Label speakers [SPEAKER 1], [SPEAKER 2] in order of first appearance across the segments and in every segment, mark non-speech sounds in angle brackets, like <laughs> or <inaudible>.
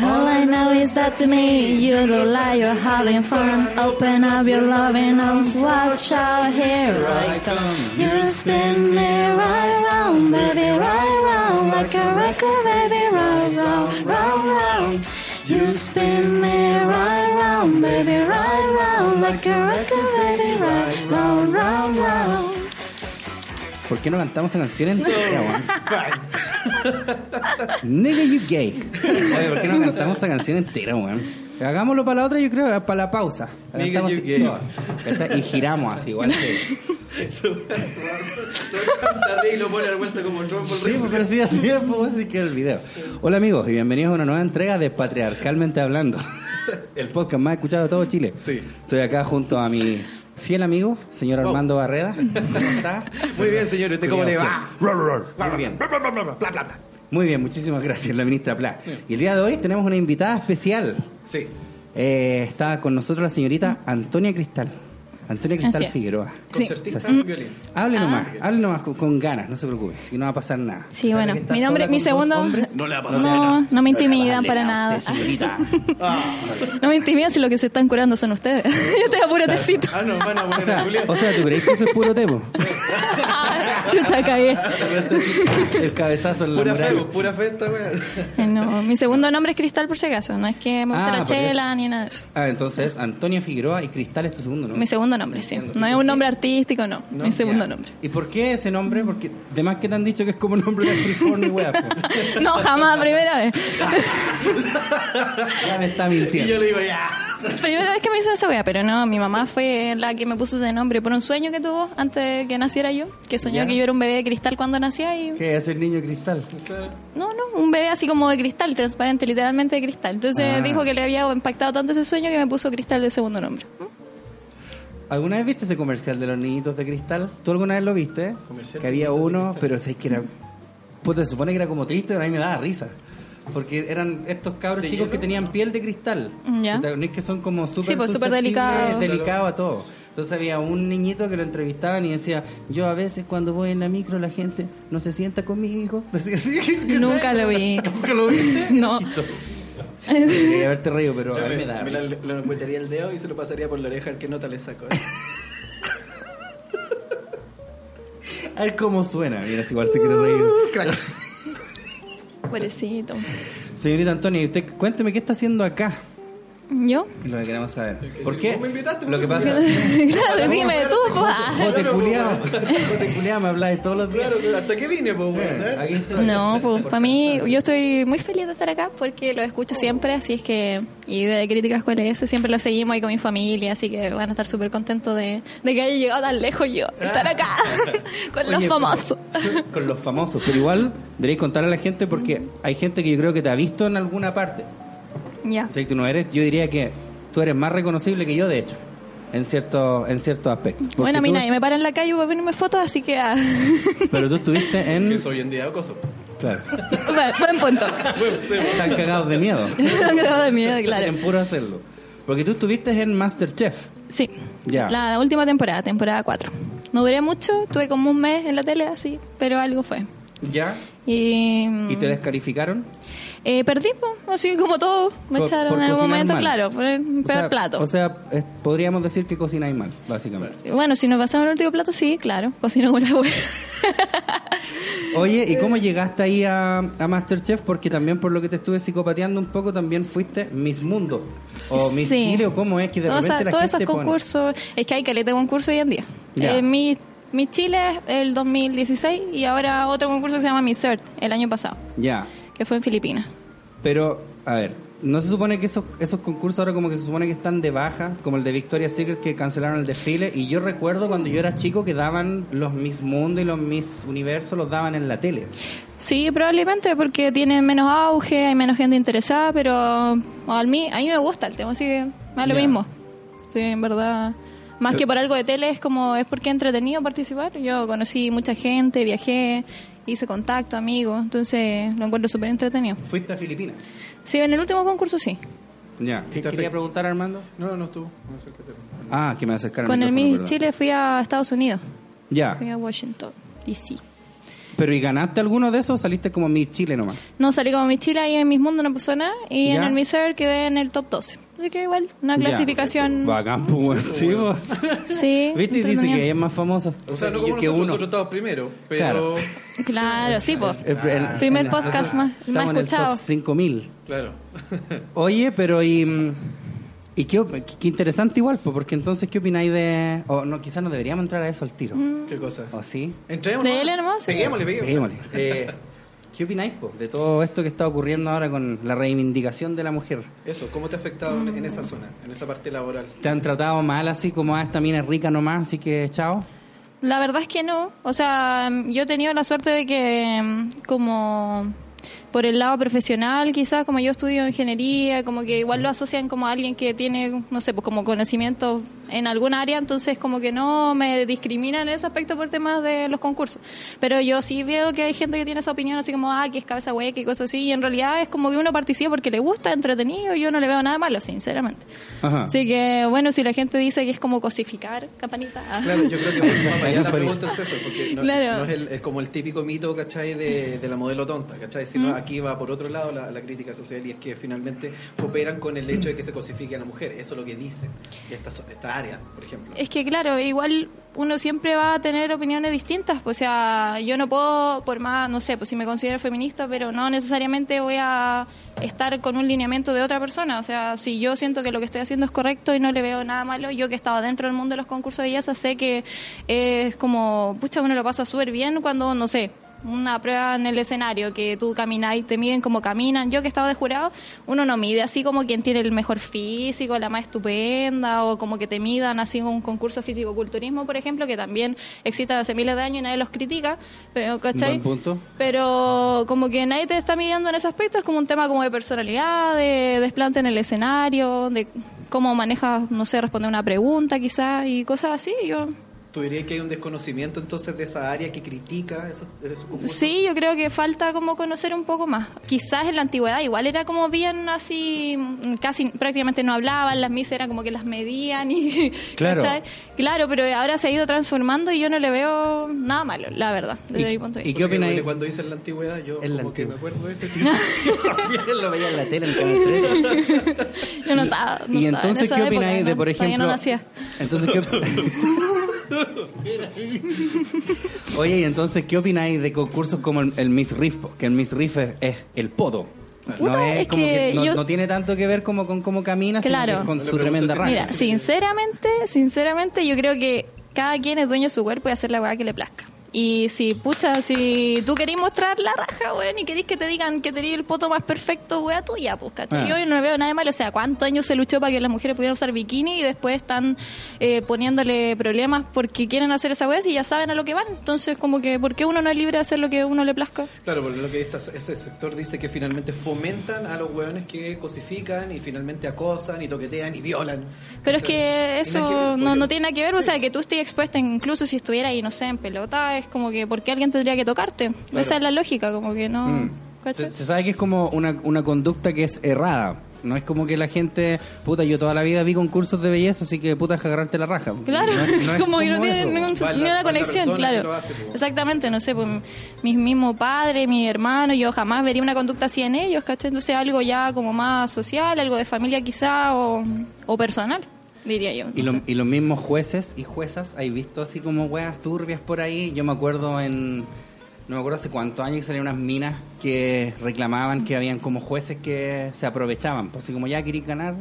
[SPEAKER 1] All I know is that to me, you look like you're having fun. Open up your loving arms, watch out, here I come. You spin me right round, baby, right round, like a record, baby, round, round, round, round. You spin me right round, baby, right round, like a record, baby, right round, round, round.
[SPEAKER 2] ¿Por qué no cantamos esa canción entera, weón? Nigga, you gay. Oye, ¿por qué no cantamos esa canción entera, weón? Hagámoslo para la otra, yo creo, para la pausa. La
[SPEAKER 3] Nigga,
[SPEAKER 2] cantamos
[SPEAKER 3] you
[SPEAKER 2] así,
[SPEAKER 3] gay.
[SPEAKER 2] toda, ¿cachai? Y giramos así, igual que.
[SPEAKER 3] Eso y lo pone a la vuelta como trompo el
[SPEAKER 2] Sí,
[SPEAKER 3] ritmo.
[SPEAKER 2] pero sí, así es, pues así queda el video. Hola, amigos, y bienvenidos a una nueva entrega de Patriarcalmente Hablando, el podcast más escuchado de todo Chile.
[SPEAKER 3] Sí.
[SPEAKER 2] Estoy acá junto a mi fiel amigo, señor
[SPEAKER 3] Wow.
[SPEAKER 2] Armando Barreda. ¿Cómo está?
[SPEAKER 3] Muy bien, señor, ¿usted cómo le va?
[SPEAKER 2] Muy bien. Muy bien, muchísimas gracias, la ministra Pla. Y el día de hoy tenemos una invitada especial.
[SPEAKER 3] Sí.
[SPEAKER 2] Eh, está con nosotros la señorita Antonia Cristal. Antonia Cristal
[SPEAKER 4] Así es. Ah.
[SPEAKER 2] Figueroa.
[SPEAKER 4] Sí.
[SPEAKER 3] Concertista
[SPEAKER 2] Sí.
[SPEAKER 3] en violín.
[SPEAKER 2] Hable nomás, hable nomás con, con ganas, no se preocupe, si no va a pasar nada.
[SPEAKER 4] Sí,
[SPEAKER 2] ¿Sabe
[SPEAKER 4] bueno,
[SPEAKER 2] que está
[SPEAKER 4] mi nombre-
[SPEAKER 2] sola
[SPEAKER 4] mi
[SPEAKER 2] con dos
[SPEAKER 4] segundo- <laughs>
[SPEAKER 2] hombres?
[SPEAKER 4] No
[SPEAKER 3] le va a
[SPEAKER 4] pasar nada. no me
[SPEAKER 2] le va a
[SPEAKER 4] intimidan
[SPEAKER 2] pasarle
[SPEAKER 4] para
[SPEAKER 2] a usted,
[SPEAKER 4] nada.
[SPEAKER 2] señorita.
[SPEAKER 4] <laughs>
[SPEAKER 2] Ah.
[SPEAKER 4] No me intimidan si lo que se están curando son ustedes. <laughs> Yo estoy a puro
[SPEAKER 2] <laughs>
[SPEAKER 4] tecito.
[SPEAKER 3] Ah, no, bueno,
[SPEAKER 2] o,
[SPEAKER 3] bueno,
[SPEAKER 2] sea,
[SPEAKER 3] Julián.
[SPEAKER 2] o sea, ¿tú crees que eso es puro
[SPEAKER 3] <laughs>
[SPEAKER 2] temo?
[SPEAKER 4] Chucha, cagué.
[SPEAKER 2] este. El cabezazo en la
[SPEAKER 3] Pura
[SPEAKER 2] muralla.
[SPEAKER 3] fe, pura fe esta wea.
[SPEAKER 4] Eh, No, mi segundo nombre es Cristal por si acaso. No es que me guste
[SPEAKER 2] Ah,
[SPEAKER 4] la
[SPEAKER 2] por
[SPEAKER 4] chela ni nada de eso.
[SPEAKER 2] Ah, entonces, Antonia Figueroa y Cristal es tu segundo nombre.
[SPEAKER 4] Mi segundo nombre, sí. No es un nombre artístico, no. Mi segundo
[SPEAKER 2] Ya.
[SPEAKER 4] nombre. <laughs>
[SPEAKER 2] ¿Y por qué ese nombre? Porque de más que te han dicho que es como nombre de actriz ni wea. po.
[SPEAKER 4] No, jamás, primera vez.
[SPEAKER 2] Ya me está
[SPEAKER 3] <laughs> Y yo
[SPEAKER 2] mintiendo.
[SPEAKER 3] le digo, ya.
[SPEAKER 4] Primera vez que me hizo esa wea, pero no, mi mamá fue la que me puso ese nombre por un sueño que tuvo antes de que naciera yo, que soñó
[SPEAKER 2] Ya.
[SPEAKER 4] que yo era un bebé de cristal cuando nacía y...
[SPEAKER 2] ¿Qué es el niño cristal?
[SPEAKER 4] No, no, un bebé así como de cristal, transparente, literalmente de cristal. Entonces
[SPEAKER 2] Ah.
[SPEAKER 4] dijo que le había impactado tanto ese sueño que me puso cristal de segundo nombre.
[SPEAKER 2] ¿Alguna vez viste ese comercial de los niñitos de cristal? ¿Tú alguna vez lo viste?
[SPEAKER 3] Comercial
[SPEAKER 2] que
[SPEAKER 3] de
[SPEAKER 2] había
[SPEAKER 3] niñitos de
[SPEAKER 2] uno,
[SPEAKER 3] cristal.
[SPEAKER 2] pero sé que era. Puta, se supone que era como triste, pero a mí me daba risa. Porque eran estos cabros
[SPEAKER 3] ¿De
[SPEAKER 2] chicos
[SPEAKER 3] hielo?
[SPEAKER 2] que tenían piel de cristal.
[SPEAKER 4] Ya.
[SPEAKER 2] Que te- Que son como súper
[SPEAKER 4] Sí, pues, súper
[SPEAKER 2] susceptibles,
[SPEAKER 4] delicados.
[SPEAKER 2] delicado a todo. Entonces había un niñito que lo entrevistaban y decía: Yo a veces cuando voy en la micro la gente no se sienta conmigo. <laughs> Decía así, ¿cachai?
[SPEAKER 4] Nunca lo vi.
[SPEAKER 2] ¿Nunca lo viste?
[SPEAKER 4] <laughs> No.
[SPEAKER 2] Chistoso. Debería haberte reído, pero a mí me da
[SPEAKER 3] me la-
[SPEAKER 2] risa.
[SPEAKER 3] lo encuentraría el dedo y se lo pasaría por la oreja al que nota le <laughs> saco. eh.
[SPEAKER 2] A ver cómo suena. Mira, si igual se quiere reír.
[SPEAKER 4] Pobrecito.
[SPEAKER 2] Señorita Antonia, y usted cuénteme qué está haciendo acá. <laughs>
[SPEAKER 4] ¿Yo?
[SPEAKER 2] Es Lo que queremos saber. ¿Por
[SPEAKER 3] si
[SPEAKER 2] qué?
[SPEAKER 3] vos me invitaste, Ah,
[SPEAKER 2] Lo que
[SPEAKER 3] pues,
[SPEAKER 2] pasa. <laughs>
[SPEAKER 4] claro, dime tú. pues. po.
[SPEAKER 2] Jote
[SPEAKER 3] Claro,
[SPEAKER 2] culiao. Jote culiao, me habláis todos los días.
[SPEAKER 3] Claro, claro, hasta que vine, pues, weón.
[SPEAKER 2] Eh, aquí
[SPEAKER 3] ¿eh?
[SPEAKER 2] estoy.
[SPEAKER 4] No, pues para mí yo estoy muy feliz de estar acá porque lo escucho siempre, así es que y de críticas cuál es, siempre lo seguimos ahí con mi familia, así que van a estar súper contentos de, de que haya llegado tan lejos yo,
[SPEAKER 2] <laughs>
[SPEAKER 4] estar acá <laughs> con los
[SPEAKER 2] Oye,
[SPEAKER 4] famosos.
[SPEAKER 2] pero- <laughs> Con los famosos. Pero igual deberéis contar a la gente porque hay gente que yo creo que te ha visto en alguna parte.
[SPEAKER 4] Ya.
[SPEAKER 2] O sea, que tú no eres, yo diría que tú eres más reconocible que yo, de hecho, en cierto, en cierto aspecto. Porque
[SPEAKER 4] Bueno, a mí
[SPEAKER 2] tú-
[SPEAKER 4] nadie me para en la calle para ponerme fotos, así que...
[SPEAKER 2] <laughs>
[SPEAKER 4] ah.
[SPEAKER 2] Pero tú estuviste
[SPEAKER 3] <laughs> Que
[SPEAKER 2] en.
[SPEAKER 3] soy en día de acoso.
[SPEAKER 2] Claro.
[SPEAKER 4] Bueno, buen punto. <laughs>
[SPEAKER 3] Bueno, sí, weón.
[SPEAKER 2] Están cagados de miedo.
[SPEAKER 4] Cagado de miedo, <laughs> claro.
[SPEAKER 2] Quieren puro hacerlo. Porque tú estuviste en Masterchef.
[SPEAKER 4] Sí.
[SPEAKER 2] Ya.
[SPEAKER 4] La última temporada, temporada 4. No duré mucho, tuve como un mes en la tele así, pero algo fue.
[SPEAKER 2] Ya.
[SPEAKER 4] Y,
[SPEAKER 2] ¿Y te descalificaron?
[SPEAKER 4] eh, perdí, po, así como todo. Me
[SPEAKER 2] Por-
[SPEAKER 4] echaron
[SPEAKER 2] por
[SPEAKER 4] en algún
[SPEAKER 2] cocinar
[SPEAKER 4] momento,
[SPEAKER 2] mal.
[SPEAKER 4] claro, por el
[SPEAKER 2] O
[SPEAKER 4] peor
[SPEAKER 2] sea,
[SPEAKER 4] plato.
[SPEAKER 2] O sea, es- podríamos decir que cocináis mal, básicamente.
[SPEAKER 4] bueno, si nos pasamos el último plato, sí, claro, cocino con la wea.
[SPEAKER 2] <laughs> Oye, ¿y cómo
[SPEAKER 4] Eh.
[SPEAKER 2] llegaste ahí a, a Masterchef? Porque también, por lo que te estuve psicopateando un poco, también fuiste Miss Mundo. O Miss
[SPEAKER 4] Sí.
[SPEAKER 2] Chile, o cómo es que de
[SPEAKER 4] O
[SPEAKER 2] repente
[SPEAKER 4] sea,
[SPEAKER 2] la
[SPEAKER 4] todos
[SPEAKER 2] gente
[SPEAKER 4] esos
[SPEAKER 2] pone-
[SPEAKER 4] concursos, es que hay caleta de concursos hoy en día.
[SPEAKER 2] Ya.
[SPEAKER 4] Eh, mi, mi Chile es el 2016 y ahora otro concurso que se llama Mi Cert, el año pasado,
[SPEAKER 2] Ya.
[SPEAKER 4] que fue en Filipinas.
[SPEAKER 2] Pero, a ver, ¿no se supone que esos, esos concursos ahora como que se supone que están de baja? Como el de Victoria's Secret que cancelaron el desfile. Y yo recuerdo cuando yo era chico que daban los Miss Mundo y los Miss Universo, los daban en la tele.
[SPEAKER 4] Sí, probablemente porque tiene menos auge, hay menos gente interesada, pero a mí, a mí me gusta el tema, así que me da lo
[SPEAKER 2] Ya.
[SPEAKER 4] mismo. Sí, en verdad. Más que por algo de tele, es como, es porque es entretenido participar. Yo conocí mucha gente, viajé, hice contacto, amigos, entonces lo encuentro súper entretenido.
[SPEAKER 2] Fuiste a Filipinas.
[SPEAKER 4] Sí, en el último concurso sí.
[SPEAKER 2] Ya. ¿Qué
[SPEAKER 3] Está
[SPEAKER 2] quería
[SPEAKER 3] fe-
[SPEAKER 2] preguntar, Armando?
[SPEAKER 3] No, no estuvo. No me acerqué, pero-
[SPEAKER 2] Ah, que me acercaron
[SPEAKER 4] Con el
[SPEAKER 2] micrófono,
[SPEAKER 4] Miss
[SPEAKER 2] perdón.
[SPEAKER 4] Chile fui a Estados Unidos,
[SPEAKER 2] Ya.
[SPEAKER 4] fui a Washington, D.C.
[SPEAKER 2] Pero ¿y ganaste alguno de esos o saliste como mi Chile nomás?
[SPEAKER 4] No salí como mi chila y en Miss Mundo no pasó nada. Y en
[SPEAKER 2] Ya.
[SPEAKER 4] el Miss Earth quedé en el top 12. Así que igual, una
[SPEAKER 2] Ya.
[SPEAKER 4] clasificación.
[SPEAKER 2] Bacán, pues, weón. <laughs> Sí, po.
[SPEAKER 4] Sí.
[SPEAKER 2] Viste, dice
[SPEAKER 4] entretenida.
[SPEAKER 2] que ella es más famosa.
[SPEAKER 3] O sea, no
[SPEAKER 2] Y
[SPEAKER 3] como
[SPEAKER 2] que
[SPEAKER 3] nosotros,
[SPEAKER 2] uno.
[SPEAKER 3] nosotros estamos primero, pero...
[SPEAKER 2] Claro.
[SPEAKER 4] Claro, sí, pues.
[SPEAKER 2] El- el-
[SPEAKER 4] Primer
[SPEAKER 2] el-
[SPEAKER 4] podcast más,
[SPEAKER 2] estamos
[SPEAKER 4] más
[SPEAKER 2] en el top
[SPEAKER 4] escuchado.
[SPEAKER 2] 5000.
[SPEAKER 3] Claro. <laughs>
[SPEAKER 2] Oye, pero y. mm, Y qué, qué- qué interesante igual, pues, porque entonces, ¿qué opináis de...? O no, quizás no deberíamos entrar a eso al tiro.
[SPEAKER 4] Mm.
[SPEAKER 3] ¿Qué cosa?
[SPEAKER 2] ¿O sí?
[SPEAKER 3] Entremos.
[SPEAKER 4] Dele nomás, sí.
[SPEAKER 3] Peguémosle, peguémosle.
[SPEAKER 2] Veámosle. Eh, ¿Qué opináis, po, de todo esto que está ocurriendo ahora con la reivindicación de la mujer?
[SPEAKER 3] Eso, ¿cómo te ha afectado en en
[SPEAKER 4] Mm.
[SPEAKER 3] esa zona, en esa parte laboral?
[SPEAKER 2] ¿Te han tratado mal así como a esta mina es rica nomás, así que chao?
[SPEAKER 4] La verdad es que no. O sea, yo he tenido la suerte de que, mm, como por el lado profesional, quizás, como yo estudio ingeniería, como que igual lo asocian como a alguien que tiene, no sé, pues como conocimiento en algún área, entonces como que no me discriminan en ese aspecto por temas de los concursos. Pero yo sí veo que hay gente que tiene esa opinión así como, ah, que es cabeza hueca y cosas así, y en realidad es como que uno participa porque le gusta, entretenido, y yo no le veo nada malo, sinceramente.
[SPEAKER 2] Ajá.
[SPEAKER 4] Así que, bueno, si la gente dice que es como cosificar, campanita. ah.
[SPEAKER 3] Claro, yo creo que
[SPEAKER 2] <laughs>
[SPEAKER 3] por más allá la pregunta es eso, porque no,
[SPEAKER 4] Claro.
[SPEAKER 3] no es, el- es como el típico mito, ¿cachai? De, de la modelo tonta, ¿cachai?
[SPEAKER 4] Mm.
[SPEAKER 3] Sino aquí va por otro lado la, la crítica social y es que finalmente cooperan con el hecho de que se cosifique a la mujer. Eso es lo que dicen. Y esta, so- esta área, por ejemplo.
[SPEAKER 4] Es que claro, igual uno siempre va a tener opiniones distintas, o sea, yo no puedo, por más, no sé, pues si me considero feminista, pero no necesariamente voy a estar con un lineamiento de otra persona, o sea, si yo siento que lo que estoy haciendo es correcto y no le veo nada malo, yo que estaba dentro del mundo de los concursos de belleza sé que es como, pucha, uno lo pasa súper bien cuando, no sé, una prueba en el escenario, que tú caminas y te miden como caminan. Yo que estaba de jurado, uno no mide así como quien tiene el mejor físico, la más estupenda, o como que te midan así en un concurso físico-culturismo, por ejemplo, que también existe hace miles de años y nadie los critica. Pero, ¿cachai?
[SPEAKER 2] Buen punto.
[SPEAKER 4] Pero como que nadie te está midiendo en ese aspecto, es como un tema como de personalidad, de desplante en el escenario, de cómo manejas, no sé, responder una pregunta quizás y cosas así. Yo
[SPEAKER 3] ¿Tú dirías que hay un desconocimiento entonces de esa área que critica esos, esos concursos?
[SPEAKER 4] Sí, yo creo que falta como conocer un poco más. Quizás en la antigüedad igual era como bien así, mm, casi prácticamente no hablaban, las misas eran como que las medían y... <laughs>
[SPEAKER 2] Claro.
[SPEAKER 4] ¿cachai? Claro, pero ahora se ha ido transformando y yo no le veo nada malo, la verdad, desde
[SPEAKER 2] ¿Y-
[SPEAKER 4] mi punto
[SPEAKER 2] y
[SPEAKER 4] de vista.
[SPEAKER 2] ¿Qué opina ahí?
[SPEAKER 3] Porque Cuando dicen la antigüedad, yo
[SPEAKER 2] En la
[SPEAKER 3] como que me
[SPEAKER 2] antigüedad.
[SPEAKER 3] acuerdo
[SPEAKER 2] <laughs>
[SPEAKER 3] de ese tipo.
[SPEAKER 2] lo veía en la tele, en Canal 13.
[SPEAKER 4] Yo no estaba-
[SPEAKER 2] <laughs>
[SPEAKER 4] no
[SPEAKER 2] Y
[SPEAKER 4] estaba en
[SPEAKER 2] entonces,
[SPEAKER 4] esa
[SPEAKER 2] ¿qué
[SPEAKER 4] época,
[SPEAKER 2] opináis de,
[SPEAKER 4] no,
[SPEAKER 2] por
[SPEAKER 4] todavía
[SPEAKER 2] ejemplo...
[SPEAKER 4] no nacía.
[SPEAKER 2] Entonces, <laughs> ¿qué... Oye, y entonces, ¿qué opináis de concursos como el, el Miss Riff? po? Que el Miss Riff es, es el podo. No,
[SPEAKER 4] Puta,
[SPEAKER 2] es
[SPEAKER 4] es
[SPEAKER 2] como que
[SPEAKER 4] que
[SPEAKER 2] no,
[SPEAKER 4] yo-
[SPEAKER 2] no tiene tanto que ver como con cómo camina, sino
[SPEAKER 4] Claro.
[SPEAKER 2] que con
[SPEAKER 3] No le
[SPEAKER 2] su
[SPEAKER 3] preguntes
[SPEAKER 2] tremenda
[SPEAKER 3] si-
[SPEAKER 2] raja.
[SPEAKER 4] Mira, sinceramente, sinceramente yo creo que cada quien es dueño de su cuerpo y hacer la weá que le plazca. Y si, pucha, si tú querís mostrar la raja, weón, y querís que te digan que tenés el poto más perfecto, weá tuya, pues, ¿cachai?
[SPEAKER 2] Ah.
[SPEAKER 4] Yo no veo nada de malo. O sea, ¿cuántos años se luchó para que las mujeres pudieran usar bikini y después están eh, poniéndole problemas porque quieren hacer esa weá si ya saben a lo que van? Entonces, como que, ¿por qué uno no es libre de hacer lo que uno le plazca?
[SPEAKER 3] Claro, por lo que esta- este sector dice que finalmente fomentan a los hueones que cosifican y finalmente acosan y toquetean y violan.
[SPEAKER 4] Pero es que
[SPEAKER 3] Y nada que
[SPEAKER 4] eso
[SPEAKER 3] ver,
[SPEAKER 4] no,
[SPEAKER 3] obvio.
[SPEAKER 4] no tiene nada que ver, o sea, que tú estés expuesta, incluso si estuviera ahí, no sé, en pelota, es como que, ¿por qué alguien tendría que tocarte? Esa es la lógica, como que no...
[SPEAKER 2] Mm.
[SPEAKER 4] ¿cachai?
[SPEAKER 2] Se, se sabe que es como una, una conducta que es errada. No es como que la gente, puta, yo toda la vida vi concursos de belleza, así que puta, es agarrarte la raja.
[SPEAKER 4] Claro, <laughs>
[SPEAKER 2] No es- no es
[SPEAKER 4] como que no tiene
[SPEAKER 2] eso.
[SPEAKER 4] ningún-
[SPEAKER 3] Va la-
[SPEAKER 4] ni
[SPEAKER 3] va
[SPEAKER 4] una
[SPEAKER 3] la
[SPEAKER 4] conexión,
[SPEAKER 3] persona que
[SPEAKER 4] claro.
[SPEAKER 3] lo hace, po.
[SPEAKER 4] Exactamente, no sé, pues mi mismo padre, mi hermano, yo jamás vería una conducta así en ellos, ¿cachai? Entonces algo ya como más social, algo de familia quizá, o, o personal, diría yo. no
[SPEAKER 2] Y, lo-
[SPEAKER 4] sé.
[SPEAKER 2] y los mismos jueces y juezas, hay visto así como weas turbias por ahí. Yo me acuerdo en. No me acuerdo hace cuántos años que salían unas minas que reclamaban que habían como jueces que se aprovechaban. Pues así como ya quería ganar.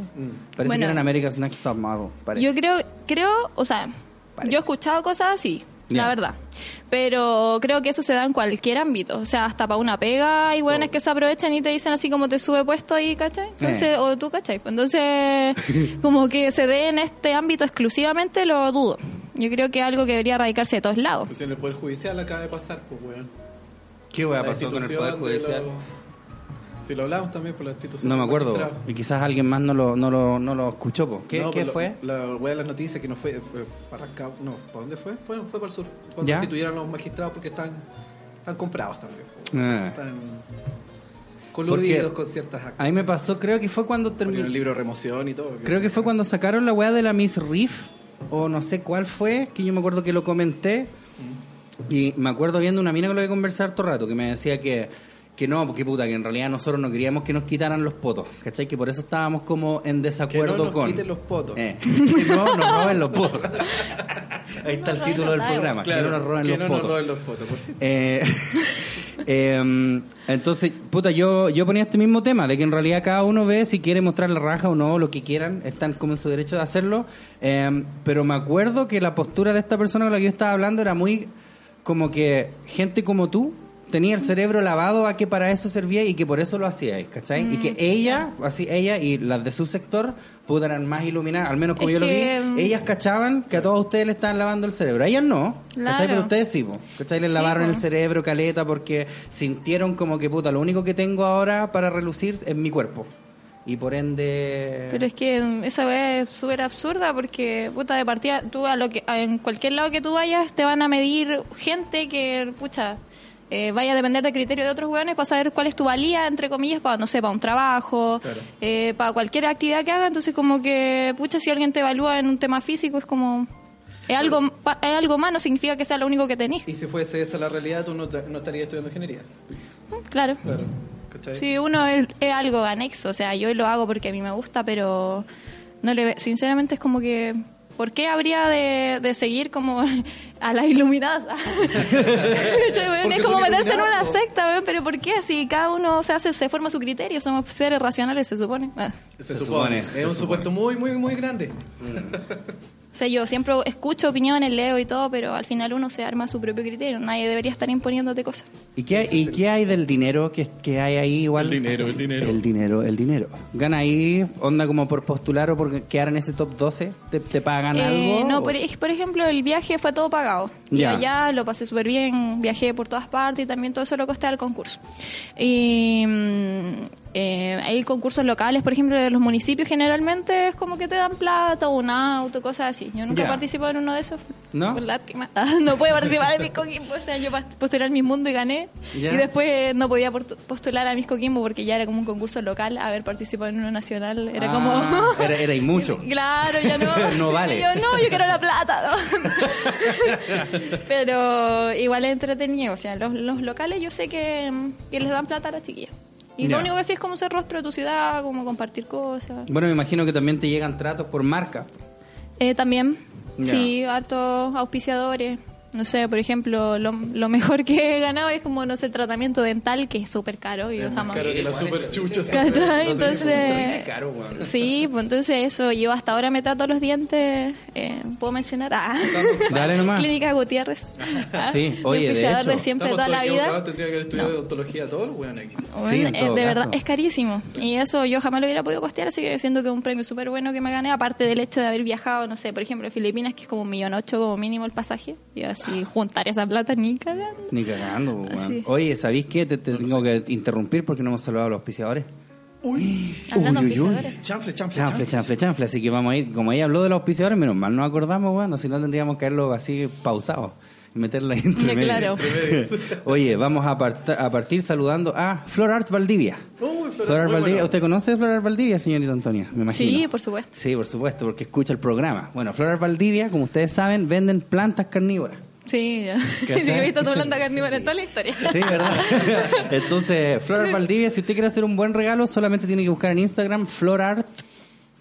[SPEAKER 2] Parece
[SPEAKER 4] Bueno.
[SPEAKER 2] que eran America's Next Top Model. Parece.
[SPEAKER 4] Yo creo, creo, o sea,
[SPEAKER 2] Parece.
[SPEAKER 4] yo he escuchado cosas así,
[SPEAKER 2] Ya.
[SPEAKER 4] la verdad. Pero creo que eso se da en cualquier ámbito. O sea, hasta para una pega hay
[SPEAKER 2] Oh.
[SPEAKER 4] buenas que se aprovechan y te dicen así como te sube puesto ahí, ¿cachai? Entonces,
[SPEAKER 2] Eh.
[SPEAKER 4] o tú, ¿cachai?
[SPEAKER 2] <laughs>
[SPEAKER 4] Entonces, como que se dé en este ámbito exclusivamente, lo dudo. Yo creo que es algo que debería erradicarse de todos lados.
[SPEAKER 3] Pues en el Poder Judicial acaba de pasar, pues, hueón.
[SPEAKER 2] ¿Qué wea
[SPEAKER 3] La
[SPEAKER 2] pasó con el Poder
[SPEAKER 3] institución de
[SPEAKER 2] Judicial?
[SPEAKER 3] los- Si lo hablamos también por la institución.
[SPEAKER 2] No me
[SPEAKER 3] del
[SPEAKER 2] acuerdo.
[SPEAKER 3] magistrado.
[SPEAKER 2] Y quizás alguien más no lo, no lo, no lo escuchó. po. ¿Qué,
[SPEAKER 3] No,
[SPEAKER 2] qué
[SPEAKER 3] por lo-
[SPEAKER 2] fue?
[SPEAKER 3] La hueá de las noticias que no fue, fue para acá. No, ¿para dónde fue? Bueno, fue para el sur. Cuando
[SPEAKER 2] Ya.
[SPEAKER 3] instituyeron a los magistrados porque están, están comprados también. pues.
[SPEAKER 2] Ah.
[SPEAKER 3] Están coludidos con ciertas
[SPEAKER 2] A mí me pasó, creo que fue cuando
[SPEAKER 3] Ponían el
[SPEAKER 2] terminó.
[SPEAKER 3] libro de remoción y todo.
[SPEAKER 2] Creo que fue cuando sacaron la weá de la Miss Riff, o no sé cuál fue, que yo me acuerdo que lo comenté. Y me acuerdo viendo una mina con la que conversé harto rato, que me decía que, que no, porque puta, que en realidad nosotros no queríamos que nos quitaran los potos, ¿cachai? Que por eso estábamos como en
[SPEAKER 3] Que no
[SPEAKER 2] desacuerdo
[SPEAKER 3] nos
[SPEAKER 2] con...
[SPEAKER 3] quiten los potos.
[SPEAKER 2] Eh, <laughs> que no nos roben los potos. Ahí está el
[SPEAKER 4] roben
[SPEAKER 2] título
[SPEAKER 4] los
[SPEAKER 2] del
[SPEAKER 4] dados.
[SPEAKER 2] programa,
[SPEAKER 3] Claro,
[SPEAKER 2] que no nos roben
[SPEAKER 3] que
[SPEAKER 2] los
[SPEAKER 3] no
[SPEAKER 2] potos.
[SPEAKER 3] nos roben los potos. por favor.
[SPEAKER 2] Eh, <laughs> em, entonces, puta, yo, yo ponía este mismo tema, de que en realidad cada uno ve si quiere mostrar la raja o no, lo que quieran, están como en su derecho de hacerlo, em, pero me acuerdo que la postura de esta persona con la que yo estaba hablando era muy como que gente como tú tenía el cerebro lavado a que para eso servía y que por eso lo hacíais, ¿cachai? y
[SPEAKER 4] Mm,
[SPEAKER 2] que ella, así ella y las de su sector, puta, eran más iluminadas, al menos como
[SPEAKER 4] Es
[SPEAKER 2] yo
[SPEAKER 4] que,
[SPEAKER 2] lo
[SPEAKER 4] em,
[SPEAKER 2] vi, ellas cachaban que a todos ustedes le estaban lavando el cerebro, a ellas no, ¿cachai?
[SPEAKER 4] Claro.
[SPEAKER 2] Pero ustedes sí, po, ¿cachai? Les
[SPEAKER 4] Sí,
[SPEAKER 2] lavaron
[SPEAKER 4] po.
[SPEAKER 2] el cerebro, caleta, porque sintieron como que, puta, lo único que tengo ahora para relucir es mi cuerpo. Y por ende...
[SPEAKER 4] Pero es que mm, esa weá es súper absurda porque, puta, de partida, tú a lo que, a- en cualquier lado que tú vayas te van a medir gente que, pucha, eh, vaya a depender del criterio de otros weones para saber cuál es tu valía, entre comillas, para, no sé, para un trabajo,
[SPEAKER 3] Claro.
[SPEAKER 4] eh, para cualquier actividad que hagas. Entonces, como que, pucha, si alguien te evalúa en un tema físico, es como. Es algo, pa- es algo más, no significa que sea lo único que tenés.
[SPEAKER 3] Y si fuese esa la realidad, tú no, te- no estarías estudiando ingeniería.
[SPEAKER 4] Claro.
[SPEAKER 3] Claro. ¿Cachai?
[SPEAKER 4] Sí, uno es, es algo anexo, o sea, yo lo hago porque a mí me gusta, pero no le ve- sinceramente es como que ¿por qué habría de, de seguir como <laughs> a las iluminadas? <laughs> Este, weón,
[SPEAKER 3] Porque
[SPEAKER 4] es como
[SPEAKER 3] son
[SPEAKER 4] meterse en una
[SPEAKER 3] iluminados, po.
[SPEAKER 4] secta, weón, pero ¿por qué? Si cada uno se hace, se forma su criterio, somos seres racionales, se supone. Ah.
[SPEAKER 3] Se,
[SPEAKER 2] Se supone,
[SPEAKER 3] supone.
[SPEAKER 2] se
[SPEAKER 3] Es un
[SPEAKER 2] supone.
[SPEAKER 3] supuesto muy, muy, muy grande.
[SPEAKER 4] O sea, yo siempre escucho opiniones, leo y todo, pero al final uno se arma su propio criterio, nadie debería estar imponiéndote cosas.
[SPEAKER 2] ¿Y qué, ¿Y qué hay del dinero que, que hay ahí igual?
[SPEAKER 5] El dinero, el dinero.
[SPEAKER 2] El dinero, el dinero. ¿Gana ahí onda como por postular o por quedar en ese top 12? ¿Te, te pagan
[SPEAKER 4] Eh,
[SPEAKER 2] algo?
[SPEAKER 4] No,
[SPEAKER 2] ¿O-
[SPEAKER 4] por, ej- por ejemplo, el viaje fue todo pagado.
[SPEAKER 2] Ya.
[SPEAKER 4] Y allá lo pasé súper bien, viajé por todas partes y también todo eso lo costé al concurso. Y mm, eh, hay concursos locales, por ejemplo, de los municipios generalmente es como que te dan plata, un auto, cosas así. Yo nunca
[SPEAKER 2] Ya.
[SPEAKER 4] he participado en uno de esos.
[SPEAKER 2] ¿No?
[SPEAKER 4] Por lástima. <laughs> no pude participar en mis Coquimbo. O sea, yo pas- postulé al Mis Mundo y gané.
[SPEAKER 2] Ya.
[SPEAKER 4] Y después no podía portu- postular a mis Coquimbo porque ya era como un concurso local. Haber participado en uno nacional era
[SPEAKER 2] Ah,
[SPEAKER 4] como...
[SPEAKER 2] <laughs> Era, era y
[SPEAKER 4] <laughs>
[SPEAKER 2] mucho.
[SPEAKER 4] Claro,
[SPEAKER 2] <laughs>
[SPEAKER 4] ya no.
[SPEAKER 2] No vale.
[SPEAKER 4] Y Yo no, yo quiero la plata.
[SPEAKER 2] <laughs>
[SPEAKER 4] ¿no? Pero igual es entretenido. O sea, los, los locales yo sé que, que les dan plata a las chiquillas. Y
[SPEAKER 2] Ya.
[SPEAKER 4] lo único que sí es como ser rostro de tu ciudad, como compartir cosas.
[SPEAKER 2] Bueno, me imagino que también te llegan tratos por marca.
[SPEAKER 4] Eh, también,
[SPEAKER 2] Ya.
[SPEAKER 4] sí, hartos auspiciadores. No sé, por ejemplo, lo, lo mejor que he ganado es como, no sé, tratamiento dental, que es súper caro y yo jamás.
[SPEAKER 3] Claro que la super chucha.
[SPEAKER 4] ¿Cachai?
[SPEAKER 2] Terrible
[SPEAKER 4] Entonces,
[SPEAKER 2] caro, weón.
[SPEAKER 4] sí, pues entonces eso, yo hasta ahora me trato los dientes, eh, puedo mencionar, ah,
[SPEAKER 2] Dale nomás.
[SPEAKER 4] Clínica Gutiérrez, Ah,
[SPEAKER 2] Sí,
[SPEAKER 4] mi
[SPEAKER 2] oye, de
[SPEAKER 4] auspiciador
[SPEAKER 2] hecho.
[SPEAKER 4] siempre
[SPEAKER 3] Estamos
[SPEAKER 4] toda la
[SPEAKER 3] todos
[SPEAKER 4] vida.
[SPEAKER 3] equivocados, Tendría que haber estudiado odontología todos los weones aquí.
[SPEAKER 4] Bueno,
[SPEAKER 2] Sí, en
[SPEAKER 4] eh,
[SPEAKER 2] todo
[SPEAKER 4] de
[SPEAKER 2] caso.
[SPEAKER 4] verdad es carísimo y eso yo jamás lo hubiera podido costear así que siento que es un premio súper bueno que me gané aparte del hecho de haber viajado no sé por ejemplo a Filipinas que es como un millón ocho como mínimo el pasaje y así juntar esa plata ni cagando
[SPEAKER 2] Ni cagando, weón.
[SPEAKER 4] Así.
[SPEAKER 2] Oye, ¿sabéis qué? Te, te tengo que interrumpir porque no hemos saludado a los auspiciadores.
[SPEAKER 4] hablando
[SPEAKER 2] Uy,
[SPEAKER 4] de
[SPEAKER 2] uy, uy.
[SPEAKER 4] auspiciadores.
[SPEAKER 3] Chanfle, chanfle,
[SPEAKER 2] Chanfle,
[SPEAKER 3] chanfle.
[SPEAKER 2] chanfle, chanfle. Así que vamos a ir. Como ella habló de los auspiciadores, menos mal nos acordamos, weón. O Si no, tendríamos que haberlo así pausado y meterla ahí entre
[SPEAKER 4] Ya,
[SPEAKER 2] medio.
[SPEAKER 4] <laughs> claro.
[SPEAKER 2] <laughs> Oye, vamos a, parta- a partir saludando a Flor Art Valdivia.
[SPEAKER 3] Uy, Flor
[SPEAKER 2] Flor Art
[SPEAKER 3] muy
[SPEAKER 2] Valdivia.
[SPEAKER 3] bueno.
[SPEAKER 2] ¿Usted conoce a Flor Art Valdivia, señorita Antonia? Me imagino.
[SPEAKER 4] sí por supuesto
[SPEAKER 2] Sí, por supuesto, porque escucha el programa. Bueno, Flor Art Valdivia, como ustedes saben, venden plantas carnívoras.
[SPEAKER 4] sí ya <laughs> sí
[SPEAKER 2] ¿Cachai?
[SPEAKER 4] que he visto tu planta
[SPEAKER 2] Sí.
[SPEAKER 4] carnívora en toda la historia
[SPEAKER 2] Sí,
[SPEAKER 3] <laughs>
[SPEAKER 2] ¿verdad? Entonces, Florar Valdivia, si usted quiere hacer un buen regalo, solamente tiene que buscar en Instagram Florart.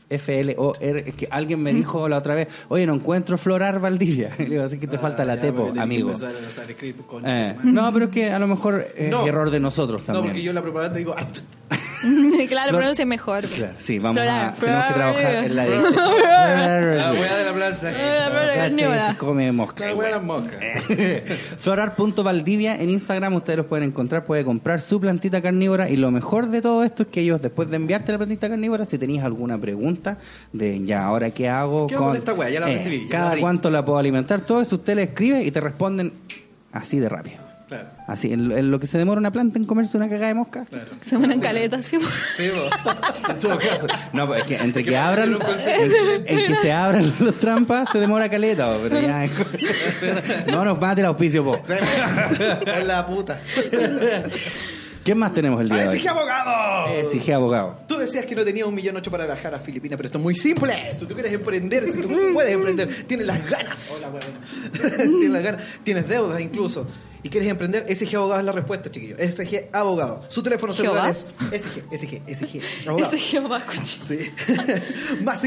[SPEAKER 2] F-L-O-R, es que alguien me dijo la otra vez, oye, no encuentro Florar Valdivia. <laughs> Y le digo, así que te falta la
[SPEAKER 3] Ah, ya,
[SPEAKER 2] tepo,
[SPEAKER 3] porque tenés que
[SPEAKER 2] amigo.
[SPEAKER 3] empezar a usar el clip, concha,
[SPEAKER 2] Eh,
[SPEAKER 3] madre.
[SPEAKER 2] no, pero es que a lo mejor es
[SPEAKER 3] No.
[SPEAKER 2] error de nosotros
[SPEAKER 3] No,
[SPEAKER 2] también.
[SPEAKER 3] porque yo en la propaganda digo art.
[SPEAKER 4] <laughs> claro
[SPEAKER 2] Flor-
[SPEAKER 4] pronuncia mejor
[SPEAKER 2] Claro, sí, vamos a...
[SPEAKER 4] Florar,
[SPEAKER 2] Tenemos que
[SPEAKER 4] Florar
[SPEAKER 2] trabajar
[SPEAKER 4] Valdivia.
[SPEAKER 2] en la edición. Florar
[SPEAKER 3] La
[SPEAKER 2] Valdivia.
[SPEAKER 3] wea de la planta.
[SPEAKER 4] Hola, Flor
[SPEAKER 2] Espérate,
[SPEAKER 4] Carnívora.
[SPEAKER 2] se come mosca.
[SPEAKER 3] La wea de la mosca.
[SPEAKER 2] Eh. <laughs> Florar.valdivia en Instagram, ustedes los pueden encontrar, puede comprar su plantita carnívora y lo mejor de todo esto es que ellos después de enviarte la plantita carnívora, si tenías alguna pregunta de ya, ahora qué hago, eh,
[SPEAKER 3] ¿Qué hago con esta weá? Ya la recibí, ya la
[SPEAKER 2] cada
[SPEAKER 3] abrí.
[SPEAKER 2] cuánto la puedo alimentar, todo eso usted le escribe y te responden así de rápido.
[SPEAKER 3] Claro.
[SPEAKER 2] Así, en, en lo que se demora una planta en comerse una cagada de mosca.
[SPEAKER 3] Claro.
[SPEAKER 4] se van en caleta sí. pues.
[SPEAKER 3] Sí, <laughs> vos.
[SPEAKER 2] En todo caso. No, pues, es que
[SPEAKER 3] <laughs>
[SPEAKER 2] entre que
[SPEAKER 3] Yo
[SPEAKER 2] abran,
[SPEAKER 3] no pensé.
[SPEAKER 2] en, en que se abran las trampas, se demora caleta, bo, pero ya. <laughs> No nos mate el auspicio, po.
[SPEAKER 3] Es la puta.
[SPEAKER 2] ¿Qué más tenemos el día de hoy?
[SPEAKER 3] ¡Exige abogado!
[SPEAKER 2] Exige abogado.
[SPEAKER 3] Tú decías que no tenía un millón ocho para viajar a Filipinas, pero esto es muy simple. Si tú quieres emprender, si tú puedes emprender, tienes las ganas. Hola, huevona. <laughs> tienes las ganas, tienes deudas incluso. Y quieres emprender, SG Abogado es la respuesta, chiquillos. SG Abogado. Su teléfono celular es SG, SG, SG. Abogado.
[SPEAKER 4] Ese Jehová, conche.
[SPEAKER 3] Sí. <laughs> más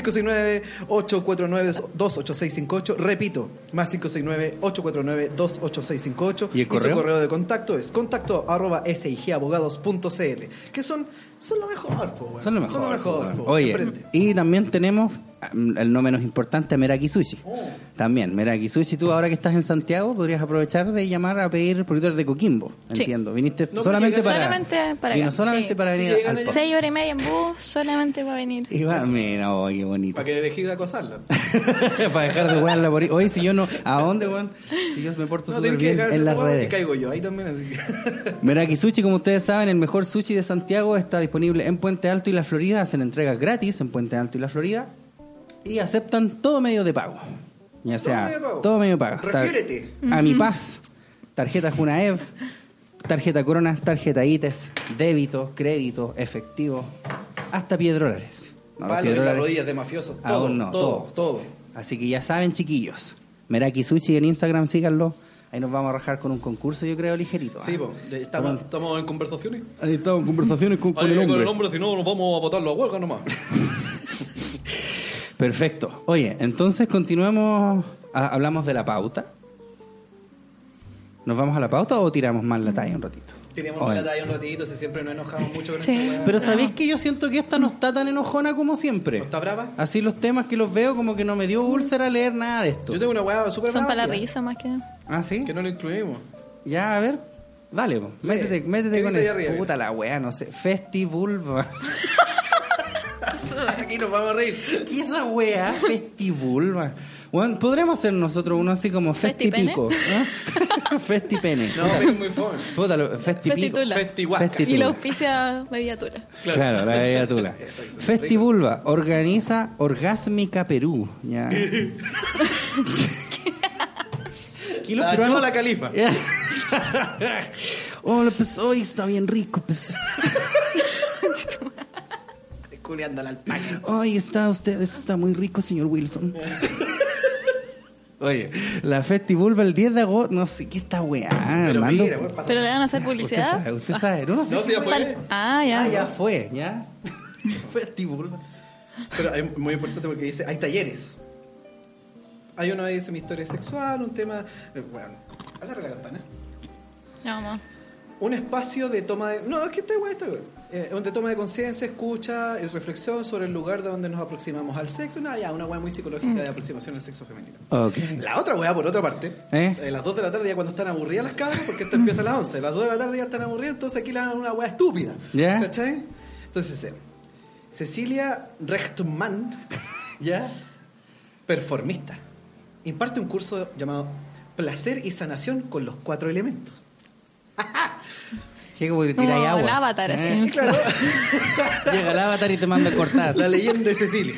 [SPEAKER 3] 569-849-28658. Repito, más 569-849-28658.
[SPEAKER 2] ¿Y el correo?
[SPEAKER 3] su correo de contacto es contacto arroba sigabogados.cl. Que son, son lo mejor, po, weón.
[SPEAKER 2] Son lo mejor.
[SPEAKER 3] Son lo mejor,
[SPEAKER 2] po.
[SPEAKER 3] po.
[SPEAKER 2] Oye,
[SPEAKER 3] Aprende.
[SPEAKER 2] y también tenemos, mm, el no menos importante, Meraki Sushi.
[SPEAKER 3] Oh.
[SPEAKER 2] También, Meraki Sushi, tú ahora que estás en Santiago podrías aprovechar de llamar a pedir porque tú eres de Coquimbo,
[SPEAKER 4] Sí.
[SPEAKER 2] entiendo. Viniste
[SPEAKER 3] No,
[SPEAKER 2] solamente
[SPEAKER 3] porque
[SPEAKER 2] para,
[SPEAKER 4] Solamente para
[SPEAKER 2] vino
[SPEAKER 4] acá,
[SPEAKER 2] solamente
[SPEAKER 4] sí.
[SPEAKER 2] para
[SPEAKER 3] Sí,
[SPEAKER 2] venir
[SPEAKER 3] que llegan
[SPEAKER 2] al
[SPEAKER 3] en-
[SPEAKER 2] pop.
[SPEAKER 4] Seis horas y media en bus solamente va a venir.
[SPEAKER 2] Y va, mira, oh, qué bonito.
[SPEAKER 3] Para que dejes de acosarla.
[SPEAKER 2] <laughs> para dejar de wearla por ahí. Oye, si yo no, ¿a dónde, weón? Si yo me porto súper
[SPEAKER 3] tienes que
[SPEAKER 2] bien
[SPEAKER 3] dejar
[SPEAKER 2] en
[SPEAKER 3] esa
[SPEAKER 2] las
[SPEAKER 3] hueá, porque
[SPEAKER 2] redes.
[SPEAKER 3] caigo yo ahí también, así que.
[SPEAKER 2] Meraki Sushi, como ustedes saben, el mejor sushi de Santiago está disponible en Puente Alto y La Florida. Hacen entregas gratis en Puente Alto y La Florida. Y aceptan todo medio de pago. Ya sea,
[SPEAKER 3] medio de pago.
[SPEAKER 2] todo medio de pago. Tar-
[SPEAKER 3] Refiérete.
[SPEAKER 2] A mi paz. Tarjeta Junaev. Tarjeta Corona, tarjeta ITES, débito, crédito, efectivo, hasta piedrolares. <laughs> No, los
[SPEAKER 3] Palo en las
[SPEAKER 2] piedrolares-
[SPEAKER 3] rodillas de mafioso. Todo,
[SPEAKER 2] Aún no,
[SPEAKER 3] todo,
[SPEAKER 2] todo.
[SPEAKER 3] todo.
[SPEAKER 2] Así que ya saben, chiquillos. Meraki Sushi en Instagram, síganlo. Ahí nos vamos a rajar con un concurso, yo creo, ligerito. ¿ah?
[SPEAKER 3] Sí, po, ya estamos, estamos en conversaciones.
[SPEAKER 2] Ahí estamos en conversaciones con, con
[SPEAKER 3] Ahí
[SPEAKER 2] el
[SPEAKER 3] con
[SPEAKER 2] hombre.
[SPEAKER 3] el hombre, si no, nos vamos a botarlo a huelga
[SPEAKER 2] <laughs>
[SPEAKER 3] nomás.
[SPEAKER 2] Perfecto. Oye, entonces continuemos. Ah, Hablamos de la pauta. ¿Nos vamos a la pauta o tiramos más la talla un ratito?
[SPEAKER 3] Teníamos
[SPEAKER 2] Oye.
[SPEAKER 3] una talla un ratito, si siempre nos enojamos mucho con
[SPEAKER 4] Sí.
[SPEAKER 3] esta hueá.
[SPEAKER 2] Pero sabéis que yo siento que esta no está tan enojona como siempre.
[SPEAKER 3] ¿No está brava?
[SPEAKER 2] Así los temas que los veo como que no me dio úlcera leer nada de esto.
[SPEAKER 3] Yo tengo una hueá súper
[SPEAKER 4] Son
[SPEAKER 3] brava,
[SPEAKER 4] para la
[SPEAKER 3] tía,
[SPEAKER 4] risa más que
[SPEAKER 2] Ah, sí.
[SPEAKER 3] Que no lo <laughs> incluimos.
[SPEAKER 2] Ya, a ver. Dale, po. métete,
[SPEAKER 3] Lee.
[SPEAKER 2] métete
[SPEAKER 3] ¿Qué
[SPEAKER 2] con
[SPEAKER 3] dice ahí
[SPEAKER 2] eso.
[SPEAKER 3] arriba?
[SPEAKER 2] Puta la weá, no sé. Festibulba.
[SPEAKER 3] Aquí nos vamos a <laughs> reír.
[SPEAKER 2] ¿Qué es esa weá? Festibulba. Bueno, podremos hacer nosotros uno así como
[SPEAKER 4] ¿Festipene?
[SPEAKER 2] festipico. ¿no? <laughs> Festipene.
[SPEAKER 3] No, pero es muy fome.
[SPEAKER 2] Puta, lo- festipico.
[SPEAKER 4] Festitula.
[SPEAKER 3] Festihuasca.
[SPEAKER 4] Y la
[SPEAKER 2] Festitula.
[SPEAKER 4] auspicia bebidatura.
[SPEAKER 2] Claro. la
[SPEAKER 3] <laughs>
[SPEAKER 2] bebida tula.
[SPEAKER 3] Eso, eso,
[SPEAKER 2] Festibulba organiza Orgásmica Perú. Ya. <laughs>
[SPEAKER 3] <laughs>
[SPEAKER 2] ¿Qué?
[SPEAKER 3] Ah, La
[SPEAKER 2] <laughs>
[SPEAKER 3] Chola Califa.
[SPEAKER 2] Hola, pues hoy está bien rico, pues.
[SPEAKER 3] Culeando la alpaca.
[SPEAKER 2] Ay, está usted, eso está muy rico, señor Wilson. Oye, la Festibulba el 10 de agosto, no sé qué está weá,
[SPEAKER 3] Pero
[SPEAKER 2] Armando.
[SPEAKER 3] mira, weón, pasa-
[SPEAKER 4] Pero le van a hacer
[SPEAKER 2] usted sabe,
[SPEAKER 4] publicidad.
[SPEAKER 2] usted sabe, no, sé
[SPEAKER 3] No, si ya
[SPEAKER 2] cómo-
[SPEAKER 3] fue.
[SPEAKER 4] Tal- Ah, ya.
[SPEAKER 2] Ah, ya fue, ya. Festibulba.
[SPEAKER 3] Pero es muy importante porque dice, hay talleres. Hay uno que dice mi historia sexual, un tema... eh, Bueno, agarra la campana.
[SPEAKER 4] No, mamá.
[SPEAKER 3] un espacio de toma de... No, es que está guay, está guay. Eh, de toma de conciencia, escucha y reflexión sobre el lugar de donde nos aproximamos al sexo. Una, ya, una weá muy psicológica
[SPEAKER 4] Mm.
[SPEAKER 3] de aproximación al sexo femenino.
[SPEAKER 2] Ok.
[SPEAKER 3] La otra weá, por otra parte,
[SPEAKER 2] ¿Eh?
[SPEAKER 3] de las 2 de la tarde ya cuando están aburridas las cabras, porque esto empieza a las 11, las 2 de la tarde ya están aburridas, entonces aquí le dan una weá estúpida.
[SPEAKER 2] ¿Ya?
[SPEAKER 3] ¿Cachai? Entonces, eh, Cecilia <laughs> Rechtman,
[SPEAKER 2] ¿Ya?
[SPEAKER 3] performista, imparte un curso llamado Placer y Sanación con los cuatro elementos.
[SPEAKER 2] Llega porque te
[SPEAKER 4] Como
[SPEAKER 2] tira ahí agua.
[SPEAKER 4] el avatar, así.
[SPEAKER 2] Eh, Llega el avatar y te manda cortadas.
[SPEAKER 3] La leyenda de Cecilia.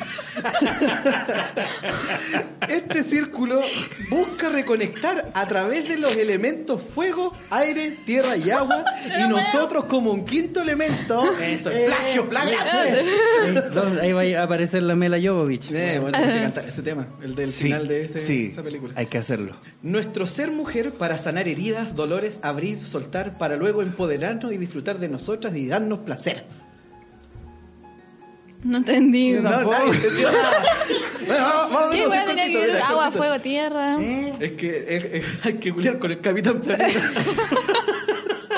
[SPEAKER 3] Este círculo busca reconectar a través de los elementos fuego, aire, tierra y agua. Y nosotros, como un quinto elemento. eh, Eso,
[SPEAKER 2] es
[SPEAKER 3] plagio, plagio.
[SPEAKER 2] Entonces, Ahí va a aparecer la Mela Jovovich.
[SPEAKER 3] Eh, bueno, hay que cantar ese tema, el del
[SPEAKER 2] Sí,
[SPEAKER 3] final de ese-
[SPEAKER 2] sí,
[SPEAKER 3] esa película.
[SPEAKER 2] Hay que hacerlo.
[SPEAKER 3] Nuestro ser mujer para sanar heridas, dolores, abrir, soltar, para luego empoderarnos y disfrutar de nosotras y darnos placer.
[SPEAKER 4] No entendí.
[SPEAKER 3] No, nadie entendió <laughs> nada. Bueno, vamos, vamos,
[SPEAKER 4] ¿Qué
[SPEAKER 3] vamos,
[SPEAKER 4] weá
[SPEAKER 3] un
[SPEAKER 4] tenía que
[SPEAKER 3] cortito,
[SPEAKER 4] ver?
[SPEAKER 3] mira,
[SPEAKER 4] Agua,
[SPEAKER 3] cortito.
[SPEAKER 4] fuego, tierra.
[SPEAKER 2] ¿Eh?
[SPEAKER 3] Es <laughs> que eh, eh, hay que culiar con el Capitán Planeta.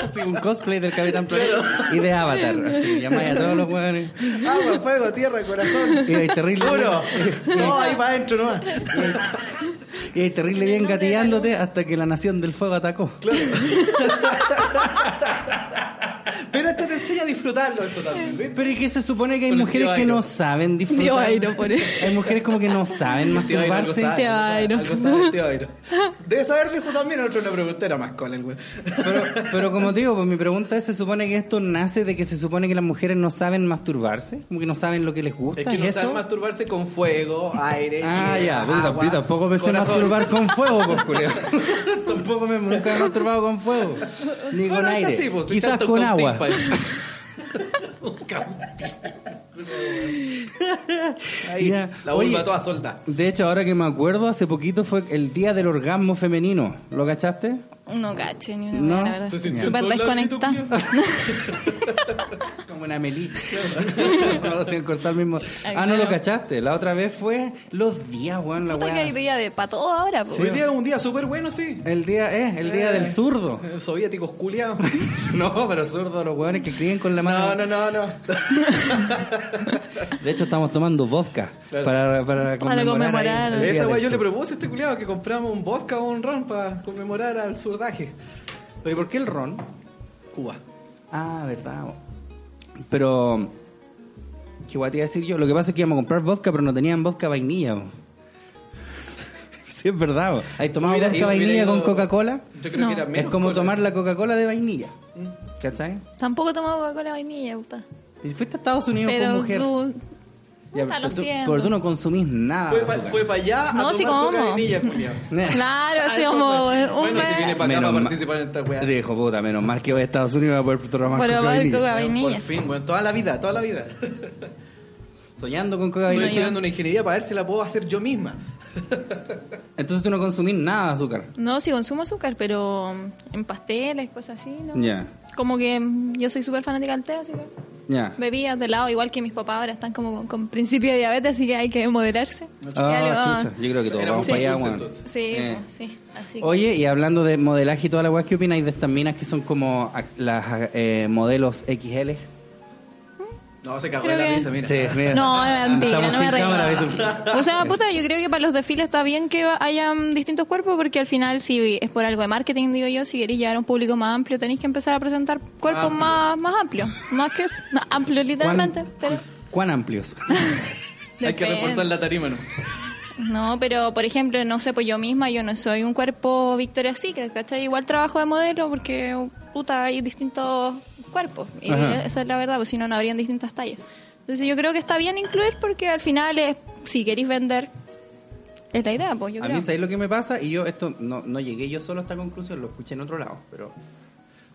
[SPEAKER 2] Así un cosplay del Capitán Planeta y de Avatar. Así, llamáis a todos los hueones.
[SPEAKER 3] <laughs> Agua, fuego, tierra, corazón.
[SPEAKER 2] Y hay terrible.
[SPEAKER 3] <laughs> Uno.
[SPEAKER 2] <laughs>
[SPEAKER 3] No, ahí para adentro nomás.
[SPEAKER 2] Y ahí terrible bien gatillándote hasta que la nación del fuego atacó.
[SPEAKER 3] Pero esto te enseña a disfrutarlo eso también. ¿ves?
[SPEAKER 2] Pero es que se supone que hay
[SPEAKER 3] Con el
[SPEAKER 2] mujeres
[SPEAKER 3] tío
[SPEAKER 2] que
[SPEAKER 3] Iron.
[SPEAKER 2] no saben
[SPEAKER 4] Dio
[SPEAKER 2] disfrutar.
[SPEAKER 4] aire por eso.
[SPEAKER 2] Hay mujeres como que no saben
[SPEAKER 3] Tío Airo, algo
[SPEAKER 2] masturbarse.
[SPEAKER 3] sabe,
[SPEAKER 4] Tío Airo.
[SPEAKER 3] algo sabe, algo sabe, tío Airo. Debe saber de eso también, otro una preguntera más con el güey.
[SPEAKER 2] Pero, pero como te digo, pues mi pregunta es, ¿se supone que esto nace de que se supone que las mujeres no saben masturbarse? Como que no saben lo que les gusta.
[SPEAKER 3] Es que
[SPEAKER 2] ¿y
[SPEAKER 3] no
[SPEAKER 2] eso?
[SPEAKER 3] saben masturbarse con fuego, aire. eh,
[SPEAKER 2] Ah, ya, pues,
[SPEAKER 3] agua,
[SPEAKER 2] yo tampoco pensé
[SPEAKER 3] corazón.
[SPEAKER 2] masturbar con fuego, pues,
[SPEAKER 3] <laughs>
[SPEAKER 2] Julio. tampoco me nunca he masturbado con fuego. Ni con
[SPEAKER 3] Bueno, ahorita
[SPEAKER 2] aire.
[SPEAKER 3] sí, pues, si
[SPEAKER 2] Quizás
[SPEAKER 3] tanto
[SPEAKER 2] con
[SPEAKER 3] con
[SPEAKER 2] agua.
[SPEAKER 3] <laughs> país. Un cautín. <laughs> Ahí,
[SPEAKER 2] Ya.
[SPEAKER 3] la vulva
[SPEAKER 2] Oye.
[SPEAKER 3] toda solda.
[SPEAKER 2] De hecho, ahora que me acuerdo, hace poquito fue el día del orgasmo femenino. ¿Lo cachaste?
[SPEAKER 4] No caché ni una
[SPEAKER 2] No.
[SPEAKER 4] wea, la verdad.
[SPEAKER 3] Estoy sintiendo
[SPEAKER 4] Súper
[SPEAKER 3] todo el laberinto,
[SPEAKER 4] desconectada.
[SPEAKER 2] Como una melí. <laughs> Sin cortar el mismo. Ah, no
[SPEAKER 4] claro.
[SPEAKER 2] lo cachaste. La otra vez fue los días, weón, la
[SPEAKER 4] Puta que hay
[SPEAKER 2] weá.
[SPEAKER 4] día de pa' todo ahora, po.
[SPEAKER 3] Hoy día es un día súper bueno, sí.
[SPEAKER 2] El día, eh, el día
[SPEAKER 3] Eh.
[SPEAKER 2] del zurdo. <laughs>
[SPEAKER 3] Eh, Soviéticos culiados.
[SPEAKER 2] No, pero zurdo, los weones que escriben con la mano.
[SPEAKER 3] No, no, no, no.
[SPEAKER 2] De hecho, estamos tomando vodka
[SPEAKER 3] Claro.
[SPEAKER 2] para, para conmemorar. ahí
[SPEAKER 4] conmemorar.
[SPEAKER 2] el día
[SPEAKER 3] Esa weá
[SPEAKER 2] del
[SPEAKER 3] yo le
[SPEAKER 2] zurdo.
[SPEAKER 3] propuse a este culiado que compramos un vodka o un ron para conmemorar al surdaje.
[SPEAKER 2] Pero ¿y por qué el ron?
[SPEAKER 3] Cuba.
[SPEAKER 2] Ah, verdad. Pero. ¿Qué guay te iba a decir yo? Lo que pasa es que íbamos a comprar vodka, pero no tenían vodka vainilla. bo. <laughs> Sí, es verdad. bo. ¿Hay tomado
[SPEAKER 3] Mira,
[SPEAKER 2] vodka
[SPEAKER 3] yo hubiera
[SPEAKER 2] vainilla
[SPEAKER 3] ido-
[SPEAKER 2] con Coca-Cola?
[SPEAKER 3] Yo creo
[SPEAKER 4] No.
[SPEAKER 3] que era menos
[SPEAKER 2] Es como
[SPEAKER 3] con Mm.
[SPEAKER 2] tomar
[SPEAKER 3] eso.
[SPEAKER 2] la Coca-Cola de vainilla. ¿Cachai?
[SPEAKER 4] Tampoco tomaba Coca-Cola vainilla, puta.
[SPEAKER 2] Y si fuiste a Estados Unidos con
[SPEAKER 4] Pero
[SPEAKER 2] mujer.
[SPEAKER 4] tú...
[SPEAKER 2] Ya,
[SPEAKER 4] puta,
[SPEAKER 2] pero,
[SPEAKER 4] lo
[SPEAKER 2] tú,
[SPEAKER 4] siento.
[SPEAKER 2] pero tú no consumís nada.
[SPEAKER 3] Fue
[SPEAKER 2] de
[SPEAKER 3] para
[SPEAKER 2] azúcar. <laughs>
[SPEAKER 3] allá
[SPEAKER 4] No,
[SPEAKER 3] a
[SPEAKER 4] sí,
[SPEAKER 3] tomar coca
[SPEAKER 4] ¿cómo?
[SPEAKER 3] vainilla, culiao.
[SPEAKER 4] Claro,
[SPEAKER 3] Ah,
[SPEAKER 4] <laughs> así
[SPEAKER 3] eso
[SPEAKER 4] como
[SPEAKER 3] fue-
[SPEAKER 4] un
[SPEAKER 3] Bueno, si
[SPEAKER 4] mes.
[SPEAKER 3] viene para acá
[SPEAKER 2] Menos
[SPEAKER 3] para
[SPEAKER 2] mal.
[SPEAKER 3] participar en esta weá.
[SPEAKER 2] Dijo, puta, menos mal que voy a Estados Unidos a poder tomar
[SPEAKER 4] Para
[SPEAKER 2] Coca
[SPEAKER 4] tomar
[SPEAKER 2] vainilla.
[SPEAKER 4] Coca-
[SPEAKER 3] Weón,
[SPEAKER 4] vainilla.
[SPEAKER 3] Por fin, weón. Toda la vida, toda la vida.
[SPEAKER 2] Soñando con Coca
[SPEAKER 3] Estoy
[SPEAKER 2] vainilla.
[SPEAKER 3] estudiando una ingeniería para ver si la puedo hacer yo misma.
[SPEAKER 2] Entonces tú no consumís nada de azúcar.
[SPEAKER 4] No, sí consumo azúcar, pero mm, en pasteles, cosas así, ¿no?
[SPEAKER 2] Ya,
[SPEAKER 4] Como que mm, yo soy súper fanática del té, así que
[SPEAKER 2] ya.
[SPEAKER 4] bebidas de lado, igual que mis papás ahora están como con, con principio de diabetes, así que hay que moderarse. Ya le
[SPEAKER 2] Ah,
[SPEAKER 4] va-
[SPEAKER 2] chucha. Yo creo que todos
[SPEAKER 3] Era
[SPEAKER 2] vamos
[SPEAKER 4] muy
[SPEAKER 2] para allá,
[SPEAKER 3] dulce,
[SPEAKER 2] weón.
[SPEAKER 3] entonces.
[SPEAKER 4] Sí, pues,
[SPEAKER 2] Eh.
[SPEAKER 4] sí, así que...
[SPEAKER 2] Oye, y hablando de modelaje y toda la weá, ¿qué opináis de estas minas que son como ac- las eh, modelos XL?
[SPEAKER 3] No, se cagó
[SPEAKER 4] Creo
[SPEAKER 3] en la
[SPEAKER 4] que-
[SPEAKER 3] risa, mira.
[SPEAKER 2] mira.
[SPEAKER 4] No, no, mentira,
[SPEAKER 2] Estamos
[SPEAKER 4] no me
[SPEAKER 2] sin
[SPEAKER 4] reí.
[SPEAKER 2] cámara, ¿ves?
[SPEAKER 4] O sea, puta, yo creo que para los desfiles está bien que hayan distintos cuerpos porque al final si es por algo de marketing, digo yo, si queréis llegar a un público más amplio tenéis que empezar a presentar cuerpos
[SPEAKER 3] Amplio.
[SPEAKER 4] más más amplios, más que eso, más amplio literalmente,
[SPEAKER 2] ¿Cuán-
[SPEAKER 4] pero
[SPEAKER 2] ¿Cuán amplios?
[SPEAKER 3] <laughs> Hay que
[SPEAKER 4] depende.
[SPEAKER 3] reforzar la tarima, ¿no?
[SPEAKER 4] No, pero por ejemplo, no sé, pues yo misma yo no soy un cuerpo Victoria's Secret, ¿cachai? Igual trabajo de modelo porque puta, hay distintos cuerpos y
[SPEAKER 2] Ajá.
[SPEAKER 4] esa es la verdad, pues si no no habrían distintas tallas. Entonces yo creo que está bien incluir porque al final es si queréis vender es la idea, pues yo
[SPEAKER 2] A
[SPEAKER 4] creo.
[SPEAKER 2] mí, ¿sabéis lo que me pasa? Y yo, esto, no, no llegué yo solo a esta conclusión, lo escuché en otro lado, pero...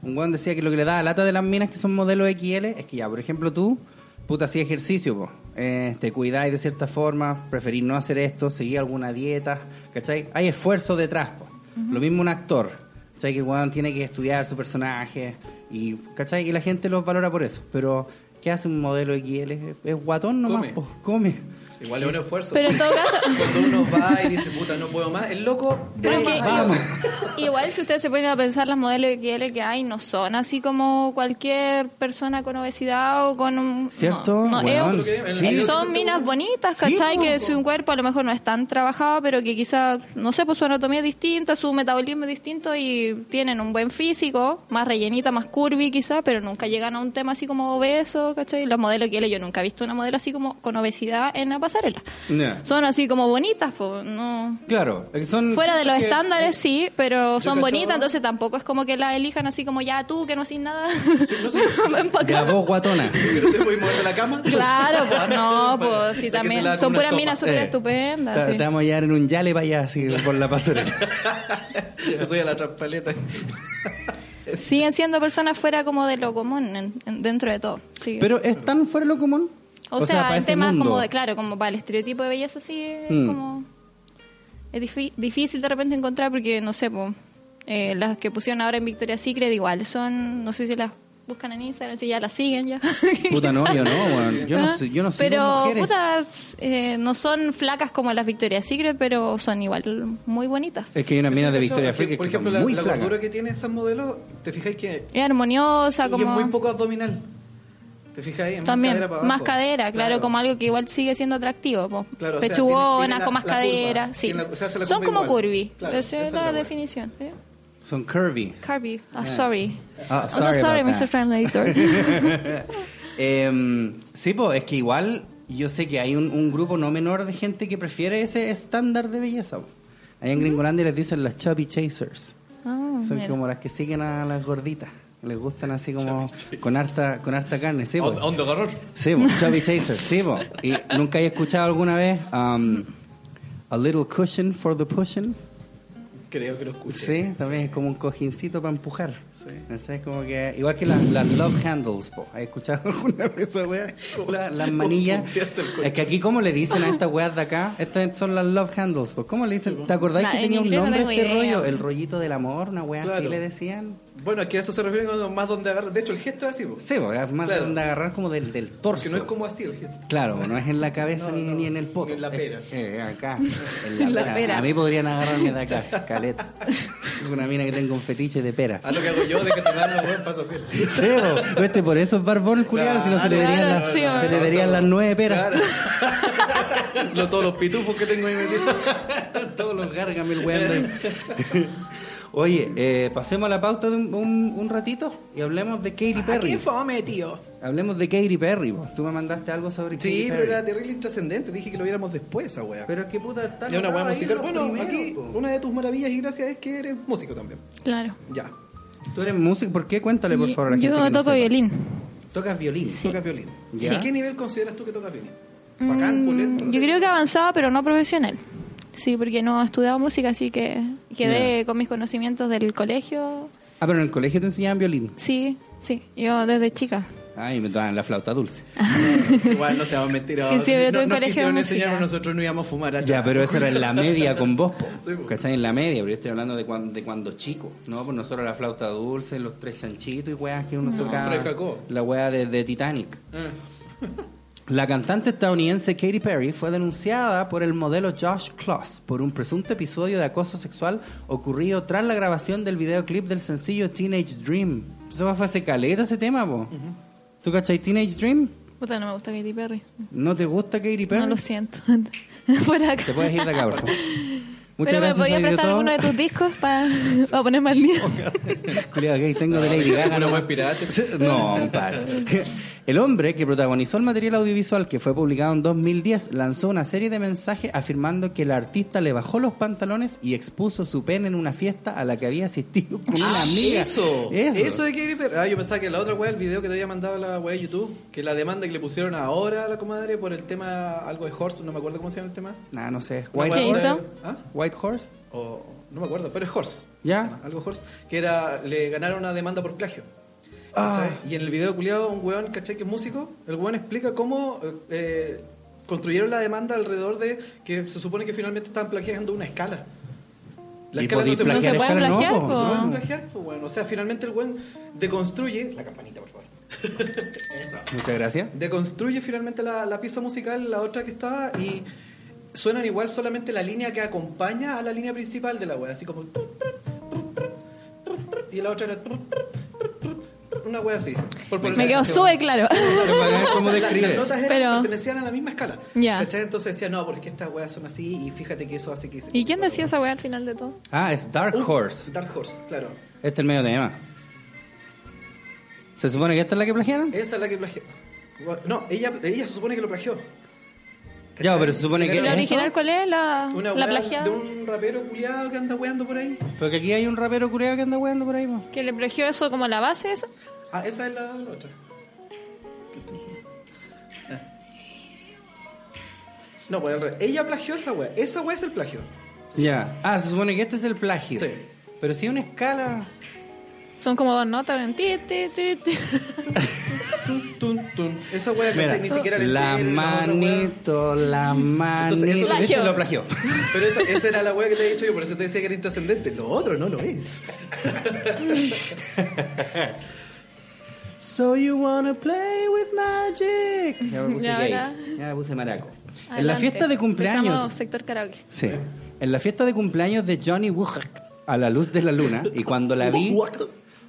[SPEAKER 2] Un weón decía que lo que le da lata de las minas que son modelos XL es que ya, por ejemplo, tú, puta, hacías ejercicio, po. Eh, te cuidáis de cierta forma, preferís no hacer esto, seguís alguna dieta, ¿cachai? Hay esfuerzo detrás, po. Lo mismo un actor, ¿cachai? Que weón tiene que estudiar su personaje, y, ¿cachai? Y la gente los valora por eso, pero... ¿Qué hace un modelo XL? Es- Es guatón nomás,
[SPEAKER 3] Come.
[SPEAKER 2] po, come.
[SPEAKER 3] Igual es un esfuerzo.
[SPEAKER 4] Pero en todo caso,
[SPEAKER 3] Cuando uno va y dice, puta, no puedo más, el loco te
[SPEAKER 4] Pero
[SPEAKER 3] va
[SPEAKER 4] que-
[SPEAKER 3] más
[SPEAKER 2] <laughs>
[SPEAKER 3] allá.
[SPEAKER 2] Vamos.
[SPEAKER 4] Igual si ustedes se ponen a pensar, las modelos XL que hay no son así como cualquier persona con obesidad o con un...
[SPEAKER 2] ¿Cierto?
[SPEAKER 4] no, no,
[SPEAKER 2] Weón.
[SPEAKER 4] es- eh,
[SPEAKER 2] Sí.
[SPEAKER 4] Son minas bonitas,
[SPEAKER 2] Sí,
[SPEAKER 4] ¿cachai?
[SPEAKER 2] po.
[SPEAKER 4] que su cuerpo a lo mejor no es tan trabajado, pero que quizá, no sé, pues su anatomía es distinta, su metabolismo es distinto y tienen un buen físico, más rellenita, más curvy quizá, pero nunca llegan a un tema así como obeso, ¿cachai? Los modelos XL, yo nunca he visto una modelo así como con obesidad en la pasarela.
[SPEAKER 2] Ya.
[SPEAKER 4] Son así como bonitas, pues no...
[SPEAKER 2] Claro, es que son...
[SPEAKER 4] Fuera de los
[SPEAKER 2] que-
[SPEAKER 4] estándares, sí, pero son
[SPEAKER 3] cacho.
[SPEAKER 4] bonitas, entonces tampoco es como que las elijan así como ya tú, que no haces nada. <laughs> Ven pa'
[SPEAKER 2] Ya
[SPEAKER 4] acá.
[SPEAKER 2] vos, guatona.
[SPEAKER 4] <laughs>
[SPEAKER 3] Pero te voy a mover de la cama.
[SPEAKER 4] Claro,
[SPEAKER 2] <laughs>
[SPEAKER 3] <laughs>
[SPEAKER 4] pues no,
[SPEAKER 3] Para que
[SPEAKER 4] pues sí,
[SPEAKER 3] se la
[SPEAKER 4] también.
[SPEAKER 3] haga
[SPEAKER 4] Son
[SPEAKER 3] una
[SPEAKER 4] puras
[SPEAKER 3] toma.
[SPEAKER 4] minas súper
[SPEAKER 2] Eh,
[SPEAKER 4] estupendas.
[SPEAKER 2] Te,
[SPEAKER 4] Ah, sí.
[SPEAKER 2] te vamos a llevar en un yale para allá, así, por la
[SPEAKER 4] <laughs>
[SPEAKER 2] pasarela.
[SPEAKER 3] Me soy a la traspaleta.
[SPEAKER 4] Siguen siendo personas fuera como de lo común en- en- dentro de todo. sí.
[SPEAKER 2] Pero es tan fuera de lo común.
[SPEAKER 4] o, sea,
[SPEAKER 2] para
[SPEAKER 4] en
[SPEAKER 2] ese
[SPEAKER 4] temas
[SPEAKER 2] mundo.
[SPEAKER 4] como de, claro, como para el estereotipo de belleza, sí, es
[SPEAKER 2] Mm.
[SPEAKER 4] como. Es difi- difícil de repente encontrar porque, no sé, pues, eh, las que pusieron ahora en Victoria Secret igual son, no sé si las buscan en Instagram, si ya las siguen ya.
[SPEAKER 2] <laughs>
[SPEAKER 4] <laughs>
[SPEAKER 2] Puta, no, yo no, weón. Yo no
[SPEAKER 4] Ah,
[SPEAKER 2] sé, yo no sé.
[SPEAKER 4] Pero,
[SPEAKER 2] mujeres.
[SPEAKER 4] puta, eh, no son flacas como las Victoria's Secret, pero son igual muy bonitas.
[SPEAKER 2] Es que hay unas minas de Victoria Freak
[SPEAKER 3] Por
[SPEAKER 2] que son
[SPEAKER 3] ejemplo, la,
[SPEAKER 2] muy
[SPEAKER 3] la
[SPEAKER 2] flacas.
[SPEAKER 3] gordura que tiene esas modelos, te fijáis que
[SPEAKER 4] Es armoniosa,
[SPEAKER 3] y es
[SPEAKER 4] como.
[SPEAKER 3] muy poco abdominal. ¿Te fijas ahí? Es más
[SPEAKER 4] también,
[SPEAKER 3] cadera para
[SPEAKER 4] más
[SPEAKER 3] abajo.
[SPEAKER 4] cadera, claro, como algo que igual sigue siendo atractivo.
[SPEAKER 3] Claro, o
[SPEAKER 4] po.
[SPEAKER 3] sea, tiene- tiene
[SPEAKER 4] Pechugonas,
[SPEAKER 3] la-
[SPEAKER 4] con más
[SPEAKER 3] la
[SPEAKER 4] cadera.
[SPEAKER 3] curva,
[SPEAKER 4] sí.
[SPEAKER 3] tiene la- se hace la
[SPEAKER 4] son
[SPEAKER 3] curva
[SPEAKER 4] como
[SPEAKER 3] igual.
[SPEAKER 4] curvy.
[SPEAKER 3] Claro,
[SPEAKER 4] esa es la, definición. ¿sí?
[SPEAKER 2] Son curvy.
[SPEAKER 4] Curvy. Ah, sorry.
[SPEAKER 2] Ah,
[SPEAKER 4] I'm so
[SPEAKER 2] sorry
[SPEAKER 4] sorry,
[SPEAKER 2] about that.
[SPEAKER 4] Mr. Translator.
[SPEAKER 2] <laughs> Em, sí, pues es que igual yo sé que hay un, un grupo no menor de gente que prefiere ese estándar de belleza. po. Allá en Gringolandia les dicen las chubby chasers.
[SPEAKER 4] Ah,
[SPEAKER 2] Son
[SPEAKER 4] mira.
[SPEAKER 2] como las que siguen a las gorditas. Les gustan así como con harta, con harta carne. Sí, po.
[SPEAKER 3] Hondo garrón.
[SPEAKER 2] Sí, bo, Chubby Chaser, sí, bo. ¿Y nunca he escuchado alguna vez um, A Little Cushion for the Pushing?
[SPEAKER 3] Creo que lo escuché.
[SPEAKER 2] Sí, también es como un cojincito para empujar.
[SPEAKER 3] Sí.
[SPEAKER 2] ¿Cachai? Como que, igual que las, las love handles, po. ¿Has escuchado <laughs> alguna vez esa weá? La- las manillas.
[SPEAKER 3] Puntearse el coche.
[SPEAKER 2] Es que aquí, ¿cómo le dicen a estas weas de acá? Estas son las love handles, po. ¿Cómo le dicen? ¿Te acordáis
[SPEAKER 4] No,
[SPEAKER 2] que
[SPEAKER 4] en
[SPEAKER 2] tenía un
[SPEAKER 4] inglés no
[SPEAKER 2] nombre
[SPEAKER 4] tengo
[SPEAKER 2] este
[SPEAKER 4] idea.
[SPEAKER 2] rollo? El rollito del amor, una wea así
[SPEAKER 3] Claro.
[SPEAKER 2] le decían.
[SPEAKER 3] Bueno, es que a eso se refiere cuando más donde agarrar. De hecho, el gesto es así, po.
[SPEAKER 2] Sí, po, es más
[SPEAKER 3] Claro.
[SPEAKER 2] de agarrar como del, del torso.
[SPEAKER 3] Porque no es como así el gesto.
[SPEAKER 2] Claro, no es en la cabeza
[SPEAKER 3] <laughs> No,
[SPEAKER 2] ni,
[SPEAKER 3] no,
[SPEAKER 2] ni en el poto.
[SPEAKER 3] ni en la pera.
[SPEAKER 2] Es- eh,
[SPEAKER 3] <laughs>
[SPEAKER 2] acá, en la,
[SPEAKER 4] En la
[SPEAKER 2] pera.
[SPEAKER 4] pera.
[SPEAKER 2] A mí podrían agarrarme de acá, caleta. Una mina que tengo un fetiche de peras.
[SPEAKER 3] Haz lo que hago yo de que te dan los buen paso piel.
[SPEAKER 2] Sebo, este por eso es barbón, culiado, si no se le
[SPEAKER 4] Claro,
[SPEAKER 2] verían, las,
[SPEAKER 4] sí,
[SPEAKER 2] se
[SPEAKER 4] bueno.
[SPEAKER 2] le verían las nueve peras.
[SPEAKER 3] Claro. <laughs> Lo- todos los pitufos que tengo ahí metidos.
[SPEAKER 2] <laughs> Todos los gárgames, el weón. de ahí. Oye, eh, pasemos a la pauta de un, un- un ratito y hablemos de Katy Perry.
[SPEAKER 3] fome, tío?
[SPEAKER 2] Hablemos de Katy Perry, vos. Tú me mandaste algo sobre
[SPEAKER 3] Sí,
[SPEAKER 2] Katy
[SPEAKER 3] pero
[SPEAKER 2] Perry.
[SPEAKER 3] era terrible intrascendente. Dije que lo viéramos después, esa wea.
[SPEAKER 2] Pero es que puta, está
[SPEAKER 3] Es una wea
[SPEAKER 2] anotada ahí
[SPEAKER 3] musical.
[SPEAKER 2] los
[SPEAKER 3] Bueno,
[SPEAKER 2] primeros,
[SPEAKER 3] aquí
[SPEAKER 2] po.
[SPEAKER 3] una de tus maravillas y gracias es que eres músico también.
[SPEAKER 4] Claro.
[SPEAKER 3] Ya.
[SPEAKER 2] Tú eres músico, ¿por qué? Cuéntale, por
[SPEAKER 4] Y-
[SPEAKER 2] favor, a la gente. que
[SPEAKER 4] Yo
[SPEAKER 2] no
[SPEAKER 4] toco
[SPEAKER 2] sepa.
[SPEAKER 4] violín.
[SPEAKER 2] Tocas violín.
[SPEAKER 4] Sí.
[SPEAKER 3] Tocas violín.
[SPEAKER 2] Ya.
[SPEAKER 3] ¿Y ¿Qué nivel consideras tú que tocas violín?
[SPEAKER 4] Mm,
[SPEAKER 3] Bacán, pulento.
[SPEAKER 4] yo creo que avanzaba, pero no profesional. Sí, porque no estudiaba música, así que quedé con mis conocimientos del colegio.
[SPEAKER 2] Ah, pero en el colegio te enseñaban violín.
[SPEAKER 4] Sí, sí, yo desde chica.
[SPEAKER 2] Ay, me daban la flauta dulce.
[SPEAKER 3] Igual no seamos mentirosos.
[SPEAKER 4] Que siempre
[SPEAKER 3] no,
[SPEAKER 4] tuve
[SPEAKER 3] nos
[SPEAKER 4] colegio de
[SPEAKER 3] quisieron
[SPEAKER 4] música.
[SPEAKER 3] enseñarnos, nosotros no íbamos a fumar. allá.
[SPEAKER 2] Ya, pero eso era en la media con vos, po.
[SPEAKER 3] Sí, po.
[SPEAKER 2] ¿cachai? En la media, pero yo estoy hablando de cuando, de cuando chico, ¿no? Pues nosotros la flauta dulce, los tres chanchitos y weas que uno
[SPEAKER 3] Fresca
[SPEAKER 2] tocaba.
[SPEAKER 3] co.
[SPEAKER 2] La wea de, de Titanic.
[SPEAKER 3] Eh.
[SPEAKER 2] La cantante estadounidense Katy Perry fue denunciada por el modelo Josh Kloss por un presunto episodio de acoso sexual ocurrido tras la grabación del videoclip del sencillo Teenage Dream. Eso fue hace caleta ese tema, po. ¿Tú cachai Teenage Dream?
[SPEAKER 4] Puta, no me gusta Katy Perry.
[SPEAKER 2] ¿No te gusta Katy Perry?
[SPEAKER 4] No lo siento. <laughs> Fuera de acá.
[SPEAKER 2] Te
[SPEAKER 4] <laughs>
[SPEAKER 2] puedes ir de acá, por favor. Muchas
[SPEAKER 4] Pero me
[SPEAKER 2] gracias,
[SPEAKER 4] podía
[SPEAKER 2] soy
[SPEAKER 4] prestar
[SPEAKER 2] todo.
[SPEAKER 4] alguno
[SPEAKER 2] <laughs>
[SPEAKER 4] de tus discos <laughs> para ponerme al día.
[SPEAKER 2] Culiado gay, tengo de Lady Gaga.
[SPEAKER 3] Una
[SPEAKER 2] ¿no?
[SPEAKER 3] wea pirata.
[SPEAKER 2] No, compadre. El hombre que protagonizó el material audiovisual que fue publicado en 2010 lanzó una serie de mensajes afirmando que el artista le bajó los pantalones y expuso su pene en una fiesta a la que había asistido con una amiga.
[SPEAKER 3] Ah, Eso,
[SPEAKER 2] Eso.
[SPEAKER 3] eso, de Katy Perry. Ah, yo pensaba que la otra wea, el video que te había mandado la wea de YouTube, que la demanda que le pusieron ahora a la comadre por el tema, algo de Horse, no me acuerdo cómo se llama el tema.
[SPEAKER 2] Nah, no sé.
[SPEAKER 3] Una
[SPEAKER 2] White
[SPEAKER 3] wea
[SPEAKER 4] ¿Qué
[SPEAKER 2] Horse.
[SPEAKER 3] ahora-
[SPEAKER 4] hizo?
[SPEAKER 3] ¿Ah?
[SPEAKER 2] White Horse.
[SPEAKER 3] O- no me acuerdo, pero es Horse.
[SPEAKER 2] ¿Ya?
[SPEAKER 3] Algo Horse. Que era, le ganaron una demanda por plagio.
[SPEAKER 2] Ah.
[SPEAKER 3] ¿Cachai? Y en el video culiado, un weón, ¿cachai? Que es músico, el weón explica cómo eh, eh, construyeron la demanda alrededor de que se supone que finalmente estaban plagiando una escala. La
[SPEAKER 2] Y
[SPEAKER 3] escala no
[SPEAKER 2] podí
[SPEAKER 3] se
[SPEAKER 4] plagiar
[SPEAKER 3] puede
[SPEAKER 4] No se pueden
[SPEAKER 2] escala,
[SPEAKER 4] plagiar,
[SPEAKER 2] po.
[SPEAKER 4] po.
[SPEAKER 3] se pueden
[SPEAKER 4] Ah.
[SPEAKER 3] plagiar, pues, weón. O sea, finalmente el weón deconstruye. La campanita, por favor.
[SPEAKER 2] Muchas gracias.
[SPEAKER 3] Deconstruye finalmente la, la pieza musical, la otra que estaba, y suenan igual solamente la línea que acompaña a la línea principal de la wea, así como. Y la otra era. Una wea así. Por poner-
[SPEAKER 4] Me quedo súper claro. <laughs>
[SPEAKER 2] ¿Cómo
[SPEAKER 3] o sea, la-
[SPEAKER 2] describe?
[SPEAKER 3] Las notas eran,
[SPEAKER 4] Pero-
[SPEAKER 3] pertenecían a la misma escala.
[SPEAKER 4] Ya.
[SPEAKER 3] ¿Cachai? Entonces decía, no, porque estas weas son así, y fíjate que eso hace que.
[SPEAKER 4] ¿Y quién decía esa weá al final de todo?
[SPEAKER 2] Ah, es Dark
[SPEAKER 3] Uh,
[SPEAKER 2] Horse.
[SPEAKER 3] Dark Horse, claro.
[SPEAKER 2] Este es el medio tema. ¿Se supone que esta es la que plagiaron?
[SPEAKER 3] Esa es la que plagió. No, ella, ella se supone que lo plagió.
[SPEAKER 2] Ya, pero se supone que
[SPEAKER 4] ¿Y
[SPEAKER 2] ¿Eso?
[SPEAKER 4] la original cuál es? ¿La,
[SPEAKER 3] Una
[SPEAKER 4] la
[SPEAKER 3] weá
[SPEAKER 4] plagiada?
[SPEAKER 3] de un rapero culiado que anda weando por ahí.
[SPEAKER 2] Porque aquí hay un rapero cureado que anda weando por ahí, po.
[SPEAKER 4] ¿Que le plagió eso como la base esa?
[SPEAKER 3] Ah, esa es la, la otra. Ah. No, pues al revés. Ella plagió esa wea. Esa wea es el plagio.
[SPEAKER 2] Ya. Ah, se supone que este es el plagio.
[SPEAKER 3] Sí.
[SPEAKER 2] Pero si hay una escala.
[SPEAKER 4] Son como dos notas. un ti, ti, ti, ti.
[SPEAKER 3] Tun, tun, tun. Esa wea,
[SPEAKER 2] Mira,
[SPEAKER 3] ¿cachai? Ni siquiera le
[SPEAKER 2] la
[SPEAKER 3] enteraron, otra wea.
[SPEAKER 2] manito, la manito.
[SPEAKER 3] Entonces, eso
[SPEAKER 4] lo-
[SPEAKER 2] Este
[SPEAKER 4] Plagio.
[SPEAKER 2] lo plagió.
[SPEAKER 3] <laughs> Pero esa, esa era la wea que te he dicho yo, por eso te decía que era intrascendente. Lo otro no lo es.
[SPEAKER 2] So you wanna play with magic. Ya me puse
[SPEAKER 4] Ya,
[SPEAKER 2] gay.
[SPEAKER 4] ahora-
[SPEAKER 2] Ya me puse maraco. En la
[SPEAKER 4] Adelante.
[SPEAKER 2] fiesta de
[SPEAKER 4] Empezamos
[SPEAKER 2] cumpleaños.
[SPEAKER 4] sector karaoke.
[SPEAKER 2] Sí. En la fiesta de cumpleaños de Johnny Wuchak a la luz de la luna. Y cuando la vi.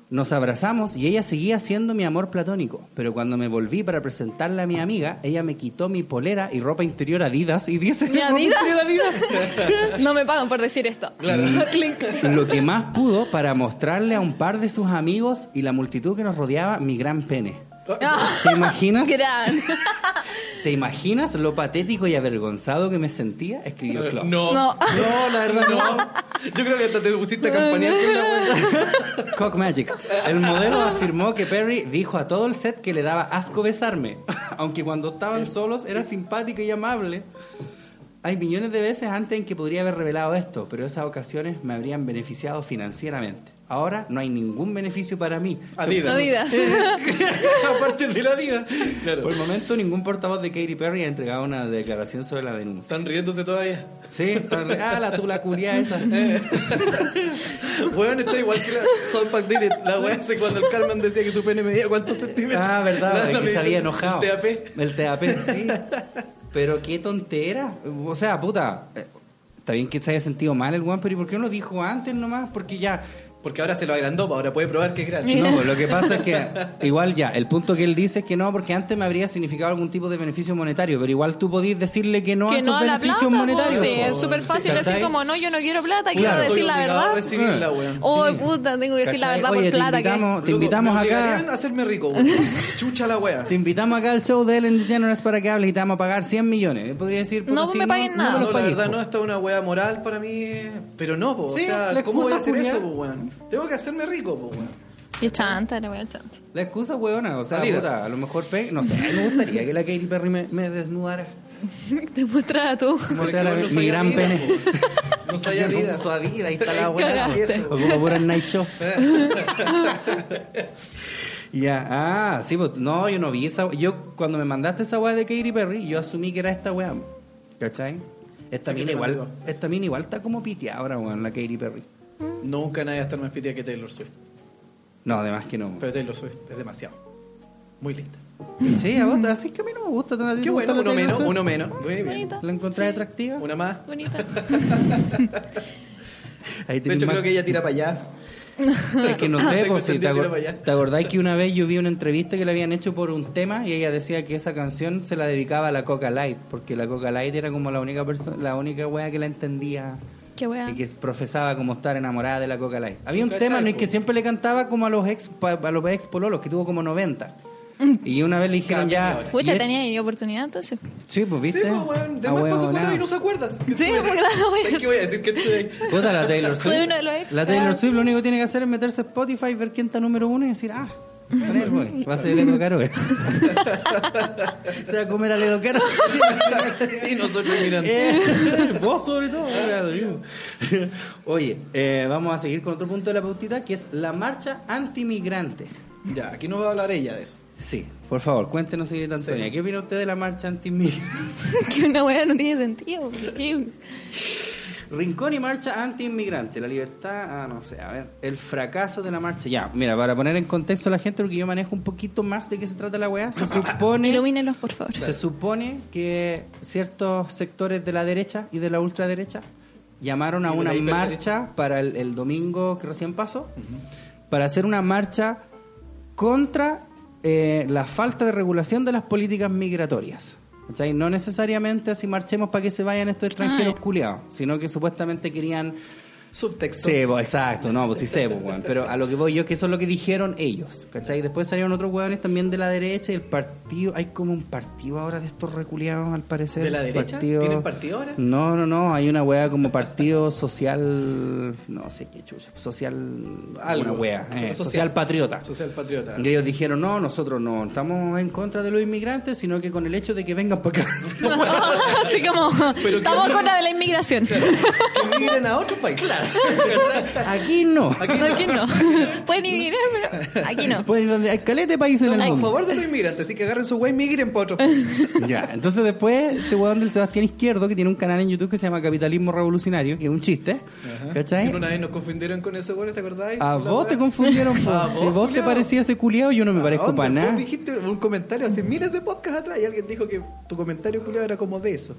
[SPEAKER 2] Nos abrazamos y ella seguía siendo mi amor platónico, pero cuando me volví para presentarla a mi amiga, ella me quitó mi polera y ropa interior Adidas y dice...
[SPEAKER 4] ¿Mi
[SPEAKER 2] ropa
[SPEAKER 4] Adidas?
[SPEAKER 2] interior
[SPEAKER 4] <laughs> No me pagan por decir esto. <laughs>
[SPEAKER 3] Claro.
[SPEAKER 4] Clink.
[SPEAKER 2] Lo que más pudo para mostrarle a un par de sus amigos y la multitud que nos rodeaba mi gran pene.
[SPEAKER 4] Ah,
[SPEAKER 2] ¿Te imaginas?
[SPEAKER 4] gran.
[SPEAKER 2] ¿Te imaginas lo patético y avergonzado que me sentía? Escribió Klaus.
[SPEAKER 3] No.
[SPEAKER 4] No.
[SPEAKER 3] No, la verdad no. Yo creo que hasta te pusiste a campanear con la wea.
[SPEAKER 2] Cock Magic. El modelo afirmó que Perry dijo a todo el set que le <laughs> daba asco besarme, aunque cuando estaban solos era simpático y amable. hay millones de veces antes en que podría haber revelado esto, pero esas ocasiones me habrían beneficiado financieramente. Ahora no hay ningún beneficio para mí.
[SPEAKER 3] Adidas.
[SPEAKER 4] Adidas.
[SPEAKER 3] <laughs> Aparte de la Adidas. Claro.
[SPEAKER 2] Por el momento, ningún portavoz de Katy Perry ha entregado una declaración sobre la denuncia.
[SPEAKER 3] Están riéndose todavía.
[SPEAKER 2] Sí, está re- ah, la tula culia esa.
[SPEAKER 3] <laughs> Eh. Weón está igual que la South Park Did It. La weá hace cuando el Carmen decía que su pene medía cuántos centímetros.
[SPEAKER 2] Ah,
[SPEAKER 3] La-
[SPEAKER 2] verdad,
[SPEAKER 3] la
[SPEAKER 2] de que se
[SPEAKER 3] medida-
[SPEAKER 2] había enojado.
[SPEAKER 3] el TAP.
[SPEAKER 2] El TAP,
[SPEAKER 3] <laughs>
[SPEAKER 2] sí. Pero qué tontera. O sea, puta. eh, Está bien que se haya sentido mal el one, pero ¿y por qué no lo dijo antes nomás? Porque ya.
[SPEAKER 3] Porque ahora se lo agrandó, pa, ahora puede probar que es grande.
[SPEAKER 4] Mira.
[SPEAKER 2] No, pues, lo que pasa es que
[SPEAKER 3] <laughs>
[SPEAKER 2] igual ya, el punto que él dice es que no, porque antes me habría significado algún tipo de beneficio monetario, pero igual tú podís decirle que no a
[SPEAKER 4] que
[SPEAKER 2] esos
[SPEAKER 4] no a la
[SPEAKER 2] beneficios
[SPEAKER 4] plata, po.
[SPEAKER 2] monetarios.
[SPEAKER 4] sí,
[SPEAKER 2] po.
[SPEAKER 4] es súper fácil decir
[SPEAKER 2] ¿Cachai?
[SPEAKER 4] como no, yo no quiero plata, quiero
[SPEAKER 2] Claro.
[SPEAKER 4] decir la
[SPEAKER 3] Estoy obligado a
[SPEAKER 4] verdad.
[SPEAKER 3] recibirla, weón.
[SPEAKER 4] Oh,
[SPEAKER 2] Sí.
[SPEAKER 4] puta, tengo que decir la
[SPEAKER 2] ¿Cachai?
[SPEAKER 4] verdad
[SPEAKER 2] Oye,
[SPEAKER 4] por
[SPEAKER 2] te
[SPEAKER 4] plata. que...
[SPEAKER 2] invitamos- Ah. Oh, Te
[SPEAKER 3] Loco,
[SPEAKER 2] invitamos
[SPEAKER 3] me
[SPEAKER 2] acá.
[SPEAKER 3] obligarían a hacerme rico,
[SPEAKER 2] <laughs>
[SPEAKER 3] weón. Chucha la weá.
[SPEAKER 2] Te invitamos acá al show de Ellen DeGeneres para que hables y te vamos a pagar 100 millones. Yo Podría decir, puta,
[SPEAKER 4] No,
[SPEAKER 2] sí,
[SPEAKER 4] me paguen
[SPEAKER 2] me
[SPEAKER 4] nada.
[SPEAKER 2] los
[SPEAKER 3] No, la
[SPEAKER 2] paguéis,
[SPEAKER 3] verdad
[SPEAKER 2] po.
[SPEAKER 3] no, esta es una weá moral para mí. Pero no, po.
[SPEAKER 2] Sí,
[SPEAKER 3] o sea,
[SPEAKER 2] la
[SPEAKER 3] ¿cómo voy
[SPEAKER 2] excusa,
[SPEAKER 3] a hacer
[SPEAKER 2] culiao.
[SPEAKER 3] eso, po, weón? Tengo que hacerme rico, po, weón.
[SPEAKER 4] Y es chanta, la wea es chanta. <laughs>
[SPEAKER 2] La excusa, huevona, o sea,
[SPEAKER 3] Adidas.
[SPEAKER 2] puta, a lo mejor pe... no sé, me gustaría que la Katy Perry me, me desnudara.
[SPEAKER 4] Te muestra tú.
[SPEAKER 2] Mostrara
[SPEAKER 3] Porque vos no
[SPEAKER 2] mi
[SPEAKER 3] soy
[SPEAKER 2] gran
[SPEAKER 3] Adidas,
[SPEAKER 2] pene.
[SPEAKER 3] po. No <laughs> soy Adidas.
[SPEAKER 2] Su Adidas, ahí está la buena.
[SPEAKER 4] Cagaste.
[SPEAKER 2] O como pura night
[SPEAKER 3] <laughs>
[SPEAKER 2] show. Ya, ah, sí, pues, no, yo no vi esa. Yo, cuando me mandaste esa weá de Katy Perry, yo asumí que era esta weá. ¿Cachai? Esta
[SPEAKER 3] Sí, que
[SPEAKER 2] mina
[SPEAKER 3] te
[SPEAKER 2] igual,
[SPEAKER 3] mandó.
[SPEAKER 2] esta mina igual está como piteada ahora, weón, la Katy Perry.
[SPEAKER 3] Nunca nadie va a estar más pitia que Taylor Swift.
[SPEAKER 2] No, además que no.
[SPEAKER 3] Pero Taylor Swift es demasiado. Muy linda.
[SPEAKER 2] Sí, a vos, así que a mí no me gusta. tanto, a ti
[SPEAKER 3] Qué
[SPEAKER 2] te gusta
[SPEAKER 3] bueno,
[SPEAKER 2] la
[SPEAKER 3] uno
[SPEAKER 2] Taylor
[SPEAKER 3] menos,
[SPEAKER 2] Swift.
[SPEAKER 3] uno menos. Muy bien.
[SPEAKER 4] Bonita.
[SPEAKER 2] ¿La encontrás atractiva?
[SPEAKER 3] Una más.
[SPEAKER 4] Bonita.
[SPEAKER 2] Ahí
[SPEAKER 3] De
[SPEAKER 2] tenés
[SPEAKER 3] hecho,
[SPEAKER 2] más- <laughs>
[SPEAKER 3] creo que ella tira para allá.
[SPEAKER 2] Es
[SPEAKER 3] <laughs>
[SPEAKER 2] que no sé,
[SPEAKER 3] Tengo
[SPEAKER 2] pues, si te,
[SPEAKER 3] entendido
[SPEAKER 2] acor-
[SPEAKER 3] que era para allá.
[SPEAKER 2] ¿te acordás que una vez yo
[SPEAKER 3] <laughs>
[SPEAKER 2] vi una entrevista que le habían hecho por un tema y ella decía que esa canción se la dedicaba a la Coca Light, porque la Coca Light era como la única persona, la única wea que la entendía
[SPEAKER 4] Qué wea.
[SPEAKER 2] y que profesaba como estar enamorada de la Coca Light. Había un
[SPEAKER 3] ¿Cachai,
[SPEAKER 2] tema en el
[SPEAKER 3] po?
[SPEAKER 2] que siempre le cantaba como a los ex pa- a los ex pololos que tuvo como
[SPEAKER 4] <laughs>
[SPEAKER 2] 90. Y una vez le dijeron
[SPEAKER 3] Cambia
[SPEAKER 2] ya
[SPEAKER 3] ahora.
[SPEAKER 4] Pucha,
[SPEAKER 2] y-
[SPEAKER 4] tenía ahí oportunidad entonces. <laughs>
[SPEAKER 2] Sí, pues viste.
[SPEAKER 3] Sí, pues, weón. De
[SPEAKER 2] Ah,
[SPEAKER 3] más pasó con
[SPEAKER 2] huevonao.
[SPEAKER 3] ella y no se acuerdas.
[SPEAKER 4] Sí, pues, claro, güey.
[SPEAKER 3] ¿Sabes qué voy a decir? Que estoy ahí.
[SPEAKER 2] Puta, la Taylor
[SPEAKER 4] Soy
[SPEAKER 2] Swift.
[SPEAKER 4] uno de los ex.
[SPEAKER 2] La Taylor
[SPEAKER 4] Ah.
[SPEAKER 2] Swift lo único que tiene que hacer es meterse a Spotify, ver quién está número uno y decir, ah, con él voy. Va a ser Ledo Caro. eh. <laughs> Se va a comer a Ledo Caro.
[SPEAKER 3] Y nosotros mirando.
[SPEAKER 2] Eh, <laughs> Vos sobre todo. ahora lo digo. Oye, eh, vamos a seguir con otro punto de la pautita que es la marcha antimigrante.
[SPEAKER 3] Ya, aquí no va a hablar ella de eso.
[SPEAKER 2] Sí, por favor, cuéntenos, señorita Antonia, ¿qué opina usted de la marcha antimigrante?
[SPEAKER 4] Que una wea no tiene sentido. ¿por qué?
[SPEAKER 2] Rincón y marcha anti-inmigrante, la libertad, ah, no sé, a ver, el fracaso de la marcha. Ya, mira, para poner en contexto a la gente, porque yo manejo un poquito más de qué se trata la weá,
[SPEAKER 3] <laughs>
[SPEAKER 2] se supone,
[SPEAKER 4] Ilumínelos, por favor.
[SPEAKER 2] se supone que ciertos sectores de la derecha y de la ultraderecha llamaron a
[SPEAKER 3] Y de
[SPEAKER 2] una
[SPEAKER 3] la hiperderecha.
[SPEAKER 2] marcha para el, el domingo que recién pasó, para hacer una marcha contra eh, la falta de regulación de las políticas migratorias. ¿Cachai? No necesariamente así marchemos para que se vayan estos extranjeros
[SPEAKER 4] Ah.
[SPEAKER 2] culiados, sino que supuestamente querían
[SPEAKER 3] Subtexto.
[SPEAKER 2] Sebo, exacto, no, pues sí sebo, weón. Pero a lo que voy yo es que eso es lo que dijeron ellos, ¿cachai? Después salieron otros weones también de la derecha y el partido, hay como un partido ahora de estos reculeados al parecer.
[SPEAKER 3] ¿De la derecha?
[SPEAKER 2] Partido-
[SPEAKER 3] ¿Tienen partido ahora?
[SPEAKER 2] No, no, no, hay una wea como partido <laughs> social, no sé qué chucha, social,
[SPEAKER 3] Algo.
[SPEAKER 2] una wea, eh,
[SPEAKER 3] Social.
[SPEAKER 2] social. patriota.
[SPEAKER 3] Ah, Social patriota.
[SPEAKER 2] Y ellos dijeron, no, nosotros no estamos en contra de los inmigrantes, sino que con el hecho de que vengan
[SPEAKER 3] <laughs>
[SPEAKER 2] para acá.
[SPEAKER 4] <laughs> Así como,
[SPEAKER 3] Pero
[SPEAKER 4] estamos
[SPEAKER 3] que-
[SPEAKER 4] con la de la inmigración.
[SPEAKER 3] Que migren a otro país. <laughs> Claro.
[SPEAKER 2] Aquí no.
[SPEAKER 4] Aquí no. <laughs> Pueden ir, pero aquí no.
[SPEAKER 2] Pueden ir donde hay caleta de países en el
[SPEAKER 3] A
[SPEAKER 2] mundo.
[SPEAKER 3] favor de los inmigrantes, así que agarren su güey y migren para otro país.
[SPEAKER 2] Ya, entonces después este weón del Sebastián Izquierdo, que tiene un canal en YouTube que se llama Capitalismo Revolucionario, que es un chiste, ¿cachai?
[SPEAKER 3] Y Una vez nos confundieron con ese güey, ¿te acordás?
[SPEAKER 2] A
[SPEAKER 3] La
[SPEAKER 2] vos
[SPEAKER 3] weá.
[SPEAKER 2] te confundieron, po.
[SPEAKER 3] <laughs> ¿A
[SPEAKER 2] si vos te
[SPEAKER 3] culiao?
[SPEAKER 2] parecías ese culiao, yo no me
[SPEAKER 3] ¿A
[SPEAKER 2] parezco
[SPEAKER 3] dónde?
[SPEAKER 2] para
[SPEAKER 3] Vos
[SPEAKER 2] nada.
[SPEAKER 3] dijiste un comentario hace miles de podcasts atrás y alguien dijo que tu comentario, culiao, era como de eso.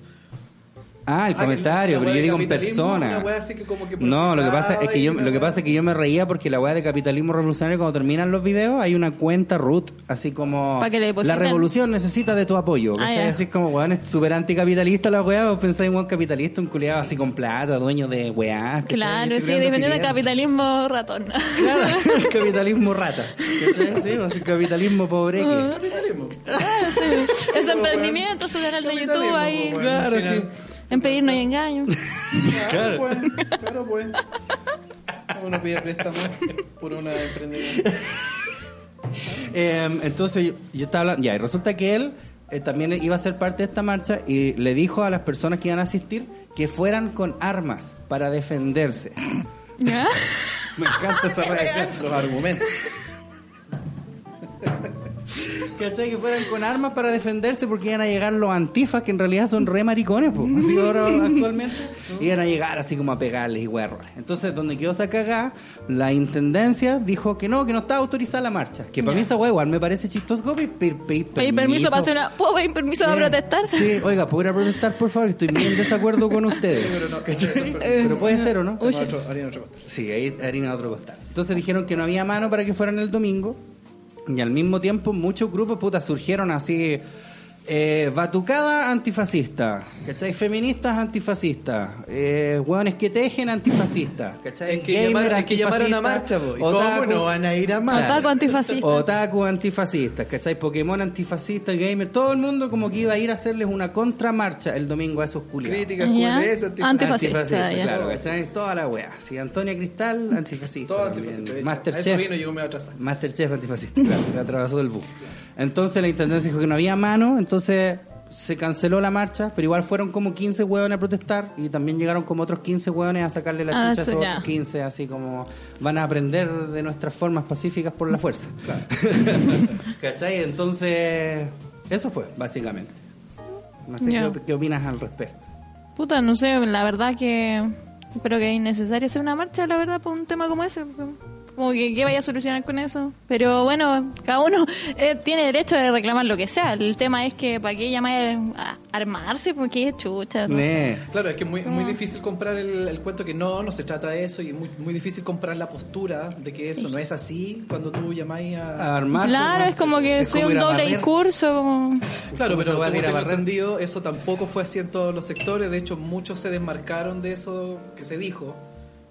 [SPEAKER 2] Ah, el
[SPEAKER 3] Ah, que
[SPEAKER 2] comentario,
[SPEAKER 3] la
[SPEAKER 2] pero
[SPEAKER 3] weá
[SPEAKER 2] yo
[SPEAKER 3] de
[SPEAKER 2] digo en
[SPEAKER 3] capitalismo,
[SPEAKER 2] persona.
[SPEAKER 3] una weá así que como que
[SPEAKER 2] no, lo que pasa es
[SPEAKER 3] protestaba
[SPEAKER 2] que yo
[SPEAKER 3] y
[SPEAKER 2] lo
[SPEAKER 3] una
[SPEAKER 2] que pasa
[SPEAKER 3] weá-
[SPEAKER 2] es que yo me reía porque la weá de capitalismo revolucionario cuando terminan los videos hay una cuenta root así como
[SPEAKER 4] Pa' que
[SPEAKER 2] la
[SPEAKER 4] le depositen.
[SPEAKER 2] revolución necesita de tu apoyo,
[SPEAKER 4] Ah,
[SPEAKER 2] ¿cachai?
[SPEAKER 4] ya.
[SPEAKER 2] Así como weón es súper anticapitalista la weá, vos pensáis un capitalista, un culiado así con plata, dueño de weá. ¿cachai? Este
[SPEAKER 4] Claro,
[SPEAKER 2] Estoy
[SPEAKER 4] sí,
[SPEAKER 2] creando
[SPEAKER 4] dependiendo del
[SPEAKER 2] ideas.
[SPEAKER 4] capitalismo ratón.
[SPEAKER 2] Claro, <laughs> el capitalismo rata. ¿Cachai? Sí, o sea, el capitalismo pobre.
[SPEAKER 4] <laughs>
[SPEAKER 3] Capitalismo.
[SPEAKER 4] Es emprendimiento, su canal de YouTube
[SPEAKER 3] Capitalismo,
[SPEAKER 4] ahí.
[SPEAKER 3] po, weón.
[SPEAKER 2] Claro,
[SPEAKER 3] Al
[SPEAKER 2] sí.
[SPEAKER 3] final.
[SPEAKER 4] En pedir no hay engaño.
[SPEAKER 2] Claro.
[SPEAKER 3] Claro, pues. Claro, pues. Uno pide préstamo por una emprendedora.
[SPEAKER 2] Em, Eh, entonces yo, yo estaba hablando, ya, y resulta que él eh, también iba a ser parte de esta marcha y le dijo a las personas que iban a asistir que fueran con armas para defenderse.
[SPEAKER 4] ¿Ya?
[SPEAKER 2] Me encanta esa reacción.
[SPEAKER 3] Los argumentos.
[SPEAKER 2] ¿Cachai? Que fueran con armas para defenderse porque iban a llegar los antifas que en realidad son re maricones, po. Así <laughs> ahora actualmente. Iban a llegar así como a pegarles y huerrones. Entonces, donde quedó esa cagada, la intendencia dijo que no, que no estaba autorizada la marcha. Que para mí esa hueá igual me parece chistoso. como pe- pe- pe-
[SPEAKER 4] Pedí permiso para hacer una. ¿Puedo pedir permiso para
[SPEAKER 2] Mira,
[SPEAKER 4] protestar?
[SPEAKER 2] Sí, oiga, ¿puedo ir a protestar, por favor? Estoy muy en desacuerdo con ustedes.
[SPEAKER 3] Pero
[SPEAKER 4] <laughs>
[SPEAKER 2] <laughs>
[SPEAKER 3] no, ¿cachai?
[SPEAKER 4] Eh,
[SPEAKER 2] Pero puede ser, ¿o no?
[SPEAKER 4] Uy,
[SPEAKER 3] Otro- Ariana Ochoa.
[SPEAKER 2] Sí, ahí harina de otro costal. Entonces dijeron que no había mano para que fueran el domingo. Y al mismo tiempo muchos grupos putas surgieron así. Eh, batucada antifascista, ¿cachai? Feministas antifascistas, eh, hueones que tejen antifascistas, ¿cachai?
[SPEAKER 3] Es que llamaron- es que llamaron a marcha, po. ¿Y ¿Cómo no van a ir a marcha?
[SPEAKER 4] Otaku antifascista.
[SPEAKER 2] Otaku antifascistas, ¿cachai? Pokémon antifascista, gamer, todo el mundo como que iba a ir a hacerles una contramarcha el domingo a esos culiados.
[SPEAKER 3] Críticas,
[SPEAKER 4] Ya.
[SPEAKER 3] QLS, antifascistas.
[SPEAKER 4] Antifascista, ya.
[SPEAKER 2] claro, ¿cachai? Toda la wea. Sí, Antonia Cristal, antifascista.
[SPEAKER 3] Todo
[SPEAKER 2] también.
[SPEAKER 3] antifascista. de hecho. A Eso vino y
[SPEAKER 2] Masterchef.
[SPEAKER 3] yo me voy a atrasar.
[SPEAKER 2] Masterchef antifascista, claro, se atravesó el bus. Entonces la intendencia dijo que no había mano, entonces se canceló la marcha, pero igual fueron como 15 hueones a protestar y también llegaron como otros 15 hueones a sacarle la
[SPEAKER 4] Ah,
[SPEAKER 2] chucha a esos
[SPEAKER 4] eso ya.
[SPEAKER 2] otros 15, así como van a aprender de nuestras formas pacíficas por la fuerza. <laughs> ¿Cachai? Entonces, eso fue, básicamente. No sé
[SPEAKER 4] Ya.
[SPEAKER 2] qué, qué opinas al respecto.
[SPEAKER 4] Puta, no sé, la verdad que creo que es innecesario hacer una marcha, la verdad, por un tema como ese. porque Como que, ¿qué vaya a solucionar con eso? Pero bueno, cada uno <laughs> eh, tiene derecho de reclamar lo que sea. El tema es que, ¿para qué llamar a armarse? Porque es chucha. no sé.
[SPEAKER 2] Ne.
[SPEAKER 3] Claro, es que es muy,
[SPEAKER 4] Como-
[SPEAKER 3] muy difícil comprar el, el cuento que no, no se trata de eso y es muy, muy difícil comprar la postura de que eso no es así cuando tú llamáis a...
[SPEAKER 2] A armarse,
[SPEAKER 4] Claro,
[SPEAKER 2] no
[SPEAKER 4] es
[SPEAKER 2] sé,
[SPEAKER 4] como que
[SPEAKER 2] es
[SPEAKER 4] soy
[SPEAKER 2] como
[SPEAKER 4] un
[SPEAKER 2] ir a
[SPEAKER 4] doble
[SPEAKER 2] barrer.
[SPEAKER 4] discurso. Como...
[SPEAKER 3] Claro,
[SPEAKER 2] ¿Cómo se
[SPEAKER 3] pero
[SPEAKER 2] va a ir
[SPEAKER 3] según
[SPEAKER 2] a
[SPEAKER 3] tengo
[SPEAKER 2] barrer?
[SPEAKER 3] entendido, eso tampoco fue así en todos los sectores. De hecho, muchos se desmarcaron de eso que se dijo,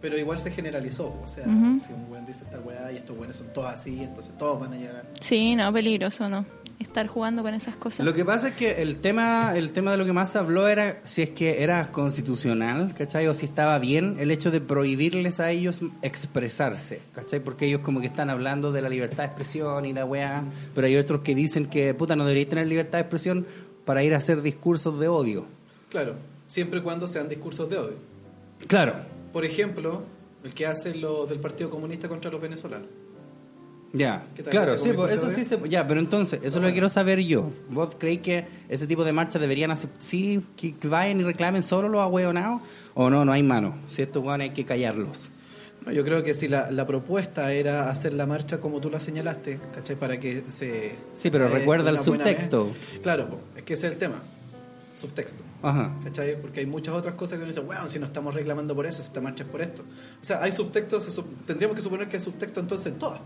[SPEAKER 3] pero igual se generalizó. O sea,
[SPEAKER 4] Ujú.
[SPEAKER 3] si un buen dice esta weá y estos buenos son todos así, entonces todos van a llegar.
[SPEAKER 4] Sí, no, peligroso, ¿no? Estar jugando con esas cosas.
[SPEAKER 2] Lo que pasa es que el tema, el tema de lo que más se habló era si es que era constitucional, ¿cachai? O si estaba bien el hecho de prohibirles a ellos expresarse, ¿cachai? Porque ellos como que están hablando de la libertad de expresión y la weá, pero hay otros que dicen que, puta, no deberíais tener libertad de expresión para ir a hacer discursos de odio.
[SPEAKER 3] Claro, siempre y cuando sean discursos de odio.
[SPEAKER 2] Claro.
[SPEAKER 3] Por ejemplo, el que hacen los del Partido Comunista contra los venezolanos.
[SPEAKER 2] Ya,
[SPEAKER 3] ¿Qué tal
[SPEAKER 2] claro,
[SPEAKER 3] ese
[SPEAKER 2] sí, pues,
[SPEAKER 3] comunicado
[SPEAKER 2] eso sí se... Ya, pero entonces, eso es lo que quiero saber yo. ¿Vos creéis que ese tipo de marchas deberían hacer... Sí, que que vayan y reclamen solo los ahueonados? ¿O no, no hay mano? Si estos weones hay que callarlos.
[SPEAKER 3] No, yo creo que si la, la propuesta era hacer la marcha como tú la señalaste, ¿cachai? Para que se...
[SPEAKER 2] Sí, pero
[SPEAKER 3] se-
[SPEAKER 2] recuerda el
[SPEAKER 3] una buena
[SPEAKER 2] subtexto.
[SPEAKER 3] vez. Claro, po, es que ese es el tema. Subtexto.
[SPEAKER 2] Ajá.
[SPEAKER 3] ¿Cachai? Porque hay muchas otras cosas que uno dice, bueno, si no estamos reclamando por eso, si esta marcha es por esto. O sea, hay subtextos, se sup- tendríamos que suponer que hay subtexto entonces en todas.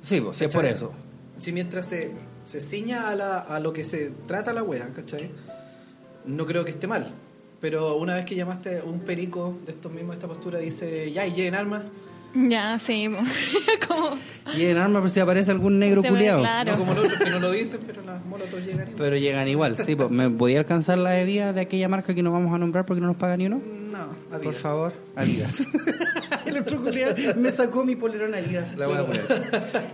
[SPEAKER 2] Sí, pues, si es por
[SPEAKER 3] ¿Cachai?
[SPEAKER 2] eso.
[SPEAKER 3] Si mientras se, se ciña a, la- a lo que se trata la wea, ¿cachai? No creo que esté mal. Pero una vez que llamaste un perico de estos mismos, de esta postura, dice, ya, y lleguen armas.
[SPEAKER 4] Ya, sí. <laughs> como...
[SPEAKER 2] Y en arma, por si aparece algún negro
[SPEAKER 4] Se pone
[SPEAKER 2] culiado.
[SPEAKER 4] claro.
[SPEAKER 3] No como los otros que no lo dicen, pero las molotov llegan. igual.
[SPEAKER 2] Pero llegan igual, sí, pues, ¿me podía alcanzar la bebida de aquella marca que no vamos a nombrar porque no nos paga ni uno?
[SPEAKER 3] No, adiós.
[SPEAKER 2] Por favor, <laughs> Adidas. El otro culiao me sacó mi polerón Adidas. La voy a poner.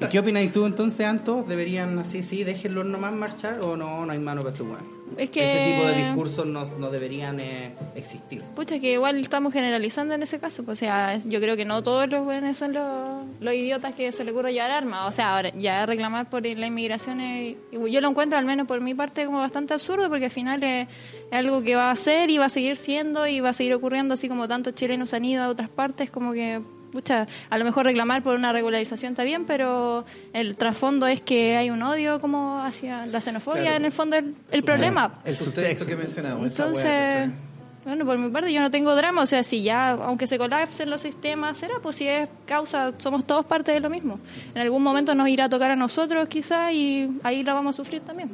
[SPEAKER 2] ¿Y qué opináis tú entonces, Anto? ¿Deberían así, sí, déjenlos nomás marchar o no, no hay mano para este weón?
[SPEAKER 4] Es que-
[SPEAKER 2] Ese tipo de discursos no, no deberían eh, existir.
[SPEAKER 4] Pucha, que igual estamos generalizando en ese caso. pues, o sea, es- yo creo que no todos los buenos son los, los idiotas que se les ocurre llevar armas. O sea, ahora ya reclamar por la inmigración, es- yo lo encuentro al menos por mi parte como bastante absurdo, porque al final es, es algo que va a ser y va a seguir siendo y va a seguir ocurriendo, así como tantos chilenos han ido a otras partes, como que, pucha, a lo mejor reclamar por una regularización está bien, pero el trasfondo es que hay un odio como hacia la xenofobia,
[SPEAKER 3] Claro.
[SPEAKER 4] en el fondo el, el problema.
[SPEAKER 3] El subtexto que mencionamos. esa
[SPEAKER 4] Entonces,
[SPEAKER 3] wea, ¿cachai?
[SPEAKER 4] bueno, por mi parte yo no tengo drama, o sea, si ya, aunque se colapsen los sistemas, será, pues si es causa, somos todos parte de lo mismo. En algún momento nos irá a tocar a nosotros quizás y ahí la vamos a sufrir también.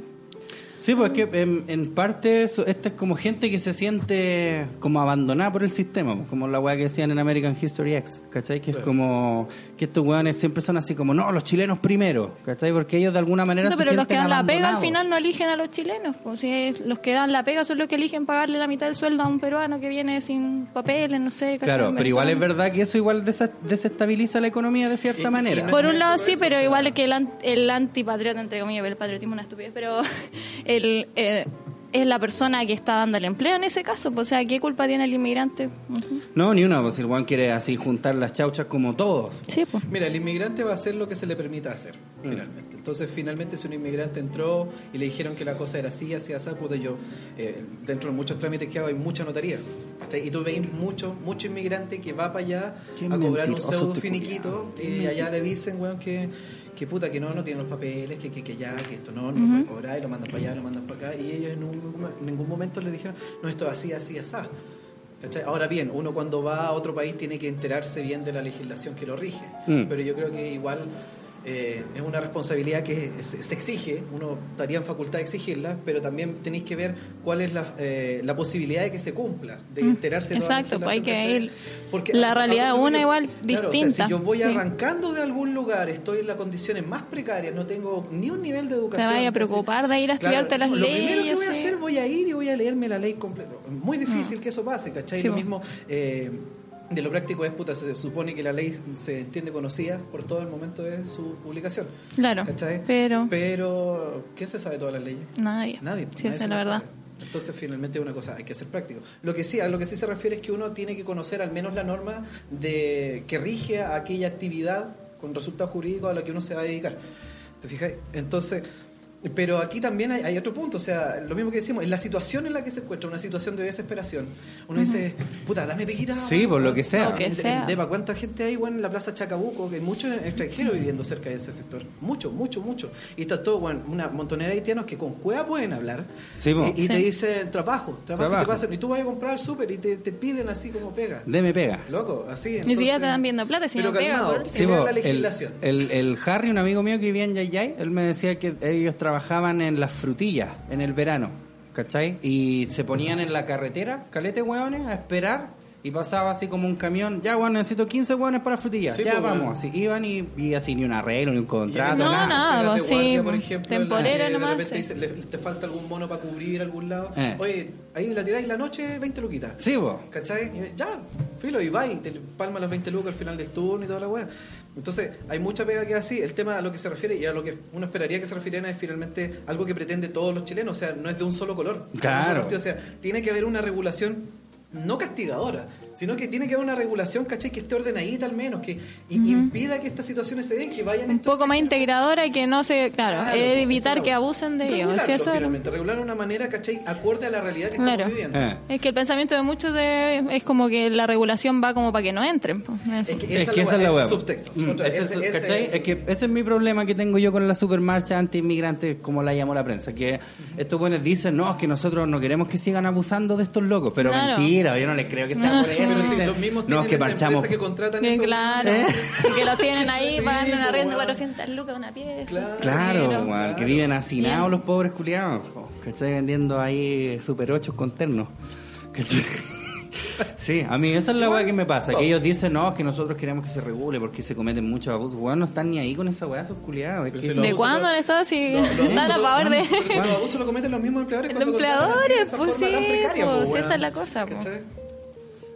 [SPEAKER 2] Sí, pues es que en, en parte eso- esta es como gente que se siente como abandonada por el sistema, pues, como la weá que decían en American History X, ¿cachai? Que es
[SPEAKER 3] Claro.
[SPEAKER 2] como que estos weones siempre son así como, no, los chilenos primero, ¿cachai? Porque ellos de alguna manera
[SPEAKER 4] No,
[SPEAKER 2] se
[SPEAKER 4] pero los que
[SPEAKER 2] sienten
[SPEAKER 4] dan la pega al
[SPEAKER 2] abandonados.
[SPEAKER 4] final no eligen a los chilenos, pues si es- los que dan la pega son los que eligen pagarle la mitad del sueldo a un peruano que viene sin papeles, no sé. ¿cachai?
[SPEAKER 2] Claro,
[SPEAKER 4] Un
[SPEAKER 2] pero igual es
[SPEAKER 4] venezolano.
[SPEAKER 2] verdad que eso igual desa- desestabiliza la economía de cierta
[SPEAKER 3] Ex-
[SPEAKER 2] manera.
[SPEAKER 3] Eh, no
[SPEAKER 4] Por
[SPEAKER 3] es
[SPEAKER 4] un lado
[SPEAKER 3] eso,
[SPEAKER 4] sí,
[SPEAKER 3] eso,
[SPEAKER 4] pero
[SPEAKER 3] o sea.
[SPEAKER 4] igual que el, an- el antipatriota, entre comillas, el patriotismo es una estupidez, pero <laughs> el, eh, es la persona que está dando el empleo en ese caso. pues, O sea, ¿qué culpa tiene el inmigrante? Ujú.
[SPEAKER 2] No, ni una, pues el Juan quiere así juntar las chauchas como todos.
[SPEAKER 4] Sí, pues.
[SPEAKER 3] Mira, el inmigrante va a hacer lo que se le permita hacer, finalmente. Entonces, finalmente, si un inmigrante entró y le dijeron que la cosa era así, así, así, puta, yo, eh, dentro de muchos trámites que hago, hay mucha notaría. ¿cachai? Y tú veis mucho, mucho inmigrante que va para allá
[SPEAKER 2] Qué
[SPEAKER 3] a cobrar un
[SPEAKER 2] mentiroso
[SPEAKER 3] pseudo
[SPEAKER 2] este
[SPEAKER 3] finiquito y allá le dicen, weón, que, que puta, que no, no tienen los papeles, que, que, que ya, que esto no, no lo pueden cobrar, y lo mandan para allá, lo mandan para acá. Y ellos en un- en ningún momento le dijeron, no, esto es así, así, así. ¿Cachai? Ahora bien, uno cuando va a otro país tiene que enterarse bien de la legislación que lo rige,
[SPEAKER 2] Mm.
[SPEAKER 3] pero yo creo que igual eh, es una responsabilidad que se, se exige, uno estaría en facultad de exigirla, pero también tenéis que ver cuál es la, eh, la posibilidad de que se cumpla, de
[SPEAKER 4] Mm,
[SPEAKER 3] enterarse de toda la
[SPEAKER 4] exacto, pues hay
[SPEAKER 3] legislación,
[SPEAKER 4] que
[SPEAKER 3] ¿cachai?
[SPEAKER 4] ir- la
[SPEAKER 3] a- a
[SPEAKER 4] realidad
[SPEAKER 3] lo que
[SPEAKER 4] de una
[SPEAKER 3] yo-
[SPEAKER 4] igual
[SPEAKER 3] claro, o sea,
[SPEAKER 4] distinta,
[SPEAKER 3] si yo voy
[SPEAKER 4] sí.
[SPEAKER 3] arrancando de algún lugar, estoy en las condiciones más precarias, no tengo ni un nivel de educación.
[SPEAKER 4] vaya a preocupar de ir a estudiarte las
[SPEAKER 3] lo primero que
[SPEAKER 4] leyes,
[SPEAKER 3] voy a
[SPEAKER 4] sí. Mm.
[SPEAKER 3] hacer voy a ir y voy a leerme la ley completa. Muy difícil que eso pase, ¿cachai?
[SPEAKER 4] Sí,
[SPEAKER 3] lo
[SPEAKER 4] po.
[SPEAKER 3] mismo eh, de lo práctico es, puta, se supone que la ley se entiende conocida por todo el momento de su publicación.
[SPEAKER 4] Claro,
[SPEAKER 3] ¿cachai?
[SPEAKER 4] pero-
[SPEAKER 3] Pero, ¿quién se sabe todas las leyes?
[SPEAKER 4] Nadie.
[SPEAKER 3] Nadie.
[SPEAKER 4] Sí,
[SPEAKER 3] nadie
[SPEAKER 4] esa
[SPEAKER 3] se
[SPEAKER 4] es la
[SPEAKER 3] las
[SPEAKER 4] verdad.
[SPEAKER 3] sabe. Entonces, finalmente, una cosa, hay que ser práctico. Lo que sí, a lo que sí se refiere es que uno tiene que conocer al menos la norma de que rige a aquella actividad con resultado jurídico a la que uno se va a dedicar. ¿Te fijas? Entonces, pero aquí también hay, hay otro punto, o sea, lo mismo que decimos, en la situación en la que se encuentra, una situación de desesperación, uno dice, puta, dame peguita.
[SPEAKER 2] Sí, por lo que sea.
[SPEAKER 4] Lo que
[SPEAKER 3] De-
[SPEAKER 4] sea.
[SPEAKER 3] de- pa' cuánta gente hay bueno, en la plaza Chacabuco, que hay muchos extranjeros viviendo cerca de ese sector. Mucho, mucho, mucho. Y está todo, bueno, una montonera de haitianos que con cueva pueden hablar.
[SPEAKER 2] Sí, po.
[SPEAKER 3] y y
[SPEAKER 4] Sí.
[SPEAKER 3] te dicen trabajo, trabajo,
[SPEAKER 2] Trabajo.
[SPEAKER 3] ¿qué pasa? Y tú vas a comprar al súper y te, te piden así como pega.
[SPEAKER 2] Deme pega.
[SPEAKER 3] Loco, así.
[SPEAKER 4] Ni
[SPEAKER 3] entonces-
[SPEAKER 4] siquiera te dan viendo plata, sino
[SPEAKER 3] Pero
[SPEAKER 4] pega
[SPEAKER 3] calmado.
[SPEAKER 4] por último.
[SPEAKER 2] Sí,
[SPEAKER 3] Primero
[SPEAKER 2] po,
[SPEAKER 3] la
[SPEAKER 2] el,
[SPEAKER 3] legislación.
[SPEAKER 2] el, el Harry, un amigo mío que vivía en Yayay, él me decía que ellos trabajaban en las frutillas en el verano, ¿cachai? Y se ponían en la carretera, calete hueones, a esperar y pasaba así como un camión, ya hueón, necesito 15 hueones para frutillas,
[SPEAKER 3] Sí,
[SPEAKER 2] ya
[SPEAKER 3] po,
[SPEAKER 2] vamos,
[SPEAKER 3] hueón.
[SPEAKER 2] así iban y, y así ni un arreglo, ni un
[SPEAKER 3] Y
[SPEAKER 2] contrato,
[SPEAKER 3] en esas
[SPEAKER 4] No,
[SPEAKER 2] nada.
[SPEAKER 3] casas
[SPEAKER 4] nada,
[SPEAKER 3] pegas de
[SPEAKER 4] pues, sí,
[SPEAKER 3] guardia, por ejemplo,
[SPEAKER 4] temporero
[SPEAKER 3] en la que de
[SPEAKER 4] nomás,
[SPEAKER 3] repente
[SPEAKER 4] sí.
[SPEAKER 3] dicen, "Le- te falta algún mono para cubrir algún lado.
[SPEAKER 2] Eh.
[SPEAKER 3] Oye, ahí la tiráis la noche, 20 luquitas.
[SPEAKER 2] Sí, po.
[SPEAKER 3] ¿Cachai? Y ya, filo, y va y te palma los 20 lucas al final del turno y toda la weá. Entonces, hay mucha pega que es así. El tema a lo que se refiere y a lo que uno esperaría que se refirieran es finalmente algo que pretende todos los chilenos. O sea, no es de un solo color.
[SPEAKER 2] Claro.
[SPEAKER 3] No es un partido. O sea, tiene que haber una regulación no castigadora, sino que tiene que haber una regulación, ¿cachai? Que esté ordenadita al menos, que i- impida que estas situaciones se den, que vayan
[SPEAKER 4] Un poco más etegradora y que no se. Claro,
[SPEAKER 3] Claro, pues,
[SPEAKER 4] evitar
[SPEAKER 3] eso
[SPEAKER 4] que
[SPEAKER 3] era-
[SPEAKER 4] abusen de ellos.
[SPEAKER 3] regularlo,
[SPEAKER 4] Sí, eso era-
[SPEAKER 3] finalmente, regular de una manera, ¿cachai? Acorde a la realidad que
[SPEAKER 4] Claro.
[SPEAKER 3] estamos viviendo.
[SPEAKER 2] Eh.
[SPEAKER 4] Es que el pensamiento de muchos de- es como que la regulación va como para que no entren. po, en el
[SPEAKER 3] Es que
[SPEAKER 2] Es que esa es la
[SPEAKER 3] weá,
[SPEAKER 2] hueá.
[SPEAKER 3] el Subtexto.
[SPEAKER 2] Mm,
[SPEAKER 3] Otra vez,
[SPEAKER 2] ese es-
[SPEAKER 3] ese- ese-
[SPEAKER 2] ¿cachai? Es que ese es mi problema que tengo yo con la supermarcha anti-inmigrante, como la llamó la prensa. Que estos buenos dicen, no, es que nosotros no queremos que sigan abusando de estos locos. Pero
[SPEAKER 4] Claro.
[SPEAKER 2] mentira, yo no les creo que sea
[SPEAKER 4] No.
[SPEAKER 2] por eso.
[SPEAKER 3] <laughs> Pero si
[SPEAKER 2] ¿viste?
[SPEAKER 3] los mismos
[SPEAKER 2] no,
[SPEAKER 3] tienen
[SPEAKER 2] es que
[SPEAKER 3] esa
[SPEAKER 2] marchamos.
[SPEAKER 3] empresa que contratan
[SPEAKER 4] Bien,
[SPEAKER 3] esos- <laughs>
[SPEAKER 4] Eh, claro. Y que lo tienen ahí,
[SPEAKER 3] Sí,
[SPEAKER 4] pagan en
[SPEAKER 3] po,
[SPEAKER 4] arriendo
[SPEAKER 3] weón.
[SPEAKER 4] 400 lucas una pieza.
[SPEAKER 3] Claro.
[SPEAKER 2] Claro,
[SPEAKER 4] Pero-
[SPEAKER 2] weón,
[SPEAKER 3] claro.
[SPEAKER 2] que viven hacinados
[SPEAKER 4] Bien.
[SPEAKER 2] los pobres culiados. po, ¿Cachai? Vendiendo ahí Super 8 con ternos. ¿Cachai? <laughs> Sí, a mí esa es la weá que me pasa. Que ellos dicen, no, es que nosotros queremos que se regule porque se cometen muchos abusos. Weón, no están ni ahí con esa weá, esos culiados. es
[SPEAKER 3] Pero
[SPEAKER 2] que-
[SPEAKER 3] si lo-
[SPEAKER 4] ¿De
[SPEAKER 3] abusos
[SPEAKER 4] cuándo
[SPEAKER 3] lo-
[SPEAKER 4] en Estado si
[SPEAKER 3] Lo- lo-
[SPEAKER 4] dan a
[SPEAKER 3] lo-
[SPEAKER 4] favor de.?
[SPEAKER 3] Pero
[SPEAKER 4] <laughs>
[SPEAKER 3] si los abusos lo cometen los mismos empleadores.
[SPEAKER 4] Los
[SPEAKER 3] cuando contratan así, de
[SPEAKER 4] empleadores,
[SPEAKER 3] esa
[SPEAKER 4] pues
[SPEAKER 3] forma
[SPEAKER 4] sí,
[SPEAKER 3] tan precaria,
[SPEAKER 4] pues,
[SPEAKER 3] weón.
[SPEAKER 4] esa es la cosa, pues.
[SPEAKER 3] ¿Cachai?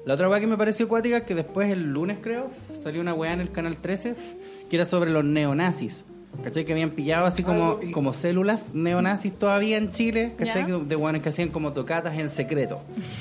[SPEAKER 2] La otra weá que me pareció acuática es que después el lunes, creo, salió una weá en el canal 13 que era sobre los neonazis. ¿Cachai? Que habían pillado así como,
[SPEAKER 3] Algo y-
[SPEAKER 2] como células neonazis todavía en Chile, ¿cachai?
[SPEAKER 4] Ya.
[SPEAKER 2] De weones que hacían como tocatas en secreto.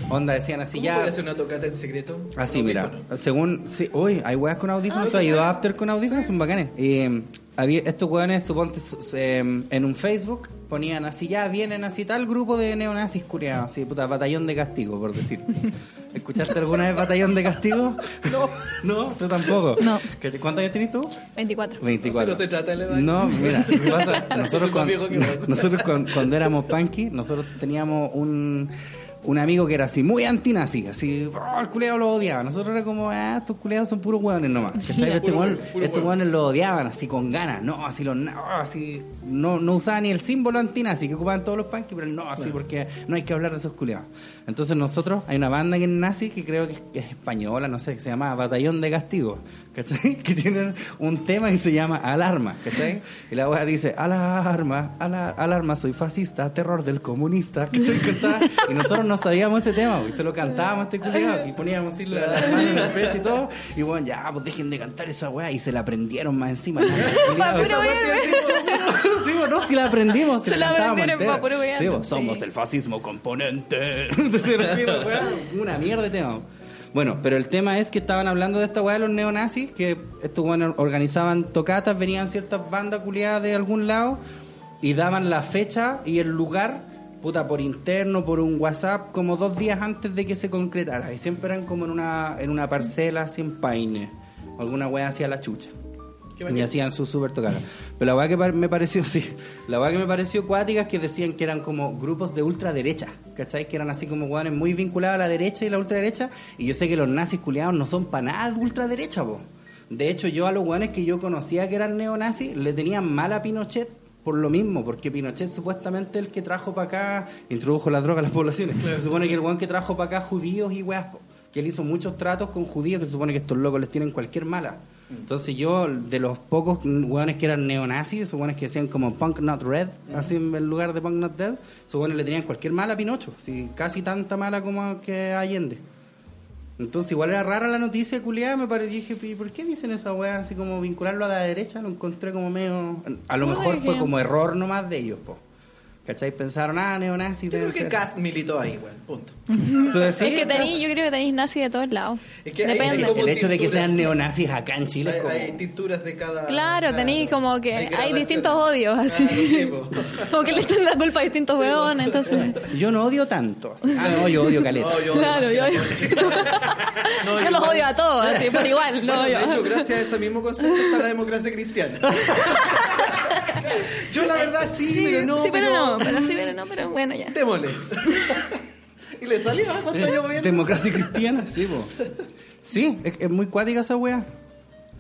[SPEAKER 2] Onda, decían así
[SPEAKER 3] ¿Cómo
[SPEAKER 2] ya.
[SPEAKER 3] podría hacer una tocata en secreto? <laughs>
[SPEAKER 2] Así,
[SPEAKER 3] Con
[SPEAKER 2] mira.
[SPEAKER 3] audífono.
[SPEAKER 2] Según. Sí, uy, hay weas con audífonos.
[SPEAKER 4] Ah,
[SPEAKER 2] ¿Tú has
[SPEAKER 4] sí,
[SPEAKER 2] ido
[SPEAKER 4] sí.
[SPEAKER 2] a after con audífonos? Son bacanes. Eh, había, estos weones, suponte, su- su- eh, en un Facebook ponían así, ya vienen así tal grupo de neonazis curiados. Así, puta, batallón de castigo, por decirte. <laughs> ¿Escuchaste alguna vez batallón de castigo? <laughs> No. No, tú tampoco.
[SPEAKER 4] No.
[SPEAKER 2] ¿Cachai? ¿Cuántos años tienes tú?
[SPEAKER 4] 24.
[SPEAKER 2] 24.
[SPEAKER 3] No se trata de la edad.
[SPEAKER 2] No, mira,
[SPEAKER 3] <laughs>
[SPEAKER 2] lo que pasa, nosotros,
[SPEAKER 3] Soy más
[SPEAKER 2] cuan-
[SPEAKER 3] viejo que vos.
[SPEAKER 2] nosotros cuan- cuando éramos punky, nosotros teníamos un, un amigo que era así, muy antinazi, así, "Oh, el culeado lo odiaba. Nosotros era como, ah, estos culeados son puros hueones nomás. ¿cachai? Pero este
[SPEAKER 3] Puro
[SPEAKER 2] hueón-
[SPEAKER 3] hueón, puro
[SPEAKER 2] estos
[SPEAKER 3] hueón.
[SPEAKER 2] hueones lo odiaban así con ganas, no, así, los, na- oh, así no, no usaban ni el símbolo antinazi que ocupaban todos los punky, pero no, así, porque no hay que hablar de esos culeados. Entonces nosotros, hay una banda que es nazi, que creo que es, que es española, no sé, que se llama Batallón de Castigo, ¿cachai? <laughs> Que tienen un tema que se llama Alarma, ¿cachai? Y la wea dice, alarma, ala- alarma, soy fascista, terror del comunista, ¿cachai? Que está- Y nosotros no no sabíamos ese tema, y se lo cantábamos a este culiado y poníamos así la, la mano en el pecho y todo. Y bueno, ya, pues dejen de cantar esa weá y se la aprendieron más encima. ¿no? Culiao, esa weá se la aprendieron. <laughs> Sí, bueno, no, si la aprendimos, si
[SPEAKER 4] Se
[SPEAKER 2] la
[SPEAKER 4] la
[SPEAKER 2] cantábamos
[SPEAKER 4] aprendieron
[SPEAKER 2] entera.
[SPEAKER 4] pa' puro weá.
[SPEAKER 2] Sí, pues, somos
[SPEAKER 4] Sí.
[SPEAKER 2] el fascismo componente. <laughs> Entonces, era así, la weá, una mierda de tema. Bueno, pero el tema es que estaban hablando de esta weá de los neonazis, que estos weones organizaban tocatas, venían ciertas bandas culiadas de algún lado y daban la fecha y el lugar, puta, por interno, por un WhatsApp, como dos días antes de que se concretara. Y siempre eran como en una, en una parcela sin paine, alguna weá hacia la chucha.
[SPEAKER 3] Qué
[SPEAKER 2] Y
[SPEAKER 3] bacán.
[SPEAKER 2] hacían su súper tocada. Pero la weá que par- me pareció, <laughs> sí, la weá que me pareció cuática es que decían que eran como grupos de ultraderecha, ¿cachai? Que eran así como weones muy vinculados a la derecha y la ultraderecha. Y yo sé que los nazis culiados no son para nada de ultraderecha, po. De hecho, yo a los weones que yo conocía que eran neonazis, le tenían mal a Pinochet por lo mismo, porque Pinochet supuestamente el que trajo para acá, introdujo la droga a las poblaciones. Se supone que el weón que trajo para acá judíos y weas, po que él hizo muchos tratos con judíos que se supone que estos locos les tienen cualquier mala. Entonces yo, de los pocos hueones que eran neonazis, esos hueones que decían como punk not red, así en el lugar de punk not dead, esos hueones le tenían cualquier mala a Pinocho, sí, casi tanta mala como que a Allende. Entonces igual era rara la noticia culiada, me pareció, dije, "¿Y ¿por qué dicen esa hueá así como vincularlo a la derecha? Lo encontré como medio... A lo
[SPEAKER 4] No,
[SPEAKER 2] mejor
[SPEAKER 4] es
[SPEAKER 2] fue
[SPEAKER 4] que-
[SPEAKER 2] como error nomás de ellos, po. ¿Cachai? Pensaron, ah, neonazis,
[SPEAKER 3] Yo creo
[SPEAKER 2] deben
[SPEAKER 3] que
[SPEAKER 2] ser".
[SPEAKER 3] Cast militó ahí, weón. Punto.
[SPEAKER 2] Entonces, sí,
[SPEAKER 4] es que tenéis, yo creo que tenéis nazi de todos lados.
[SPEAKER 3] Es que hay-
[SPEAKER 4] Depende.
[SPEAKER 3] hay como-
[SPEAKER 2] el hecho de que
[SPEAKER 3] tintura,
[SPEAKER 2] sean
[SPEAKER 3] sí.
[SPEAKER 2] neonazis acá en Chile es
[SPEAKER 3] Hay,
[SPEAKER 2] como...
[SPEAKER 3] hay tinturas de cada.
[SPEAKER 4] Claro, tenéis como que hay,
[SPEAKER 3] gradaciones.
[SPEAKER 4] distintos odios,
[SPEAKER 3] Claro,
[SPEAKER 4] así.
[SPEAKER 3] sí, po. <laughs>
[SPEAKER 4] como que le echan la culpa a distintos huevones, entonces.
[SPEAKER 2] Yo no odio tanto. Ah, no, yo odio caleta.
[SPEAKER 3] No, yo-
[SPEAKER 4] <laughs> Claro, yo, yo,
[SPEAKER 3] <laughs>
[SPEAKER 4] <laughs>
[SPEAKER 3] No,
[SPEAKER 4] los
[SPEAKER 3] igual-
[SPEAKER 4] odio a todos, así, por igual. <laughs> No,
[SPEAKER 3] Bueno,
[SPEAKER 4] yo.
[SPEAKER 3] de hecho, gracias a ese mismo concepto está la democracia
[SPEAKER 4] <laughs>
[SPEAKER 3] cristiana. Yo la verdad sí,
[SPEAKER 4] sí,
[SPEAKER 3] pero no.
[SPEAKER 4] sí, pero no, pero sí, pero no,
[SPEAKER 3] <laughs>
[SPEAKER 4] pero bueno, ya. <laughs>
[SPEAKER 3] Démosle. Y le salió, ¿ah?
[SPEAKER 2] Eh,
[SPEAKER 3] ¿cuánto años bien?
[SPEAKER 2] Democracia cristiana, sí, po. Sí, es, es muy cuática esa wea.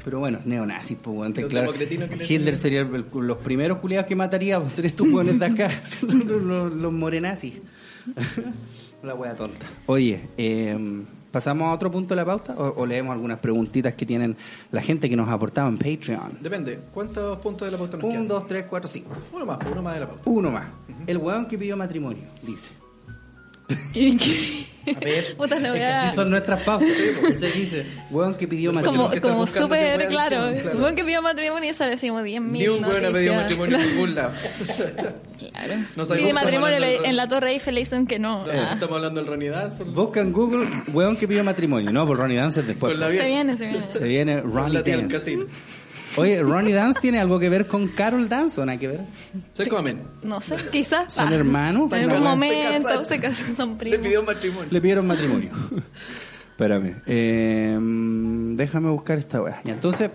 [SPEAKER 2] Pero bueno, neonazis, po, weón. te-
[SPEAKER 3] Los
[SPEAKER 2] Claro,
[SPEAKER 3] democratinos que le-
[SPEAKER 2] Hitler sería el- el- los primeros culiados que mataría por ser estos weones de
[SPEAKER 3] <laughs>
[SPEAKER 2] acá. <laughs> los, los- los morenazis. <laughs> la wea tonta. Oye, eh, ¿pasamos a otro punto de la pauta? O, o leemos algunas preguntitas que tienen la gente que nos aportaba en Patreon?
[SPEAKER 3] Depende, ¿cuántos puntos de la pauta nos
[SPEAKER 2] Un,
[SPEAKER 3] quedan?
[SPEAKER 2] dos, tres, cuatro, cinco.
[SPEAKER 3] Uno más, uno más de la pauta.
[SPEAKER 2] Uno más. El weón que pidió matrimonio, dice.
[SPEAKER 3] A ver.
[SPEAKER 4] Puta la
[SPEAKER 2] Es que
[SPEAKER 4] weá.
[SPEAKER 3] Ah,
[SPEAKER 2] así son nuestras pautas.
[SPEAKER 3] pues,
[SPEAKER 2] Se dice, weón que pidió
[SPEAKER 4] Como,
[SPEAKER 2] matrimonio.
[SPEAKER 3] que estás
[SPEAKER 4] como
[SPEAKER 3] buscando que
[SPEAKER 4] súper
[SPEAKER 3] weá
[SPEAKER 4] claro.
[SPEAKER 3] dijimos, claro.
[SPEAKER 4] Supongo que pidió matrimonio y eso le decimos 10.000
[SPEAKER 3] Ni un weón ha
[SPEAKER 4] noticias.
[SPEAKER 3] pedido matrimonio en ningún
[SPEAKER 4] <laughs>
[SPEAKER 3] lado.
[SPEAKER 4] Claro.
[SPEAKER 3] No sabemos
[SPEAKER 4] Pide
[SPEAKER 3] cómo
[SPEAKER 4] matrimonio
[SPEAKER 3] hablan del-
[SPEAKER 4] le- en la Torre Eiffel le dicen que no.
[SPEAKER 3] No sé si
[SPEAKER 4] Ah.
[SPEAKER 3] Estamos hablando del Ronnie Danson.
[SPEAKER 2] Busca en Google, weón que pidió matrimonio. No, por Ronnie Dance es después.
[SPEAKER 3] Con la
[SPEAKER 4] Se viene, se viene.
[SPEAKER 2] Se viene
[SPEAKER 3] Con
[SPEAKER 2] Ronnie
[SPEAKER 3] la tía del
[SPEAKER 2] Dance.
[SPEAKER 3] casino.
[SPEAKER 2] Oye, Ronnie Dance tiene algo que ver con Carol Dance, ¿o nada que ver?
[SPEAKER 3] Se comen.
[SPEAKER 4] No sé, quizás.
[SPEAKER 2] ¿Son
[SPEAKER 4] ah.
[SPEAKER 2] hermanos?
[SPEAKER 4] En algún
[SPEAKER 2] Se
[SPEAKER 4] momento
[SPEAKER 3] casaron.
[SPEAKER 4] se casan, son
[SPEAKER 3] Le
[SPEAKER 4] primos.
[SPEAKER 3] pidió matrimonio.
[SPEAKER 2] Le pidieron
[SPEAKER 3] <laughs>
[SPEAKER 2] matrimonio. Espérame. eh, déjame buscar esta weá. Y entonces,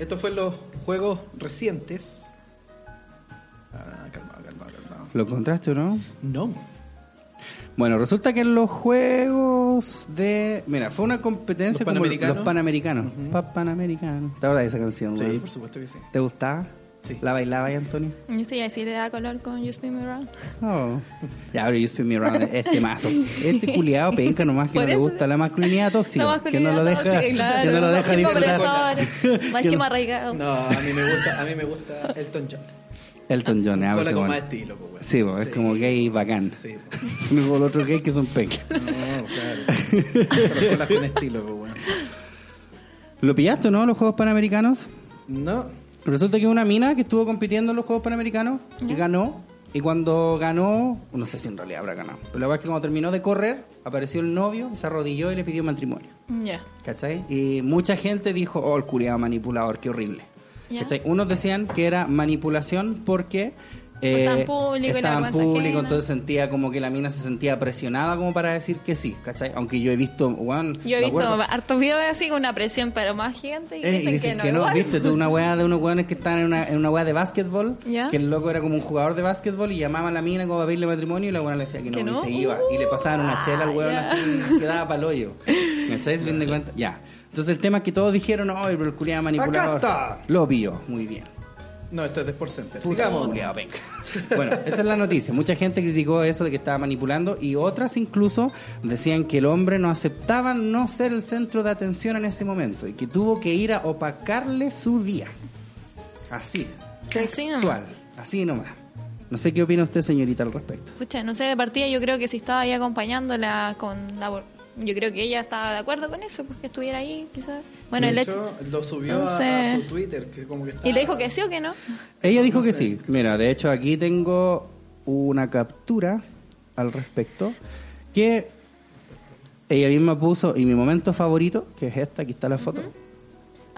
[SPEAKER 3] Esto fue en los juegos recientes. Ah, calmado, calmado, calmado.
[SPEAKER 2] ¿lo encontraste o no?
[SPEAKER 3] No.
[SPEAKER 2] Bueno, resulta que en los juegos de. Mira, fue una competencia
[SPEAKER 3] Los
[SPEAKER 2] como
[SPEAKER 3] Panamericanos.
[SPEAKER 2] los panamericanos. Pa- panamericanos. ¿Te acuerdas de esa canción?
[SPEAKER 3] Sí,
[SPEAKER 2] weón?
[SPEAKER 3] por supuesto que sí.
[SPEAKER 2] ¿Te gustaba?
[SPEAKER 3] Sí.
[SPEAKER 2] ¿La bailaba ahí, Antonio?
[SPEAKER 4] Yo te iba a decir, le da color con You Spin Me Round.
[SPEAKER 2] No. Oh. Ya, pero you spin me
[SPEAKER 4] <laughs>
[SPEAKER 2] around. Este mazo. Este culiado penca nomás que
[SPEAKER 4] Por
[SPEAKER 2] no le
[SPEAKER 4] eso-
[SPEAKER 2] gusta la masculinidad tóxica.
[SPEAKER 4] La
[SPEAKER 2] que no lo deja,
[SPEAKER 4] masculinidad tóxica, claro.
[SPEAKER 2] que no lo deja
[SPEAKER 4] Machismo
[SPEAKER 2] <laughs> disfrutar.
[SPEAKER 4] opresor,
[SPEAKER 2] Que
[SPEAKER 4] machismo
[SPEAKER 2] no-
[SPEAKER 4] arraigado.
[SPEAKER 3] No, a mí me gusta, a mí me gusta Elton John.
[SPEAKER 2] Elton John, ah,
[SPEAKER 3] Cola
[SPEAKER 2] ese
[SPEAKER 3] con
[SPEAKER 2] bueno.
[SPEAKER 3] más estilo, pues, weón.
[SPEAKER 2] Sí, pues, es
[SPEAKER 3] Sí.
[SPEAKER 2] como gay bacán.
[SPEAKER 3] Sí, po.
[SPEAKER 2] Luego los otros gays que son pencas.
[SPEAKER 3] No, claro. Pero cola con estilo, pues, weón.
[SPEAKER 2] ¿Lo pillaste, o no? Los Juegos Panamericanos.
[SPEAKER 3] No.
[SPEAKER 2] Resulta que una mina que estuvo compitiendo en los Juegos Panamericanos y ganó. Y cuando ganó, no sé si en realidad habrá ganado, pero la verdad es que cuando terminó de correr, apareció el novio, se arrodilló y le pidió matrimonio.
[SPEAKER 4] Ya.
[SPEAKER 2] ¿Cachai? Y mucha gente dijo, oh, el culiado manipulador, qué horrible.
[SPEAKER 4] Ya.
[SPEAKER 2] ¿Cachai? Unos decían que era manipulación porque... eh,
[SPEAKER 4] Estaba en público y la
[SPEAKER 2] estaba en
[SPEAKER 4] vergüenza
[SPEAKER 2] público,
[SPEAKER 4] ajena.
[SPEAKER 2] entonces sentía como que la mina se sentía presionada como para decir que sí, ¿cachai? Aunque yo he visto, weón,
[SPEAKER 4] Yo he
[SPEAKER 2] me
[SPEAKER 4] visto
[SPEAKER 2] acuerdo-
[SPEAKER 4] hartos videos así con una presión pero más gigante y
[SPEAKER 2] eh,
[SPEAKER 4] dicen, que no. igual.
[SPEAKER 2] viste tú una weá de unos weones que están en una, en una weá de básquetbol,
[SPEAKER 4] Ya.
[SPEAKER 2] que el loco era como un jugador de básquetbol y llamaba a la mina como para pedirle matrimonio y la weá le decía que no,
[SPEAKER 4] Que
[SPEAKER 2] y
[SPEAKER 4] no. Ah,
[SPEAKER 2] se iba. y le pasaban una chela al weón
[SPEAKER 4] ya.
[SPEAKER 2] así, quedaba pa'l hoyo. ¿Me echáis bien de cuenta? Ya. Entonces el tema es que todos dijeron, oh, pero el culiado manipulador.
[SPEAKER 3] Acá está.
[SPEAKER 2] Lo pilló, muy bien.
[SPEAKER 3] No, esto es de Sport Center.
[SPEAKER 2] Puta,
[SPEAKER 3] Sigamos.
[SPEAKER 2] culiao, penca. <laughs> Bueno, esa es la noticia. Mucha gente criticó eso de que estaba manipulando y otras incluso decían que el hombre no aceptaba no ser el centro de atención en ese momento y que tuvo que ir a opacarle su día. Así,
[SPEAKER 4] Así nomás.
[SPEAKER 2] textual, así nomás. No sé qué opina usted, señorita, al respecto.
[SPEAKER 4] Pucha, no sé, de partida yo creo que si estaba ahí acompañándola con la... bo- Yo creo que ella estaba de acuerdo con eso, porque estuviera ahí, quizás. Bueno,
[SPEAKER 3] de
[SPEAKER 4] el hecho...
[SPEAKER 3] hecho, lo subió a- a,
[SPEAKER 4] Entonces-
[SPEAKER 3] su Twitter, que como que
[SPEAKER 4] Y
[SPEAKER 3] estaba-
[SPEAKER 4] le dijo que sí o que no.
[SPEAKER 2] Ella dijo
[SPEAKER 3] No
[SPEAKER 2] que
[SPEAKER 3] sé.
[SPEAKER 2] sí. Mira, de hecho aquí tengo una captura al respecto que ella misma puso y mi momento favorito, que es esta, aquí está la foto.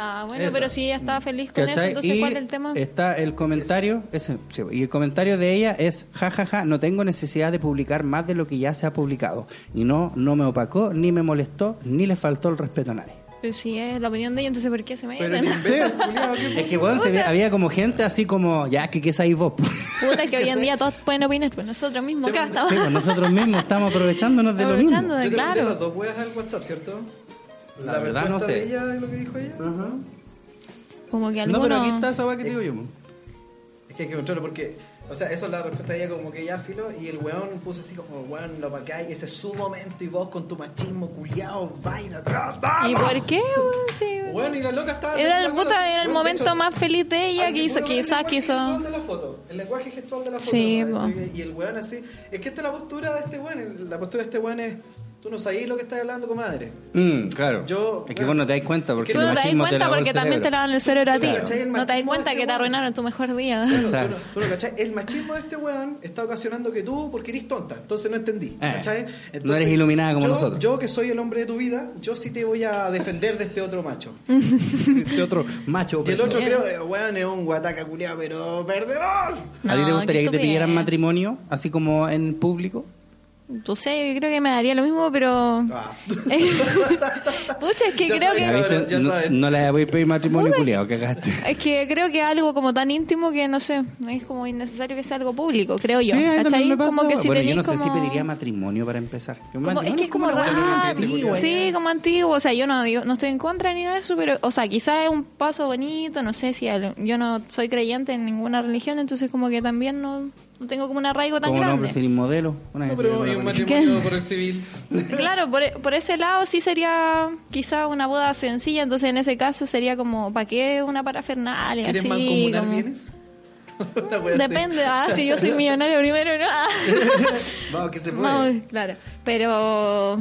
[SPEAKER 4] Ah, bueno,
[SPEAKER 3] Esa.
[SPEAKER 4] pero si ella estaba feliz con eso,
[SPEAKER 2] ¿Cachai?
[SPEAKER 4] entonces
[SPEAKER 2] Y
[SPEAKER 4] ¿cuál es el tema?
[SPEAKER 2] Está el comentario, ese, sí, y el comentario de ella es, jajaja, no tengo necesidad de publicar más de lo que ya se ha publicado. Y no, no me opacó, ni me molestó, ni le faltó el respeto a nadie.
[SPEAKER 4] Pero si es la opinión de ella, entonces ¿por qué se
[SPEAKER 3] Pero
[SPEAKER 4] <laughs> meten?
[SPEAKER 3] el imbécil, culiao, ¿qué
[SPEAKER 2] Es que bueno, se ve- había como gente así como, ya, que qué sabéis vos. <laughs>
[SPEAKER 4] Puta, que hoy en día todos pueden opinar, pues nosotros mismos acá estamos
[SPEAKER 2] Sí, pues nosotros mismos estamos aprovechándonos de lo mismo.
[SPEAKER 4] aprovechando de
[SPEAKER 3] Yo te mandé
[SPEAKER 4] claro.
[SPEAKER 3] las dos weas al WhatsApp, ¿cierto?
[SPEAKER 2] La verdad no
[SPEAKER 3] respuesta
[SPEAKER 2] sé.
[SPEAKER 3] de ella y lo que dijo ella.
[SPEAKER 4] Como que
[SPEAKER 2] No,
[SPEAKER 4] algunos...
[SPEAKER 2] pero aquí está esa weá que te digo yo. mo.
[SPEAKER 3] Es que hay que encontrarlo porque, o sea, eso es la respuesta de ella como que ya filo y el weón puso así como, weón, lo acá y ese es su momento y vos con tu machismo culiao, vaina. bla, bla,
[SPEAKER 4] ¿Y
[SPEAKER 3] bla".
[SPEAKER 4] por qué, weón? Sí,
[SPEAKER 3] Weón, y la loca estaba...
[SPEAKER 4] Era el,
[SPEAKER 3] Bueno,
[SPEAKER 4] puta, era el
[SPEAKER 3] bueno, de
[SPEAKER 4] momento
[SPEAKER 3] hecho,
[SPEAKER 4] más feliz de ella
[SPEAKER 3] Ay,
[SPEAKER 4] que
[SPEAKER 3] qué
[SPEAKER 4] hizo,
[SPEAKER 3] puro el
[SPEAKER 4] quizás
[SPEAKER 3] lenguaje
[SPEAKER 4] que hizo...
[SPEAKER 3] gestual de la foto, el lenguaje gestual de la foto.
[SPEAKER 4] Sí,
[SPEAKER 3] ¿no?
[SPEAKER 4] po.
[SPEAKER 3] Y el weón así. Es que esta es la postura de este weón. el- La postura de este weón es. Tú no sabés lo que estás hablando, comadre.
[SPEAKER 2] Mm, claro.
[SPEAKER 3] Yo-
[SPEAKER 2] es que vos no te das cuenta porque
[SPEAKER 4] Tú
[SPEAKER 2] el
[SPEAKER 4] no te das
[SPEAKER 2] machismo
[SPEAKER 4] cuenta
[SPEAKER 2] lavó el
[SPEAKER 4] porque también te
[SPEAKER 2] cerebro.
[SPEAKER 4] lavan el cerebro a ti.
[SPEAKER 3] Claro. ¿Cachai? El
[SPEAKER 4] No te das
[SPEAKER 3] machismo
[SPEAKER 4] cuenta
[SPEAKER 3] de
[SPEAKER 4] que
[SPEAKER 3] este
[SPEAKER 4] te
[SPEAKER 3] weón.
[SPEAKER 4] arruinaron tu mejor día.
[SPEAKER 3] Claro, tú
[SPEAKER 2] Exacto.
[SPEAKER 3] no- tú no cachai. El machismo de este weón está ocasionando que tú, porque eres tonta, entonces no entendí.
[SPEAKER 2] Eh,
[SPEAKER 3] ¿cachai?
[SPEAKER 2] no
[SPEAKER 3] Entonces,
[SPEAKER 2] eres iluminada como
[SPEAKER 3] yo-
[SPEAKER 2] nosotros.
[SPEAKER 3] Yo, que soy el hombre de tu vida, yo sí te voy a defender de este otro macho.
[SPEAKER 4] Mm.
[SPEAKER 2] <laughs>
[SPEAKER 3] este otro.
[SPEAKER 2] Macho,
[SPEAKER 3] Y el
[SPEAKER 2] opresor.
[SPEAKER 3] otro creo, eh, weón, es un guataca culiado, pero perdedor.
[SPEAKER 2] ¿A ti te
[SPEAKER 4] No,
[SPEAKER 2] gustaría
[SPEAKER 4] qué
[SPEAKER 2] que te
[SPEAKER 4] estupidez.
[SPEAKER 2] pidieran matrimonio así como en público?
[SPEAKER 4] Tú sé, yo creo que me daría lo mismo,
[SPEAKER 3] <laughs>
[SPEAKER 4] pero... <laughs>
[SPEAKER 3] Ah.
[SPEAKER 4] Pucha, es que
[SPEAKER 3] Ya
[SPEAKER 4] creo
[SPEAKER 3] sabes,
[SPEAKER 4] que...
[SPEAKER 2] Ya
[SPEAKER 3] cabrón,
[SPEAKER 2] viste,
[SPEAKER 3] ya
[SPEAKER 2] no,
[SPEAKER 3] sabes.
[SPEAKER 2] no le voy a pedir matrimonio
[SPEAKER 4] Puta,
[SPEAKER 2] culiado,
[SPEAKER 4] <laughs>
[SPEAKER 2] cagaste.
[SPEAKER 4] Es que creo que algo como tan íntimo que no sé, es como innecesario que sea algo público, creo yo.
[SPEAKER 2] Sí, a mí
[SPEAKER 4] ¿Cachai?
[SPEAKER 2] también me pasó.
[SPEAKER 4] Como que si
[SPEAKER 2] bueno, yo
[SPEAKER 4] tenés
[SPEAKER 2] no sé si
[SPEAKER 4] como-
[SPEAKER 2] pediría matrimonio para empezar. Yo
[SPEAKER 4] como-
[SPEAKER 2] matrimonio
[SPEAKER 4] es que es como
[SPEAKER 2] una weá
[SPEAKER 4] raro.
[SPEAKER 2] antigua.
[SPEAKER 4] Sí, como antiguo. O sea, yo no digo, no estoy en contra ni nada de eso, pero, o sea, quizás es un paso bonito, no sé si al- yo no soy creyente en ninguna religión, entonces como que también no, no tengo como un arraigo tan
[SPEAKER 2] Como pues, un hombre
[SPEAKER 4] grande.
[SPEAKER 2] sin modelo. Una
[SPEAKER 3] No,
[SPEAKER 2] vez
[SPEAKER 3] pero
[SPEAKER 2] se
[SPEAKER 3] hay
[SPEAKER 2] vio
[SPEAKER 3] un
[SPEAKER 2] con la
[SPEAKER 3] matrimonio por el civil.
[SPEAKER 4] Claro, por, por ese lado sí sería quizá una boda sencilla, entonces en ese caso sería como, ¿para qué una parafernalia?
[SPEAKER 3] ¿Quieres
[SPEAKER 4] así,
[SPEAKER 3] mancomunar
[SPEAKER 4] como-
[SPEAKER 3] bienes? <laughs> Una wea así.
[SPEAKER 4] Depende, ah, si yo soy millonario primero,
[SPEAKER 2] <laughs>
[SPEAKER 4] no. Ah.
[SPEAKER 3] Vamos, que se puede.
[SPEAKER 4] <laughs> Vamos, claro. Pero,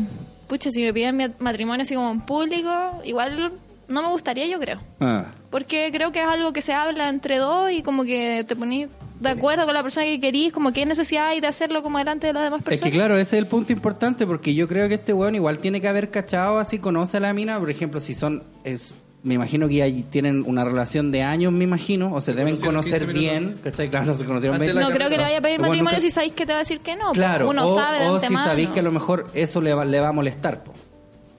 [SPEAKER 4] pucha, si me piden mi matrimonio así como en público, igual no me gustaría, yo creo.
[SPEAKER 2] Ah.
[SPEAKER 4] Porque creo que es algo que se habla entre dos y como que te ponís de acuerdo con la persona que querís, como que necesidad hay de hacerlo como delante de las demás
[SPEAKER 2] Es
[SPEAKER 4] personas.
[SPEAKER 2] que claro, ese es el punto importante porque yo creo que este weón igual tiene que haber cachado así, conoce a la mina, por ejemplo, si son, es, me imagino que ya tienen una relación de años, me imagino, o se deben
[SPEAKER 3] conocieron
[SPEAKER 2] conocer
[SPEAKER 3] 15 minutos.
[SPEAKER 2] bien, ¿cachai? Claro, no se conocieron
[SPEAKER 3] Antes
[SPEAKER 2] bien.
[SPEAKER 3] la
[SPEAKER 4] No creo que le vaya a pedir
[SPEAKER 2] Bueno,
[SPEAKER 4] matrimonio
[SPEAKER 2] nunca-
[SPEAKER 4] si sabéis que te va a decir que no. pues,
[SPEAKER 2] Claro,
[SPEAKER 4] uno
[SPEAKER 2] o,
[SPEAKER 4] sabe de
[SPEAKER 2] o si
[SPEAKER 4] antemano.
[SPEAKER 2] sabéis que a lo mejor eso le va, le va a molestar, po.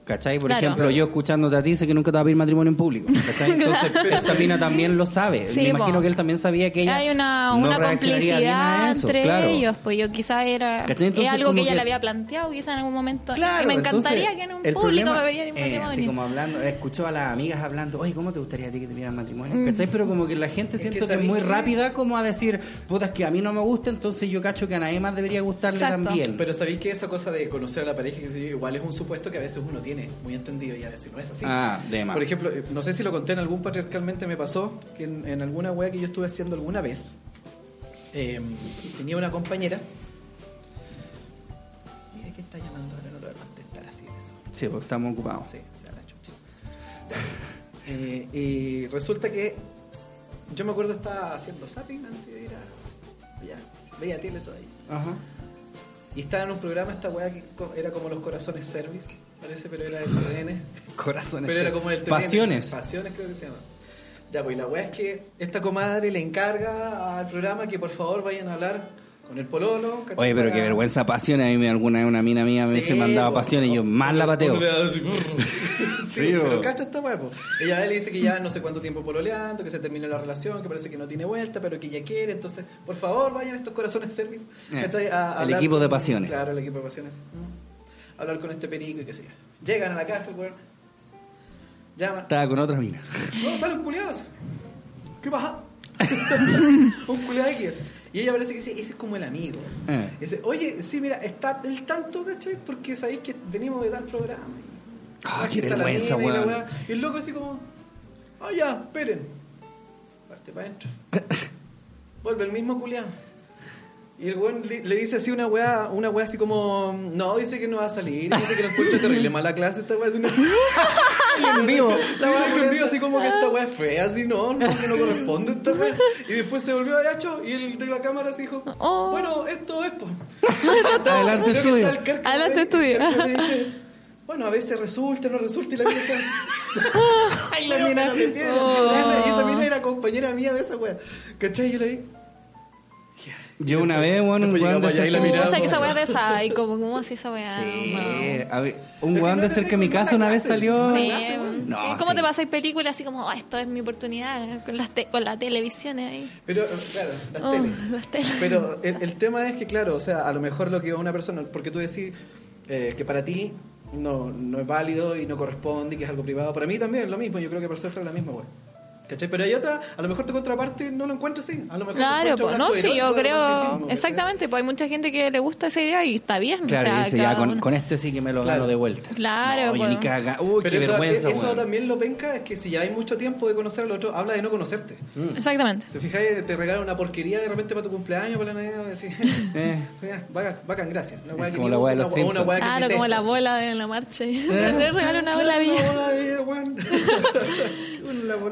[SPEAKER 2] ¿Cachai? Por
[SPEAKER 4] Claro.
[SPEAKER 2] ejemplo, yo escuchándote a ti sé que nunca te va a pedir matrimonio en público.
[SPEAKER 4] <laughs>
[SPEAKER 2] ¿Cachai? Entonces, esa mina también lo sabe.
[SPEAKER 4] Sí,
[SPEAKER 2] Me
[SPEAKER 4] po.
[SPEAKER 2] imagino que él también sabía que ella.
[SPEAKER 4] Hay una,
[SPEAKER 2] no
[SPEAKER 4] una
[SPEAKER 2] reaccionaría bien a
[SPEAKER 4] complicidad
[SPEAKER 2] eso,
[SPEAKER 4] entre
[SPEAKER 2] claro.
[SPEAKER 4] ellos, pues yo quizá era
[SPEAKER 2] ¿Cachai? Entonces,
[SPEAKER 4] es algo que
[SPEAKER 2] como
[SPEAKER 4] ella
[SPEAKER 2] que-
[SPEAKER 4] le había planteado quizá en algún momento
[SPEAKER 2] Claro,
[SPEAKER 4] y me encantaría
[SPEAKER 2] entonces,
[SPEAKER 4] que en un
[SPEAKER 2] el
[SPEAKER 4] público
[SPEAKER 2] problema-
[SPEAKER 4] me pidieran
[SPEAKER 2] eh,
[SPEAKER 4] matrimonio.
[SPEAKER 2] así como hablando, escucho a las amigas hablando, oye, ¿cómo te gustaría a ti que te pidieran matrimonio?
[SPEAKER 4] Mm.
[SPEAKER 2] ¿Cachai? Pero como que la gente siento que, es
[SPEAKER 3] ¿sabéis
[SPEAKER 2] muy
[SPEAKER 3] qué?
[SPEAKER 2] rápida como a decir, puta, es que a mí no me gusta, entonces yo cacho que a nadie más debería gustarle
[SPEAKER 4] Exacto.
[SPEAKER 2] también.
[SPEAKER 3] Pero sabéis que esa cosa de conocer a la pareja, que sé yo, igual es un supuesto que a veces uno tiene muy entendido y a veces no es así.
[SPEAKER 2] Ah, de más.
[SPEAKER 3] Por ejemplo, eh, no sé si lo conté en algún patriarcalmente, me pasó que en, en alguna wea que yo estuve haciendo alguna vez, eh, tenía una compañera. Mira que está llamando ahora, no lo voy a contestar así. de esa
[SPEAKER 2] sí, porque estamos ocupados.
[SPEAKER 3] Sí, se da la chucha. <laughs> Eh, y resulta que yo me acuerdo estaba haciendo zapping antes de ir a. Allá, veía tele todavía.
[SPEAKER 2] Ajá.
[SPEAKER 3] Y estaba en un programa esta weá que co- era como los corazones service, parece, pero era del TVN.
[SPEAKER 2] Corazones.
[SPEAKER 3] pero era como el TVN.
[SPEAKER 2] Este, Pasiones.
[SPEAKER 3] Pasiones creo que se llama. Ya, pues y la weá es que esta comadre le encarga al programa que por favor vayan a hablar con el pololo. ¿cachai?
[SPEAKER 2] Oye, pero
[SPEAKER 3] Para-
[SPEAKER 2] qué vergüenza, pasiones. A mí me- alguna vez una mina mía me
[SPEAKER 3] Sí,
[SPEAKER 2] se mandaba
[SPEAKER 3] po.
[SPEAKER 2] pasiones y yo más la pateo.
[SPEAKER 3] <laughs> sí,
[SPEAKER 2] Sí,
[SPEAKER 3] pero
[SPEAKER 2] po.
[SPEAKER 3] cacha esta hueá, po. Ella le dice que ya no sé cuánto tiempo pololeando, que se termina la relación, que parece que no tiene vuelta, pero que ya quiere. Entonces, por favor, vayan a estos corazones service.
[SPEAKER 2] Eh,
[SPEAKER 3] ¿cachai?
[SPEAKER 2] el equipo de pasiones.
[SPEAKER 3] Claro, el equipo de pasiones. Mm. Hablar con este perico y qué sé yo. Llegan a la casa, el weón. Llama.
[SPEAKER 2] Estaba con otra mina.
[SPEAKER 3] No, sale un culiado. así.
[SPEAKER 2] <laughs>
[SPEAKER 3] ¿Qué pasa? un culiado X. Y ella parece que dice, ese es como el amigo.
[SPEAKER 2] Eh.
[SPEAKER 3] Dice, oye, sí, mira, está el tanto, ¿cachai? Porque sabéis que venimos de tal programa.
[SPEAKER 2] Ah,
[SPEAKER 3] Aquí
[SPEAKER 2] qué
[SPEAKER 3] está la
[SPEAKER 2] vergüenza,
[SPEAKER 3] mina y la
[SPEAKER 2] weón.
[SPEAKER 3] weá. Y el loco así como, ah, ya,
[SPEAKER 2] <laughs>
[SPEAKER 3] esperen. Parte para adentro. Vuelve el mismo culiado. Y el weón le, le dice así una weá, una weá así como, no, dice que no va a salir, dice que la encuentro terrible, mala clase esta weá,
[SPEAKER 2] <laughs>
[SPEAKER 3] así una... Ah, en <laughs> vivo. La weá en vivo así como que esta weá es fea, así no, no, que no corresponde esta <laughs> weá. Y después se volvió a Yacho y el de la cámara se dijo,
[SPEAKER 4] Oh.
[SPEAKER 3] bueno, esto es
[SPEAKER 4] <laughs>
[SPEAKER 3] po.
[SPEAKER 2] Adelante
[SPEAKER 3] Creo que
[SPEAKER 2] estudio.
[SPEAKER 3] está el Kerk-
[SPEAKER 4] Adelante,
[SPEAKER 3] el
[SPEAKER 4] estudio.
[SPEAKER 3] Kerk
[SPEAKER 4] <laughs>
[SPEAKER 3] le dice, bueno, a veces resulta, no resulta, y la mina está... Ay, la mina. <laughs> Y esa- y esa mina era compañera mía de esa weá. ¿Cachai? Yo le dije...
[SPEAKER 2] Yo una vez, bueno, un
[SPEAKER 3] Después
[SPEAKER 2] weón de
[SPEAKER 3] llegamos allá y la
[SPEAKER 2] cerca-
[SPEAKER 3] miramos.
[SPEAKER 4] o sea, que esa weá de esa, y como, ¿cómo así esa weá? No.
[SPEAKER 2] Sí, a ver, un
[SPEAKER 3] Es que
[SPEAKER 2] weón
[SPEAKER 3] no
[SPEAKER 2] de
[SPEAKER 3] te
[SPEAKER 2] cerca
[SPEAKER 3] sé
[SPEAKER 2] de mi
[SPEAKER 3] cómo es
[SPEAKER 2] casa
[SPEAKER 3] la
[SPEAKER 2] una vez
[SPEAKER 3] clase.
[SPEAKER 2] salió.
[SPEAKER 4] Sí,
[SPEAKER 3] Nace,
[SPEAKER 4] weón.
[SPEAKER 2] No,
[SPEAKER 4] ¿Cómo
[SPEAKER 2] sí.
[SPEAKER 4] te pasáis películas así como, "Oh, esto es mi oportunidad con las, te- con las televisiones ahí?
[SPEAKER 3] Pero, eh, claro, las
[SPEAKER 4] Oh,
[SPEAKER 3] teles.
[SPEAKER 4] las teles.
[SPEAKER 3] Pero el, el tema es que, claro, o sea, a lo mejor lo que una persona, porque tú decís eh, que para ti no, no es válido y no corresponde y que es algo privado, para mí también es lo mismo, yo creo que para César es la misma, güey. ¿Cachai? Pero hay otra, a lo mejor tu contraparte no lo encuentra así. A lo mejor
[SPEAKER 4] Claro,
[SPEAKER 3] encuentra
[SPEAKER 4] pues
[SPEAKER 3] un
[SPEAKER 4] no,
[SPEAKER 3] acto
[SPEAKER 4] sí,
[SPEAKER 3] erótico
[SPEAKER 4] yo
[SPEAKER 3] de romanticismo,
[SPEAKER 4] creo.
[SPEAKER 3] ¿cachai?
[SPEAKER 4] Exactamente, pues hay mucha gente que le gusta esa idea y está bien.
[SPEAKER 2] Claro,
[SPEAKER 4] o sea,
[SPEAKER 2] y dice, ya
[SPEAKER 4] cada
[SPEAKER 2] con,
[SPEAKER 4] uno-
[SPEAKER 2] con este sí que me lo
[SPEAKER 3] Claro.
[SPEAKER 2] gano de vuelta.
[SPEAKER 4] Claro,
[SPEAKER 2] no, yo
[SPEAKER 4] pues.
[SPEAKER 2] ni caga. Uy,
[SPEAKER 3] Pero
[SPEAKER 2] qué
[SPEAKER 3] eso,
[SPEAKER 2] vergüenza,
[SPEAKER 3] eso
[SPEAKER 2] weón.
[SPEAKER 3] también lo penca, es que si ya hay mucho tiempo de conocer al otro, habla de no conocerte.
[SPEAKER 4] Exactamente.
[SPEAKER 3] Si fijáis, te regalan una porquería de repente para tu cumpleaños, para la Navidad, decís, <laughs>
[SPEAKER 2] Eh,
[SPEAKER 3] ya, bacán, bacán, gracias. Una weá
[SPEAKER 2] Es
[SPEAKER 3] que
[SPEAKER 2] como la
[SPEAKER 3] vimos,
[SPEAKER 2] weá de los
[SPEAKER 3] una weá- una
[SPEAKER 2] Simpsons.
[SPEAKER 3] weá que
[SPEAKER 4] Claro, como la
[SPEAKER 3] detestas.
[SPEAKER 4] bola de la marcha. <laughs> Le regalo una bola
[SPEAKER 3] Una
[SPEAKER 4] vía.
[SPEAKER 3] bola de vida, <laughs> weón.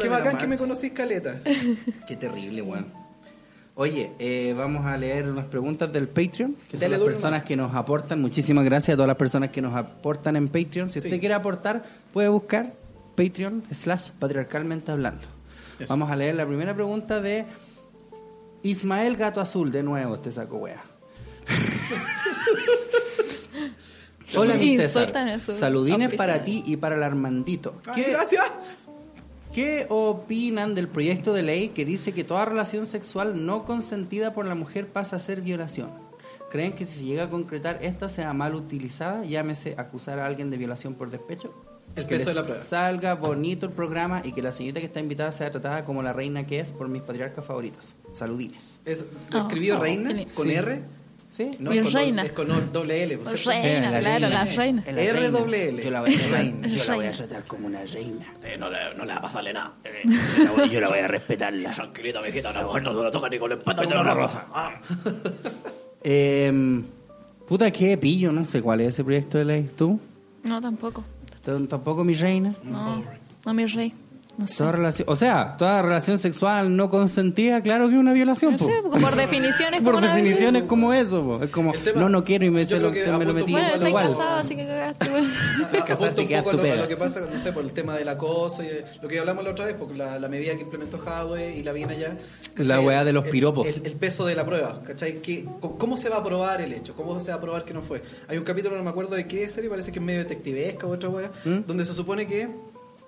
[SPEAKER 3] Qué bacán que me conocís, Caleta.
[SPEAKER 2] <laughs> qué terrible, weón. Oye, eh, vamos a leer unas preguntas del Patreon, que son
[SPEAKER 3] Dale,
[SPEAKER 2] las
[SPEAKER 3] duro,
[SPEAKER 2] personas que nos aportan. Muchísimas gracias a todas las personas que nos aportan en Patreon. Si
[SPEAKER 3] Sí.
[SPEAKER 2] usted quiere aportar, puede buscar Patreon slash patriarcalmente hablando.
[SPEAKER 3] Eso.
[SPEAKER 2] Vamos a leer la primera pregunta de Ismael Gato Azul, de nuevo, este saco
[SPEAKER 4] <laughs>
[SPEAKER 2] wea. Hola, mi César.
[SPEAKER 4] Insultan a su
[SPEAKER 2] Saludines para
[SPEAKER 4] auspiciador.
[SPEAKER 2] ti y para el Armandito.
[SPEAKER 3] Ay,
[SPEAKER 2] ¿Qué-
[SPEAKER 3] Ah, gracias.
[SPEAKER 2] ¿Qué opinan del proyecto de ley que dice que toda relación sexual no consentida por la mujer pasa a ser violación? ¿Creen que si se llega a concretar esta sea mal utilizada? Llámese acusar a alguien de violación por despecho.
[SPEAKER 3] El
[SPEAKER 2] que
[SPEAKER 3] peso
[SPEAKER 2] les
[SPEAKER 3] de la prueba.
[SPEAKER 2] salga bonito el programa y que la señorita que está invitada sea tratada como la reina que es por mis patriarcas favoritas. Saludines.
[SPEAKER 3] Es,
[SPEAKER 4] Oh,
[SPEAKER 3] escribió
[SPEAKER 4] oh,
[SPEAKER 3] reina
[SPEAKER 4] tiene-
[SPEAKER 3] con
[SPEAKER 2] Sí.
[SPEAKER 3] R.
[SPEAKER 2] ¿Sí?
[SPEAKER 3] No,
[SPEAKER 4] Mi
[SPEAKER 3] es con doble-
[SPEAKER 4] reina.
[SPEAKER 3] Es con doble L. pues,
[SPEAKER 4] Pues
[SPEAKER 3] ¿cierto?
[SPEAKER 4] reina,
[SPEAKER 2] Eh, la
[SPEAKER 4] claro,
[SPEAKER 2] reina.
[SPEAKER 4] la reina.
[SPEAKER 2] Es la reina.
[SPEAKER 3] RWL.
[SPEAKER 2] Yo la <laughs> voy a tratar,
[SPEAKER 3] Reina.
[SPEAKER 2] yo la voy a
[SPEAKER 4] Reina.
[SPEAKER 2] tratar como una reina.
[SPEAKER 5] Eh, no, le, no le va a pasarle nada. Eh, <laughs> yo, la voy, yo la voy a respetar. La tranquilita, mijita. Una mujer no se la toca ni con el pata ni con una rosa. Ah.
[SPEAKER 2] Em, puta, qué pillo, no sé cuál es ese proyecto de ley. ¿Tú?
[SPEAKER 4] No, tampoco.
[SPEAKER 2] T- Tampoco mi reina.
[SPEAKER 4] No, no mi rey. No sé.
[SPEAKER 2] Toda relación- o sea, toda relación sexual no consentida, claro que es una violación.
[SPEAKER 4] No sé,
[SPEAKER 2] po.
[SPEAKER 4] por definición es
[SPEAKER 2] Por
[SPEAKER 4] como una-
[SPEAKER 2] definición es como eso. po. Es como,
[SPEAKER 3] El tema-
[SPEAKER 2] no, no quiero y me,
[SPEAKER 3] yo
[SPEAKER 2] se
[SPEAKER 3] creo
[SPEAKER 2] lo,
[SPEAKER 3] que
[SPEAKER 2] me lo
[SPEAKER 3] apunta
[SPEAKER 2] metí
[SPEAKER 3] un
[SPEAKER 4] Bueno,
[SPEAKER 3] poco
[SPEAKER 2] igual,
[SPEAKER 4] estoy
[SPEAKER 2] igual.
[SPEAKER 4] casado, así que cagaste,
[SPEAKER 2] <laughs>
[SPEAKER 4] weón.
[SPEAKER 2] Casarse
[SPEAKER 3] <laughs> Apunta un
[SPEAKER 2] queda
[SPEAKER 3] poco a lo, a
[SPEAKER 2] estupendo.
[SPEAKER 3] lo que pasa, no sé, por el tema del acoso, y, eh, lo que hablamos la otra vez, porque la, la medida que implementó Huawei y la viene allá. ¿cachai?
[SPEAKER 2] La weá de los
[SPEAKER 3] El-
[SPEAKER 2] piropos.
[SPEAKER 3] El, el peso de la prueba, ¿cachai? ¿Qué- co- ¿Cómo se va a probar el hecho? ¿Cómo se va a probar que no fue? Hay un capítulo, no me acuerdo de qué serie, parece que es medio detectivesca o otra weá,
[SPEAKER 2] ¿Mm?
[SPEAKER 3] donde se supone que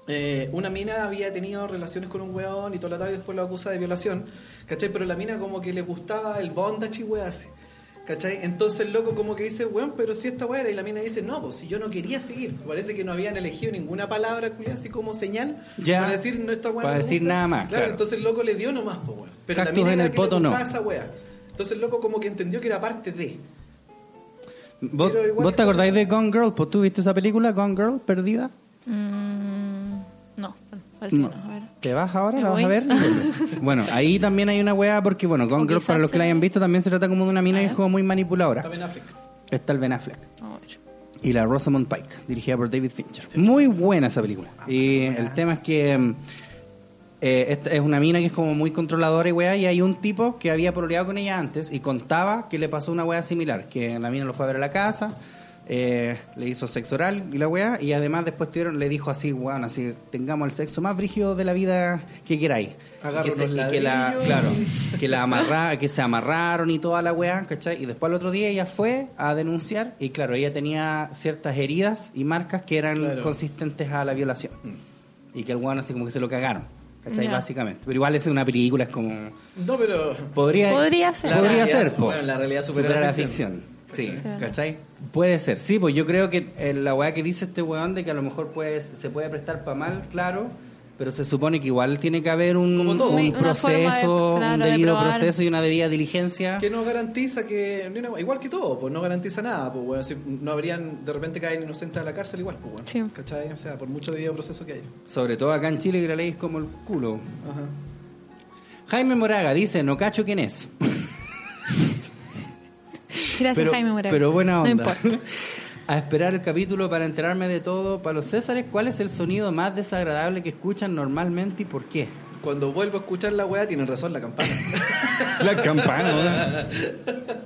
[SPEAKER 3] eh, una mina había tenido relaciones con un weón y toda la tarde después lo acusa de violación, ¿cachai? Pero la mina como que le gustaba el bondage y weá así. ¿Cachai? Entonces el loco como que dice, weón, pero si esta weá era. Y la mina dice, no, pues si yo no quería seguir. Parece que no habían elegido ninguna palabra, culiá, así como señal.
[SPEAKER 2] Ya.
[SPEAKER 3] Para decir, no, esta weá
[SPEAKER 2] Para
[SPEAKER 3] no me
[SPEAKER 2] decir
[SPEAKER 3] gusta.
[SPEAKER 2] nada más, claro.
[SPEAKER 3] entonces el loco le dio nomás, pues weón. Pero la
[SPEAKER 2] Cactus
[SPEAKER 3] mina
[SPEAKER 2] en
[SPEAKER 3] era
[SPEAKER 2] el
[SPEAKER 3] que le
[SPEAKER 2] poto, no.
[SPEAKER 3] gustaba esa weá. Entonces el loco como que entendió que era parte de.
[SPEAKER 2] ¿Vos,
[SPEAKER 3] Pero igual-
[SPEAKER 2] vos te acordáis de Gone Girl? Pues, ¿Tú viste esa película, Gone Girl, perdida?
[SPEAKER 4] Mm, no, parece
[SPEAKER 2] No.
[SPEAKER 4] que no. A ver.
[SPEAKER 2] ¿Te vas ahora?
[SPEAKER 4] Me
[SPEAKER 2] ¿La vas
[SPEAKER 4] voy.
[SPEAKER 2] a
[SPEAKER 4] <laughs>
[SPEAKER 2] ver? bueno, ahí también hay una weá porque, bueno, Gone
[SPEAKER 4] O
[SPEAKER 2] Girl,
[SPEAKER 4] quizás Ah.
[SPEAKER 2] para los que la
[SPEAKER 4] sea-
[SPEAKER 2] hayan visto, también se trata como de una mina y es como muy manipuladora.
[SPEAKER 3] También África.
[SPEAKER 2] Está el Ben Affleck.
[SPEAKER 4] A ver.
[SPEAKER 2] y la Rosamund Pike, dirigida por David Fincher. Muy buena esa película.
[SPEAKER 3] Ah,
[SPEAKER 2] y el tema es que mm, eh, esta es una mina que es como muy controladora y weá, y hay un tipo que había pololeado con ella antes y contaba que le pasó una weá similar, que la mina lo fue a ver a la casa, eh, le hizo sexo oral y la weá, y además después tuvieron, le dijo así, weón, así, tengamos el sexo más brígido de la vida que queráis. Y
[SPEAKER 3] Agarra
[SPEAKER 2] que, se-
[SPEAKER 3] unos
[SPEAKER 2] y que la,
[SPEAKER 3] ladrillos.
[SPEAKER 2] claro, que la amarra, que se amarraron y toda la weá, ¿cachai? Y después al otro día ella fue a denunciar y claro, ella tenía ciertas heridas y marcas que eran
[SPEAKER 3] Claro.
[SPEAKER 2] consistentes a la violación. Y que el weón así como que se lo cagaron, ¿cachai?
[SPEAKER 4] Ya.
[SPEAKER 2] Básicamente. Pero igual es una película, es como...
[SPEAKER 3] No, pero.
[SPEAKER 2] Podría,
[SPEAKER 4] Podría ser.
[SPEAKER 2] Podría
[SPEAKER 3] La realidad-
[SPEAKER 2] ser, po.
[SPEAKER 3] bueno, la realidad supera
[SPEAKER 2] Supera
[SPEAKER 3] la
[SPEAKER 2] la ficción. Sí,
[SPEAKER 4] ¿Cachai?
[SPEAKER 2] ¿cachai? Puede ser. Sí, pues yo creo que eh, la weá que dice este weón de que a lo mejor puede, se puede prestar para mal, claro, pero se supone que igual tiene que haber un,
[SPEAKER 3] Como todo.
[SPEAKER 2] un
[SPEAKER 4] Una forma de-
[SPEAKER 2] proceso, un
[SPEAKER 4] claro, de
[SPEAKER 2] debido
[SPEAKER 4] probar.
[SPEAKER 2] proceso y una debida diligencia.
[SPEAKER 3] Que no garantiza que. ni una weá- Igual que todo, pues no garantiza nada. Pues bueno, si no habrían. De repente caen inocentes a la cárcel igual, pues bueno.
[SPEAKER 4] Sí.
[SPEAKER 3] ¿Cachai? O sea, por mucho debido proceso que haya.
[SPEAKER 2] Sobre todo acá en Chile que la ley es como el culo.
[SPEAKER 3] Ajá.
[SPEAKER 2] Jaime Moraga dice, no cacho quién es.
[SPEAKER 4] Gracias,
[SPEAKER 2] pero,
[SPEAKER 4] Jaime Morales.
[SPEAKER 2] Pero buena onda.
[SPEAKER 4] No importa.
[SPEAKER 2] <laughs> A esperar el capítulo para enterarme de todo. Para los Césares, ¿cuál es el sonido más desagradable que escuchan normalmente y por qué?
[SPEAKER 3] Cuando vuelvo a escuchar la weá, tienen razón la campana.
[SPEAKER 2] <laughs> La campana. weón. <laughs>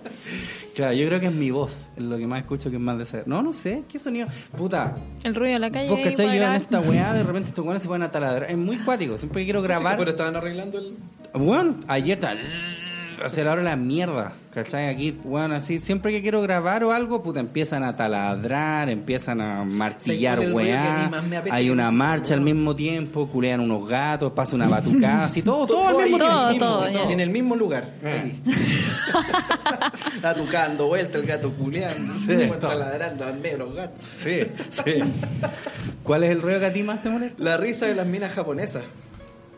[SPEAKER 2] claro, yo creo que es mi voz, es lo que más escucho que es más desagradable. No, no sé, ¿qué sonido? Puta,
[SPEAKER 4] El ruido de la calle.
[SPEAKER 2] vos
[SPEAKER 4] ahí
[SPEAKER 2] cachai, yo
[SPEAKER 4] para
[SPEAKER 2] en
[SPEAKER 4] grabar.
[SPEAKER 2] esta weá, de repente estos weones se ponen a taladrar. Es muy cuático, siempre que quiero grabar.
[SPEAKER 3] Pero estaban arreglando el.
[SPEAKER 2] Bueno, ayer tal. Hacia la hora de la mierda, ¿cachai? Aquí, bueno, así, siempre que quiero grabar o algo, puta, empiezan a taladrar, empiezan a martillar
[SPEAKER 3] Sí, yo le doy que a mí
[SPEAKER 2] weá,
[SPEAKER 3] más me apetece
[SPEAKER 2] hay una
[SPEAKER 3] ese
[SPEAKER 2] marcha al
[SPEAKER 3] weón.
[SPEAKER 2] mismo tiempo, culean unos gatos, pasa una batucada, así, todo,
[SPEAKER 3] <laughs>
[SPEAKER 2] todo al mismo
[SPEAKER 3] ahí,
[SPEAKER 2] tiempo.
[SPEAKER 3] en
[SPEAKER 4] Todo,
[SPEAKER 3] el mismo-
[SPEAKER 4] todo, ya.
[SPEAKER 3] En el mismo lugar.
[SPEAKER 2] Ah. <laughs>
[SPEAKER 3] ahí. <laughs> Está tocando vuelta el gato culeando.
[SPEAKER 2] Sí,
[SPEAKER 3] se está
[SPEAKER 2] todo.
[SPEAKER 3] ladrando al medio los gatos.
[SPEAKER 2] Sí, sí. ¿Cuál es el ruido que a ti más te molesta?
[SPEAKER 3] La risa de las minas japonesas.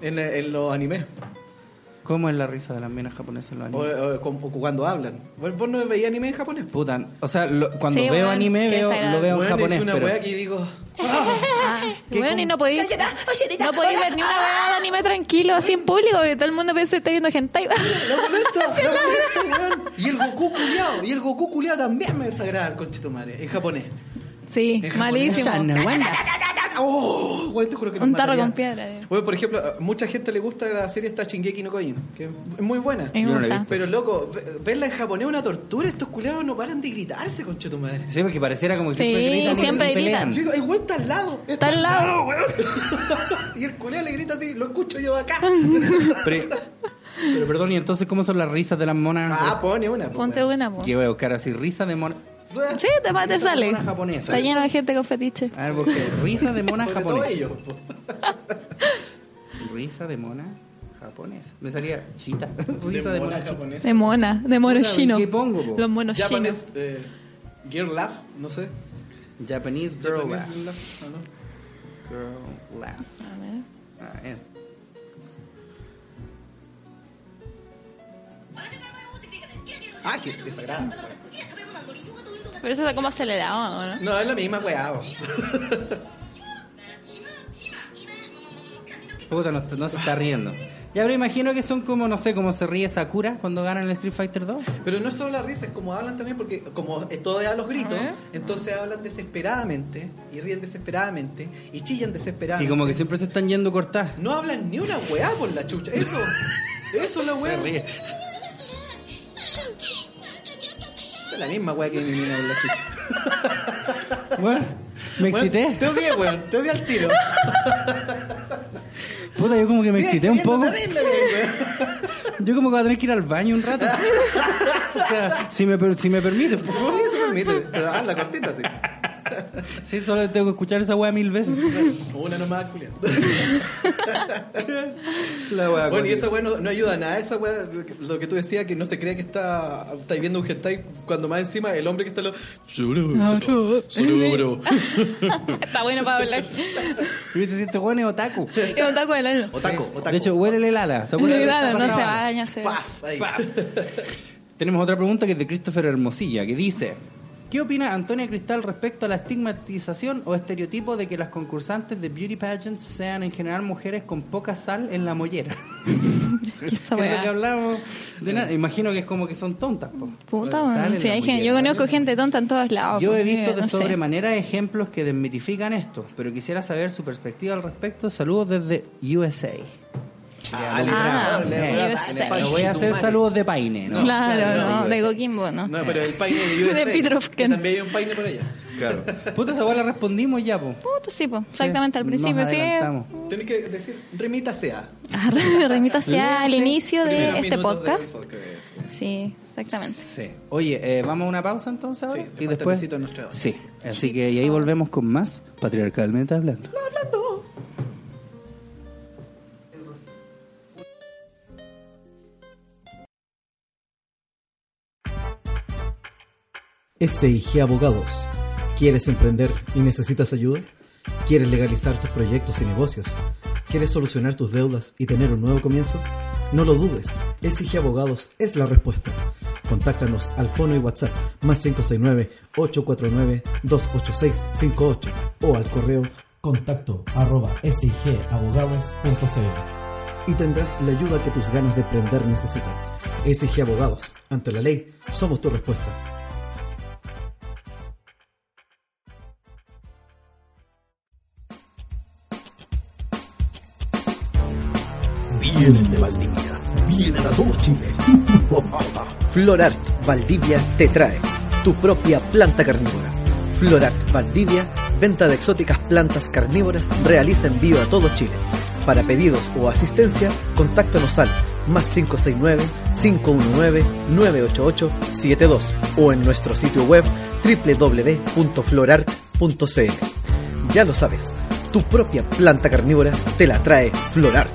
[SPEAKER 3] En, en los animes.
[SPEAKER 2] ¿Cómo es la risa de las minas japonesas en los
[SPEAKER 3] O,
[SPEAKER 2] animes?
[SPEAKER 3] o- con- o cuando hablan. Vos vos no veías anime en japonés.
[SPEAKER 2] Puta, o sea, lo- cuando
[SPEAKER 4] Sí,
[SPEAKER 2] veo
[SPEAKER 4] weón,
[SPEAKER 2] anime,
[SPEAKER 4] qué
[SPEAKER 2] veo, lo
[SPEAKER 4] desagradable.
[SPEAKER 2] veo en
[SPEAKER 3] Bueno,
[SPEAKER 2] japonés,
[SPEAKER 3] es una
[SPEAKER 2] pero...
[SPEAKER 3] weá que digo.
[SPEAKER 4] Ah, Bueno, y no podéis no podéis ver ni una weá de anime tranquilo, así en público, porque todo el mundo piensa que está viendo hentai. <laughs>
[SPEAKER 3] ¡No molesto! ¡No molesto, weón! Y el Goku culiao. Y el Goku culiao también me desagrada el conchito madre. En japonés.
[SPEAKER 4] sí,
[SPEAKER 3] En japonés.
[SPEAKER 4] malísimo.
[SPEAKER 3] ¡Oh! Weón, te juro que
[SPEAKER 4] Un
[SPEAKER 3] me
[SPEAKER 4] tarro
[SPEAKER 3] mataría.
[SPEAKER 4] con piedra. eh.
[SPEAKER 3] Bueno, por ejemplo, a mucha gente le gusta la serie esta Shingeki no Koin, que es muy buena.
[SPEAKER 4] A mí
[SPEAKER 2] Yo
[SPEAKER 4] me
[SPEAKER 2] no la he
[SPEAKER 4] gusta.
[SPEAKER 2] visto.
[SPEAKER 3] Pero loco, ve- verla en japonés es una tortura. Estos culiados no paran de gritarse, concha tu madre.
[SPEAKER 2] Sí, porque pareciera como que
[SPEAKER 4] Sí,
[SPEAKER 2] siempre gritan y
[SPEAKER 4] siempre
[SPEAKER 2] pelean.
[SPEAKER 4] gritan.
[SPEAKER 3] Yo digo, el güey está al lado.
[SPEAKER 4] Mm. Está al lado.
[SPEAKER 3] <laughs> y el culiao le grita así, lo escucho yo de
[SPEAKER 4] <laughs>
[SPEAKER 3] acá.
[SPEAKER 2] <laughs> Pero, pero perdón, ¿y entonces cómo son las risas de las monas?
[SPEAKER 3] ah, pone una. pues,
[SPEAKER 4] Ponte
[SPEAKER 3] weón.
[SPEAKER 4] buena, po.
[SPEAKER 2] que voy a buscar así, risa de mona.
[SPEAKER 4] Sí, te, te sale.
[SPEAKER 2] Mona japonesa.
[SPEAKER 4] Está lleno de gente con fetiche.
[SPEAKER 2] A ver, busqué risa de mona
[SPEAKER 3] Sobre todo
[SPEAKER 2] japonesa.
[SPEAKER 3] ellos. po.
[SPEAKER 2] Risa de mona japonesa. Me salía chita. <laughs> Risa de, mona chita.
[SPEAKER 4] De mona, de mono
[SPEAKER 2] Puta,
[SPEAKER 4] chino.
[SPEAKER 2] ¿y qué pongo, po?
[SPEAKER 4] Los monos chinos.
[SPEAKER 3] Japanese, eh, Girl Lab, no sé.
[SPEAKER 2] Japanese girl laugh.
[SPEAKER 3] Japanese Girl Lab, ah, no.
[SPEAKER 2] Girl laugh.
[SPEAKER 4] A ver.
[SPEAKER 2] A ver.
[SPEAKER 3] Ah, que desagrada.
[SPEAKER 4] Pero eso está como acelerado, ¿no?
[SPEAKER 3] No, es la misma weá. po.
[SPEAKER 2] Puta, no, no se está riendo. Ya, pero imagino que son como, no sé, como se ríe Sakura cuando ganan el Street Fighter 2.
[SPEAKER 3] Pero no es solo la risa, es como hablan también, porque como es todo de a los gritos,
[SPEAKER 4] A ver.
[SPEAKER 3] entonces hablan desesperadamente y ríen desesperadamente y chillan desesperadamente.
[SPEAKER 2] Y como que siempre se están yendo cortadas.
[SPEAKER 3] No hablan ni una weá por la chucha. Eso, eso es la weá.
[SPEAKER 2] <laughs> Se ríe.
[SPEAKER 3] Esa es la misma weá que ni una por la chucha.
[SPEAKER 2] Bueno, <laughs> me
[SPEAKER 3] Weón,
[SPEAKER 2] excité.
[SPEAKER 3] Te odié, weón. Te odié al
[SPEAKER 2] <laughs>
[SPEAKER 3] tiro.
[SPEAKER 2] Puta, yo como que me
[SPEAKER 3] Mira,
[SPEAKER 2] excité un
[SPEAKER 3] escribiendo
[SPEAKER 2] poco.
[SPEAKER 3] terrible, weón. <laughs>
[SPEAKER 2] Yo como que voy a tener que ir al baño un <laughs> rato. o sea, si me, per- si me permite. por favor.
[SPEAKER 3] Sí, eso permite, pero hazla cortita así.
[SPEAKER 2] Sí, solo tengo que escuchar esa weá mil veces.
[SPEAKER 3] Una nomás,
[SPEAKER 2] <laughs>
[SPEAKER 3] Julián.
[SPEAKER 2] La weá.
[SPEAKER 3] Bueno, y esa weá no, no ayuda a nada. Esa weá, lo que tú decías, que no se crea que está, está viendo un hentai, cuando más encima el hombre que está lo.
[SPEAKER 4] Ah, <laughs> Está bueno para hablar.
[SPEAKER 2] Y dice, si este weón es otaku.
[SPEAKER 4] Es un taco del año.
[SPEAKER 3] Otaco, otaco.
[SPEAKER 2] De hecho, huélele el ala. ¿Te acuerdas?
[SPEAKER 4] Claro, no
[SPEAKER 2] Pasaba.
[SPEAKER 4] se baña, se
[SPEAKER 3] Paf, ahí.
[SPEAKER 2] Tenemos otra pregunta que es de Christopher Hermosilla, que dice... ¿Qué opina Antonia Cristal respecto a la estigmatización o estereotipo de que las concursantes de beauty pageants sean en general mujeres con poca sal en la mollera?
[SPEAKER 4] <laughs> ¿Qué es
[SPEAKER 2] <laughs>
[SPEAKER 4] esa
[SPEAKER 2] Que es lo que
[SPEAKER 4] weá?
[SPEAKER 2] hablamos de nada. Imagino que es como que son tontas. po.
[SPEAKER 4] Puta,
[SPEAKER 2] Sale
[SPEAKER 4] weón.
[SPEAKER 2] la
[SPEAKER 4] Sí, hay gente- yo
[SPEAKER 2] mujer.
[SPEAKER 4] conozco gente tonta en todos lados.
[SPEAKER 2] Yo he
[SPEAKER 4] pues,
[SPEAKER 2] visto de
[SPEAKER 4] no sé.
[SPEAKER 2] sobremanera ejemplos que desmitifican esto, pero quisiera saber su perspectiva al respecto. Saludos desde USA.
[SPEAKER 3] Ah,
[SPEAKER 2] lo
[SPEAKER 4] Ah,
[SPEAKER 2] bravo.
[SPEAKER 4] de
[SPEAKER 2] Eh,
[SPEAKER 4] USA.
[SPEAKER 2] No voy a hacer saludos de paine, ¿no?
[SPEAKER 4] Claro,
[SPEAKER 3] claro,
[SPEAKER 4] no,
[SPEAKER 3] no,
[SPEAKER 4] de
[SPEAKER 3] USA.
[SPEAKER 4] Coquimbo, no.
[SPEAKER 3] No, pero el paine de USA.
[SPEAKER 4] De Petrovsky.
[SPEAKER 3] que También hay un paine por allá.
[SPEAKER 2] Claro. Puta, esa weá la respondimos ya, po.
[SPEAKER 4] Puta, sí, pues, exactamente al
[SPEAKER 2] Nos
[SPEAKER 4] principio, sí. <laughs>
[SPEAKER 2] adelantamos.
[SPEAKER 3] Tenés que decir, remita sea.
[SPEAKER 4] Ah, re- Remito hacia el
[SPEAKER 2] Léase
[SPEAKER 4] inicio
[SPEAKER 3] Primeros
[SPEAKER 4] de este
[SPEAKER 3] minutos del
[SPEAKER 4] podcast.
[SPEAKER 3] podcast.
[SPEAKER 4] Sí, exactamente.
[SPEAKER 2] Sí. Oye, eh, vamos a una pausa entonces ahora.
[SPEAKER 3] Sí, le
[SPEAKER 2] y
[SPEAKER 3] falta
[SPEAKER 2] después.
[SPEAKER 3] besito a nuestra voz.
[SPEAKER 2] Sí. Así que y ahí volvemos con más patriarcalmente hablando.
[SPEAKER 6] SIG Abogados. ¿Quieres emprender y necesitas ayuda? ¿Quieres legalizar tus proyectos y negocios? ¿Quieres solucionar tus deudas y tener un nuevo comienzo? No lo dudes, SIG Abogados es la respuesta. Contáctanos al fono y WhatsApp más 569-849-28658 o al correo
[SPEAKER 7] contacto arroba sigabogados.cl
[SPEAKER 6] y tendrás la ayuda que tus ganas de emprender necesitan. SG Abogados, ante la ley, somos tu respuesta.
[SPEAKER 8] vienen de Valdivia. Vienen a todo Chile.
[SPEAKER 9] <laughs> Florart Valdivia te trae tu propia planta carnívora. Florart Valdivia, venta de exóticas plantas carnívoras, realiza envío a todo Chile. Para pedidos o asistencia, contáctanos al más 569-519-988-72 o en nuestro sitio web www.florart.cl. Ya lo sabes, tu propia planta carnívora te la trae Florart.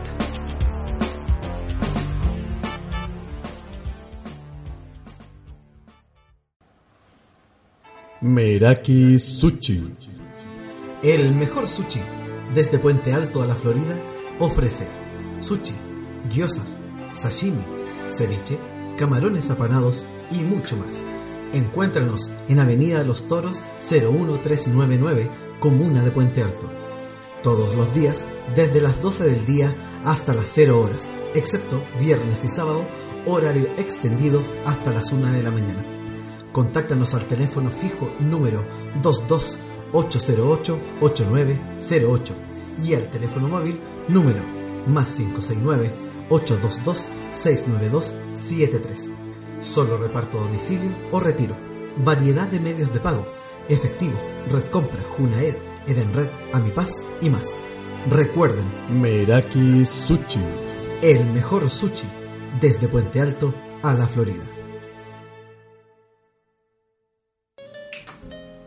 [SPEAKER 8] Meraki Sushi.
[SPEAKER 6] El mejor sushi, desde Puente Alto a la Florida, ofrece sushi, gyozas, sashimi, ceviche, camarones apanados y mucho más. Encuéntranos en Avenida Los Toros 01399, Comuna de Puente Alto. Todos los días, desde las 12 del día hasta las 0 horas, excepto viernes y sábado, horario extendido hasta las 1 de la mañana. Contáctanos al teléfono fijo número 22808-8908 y al teléfono móvil número más 569-822-69273. Solo reparto a domicilio o retiro. Variedad de medios de pago. Efectivo, Red Compra, Junaed, Edenred, Amipaz y más. Recuerden,
[SPEAKER 8] Meraki Sushi.
[SPEAKER 6] el mejor sushi desde Puente Alto a la Florida.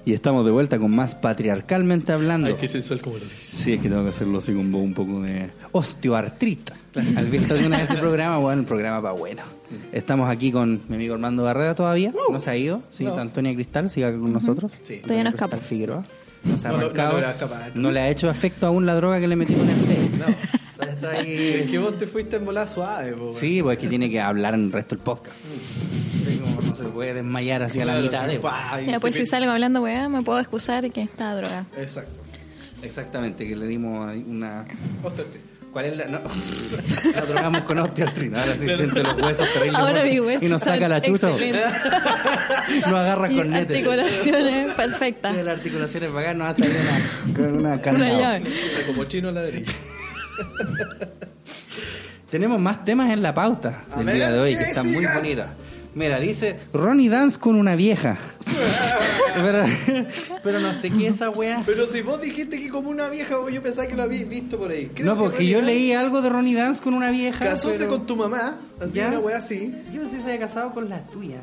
[SPEAKER 2] Y estamos de vuelta con más patriarcalmente hablando.
[SPEAKER 10] Ay, qué sensual como lo dices.
[SPEAKER 2] Sí, es que tengo que hacerlo así con un poco de osteoartrita. Al visto alguna de ese programa, bueno, el programa va bueno. Estamos aquí con mi amigo Armando Barrera todavía, no se ha ido, sí, está Antonia Cristal sigue acá con nosotros.
[SPEAKER 3] Sí.
[SPEAKER 4] Todavía no escapa.
[SPEAKER 2] Cristal Figueroa. No se ha
[SPEAKER 3] No lo- no
[SPEAKER 2] arrancado.
[SPEAKER 3] logra escapar.
[SPEAKER 2] No le ha hecho efecto aún la droga que le metimos en el té.
[SPEAKER 3] No, está ahí.
[SPEAKER 6] <laughs>
[SPEAKER 3] Es que vos te fuiste en volada suave, po, weón.
[SPEAKER 2] Sí, pues es que tiene que hablar en el resto del podcast. Sí, como no se puede desmayar hacia la
[SPEAKER 3] Claro,
[SPEAKER 2] mitad
[SPEAKER 3] sí,
[SPEAKER 2] de...
[SPEAKER 3] pa, y
[SPEAKER 4] Ya,
[SPEAKER 3] te
[SPEAKER 4] pues si
[SPEAKER 3] pe-
[SPEAKER 4] salgo hablando, weá, me puedo excusar que está drogada.
[SPEAKER 3] Exacto.
[SPEAKER 2] Exactamente, que le dimos ahí una...
[SPEAKER 3] Osteoartritis.
[SPEAKER 2] ¿Cuál es la.? No, <laughs> la drogamos con osteoartrina. Ahora sí siente los huesos terribles.
[SPEAKER 4] Ahora
[SPEAKER 2] fuertes.
[SPEAKER 4] mi hueso.
[SPEAKER 2] Y nos saca la chucha.
[SPEAKER 4] Excelente.
[SPEAKER 2] Nos agarra
[SPEAKER 4] Y
[SPEAKER 2] con netes.
[SPEAKER 4] articulaciones perfectas.
[SPEAKER 2] De las articulaciones vagas nos hace ahí una, con una
[SPEAKER 4] Una
[SPEAKER 2] carnada.
[SPEAKER 4] llave.
[SPEAKER 3] Está como chino ladrillo.
[SPEAKER 2] Tenemos más temas en la pauta
[SPEAKER 3] A
[SPEAKER 2] del
[SPEAKER 3] ver,
[SPEAKER 2] día de hoy que
[SPEAKER 3] que
[SPEAKER 2] están muy
[SPEAKER 3] siga.
[SPEAKER 2] bonitas. Mira, dice Ronnie Dance con una
[SPEAKER 3] <laughs>
[SPEAKER 2] vieja. pero, pero no sé qué esa wea.
[SPEAKER 3] <laughs> Pero si vos dijiste que como una vieja, yo pensaba que lo habías visto por ahí. Creo
[SPEAKER 2] No,
[SPEAKER 3] que
[SPEAKER 2] porque
[SPEAKER 3] en
[SPEAKER 2] yo
[SPEAKER 3] realidad
[SPEAKER 2] leí algo de Ronnie Dance con una vieja.
[SPEAKER 3] Casóse
[SPEAKER 2] pero-
[SPEAKER 3] con tu mamá, así
[SPEAKER 2] ¿Ya?
[SPEAKER 3] una wea así.
[SPEAKER 2] Yo no sé si se había casado con la tuya.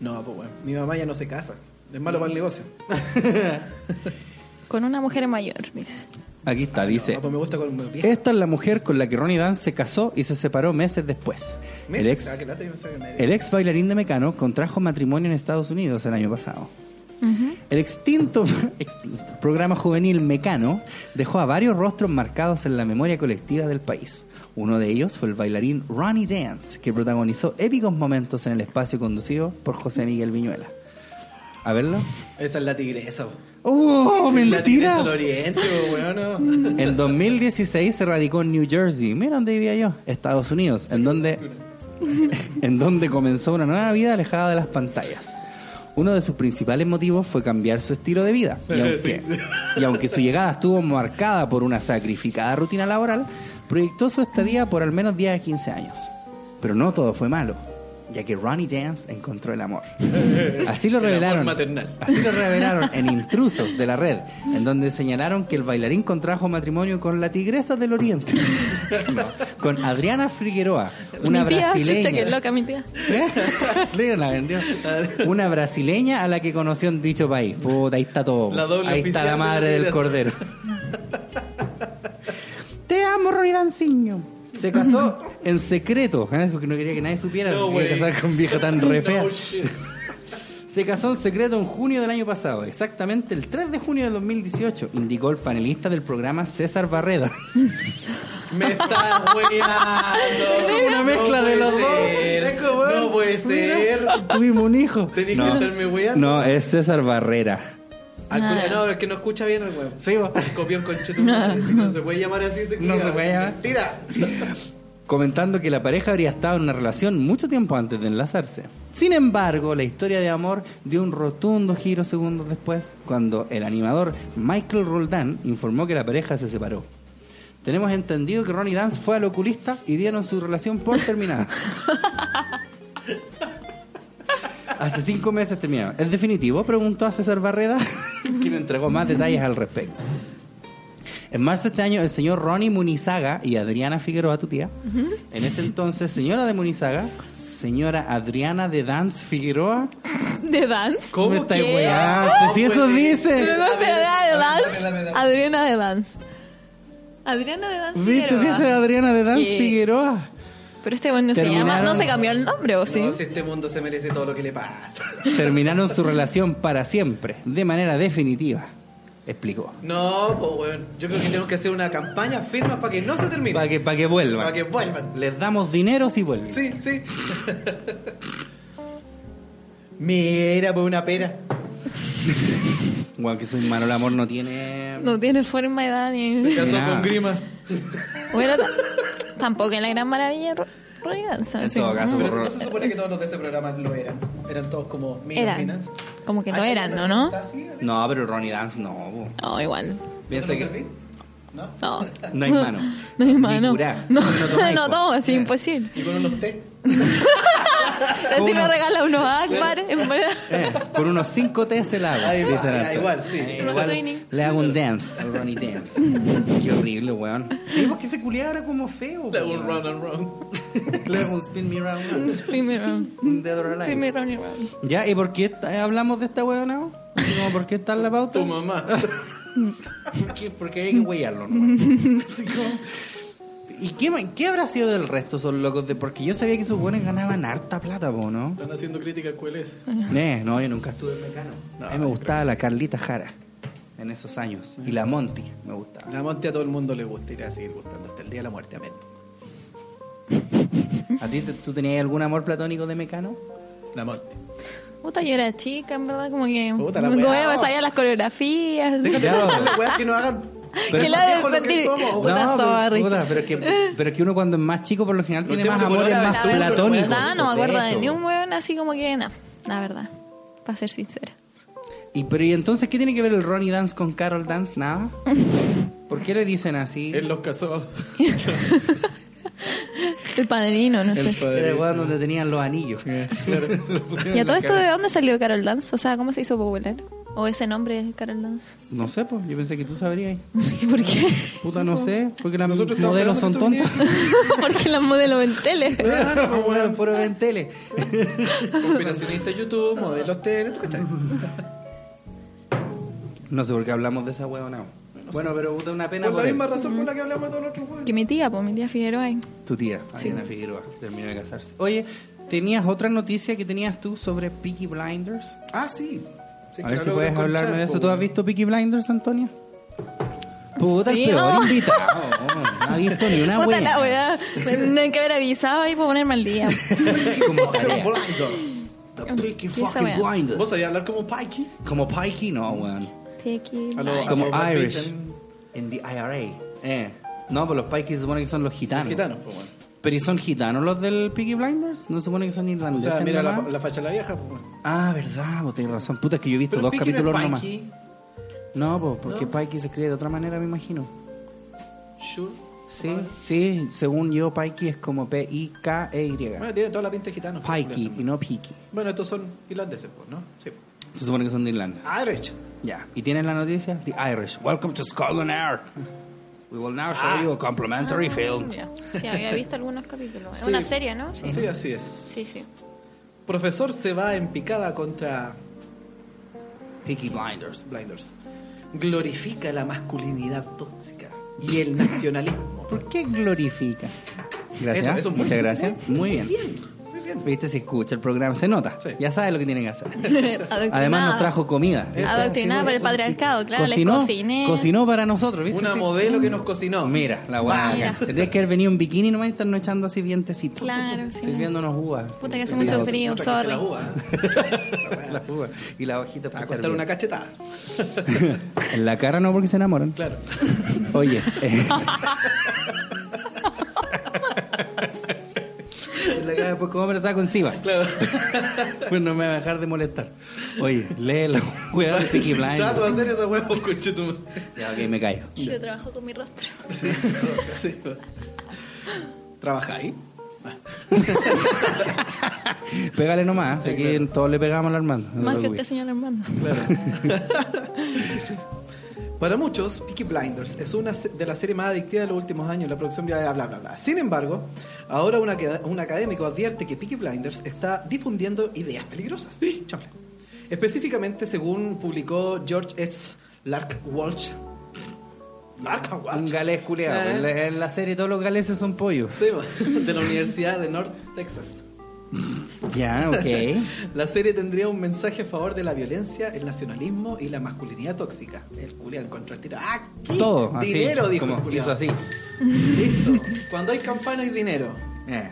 [SPEAKER 3] No, pues bueno, mi mamá ya no se casa. Es malo para el negocio.
[SPEAKER 4] Con una mujer mayor, dice.
[SPEAKER 2] Aquí está, dice.
[SPEAKER 3] No, pues me gusta con mi vieja.
[SPEAKER 2] Esta es la mujer con la que Ronnie Dance se casó y se separó meses después.
[SPEAKER 3] Meses,
[SPEAKER 2] El
[SPEAKER 3] ah,
[SPEAKER 2] ex,
[SPEAKER 3] que lata, yo pensaba que me-
[SPEAKER 2] el ex bailarín de Mecano contrajo matrimonio en Estados Unidos el año pasado. El extinto, <laughs> extinto programa juvenil Mecano dejó a varios rostros marcados en la memoria colectiva del país. Uno de ellos fue el bailarín Ronnie Dance, que protagonizó épicos momentos en el espacio conducido por José Miguel Viñuela. A verlo.
[SPEAKER 3] Esa es la tigresa. po.
[SPEAKER 2] ¡Oh,
[SPEAKER 3] La tigresa
[SPEAKER 2] mentira!
[SPEAKER 3] del
[SPEAKER 2] Mm,
[SPEAKER 3] oriente,
[SPEAKER 2] <laughs>
[SPEAKER 3] po, weón. no.
[SPEAKER 2] En 2016 se radicó en New Jersey, mira dónde vivía yo, Estados Unidos, en donde, <laughs> en donde comenzó una nueva vida alejada de las pantallas. Uno de sus principales motivos fue cambiar su estilo de vida. Y aunque, y aunque su llegada estuvo marcada por una sacrificada rutina laboral, proyectó su estadía por al menos 10 a 15 años. Pero no todo fue malo, ya que Ronnie Dance encontró el
[SPEAKER 3] <laughs>
[SPEAKER 2] amor. Así lo
[SPEAKER 3] El amor
[SPEAKER 2] revelaron.
[SPEAKER 3] maternal.
[SPEAKER 2] Así
[SPEAKER 3] <laughs>
[SPEAKER 2] lo revelaron en Intrusos de la Red, en donde señalaron que el bailarín contrajo matrimonio con la tigresa del Oriente,
[SPEAKER 3] <laughs>
[SPEAKER 2] No, con Adriana Figueroa, una
[SPEAKER 4] mi tía,
[SPEAKER 2] brasileña.
[SPEAKER 4] chucha, que loca mi tía.
[SPEAKER 2] ¿Eh? <laughs> Mira, la vendió. Una brasileña a la que conoció en dicho país. Puta, ahí está todo.
[SPEAKER 3] La doble
[SPEAKER 2] ahí está
[SPEAKER 3] oficial
[SPEAKER 2] la
[SPEAKER 3] de
[SPEAKER 2] madre del
[SPEAKER 3] tigresa.
[SPEAKER 2] cordero. Te amo, Rory Danciño. Se casó en secreto, ¿eh? porque no quería que nadie supiera
[SPEAKER 3] No,
[SPEAKER 2] que se quería
[SPEAKER 3] wey.
[SPEAKER 2] casar con vieja tan re fea.
[SPEAKER 3] <laughs> No, shit.
[SPEAKER 2] Se casó en secreto en junio del año pasado, exactamente el 3 de junio de 2018, indicó el panelista del programa César Barreda.
[SPEAKER 3] Me estás
[SPEAKER 2] <laughs>
[SPEAKER 3] hueveando.
[SPEAKER 2] Una mezcla
[SPEAKER 3] puede
[SPEAKER 2] de los dos.
[SPEAKER 3] ser.
[SPEAKER 2] Es como,
[SPEAKER 3] No puede ser.
[SPEAKER 2] Tuvimos un hijo.
[SPEAKER 3] Tenés que estarme hueando.
[SPEAKER 2] No, es César Barrera.
[SPEAKER 3] Al culo- No, es que no escucha bien el weón.
[SPEAKER 2] Sí, vos.
[SPEAKER 3] Copión con No se puede llamar así ese
[SPEAKER 2] No
[SPEAKER 3] culiao.
[SPEAKER 2] se puede llamar.
[SPEAKER 3] Mentira.
[SPEAKER 2] comentando que la pareja habría estado en una relación mucho tiempo antes de enlazarse. Sin embargo, la historia de amor dio un rotundo giro segundos después, cuando el animador Michael Roldán informó que la pareja se separó. Tenemos entendido que Ronnie Dance fue al oculista y dieron su relación por terminada. Hace cinco meses terminaba. ¿Es definitivo? Preguntó a César Barreda, quien entregó más detalles al respecto. En marzo de este año, el señor Ronnie Munizaga y Adriana Figueroa, tu tía, en ese entonces, señora de Munizaga, señora Adriana de Dance Figueroa,
[SPEAKER 4] ¿De dance?
[SPEAKER 2] ¿cómo
[SPEAKER 4] está
[SPEAKER 2] estáis weando? Si ah, pues eso dice.
[SPEAKER 4] Pues, ¿Pero cómo se llama
[SPEAKER 3] Dame,
[SPEAKER 4] de
[SPEAKER 3] dame,
[SPEAKER 4] dance?
[SPEAKER 3] dame.
[SPEAKER 4] Adriana de dance. Adriana de dance.
[SPEAKER 2] ¿Viste?
[SPEAKER 4] Figueroa.
[SPEAKER 2] Dice Adriana de Dance
[SPEAKER 4] ¿ah? ¿Qué?
[SPEAKER 2] Figueroa.
[SPEAKER 4] Pero este bueno se
[SPEAKER 2] Terminaron.
[SPEAKER 4] llama. No se cambió el nombre, ¿o sí?
[SPEAKER 3] No, si este mundo se merece todo lo que le pasa.
[SPEAKER 2] Terminaron su relación para siempre, de manera definitiva, explicó.
[SPEAKER 3] No, pues bueno, yo creo que tenemos que hacer una campaña firma para que no se termine.
[SPEAKER 2] Para que, pa' que vuelvan.
[SPEAKER 3] Para que vuelvan.
[SPEAKER 2] Les damos dinero si vuelven.
[SPEAKER 3] Sí, sí. <laughs> Mira, pues una pera.
[SPEAKER 2] Guau, que soy malo, el amor no tiene...
[SPEAKER 4] No tiene forma de edad ni.
[SPEAKER 3] Se casó
[SPEAKER 2] Nada.
[SPEAKER 3] con grimas.
[SPEAKER 4] Bueno, ta- tampoco es la gran maravilla de Ronnie Dance.
[SPEAKER 2] En
[SPEAKER 4] así,
[SPEAKER 2] todo caso,
[SPEAKER 4] ¿no?
[SPEAKER 2] por-
[SPEAKER 3] No se supone que todos los de ese programa lo eran. Eran todos como minas,
[SPEAKER 4] Eran.
[SPEAKER 3] minas.
[SPEAKER 4] Como que no
[SPEAKER 3] Ay,
[SPEAKER 4] eran, ¿no?
[SPEAKER 3] ¿alguna
[SPEAKER 4] ¿no?
[SPEAKER 3] pregunta así? ¿No
[SPEAKER 2] No, pero Ronnie Dance no. po.
[SPEAKER 4] No, igual.
[SPEAKER 2] Piensa
[SPEAKER 3] te lo
[SPEAKER 2] que
[SPEAKER 3] serví? ¿No?
[SPEAKER 4] No.
[SPEAKER 2] no hay mano.
[SPEAKER 4] No hay mano.
[SPEAKER 2] Ni curá.
[SPEAKER 4] <laughs> No,
[SPEAKER 2] No tomáis,
[SPEAKER 4] no
[SPEAKER 2] po.
[SPEAKER 4] tomo, es imposible.
[SPEAKER 3] ¿Y con unos té?
[SPEAKER 4] Si me regala ah, unos Akbar, en verdad.
[SPEAKER 2] Eh, con unos 5 T's el agua.
[SPEAKER 3] Ah, igual,
[SPEAKER 2] dice el
[SPEAKER 3] ah,
[SPEAKER 2] Antonio.
[SPEAKER 3] igual, sí.
[SPEAKER 2] Eh,
[SPEAKER 4] Unos
[SPEAKER 2] igual
[SPEAKER 4] <laughs> twinning.
[SPEAKER 2] le hago un dance al Ronnie <laughs> Dance. Qué horrible, weón. Sí, porque ese culiado era como feo.
[SPEAKER 3] Le hago un
[SPEAKER 2] weón.
[SPEAKER 3] round and
[SPEAKER 2] <laughs>
[SPEAKER 3] round.
[SPEAKER 2] Le hago un spin me round.
[SPEAKER 4] Primero.
[SPEAKER 2] Un dedo relajado.
[SPEAKER 4] Primero, Ronnie Dance.
[SPEAKER 2] Ya, ¿y por qué t- hablamos de esta weón ahora? Como, ¿Por qué está en la pauta?
[SPEAKER 3] Tu mamá.
[SPEAKER 2] Porque, porque hay que huellarlo, ¿no? <laughs> Así como- ¿Y qué, ma- qué habrá sido del resto esos locos? De, porque yo sabía que esos weones ganaban harta plata, po,
[SPEAKER 3] <laughs>
[SPEAKER 2] ¿no?
[SPEAKER 3] Están haciendo críticas, ¿cuál es?
[SPEAKER 2] Eh, no, yo nunca estuve en Mecano. a mí me gustaba la Carlita Jara en esos años. Y la Monty me gustaba.
[SPEAKER 3] La Monte a todo el mundo le gusta y le va a seguir gustando hasta el día de la muerte. Amén.
[SPEAKER 2] ¿A ti te- tú tenías algún amor platónico de Mecano?
[SPEAKER 3] La Monte.
[SPEAKER 4] Puta, yo era chica, en verdad, como que.
[SPEAKER 3] Puta, la
[SPEAKER 4] como
[SPEAKER 3] weá.
[SPEAKER 4] que me sabía las coreografías.
[SPEAKER 3] Déjate
[SPEAKER 4] <laughs>
[SPEAKER 2] Ya,
[SPEAKER 3] de
[SPEAKER 2] weón.
[SPEAKER 3] las weas que no hagan.
[SPEAKER 2] Pero-
[SPEAKER 4] que la
[SPEAKER 3] Dijo lo que
[SPEAKER 4] desmentir.
[SPEAKER 3] somos,
[SPEAKER 4] Puta,
[SPEAKER 2] No,
[SPEAKER 4] sorry.
[SPEAKER 2] pero, puta, pero es que, pero es que uno cuando es más chico por lo general
[SPEAKER 3] Los
[SPEAKER 2] tiene
[SPEAKER 3] temas
[SPEAKER 2] más
[SPEAKER 3] de
[SPEAKER 2] amores
[SPEAKER 3] color,
[SPEAKER 2] más
[SPEAKER 4] La verdad,
[SPEAKER 2] platónicos.
[SPEAKER 4] no me acuerdo de
[SPEAKER 2] Eso,
[SPEAKER 4] ni un
[SPEAKER 2] po.
[SPEAKER 4] weón así como que, no, la verdad, para ser sincera.
[SPEAKER 2] Y pero y entonces qué tiene que ver el Ronnie Dance con Carol Dance?
[SPEAKER 4] <laughs>
[SPEAKER 2] Nada. ¿Por qué le dicen así?
[SPEAKER 3] Él los casó.
[SPEAKER 4] El padrino,
[SPEAKER 3] <laughs>
[SPEAKER 4] no
[SPEAKER 3] El
[SPEAKER 4] sé.
[SPEAKER 2] Era el
[SPEAKER 3] padre.
[SPEAKER 2] lugar
[SPEAKER 3] <laughs>
[SPEAKER 2] donde tenían los anillos. <laughs>
[SPEAKER 4] ¿Y a todo esto de dónde salió Carol Dance? O sea, ¿cómo se hizo popular? ¿O ese nombre, Carol Dance? <laughs>
[SPEAKER 2] No sé, pues, yo pensé que tú sabrías.
[SPEAKER 4] ¿Y ¿Por qué? <laughs>
[SPEAKER 2] Puta, no sé, porque las
[SPEAKER 3] Nosotros estamos
[SPEAKER 2] modelos son
[SPEAKER 3] esperando que
[SPEAKER 2] tontas.
[SPEAKER 3] tú
[SPEAKER 2] <laughs>
[SPEAKER 4] Porque las modelos en tele.
[SPEAKER 2] Claro, pues, bueno, puro en tele.
[SPEAKER 3] Conspiracionista YouTube, modelos tele, ¿tú cachai?
[SPEAKER 2] No sé por qué hablamos de esa huevona. Bueno, pero puta, una pena
[SPEAKER 3] Por la
[SPEAKER 2] por él.
[SPEAKER 3] misma razón por la que hablamos de todos los otros huevos.
[SPEAKER 4] Que mi tía, pues mi tía Figueroa. ahí.
[SPEAKER 2] Tu tía,
[SPEAKER 4] Sí.
[SPEAKER 2] Adriana Figueroa, terminó de casarse. Oye, ¿tenías otra noticia que tenías tú sobre Peaky Blinders?
[SPEAKER 3] Ah, sí. Sí,
[SPEAKER 2] A
[SPEAKER 3] que
[SPEAKER 2] ver si
[SPEAKER 3] no logro
[SPEAKER 2] puedes
[SPEAKER 3] encontrar,
[SPEAKER 2] hablarme de eso.
[SPEAKER 3] po.
[SPEAKER 2] ¿Tú has visto Peaky Blinders, Antonia? Puta,
[SPEAKER 4] Sí,
[SPEAKER 2] el peor
[SPEAKER 4] no. <laughs>
[SPEAKER 2] invitado. No ha visto ni una
[SPEAKER 4] Puta la
[SPEAKER 2] hueá.
[SPEAKER 4] weá. Me tendrían que haber avisado ahí para ponerme
[SPEAKER 2] <laughs>
[SPEAKER 4] al día.
[SPEAKER 2] Como tarea.
[SPEAKER 4] The Peaky
[SPEAKER 2] Fucking
[SPEAKER 4] esa weá.
[SPEAKER 2] Blinders.
[SPEAKER 3] <laughs> ¿Vos sabías hablar como Pikey?
[SPEAKER 2] Como Pikey, no, weón.
[SPEAKER 4] Peaky
[SPEAKER 3] A lo-
[SPEAKER 4] Blinders.
[SPEAKER 2] Como
[SPEAKER 3] Ah, ya.
[SPEAKER 2] Irish. En the IRA. Eh. No, pues los Pikey se supone que son los gitanos.
[SPEAKER 3] Gitanos, pues bueno.
[SPEAKER 2] Pero ¿y son gitanos los del Peaky Blinders? ¿No se supone que son
[SPEAKER 3] O
[SPEAKER 2] irlandeses?
[SPEAKER 3] sea, mira la,
[SPEAKER 2] nomás?
[SPEAKER 3] la facha de la vieja, pues bueno.
[SPEAKER 2] Ah, verdad, vos tenés razón. Puta, es que yo he visto dos
[SPEAKER 3] Pikey
[SPEAKER 2] capítulos
[SPEAKER 3] no es
[SPEAKER 2] nomás.
[SPEAKER 3] Pikey.
[SPEAKER 2] No, pues, porque
[SPEAKER 3] No.
[SPEAKER 2] Pikey se escribe de otra manera, me imagino.
[SPEAKER 3] Sure.
[SPEAKER 2] Sí, sí, según yo, Pikey es como P-I-K-E-Y.
[SPEAKER 3] Bueno, tiene toda la pinta de gitano. pues,
[SPEAKER 2] Pikey y no Peaky.
[SPEAKER 3] Bueno, estos son irlandeses, pues, ¿no? Sí. Ah,
[SPEAKER 2] Se supone que son de Irlanda.
[SPEAKER 3] Irish.
[SPEAKER 2] Ya. ¿Y tienen la noticia? The Irish. Welcome to Scotland Yard. We will now show you a
[SPEAKER 4] Ah.
[SPEAKER 2] complimentary film.
[SPEAKER 4] Ya. Sí, había visto algunos capítulos. Es una serie, ¿no? Sí.
[SPEAKER 3] Sí, así es.
[SPEAKER 4] Sí,
[SPEAKER 2] <laughs>
[SPEAKER 4] sí.
[SPEAKER 3] Profesor se va en picada contra
[SPEAKER 2] Peaky Blinders.
[SPEAKER 3] Blinders. Glorifica la masculinidad tóxica
[SPEAKER 2] <laughs>
[SPEAKER 3] y el nacionalismo.
[SPEAKER 2] ¿Por qué glorifica? Gracias.
[SPEAKER 3] Eso- eso muy
[SPEAKER 2] Muchas
[SPEAKER 3] bien.
[SPEAKER 2] gracias. Muy bien.
[SPEAKER 3] Muy bien.
[SPEAKER 2] Viste, si escucha el programa, se nota.
[SPEAKER 3] Sí.
[SPEAKER 2] Ya sabe lo que tienen que hacer.
[SPEAKER 4] Adoctrinada.
[SPEAKER 2] Además, nos trajo comida.
[SPEAKER 4] Adoctrinada por el patriarcado, claro.
[SPEAKER 2] cocinó,
[SPEAKER 4] les cociné.
[SPEAKER 2] cocinó para nosotros, ¿viste?
[SPEAKER 3] Una
[SPEAKER 2] Sí.
[SPEAKER 3] modelo que nos cocinó.
[SPEAKER 2] Mira, la
[SPEAKER 4] Mira.
[SPEAKER 2] guaca. Tendrías que haber venido en bikini nomás y estarnos echando así dientecitos.
[SPEAKER 4] Claro, sí.
[SPEAKER 2] Sirviéndonos uvas.
[SPEAKER 4] Puta que hace
[SPEAKER 2] Sí,
[SPEAKER 4] mucho
[SPEAKER 2] las-
[SPEAKER 4] frío,
[SPEAKER 3] Otra que
[SPEAKER 4] sorry.
[SPEAKER 3] te la uva, ¿eh?
[SPEAKER 2] <laughs> las uvas. Y la hojita
[SPEAKER 3] A
[SPEAKER 2] para
[SPEAKER 3] cortar una cachetada.
[SPEAKER 2] <laughs> En la cara no, porque se enamoran.
[SPEAKER 3] Claro.
[SPEAKER 2] Oye. eh,
[SPEAKER 3] La
[SPEAKER 2] acá después como conversaba con Siva.
[SPEAKER 3] Claro.
[SPEAKER 2] Pues no me va a dejar de molestar. Oye, lee la weá de Peaky Blinders.
[SPEAKER 3] <laughs> Trato de hacer esa hueá, pues, conchetumare.
[SPEAKER 2] Ya, ok, me callo.
[SPEAKER 4] Yo trabajo con mi rostro.
[SPEAKER 2] Ah,
[SPEAKER 3] Sí, sí. ¿Trabajáis?
[SPEAKER 2] Pégale nomás, si aquí todos le pegamos al Armando. no te
[SPEAKER 4] Más que
[SPEAKER 2] preocupes.
[SPEAKER 4] usted, señor Armando.
[SPEAKER 3] Claro. <laughs> Sí. Para muchos, Peaky Blinders es una se- de las series más adictivas de los últimos años, la producción ya bla bla bla. Sin embargo, ahora una que- un académico advierte que Peaky Blinders está difundiendo ideas peligrosas. Chanfle. Específicamente, según publicó George S. Lark Walsh. Lark Walsh.
[SPEAKER 2] Un galés culeado.
[SPEAKER 3] Eh.
[SPEAKER 2] En, la, en la serie todos los galeses son pollos.
[SPEAKER 3] Sí, <laughs> de la Universidad de North Texas.
[SPEAKER 2] Ya,
[SPEAKER 3] <laughs>
[SPEAKER 2] ok.
[SPEAKER 3] La serie tendría un mensaje a favor de la violencia, el nacionalismo y la masculinidad tóxica. El Julián encontró el tiro. ¡Ah! ¿qué?
[SPEAKER 2] Todo, así.
[SPEAKER 3] Dinero, dijo el
[SPEAKER 2] como
[SPEAKER 3] culiao.
[SPEAKER 2] hizo así.
[SPEAKER 3] Listo. Cuando hay campana hay dinero.
[SPEAKER 2] Eh.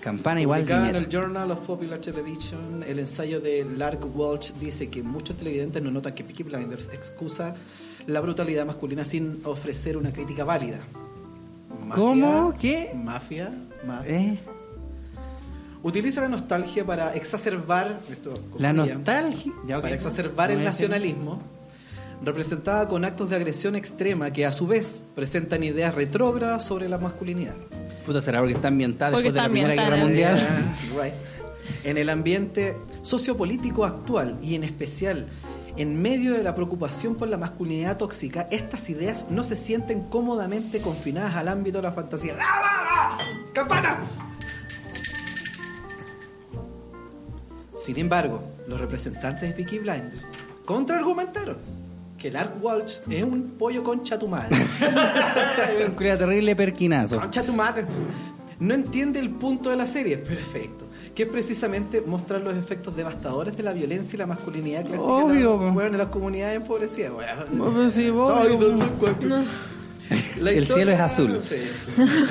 [SPEAKER 2] Campana igual
[SPEAKER 3] Publicado en
[SPEAKER 2] dinero.
[SPEAKER 3] el Journal of Popular Television, el ensayo de Lark Walsh dice que muchos televidentes no notan que Peaky Blinders excusa la brutalidad masculina sin ofrecer una crítica válida. Mafia,
[SPEAKER 2] ¿Cómo? ¿Qué?
[SPEAKER 3] Mafia, mafia.
[SPEAKER 2] ¿Eh?
[SPEAKER 3] Utiliza la nostalgia para exacerbar esto,
[SPEAKER 2] La
[SPEAKER 3] comillas,
[SPEAKER 2] nostalgia. Ya, ok.
[SPEAKER 3] para exacerbar
[SPEAKER 2] No
[SPEAKER 3] el
[SPEAKER 2] voy a decir-
[SPEAKER 3] nacionalismo, representada con actos de agresión extrema que a su vez presentan ideas retrógradas sobre la masculinidad.
[SPEAKER 2] Puta, será porque está ambiental
[SPEAKER 4] Porque
[SPEAKER 2] después de la
[SPEAKER 4] está
[SPEAKER 2] Primera Guerra
[SPEAKER 4] ambiental.
[SPEAKER 2] Mundial.
[SPEAKER 3] <laughs> Yeah, right. En el ambiente sociopolítico actual y en especial en medio de la preocupación por la masculinidad tóxica, estas ideas no se sienten cómodamente confinadas al ámbito de la fantasía. ¡Ah, ah, ah! ¡Campana! Sin embargo, los representantes de Peaky Blinders contraargumentaron que el Art Walsh es un pollo concha tu madre.
[SPEAKER 2] <laughs>
[SPEAKER 4] eh.
[SPEAKER 2] Un culiao terrible perquinazo.
[SPEAKER 3] Concha tu madre. No entiende el punto de la serie, perfecto. Que es precisamente mostrar los efectos devastadores de la violencia y la masculinidad clásica
[SPEAKER 2] Obvio,
[SPEAKER 3] en, la-
[SPEAKER 2] po.
[SPEAKER 3] bueno, en las comunidades empobrecidas. bueno.
[SPEAKER 2] No, pero sí,
[SPEAKER 3] Ay,
[SPEAKER 2] obvio,
[SPEAKER 3] no,
[SPEAKER 2] po.
[SPEAKER 3] no, cuatro. La
[SPEAKER 2] El cielo es azul.
[SPEAKER 3] Sí.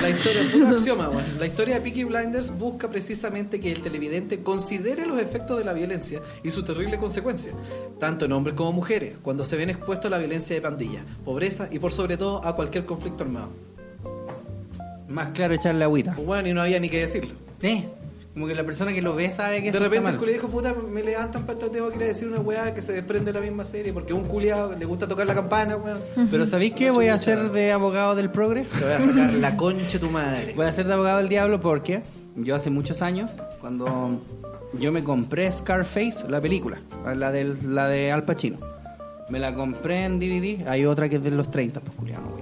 [SPEAKER 3] La historia, puro axioma, bueno. La historia de Peaky Blinders busca precisamente que el televidente considere los efectos de la violencia y su terrible consecuencia, tanto en hombres como mujeres, cuando se ven expuestos a la violencia de pandillas, pobreza y por sobre todo a cualquier conflicto armado.
[SPEAKER 2] Más claro echarle agüita.
[SPEAKER 3] Pues bueno, y no había ni que decirlo.
[SPEAKER 2] ¿Eh? Como que la persona que lo ve sabe que
[SPEAKER 3] de
[SPEAKER 2] eso está
[SPEAKER 3] repente el
[SPEAKER 2] mal.
[SPEAKER 3] culiado dijo, puta, me levantan para esto, tengo que ir a decir una weá que se desprende de la misma serie, porque a un culiado le gusta tocar la campana, weón.
[SPEAKER 2] Pero ¿sabéis qué? Voy a ser de abogado del progre.
[SPEAKER 3] Te voy a sacar la concha de tu madre.
[SPEAKER 2] <laughs> Voy a ser de abogado del diablo porque yo hace muchos años, cuando yo me compré Scarface, la película, la, del, la de Al Pacino, me la compré en DVD, hay otra que es de los 30, pues culiano, güey.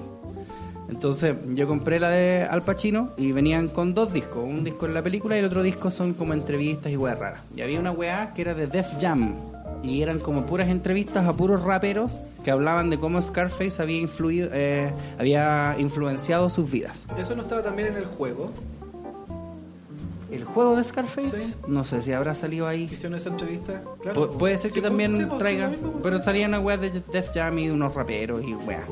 [SPEAKER 2] Entonces yo compré la de Al Pacino y venían con dos discos, un disco en la película y el otro disco son como entrevistas y weas raras. Y había una wea que era de Def Jam y eran como puras entrevistas a puros raperos que hablaban de cómo Scarface había influido, eh, había influenciado sus vidas.
[SPEAKER 3] Eso no estaba también en el juego.
[SPEAKER 2] ¿El juego de Scarface?
[SPEAKER 3] Sí.
[SPEAKER 2] No sé si habrá salido ahí.
[SPEAKER 3] Hicieron esa entrevista.
[SPEAKER 2] Pu-
[SPEAKER 3] Claro,
[SPEAKER 2] puede ser que
[SPEAKER 3] Sí,
[SPEAKER 2] también
[SPEAKER 3] sí, pues,
[SPEAKER 2] traiga.
[SPEAKER 3] sí, lo mismo,
[SPEAKER 2] pero
[SPEAKER 3] sí.
[SPEAKER 2] salían a weas de Def Jam y unos raperos y weas.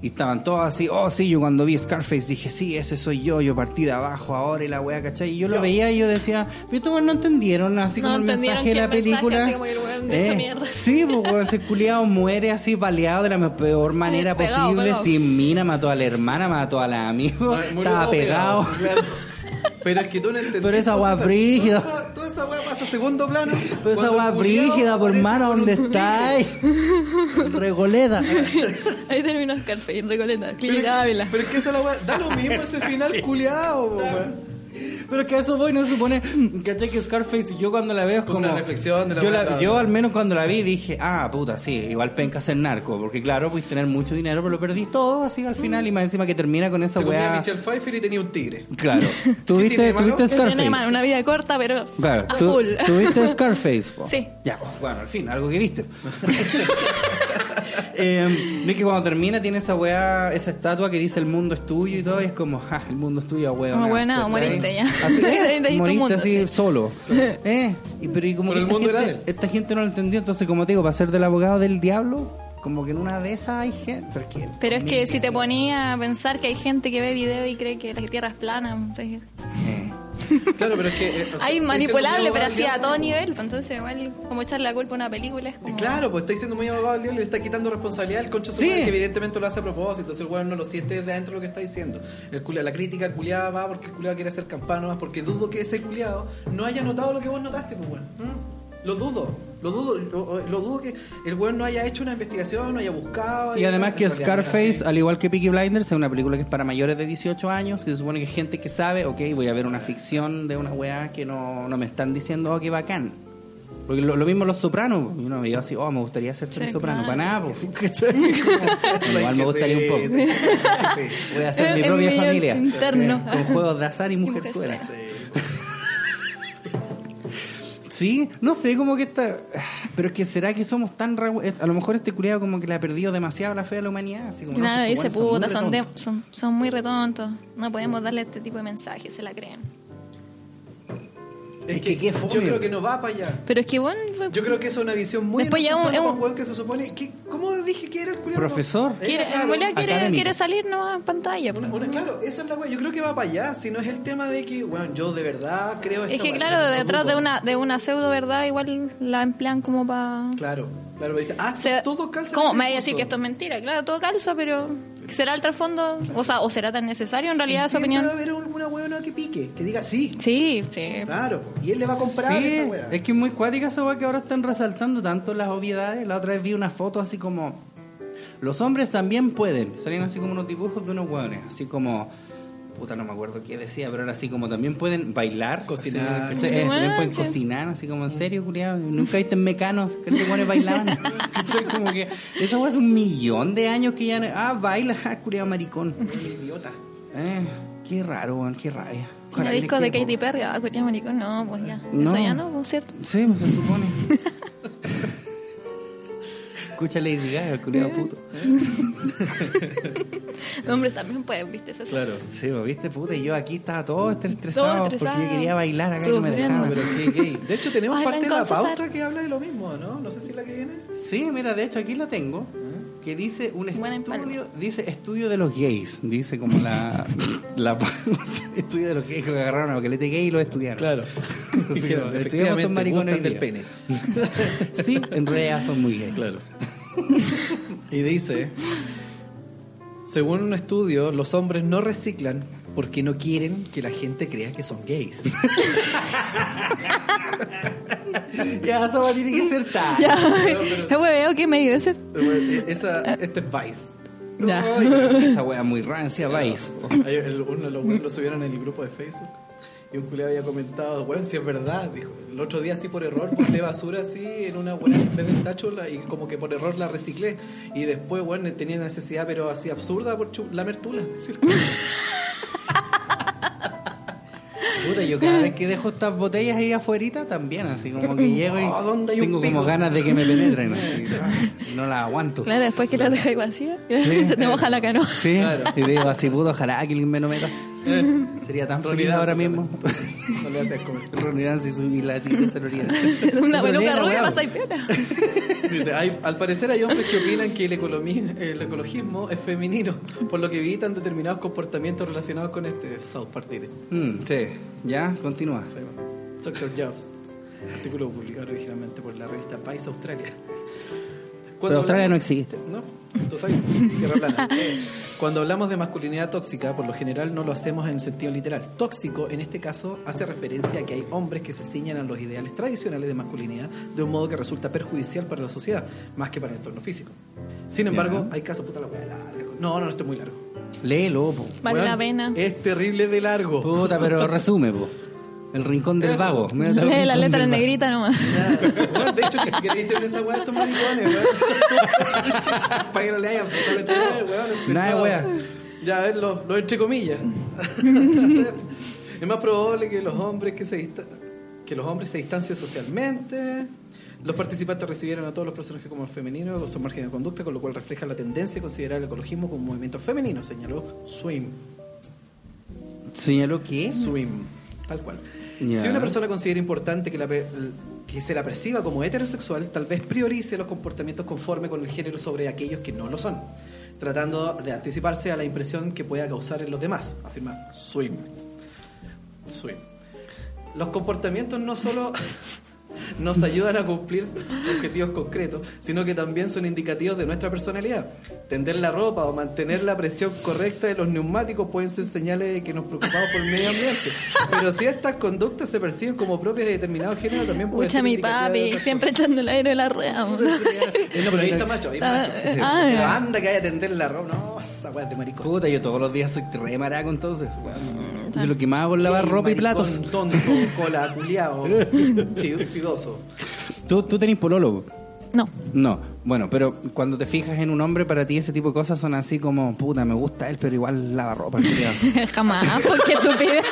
[SPEAKER 2] Y estaban todos así, oh sí, yo cuando vi Scarface dije, sí, ese soy yo, yo partí de abajo ahora y la wea, ¿cachai? Y yo lo
[SPEAKER 3] Yo.
[SPEAKER 2] veía y yo decía, pero estos weas no entendieron así
[SPEAKER 4] No
[SPEAKER 2] como el
[SPEAKER 4] entendieron
[SPEAKER 2] mensaje de
[SPEAKER 4] que
[SPEAKER 2] la
[SPEAKER 4] el
[SPEAKER 2] película.
[SPEAKER 4] mensaje,
[SPEAKER 2] Eh,
[SPEAKER 4] así como que el weón de hecho mierda.
[SPEAKER 2] <laughs> Sí, pues weón, ese culiado muere así baleado de la peor manera
[SPEAKER 4] pegado,
[SPEAKER 2] posible,
[SPEAKER 4] pegado.
[SPEAKER 2] sin mina, mató a la hermana, mató a la amigo,
[SPEAKER 3] Ay, murió
[SPEAKER 2] estaba
[SPEAKER 3] todo
[SPEAKER 2] pegado.
[SPEAKER 3] claro. Pero es que tú no entendés.
[SPEAKER 2] Pero esa
[SPEAKER 3] cosas-
[SPEAKER 2] weá brígida.
[SPEAKER 3] Toda esa- toda esa weá pasa a segundo plano.
[SPEAKER 2] Toda esa
[SPEAKER 3] Cuando
[SPEAKER 2] weá
[SPEAKER 3] el culiao
[SPEAKER 2] Pues brígida, por
[SPEAKER 3] aparece
[SPEAKER 2] mano,
[SPEAKER 3] con un
[SPEAKER 2] ¿dónde
[SPEAKER 3] tigre.
[SPEAKER 2] estáis? Regoleda.
[SPEAKER 4] Ahí terminó Scarface, Recoleta, Clínica Ávila.
[SPEAKER 3] Pero es que esa la weá. Da lo mismo ese final culiado, weón.
[SPEAKER 2] Pero que a eso voy, no se supone, ¿cachai? Que Scarface, yo cuando la veo es
[SPEAKER 3] Como
[SPEAKER 2] como.
[SPEAKER 3] una reflexión de la
[SPEAKER 2] yo,
[SPEAKER 3] weá, claro.
[SPEAKER 2] yo al menos cuando la vi dije, ah, puta, sí, igual penca ser narco. Porque claro, puedes tener mucho dinero, pero lo perdí todo así al final y más encima que termina con esa
[SPEAKER 3] Te comía
[SPEAKER 2] weá.
[SPEAKER 3] Michelle Pfeiffer y tenía un tigre.
[SPEAKER 2] Claro.
[SPEAKER 3] <laughs> tiene
[SPEAKER 2] ¿Tuviste,
[SPEAKER 3] de malo?
[SPEAKER 2] tuviste
[SPEAKER 4] Tiene una-
[SPEAKER 2] Scarface?
[SPEAKER 4] una vida corta, pero
[SPEAKER 2] Claro,
[SPEAKER 4] a
[SPEAKER 2] tú-
[SPEAKER 4] full.
[SPEAKER 2] ¿tuviste Scarface? po?
[SPEAKER 4] Sí.
[SPEAKER 2] Ya, bueno, al fin, algo que
[SPEAKER 4] <laughs>
[SPEAKER 2] viste. Eh, no es que cuando termina tiene esa weá, esa estatua que dice el mundo es tuyo y todo, y es como, ja, el mundo es tuyo, weón.
[SPEAKER 4] Como buena,
[SPEAKER 2] ¿cachai?
[SPEAKER 4] moriste ya. <laughs>
[SPEAKER 2] Así,
[SPEAKER 4] Ahí te
[SPEAKER 2] eh,
[SPEAKER 4] diste un
[SPEAKER 2] moriste
[SPEAKER 4] mundo,
[SPEAKER 2] así
[SPEAKER 4] sí. <laughs>
[SPEAKER 2] solo. Eh, y, pero y como
[SPEAKER 3] Pero
[SPEAKER 2] que
[SPEAKER 3] el
[SPEAKER 2] esta,
[SPEAKER 3] mundo era
[SPEAKER 2] gente,
[SPEAKER 3] de él.
[SPEAKER 2] esta gente no lo entendió, entonces como te digo, para ser del abogado del diablo, como que en una de esas hay gente. Pero es que,
[SPEAKER 4] <laughs> Pero es que pues, si te ponía a pensar que hay gente que ve video y cree que la tierra es plana, entonces-
[SPEAKER 2] Eh,
[SPEAKER 3] Claro, pero es que. eh, o sea,
[SPEAKER 4] Hay
[SPEAKER 3] estáis
[SPEAKER 4] manipulable,
[SPEAKER 3] siendo
[SPEAKER 4] pero así
[SPEAKER 3] muy
[SPEAKER 4] a
[SPEAKER 3] abogado
[SPEAKER 4] todo
[SPEAKER 3] al diablo.
[SPEAKER 4] nivel. pues, Entonces, igual, como echarle la culpa a una película es como.
[SPEAKER 3] Claro, pues está diciendo muy abogado al diablo, le está quitando responsabilidad al concha de su
[SPEAKER 2] Sí.
[SPEAKER 3] madre, que evidentemente lo hace a propósito. Entonces el weón no lo siente desde adentro lo que está diciendo. El culia- la crítica culiada va porque el culiado quiere hacer campana, más porque dudo que ese culiado no haya notado lo que vos notaste, pues weón. ¿Mm? Lo dudo, lo dudo, lo, eh, lo dudo que el weón no haya hecho una investigación, no haya buscado.
[SPEAKER 2] Y además que
[SPEAKER 3] En realidad no era
[SPEAKER 2] Scarface,
[SPEAKER 3] así.
[SPEAKER 2] al igual que Peaky Blinders, es una película que es para mayores de 18 años, que se supone que gente que sabe, ok, voy a ver una ficción de una weá que no, no me están diciendo, oh, qué bacán. Porque lo, lo mismo Los Sopranos, uno me iba así, oh, me gustaría ser
[SPEAKER 4] Sí,
[SPEAKER 2] Tony Soprano,
[SPEAKER 4] claro.
[SPEAKER 2] para nada, pues, po. <laughs>
[SPEAKER 3] <laughs>
[SPEAKER 2] Igual <laughs> me gustaría un poco.
[SPEAKER 3] Sí,
[SPEAKER 2] Voy a hacer
[SPEAKER 4] El-
[SPEAKER 2] mi
[SPEAKER 4] el
[SPEAKER 2] propia
[SPEAKER 4] millón
[SPEAKER 2] familia.
[SPEAKER 4] Eh, interno.
[SPEAKER 2] Con juegos de
[SPEAKER 4] <laughs>
[SPEAKER 2] azar y mujerzuelas.
[SPEAKER 4] mujerzuelas.
[SPEAKER 2] Sí, no sé, como que está. Pero es que será que somos tan. re- A lo mejor este culiado como que le ha perdido demasiado la fe a la humanidad. Así como, no,
[SPEAKER 3] pues,
[SPEAKER 4] Claro,
[SPEAKER 2] estos
[SPEAKER 4] dice
[SPEAKER 2] hueones
[SPEAKER 4] puta,
[SPEAKER 2] son
[SPEAKER 4] son,
[SPEAKER 2] muy
[SPEAKER 4] de-
[SPEAKER 2] retontos.
[SPEAKER 4] son, son muy retontos. No podemos darle este tipo de mensajes, se la creen.
[SPEAKER 3] Es
[SPEAKER 2] Es que
[SPEAKER 3] que,
[SPEAKER 2] qué fome.
[SPEAKER 3] yo creo que no va para allá.
[SPEAKER 4] Pero es que, bueno, fue-
[SPEAKER 3] Yo creo que eso es una visión muy
[SPEAKER 4] Después ya
[SPEAKER 3] inocente
[SPEAKER 4] un-
[SPEAKER 3] para
[SPEAKER 4] un-
[SPEAKER 3] weón que se supone que cómo dije que era el culiado?
[SPEAKER 2] Profesor.
[SPEAKER 3] Era,
[SPEAKER 4] quiere,
[SPEAKER 3] claro,
[SPEAKER 4] en realidad quiere,
[SPEAKER 2] académico.
[SPEAKER 4] quiere salir nomás en pantalla. pues.
[SPEAKER 3] Una- una- claro, esa es la weá. Yo creo que va para allá. Si no es el tema de que, bueno, yo de verdad creo
[SPEAKER 4] Es
[SPEAKER 3] esta
[SPEAKER 4] que,
[SPEAKER 3] weá,
[SPEAKER 4] claro,
[SPEAKER 3] no
[SPEAKER 4] detrás
[SPEAKER 3] dudo.
[SPEAKER 4] de una, de una pseudo verdad, igual la emplean como para.
[SPEAKER 3] Claro, claro, me dice, ah, todo calza.
[SPEAKER 4] ¿Cómo?
[SPEAKER 3] en
[SPEAKER 4] Me
[SPEAKER 3] este
[SPEAKER 4] voy a decir que
[SPEAKER 3] discurso.
[SPEAKER 4] esto es mentira. Claro, todo calza, pero ¿será el trasfondo? O sea, ¿o será tan necesario en
[SPEAKER 3] Y
[SPEAKER 4] realidad esa
[SPEAKER 3] siempre
[SPEAKER 4] opinión?
[SPEAKER 3] va a haber alguna weona que pique, que diga sí.
[SPEAKER 4] Sí, sí.
[SPEAKER 3] Claro, y él le va a comprar
[SPEAKER 2] Sí,
[SPEAKER 3] esa weá.
[SPEAKER 2] es que es muy cuática esa weá que ahora están resaltando tanto las obviedades. La otra vez vi una foto así como. Los hombres también pueden. Salían así como unos dibujos de unos hueones. Así como. Puta, no me acuerdo qué decía, pero era así como también pueden bailar,
[SPEAKER 3] Cocinar.
[SPEAKER 2] así, ¿cachai? Eh,
[SPEAKER 4] Bueno,
[SPEAKER 2] también pueden
[SPEAKER 4] sí.
[SPEAKER 2] cocinar, así como en serio, culiado. Nunca viste mecanos, que los hueones
[SPEAKER 3] <laughs>
[SPEAKER 2] bailaban. ¿Cachai? como que. Esa weá es un millón de años que ya. no- Ah, baila, <laughs> culiado maricón.
[SPEAKER 3] Idiota.
[SPEAKER 2] Eh, qué raro, weón, qué rabia.
[SPEAKER 4] El
[SPEAKER 2] Ojalá que
[SPEAKER 4] disco
[SPEAKER 2] les
[SPEAKER 4] de
[SPEAKER 2] quede
[SPEAKER 4] Katy
[SPEAKER 2] poco.
[SPEAKER 4] Perry, ah, culiao maricón, no, pues ya.
[SPEAKER 2] No.
[SPEAKER 4] Eso ya no, pues cierto.
[SPEAKER 2] Sí, pues, se supone. <laughs> Escucha Lady Gaga, el culiado puto.
[SPEAKER 4] Los hombres también pueden, ¿viste? Eso sí.
[SPEAKER 2] Sí, pues, viste, puta, y yo aquí estaba todo estresado,
[SPEAKER 4] Todo estresado.
[SPEAKER 2] porque yo quería bailar acá y no me
[SPEAKER 4] Sufriendo.
[SPEAKER 2] dejaban.
[SPEAKER 3] Pero qué gay. De hecho, tenemos
[SPEAKER 4] Bailan
[SPEAKER 3] parte de la
[SPEAKER 4] con César.
[SPEAKER 3] pauta que habla de lo mismo, ¿no? No sé si es la que viene.
[SPEAKER 2] Sí, mira, de hecho aquí la tengo, que dice un
[SPEAKER 4] Buena empalma.
[SPEAKER 2] estudio, dice estudio de los gays, dice como la, la <laughs> estudio de los gays que agarraron a Boquelete gay y lo estudiaron.
[SPEAKER 3] <laughs>
[SPEAKER 2] <laughs> Así
[SPEAKER 3] Dijeron,
[SPEAKER 2] como, estudiamos estos
[SPEAKER 3] efectivamente,
[SPEAKER 2] maricones
[SPEAKER 3] gustan
[SPEAKER 2] hoy
[SPEAKER 3] del
[SPEAKER 2] día. <laughs>
[SPEAKER 3] pene.
[SPEAKER 2] Sí, en realidad son muy gays.
[SPEAKER 3] Claro. Y dice, según un estudio, los hombres no reciclan porque no quieren que la gente crea que son gays.
[SPEAKER 2] Ya, eso va, tiene que ser tal.
[SPEAKER 4] <laughs> Ya, el hueveo que me dio ese.
[SPEAKER 3] eh, Esa, este es Vice.
[SPEAKER 4] Ya.
[SPEAKER 2] Esa wea muy rancia, vais.
[SPEAKER 3] Ayer el- Uno de los weones lo subieron en el grupo de Facebook. Y un culiado había comentado, weón, si es verdad, dijo. El otro día, así por error, puse basura así en una weá en vez del tacho la- y como que por error la reciclé. Y después, weón, tenía necesidad, pero así absurda, por chu- lamer tula. Sí.
[SPEAKER 2] Puta, yo cada vez que dejo estas botellas ahí afuerita también, así como
[SPEAKER 4] <laughs>
[SPEAKER 2] que llego y
[SPEAKER 4] Ah,
[SPEAKER 3] Oh, ¿dónde hay un
[SPEAKER 2] tengo como
[SPEAKER 3] pico?
[SPEAKER 2] ganas de que me penetren. así. No la aguanto.
[SPEAKER 4] Claro, después que la dejáis vacía, <laughs>
[SPEAKER 2] Sí.
[SPEAKER 4] se te moja la canoa. <laughs>
[SPEAKER 2] Sí,
[SPEAKER 3] Claro. Eh,
[SPEAKER 2] y digo así, puto, ojalá que alguien me lo meta. Sería tan feliz
[SPEAKER 3] Ronidanza
[SPEAKER 2] ahora
[SPEAKER 3] también.
[SPEAKER 2] mismo.
[SPEAKER 3] <laughs> No le haces comer.
[SPEAKER 2] Ronidan si subí la tira de celular.
[SPEAKER 4] <laughs> Una peluca rubia
[SPEAKER 2] pasa
[SPEAKER 4] pasáis piola.
[SPEAKER 3] Dice, hay- al parecer hay hombres que opinan que el, economi- el ecologismo es femenino, por lo que evitan determinados comportamientos relacionados con este South Park Direct.
[SPEAKER 2] Mm, Sí, ya, continúa.
[SPEAKER 3] Se llama Dr. Jobs. Artículo publicado originalmente por la revista Vice Australia.
[SPEAKER 2] Pero
[SPEAKER 3] Cuando
[SPEAKER 2] Australia no
[SPEAKER 3] hablamos-
[SPEAKER 2] existe.
[SPEAKER 3] No, tú sabes, <laughs> tierra plana. Eh, Cuando hablamos de masculinidad tóxica, por lo general no lo hacemos en el sentido literal. Tóxico, en este caso, hace referencia a que hay hombres que se ciñan a los ideales tradicionales de masculinidad de un modo que resulta perjudicial para la sociedad, más que para el entorno físico. Sin embargo, hay casos, puta la wea larga. No, no, esto es muy largo.
[SPEAKER 2] Léelo, po.
[SPEAKER 4] Vale
[SPEAKER 3] Weón,
[SPEAKER 4] la pena.
[SPEAKER 3] Es terrible de largo.
[SPEAKER 2] Puta, pero resume, po. El rincón del
[SPEAKER 3] Eso.
[SPEAKER 2] vago. Mira,
[SPEAKER 4] <laughs>
[SPEAKER 2] el
[SPEAKER 4] Lee la
[SPEAKER 2] rincón
[SPEAKER 4] letra
[SPEAKER 2] del
[SPEAKER 4] en
[SPEAKER 2] vago.
[SPEAKER 4] negrita nomás.
[SPEAKER 3] Bueno, de hecho, que si queréis hacer esa weá, estos
[SPEAKER 2] <laughs>
[SPEAKER 3] maricones, weón. Para que no le hayan absolutamente nada, weón.
[SPEAKER 2] Nada de weá.
[SPEAKER 3] Ya, a ver, lo, lo entre comillas. <laughs> es más probable que los hombres que se dista- que los hombres se distancien socialmente. Los participantes recibieron a todos los personajes como femeninos con su margen de conducta, con lo cual refleja la tendencia de considerar el ecologismo como un movimiento femenino, señaló Swim.
[SPEAKER 2] Señaló que
[SPEAKER 3] Swim, tal cual.
[SPEAKER 2] Ya.
[SPEAKER 3] Si una persona considera importante que, la pe- que se la perciba como heterosexual, tal vez priorice los comportamientos conforme con el género sobre aquellos que no lo son, tratando de anticiparse a la impresión que pueda causar en los demás, afirma Swim. Swim. los comportamientos no solo <laughs> nos ayudan a cumplir objetivos concretos, sino que también son indicativos de nuestra personalidad. Tender la ropa o mantener la presión correcta de los neumáticos pueden ser señales de que nos preocupamos por el medio ambiente. Pero si estas conductas se perciben como propias de determinado género, también puede
[SPEAKER 4] Pucha,
[SPEAKER 3] ser
[SPEAKER 4] mi
[SPEAKER 3] indicativa de
[SPEAKER 4] papi,
[SPEAKER 3] otras
[SPEAKER 4] siempre <laughs>
[SPEAKER 3] cosas.
[SPEAKER 4] echando el aire de la rueda.
[SPEAKER 3] No,
[SPEAKER 4] weón.
[SPEAKER 3] pero ahí está macho, ahí está macho.
[SPEAKER 4] Ah,
[SPEAKER 3] Sí.
[SPEAKER 4] ah,
[SPEAKER 3] La banda que vaya a tender la ropa, no, esa weá es de maricón.
[SPEAKER 2] Puta, yo todos los días soy re maraco entonces.
[SPEAKER 4] Mm,
[SPEAKER 2] weón. Yo lo que más hago es lavar ropa y platos.
[SPEAKER 3] Maricón, Tonto, cola,
[SPEAKER 2] <laughs>
[SPEAKER 3] culiao, chidoso.
[SPEAKER 2] ¿Tú, tú tenés polólogo?
[SPEAKER 4] No. <laughs>
[SPEAKER 2] No, bueno, pero cuando te fijas en un hombre, para ti ese tipo de cosas son así como, puta, me gusta él, pero igual lava
[SPEAKER 4] <laughs>
[SPEAKER 2] ropa. culiao.
[SPEAKER 4] Jamás,
[SPEAKER 2] <laughs>
[SPEAKER 4] porque estupidez.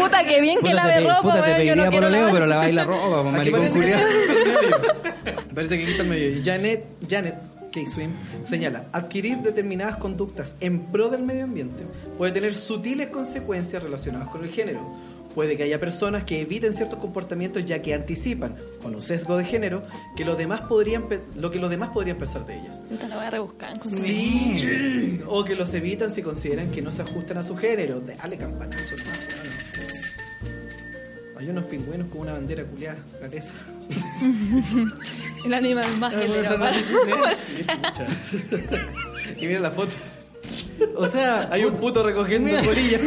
[SPEAKER 4] Puta, que bien que
[SPEAKER 2] Puta, te
[SPEAKER 4] lave
[SPEAKER 2] pe-
[SPEAKER 4] ropa,
[SPEAKER 2] puta, te
[SPEAKER 4] weón, yo no
[SPEAKER 2] pediría
[SPEAKER 4] quiero
[SPEAKER 2] pololeo,
[SPEAKER 4] lavar.
[SPEAKER 2] pero laváis la
[SPEAKER 4] <laughs>
[SPEAKER 2] ropa, pues,
[SPEAKER 3] Aquí
[SPEAKER 2] maricón
[SPEAKER 3] parece, que
[SPEAKER 2] culiao.
[SPEAKER 3] <laughs> parece que aquí está el medio. Janet, Janet K-Swim señala, adquirir determinadas conductas en pro del medio ambiente puede tener sutiles consecuencias relacionadas con el género. Puede que haya personas que eviten ciertos comportamientos ya que anticipan, con un sesgo de género, que los demás podrían pe- lo que los demás podrían pensar de ellas.
[SPEAKER 4] Puta, la voy a rebuscar. encontré.
[SPEAKER 3] Sí. O que los evitan si consideran que no se ajustan a su género. Dale campanazo. hermano. Hay unos pingüinos con una bandera culiada, galesa.
[SPEAKER 4] El animal más que le da para- <laughs>
[SPEAKER 3] ¿eh? Y mira la foto.
[SPEAKER 2] O sea,
[SPEAKER 3] Hay un puto recogiendo colillas.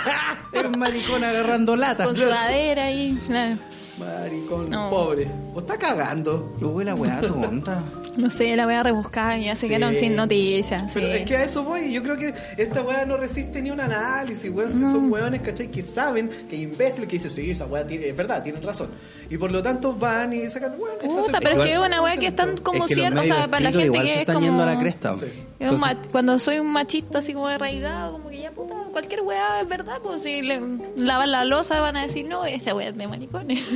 [SPEAKER 4] <laughs>
[SPEAKER 2] es un maricón agarrando lata.
[SPEAKER 4] Con sudadera y. claro.
[SPEAKER 3] Maricón,
[SPEAKER 4] No.
[SPEAKER 3] pobre. O está cagando.
[SPEAKER 2] Uy, la weá tonta.
[SPEAKER 4] No sé, la voy a rebuscar y ya se quedaron sin noticias.
[SPEAKER 3] Pero
[SPEAKER 4] sí.
[SPEAKER 3] es que a eso voy. Yo creo que esta weá no resiste ni un análisis, weón. Si son weones, ¿cachai? Que saben, que imbécil, que dice, sí, esa weá tiene, es verdad, tienen razón. Y por lo tanto van y sacan, weón, esta se-
[SPEAKER 4] Puta, pero es que es
[SPEAKER 3] igual-
[SPEAKER 4] una weá que están como
[SPEAKER 2] Es que los
[SPEAKER 4] cierta, o
[SPEAKER 2] medios
[SPEAKER 4] sea, para la
[SPEAKER 2] escritos
[SPEAKER 4] gente
[SPEAKER 2] igual se
[SPEAKER 4] que es
[SPEAKER 2] están
[SPEAKER 4] como...
[SPEAKER 2] yendo a la cresta.
[SPEAKER 3] Sí.
[SPEAKER 4] Es un
[SPEAKER 2] Entonces-
[SPEAKER 4] ma- cuando soy un machista así como arraigado, como que ya puta, cualquier weá es verdad, pues si le lavan la losa van a decir, no, esa weá es de maricones.
[SPEAKER 2] <laughs>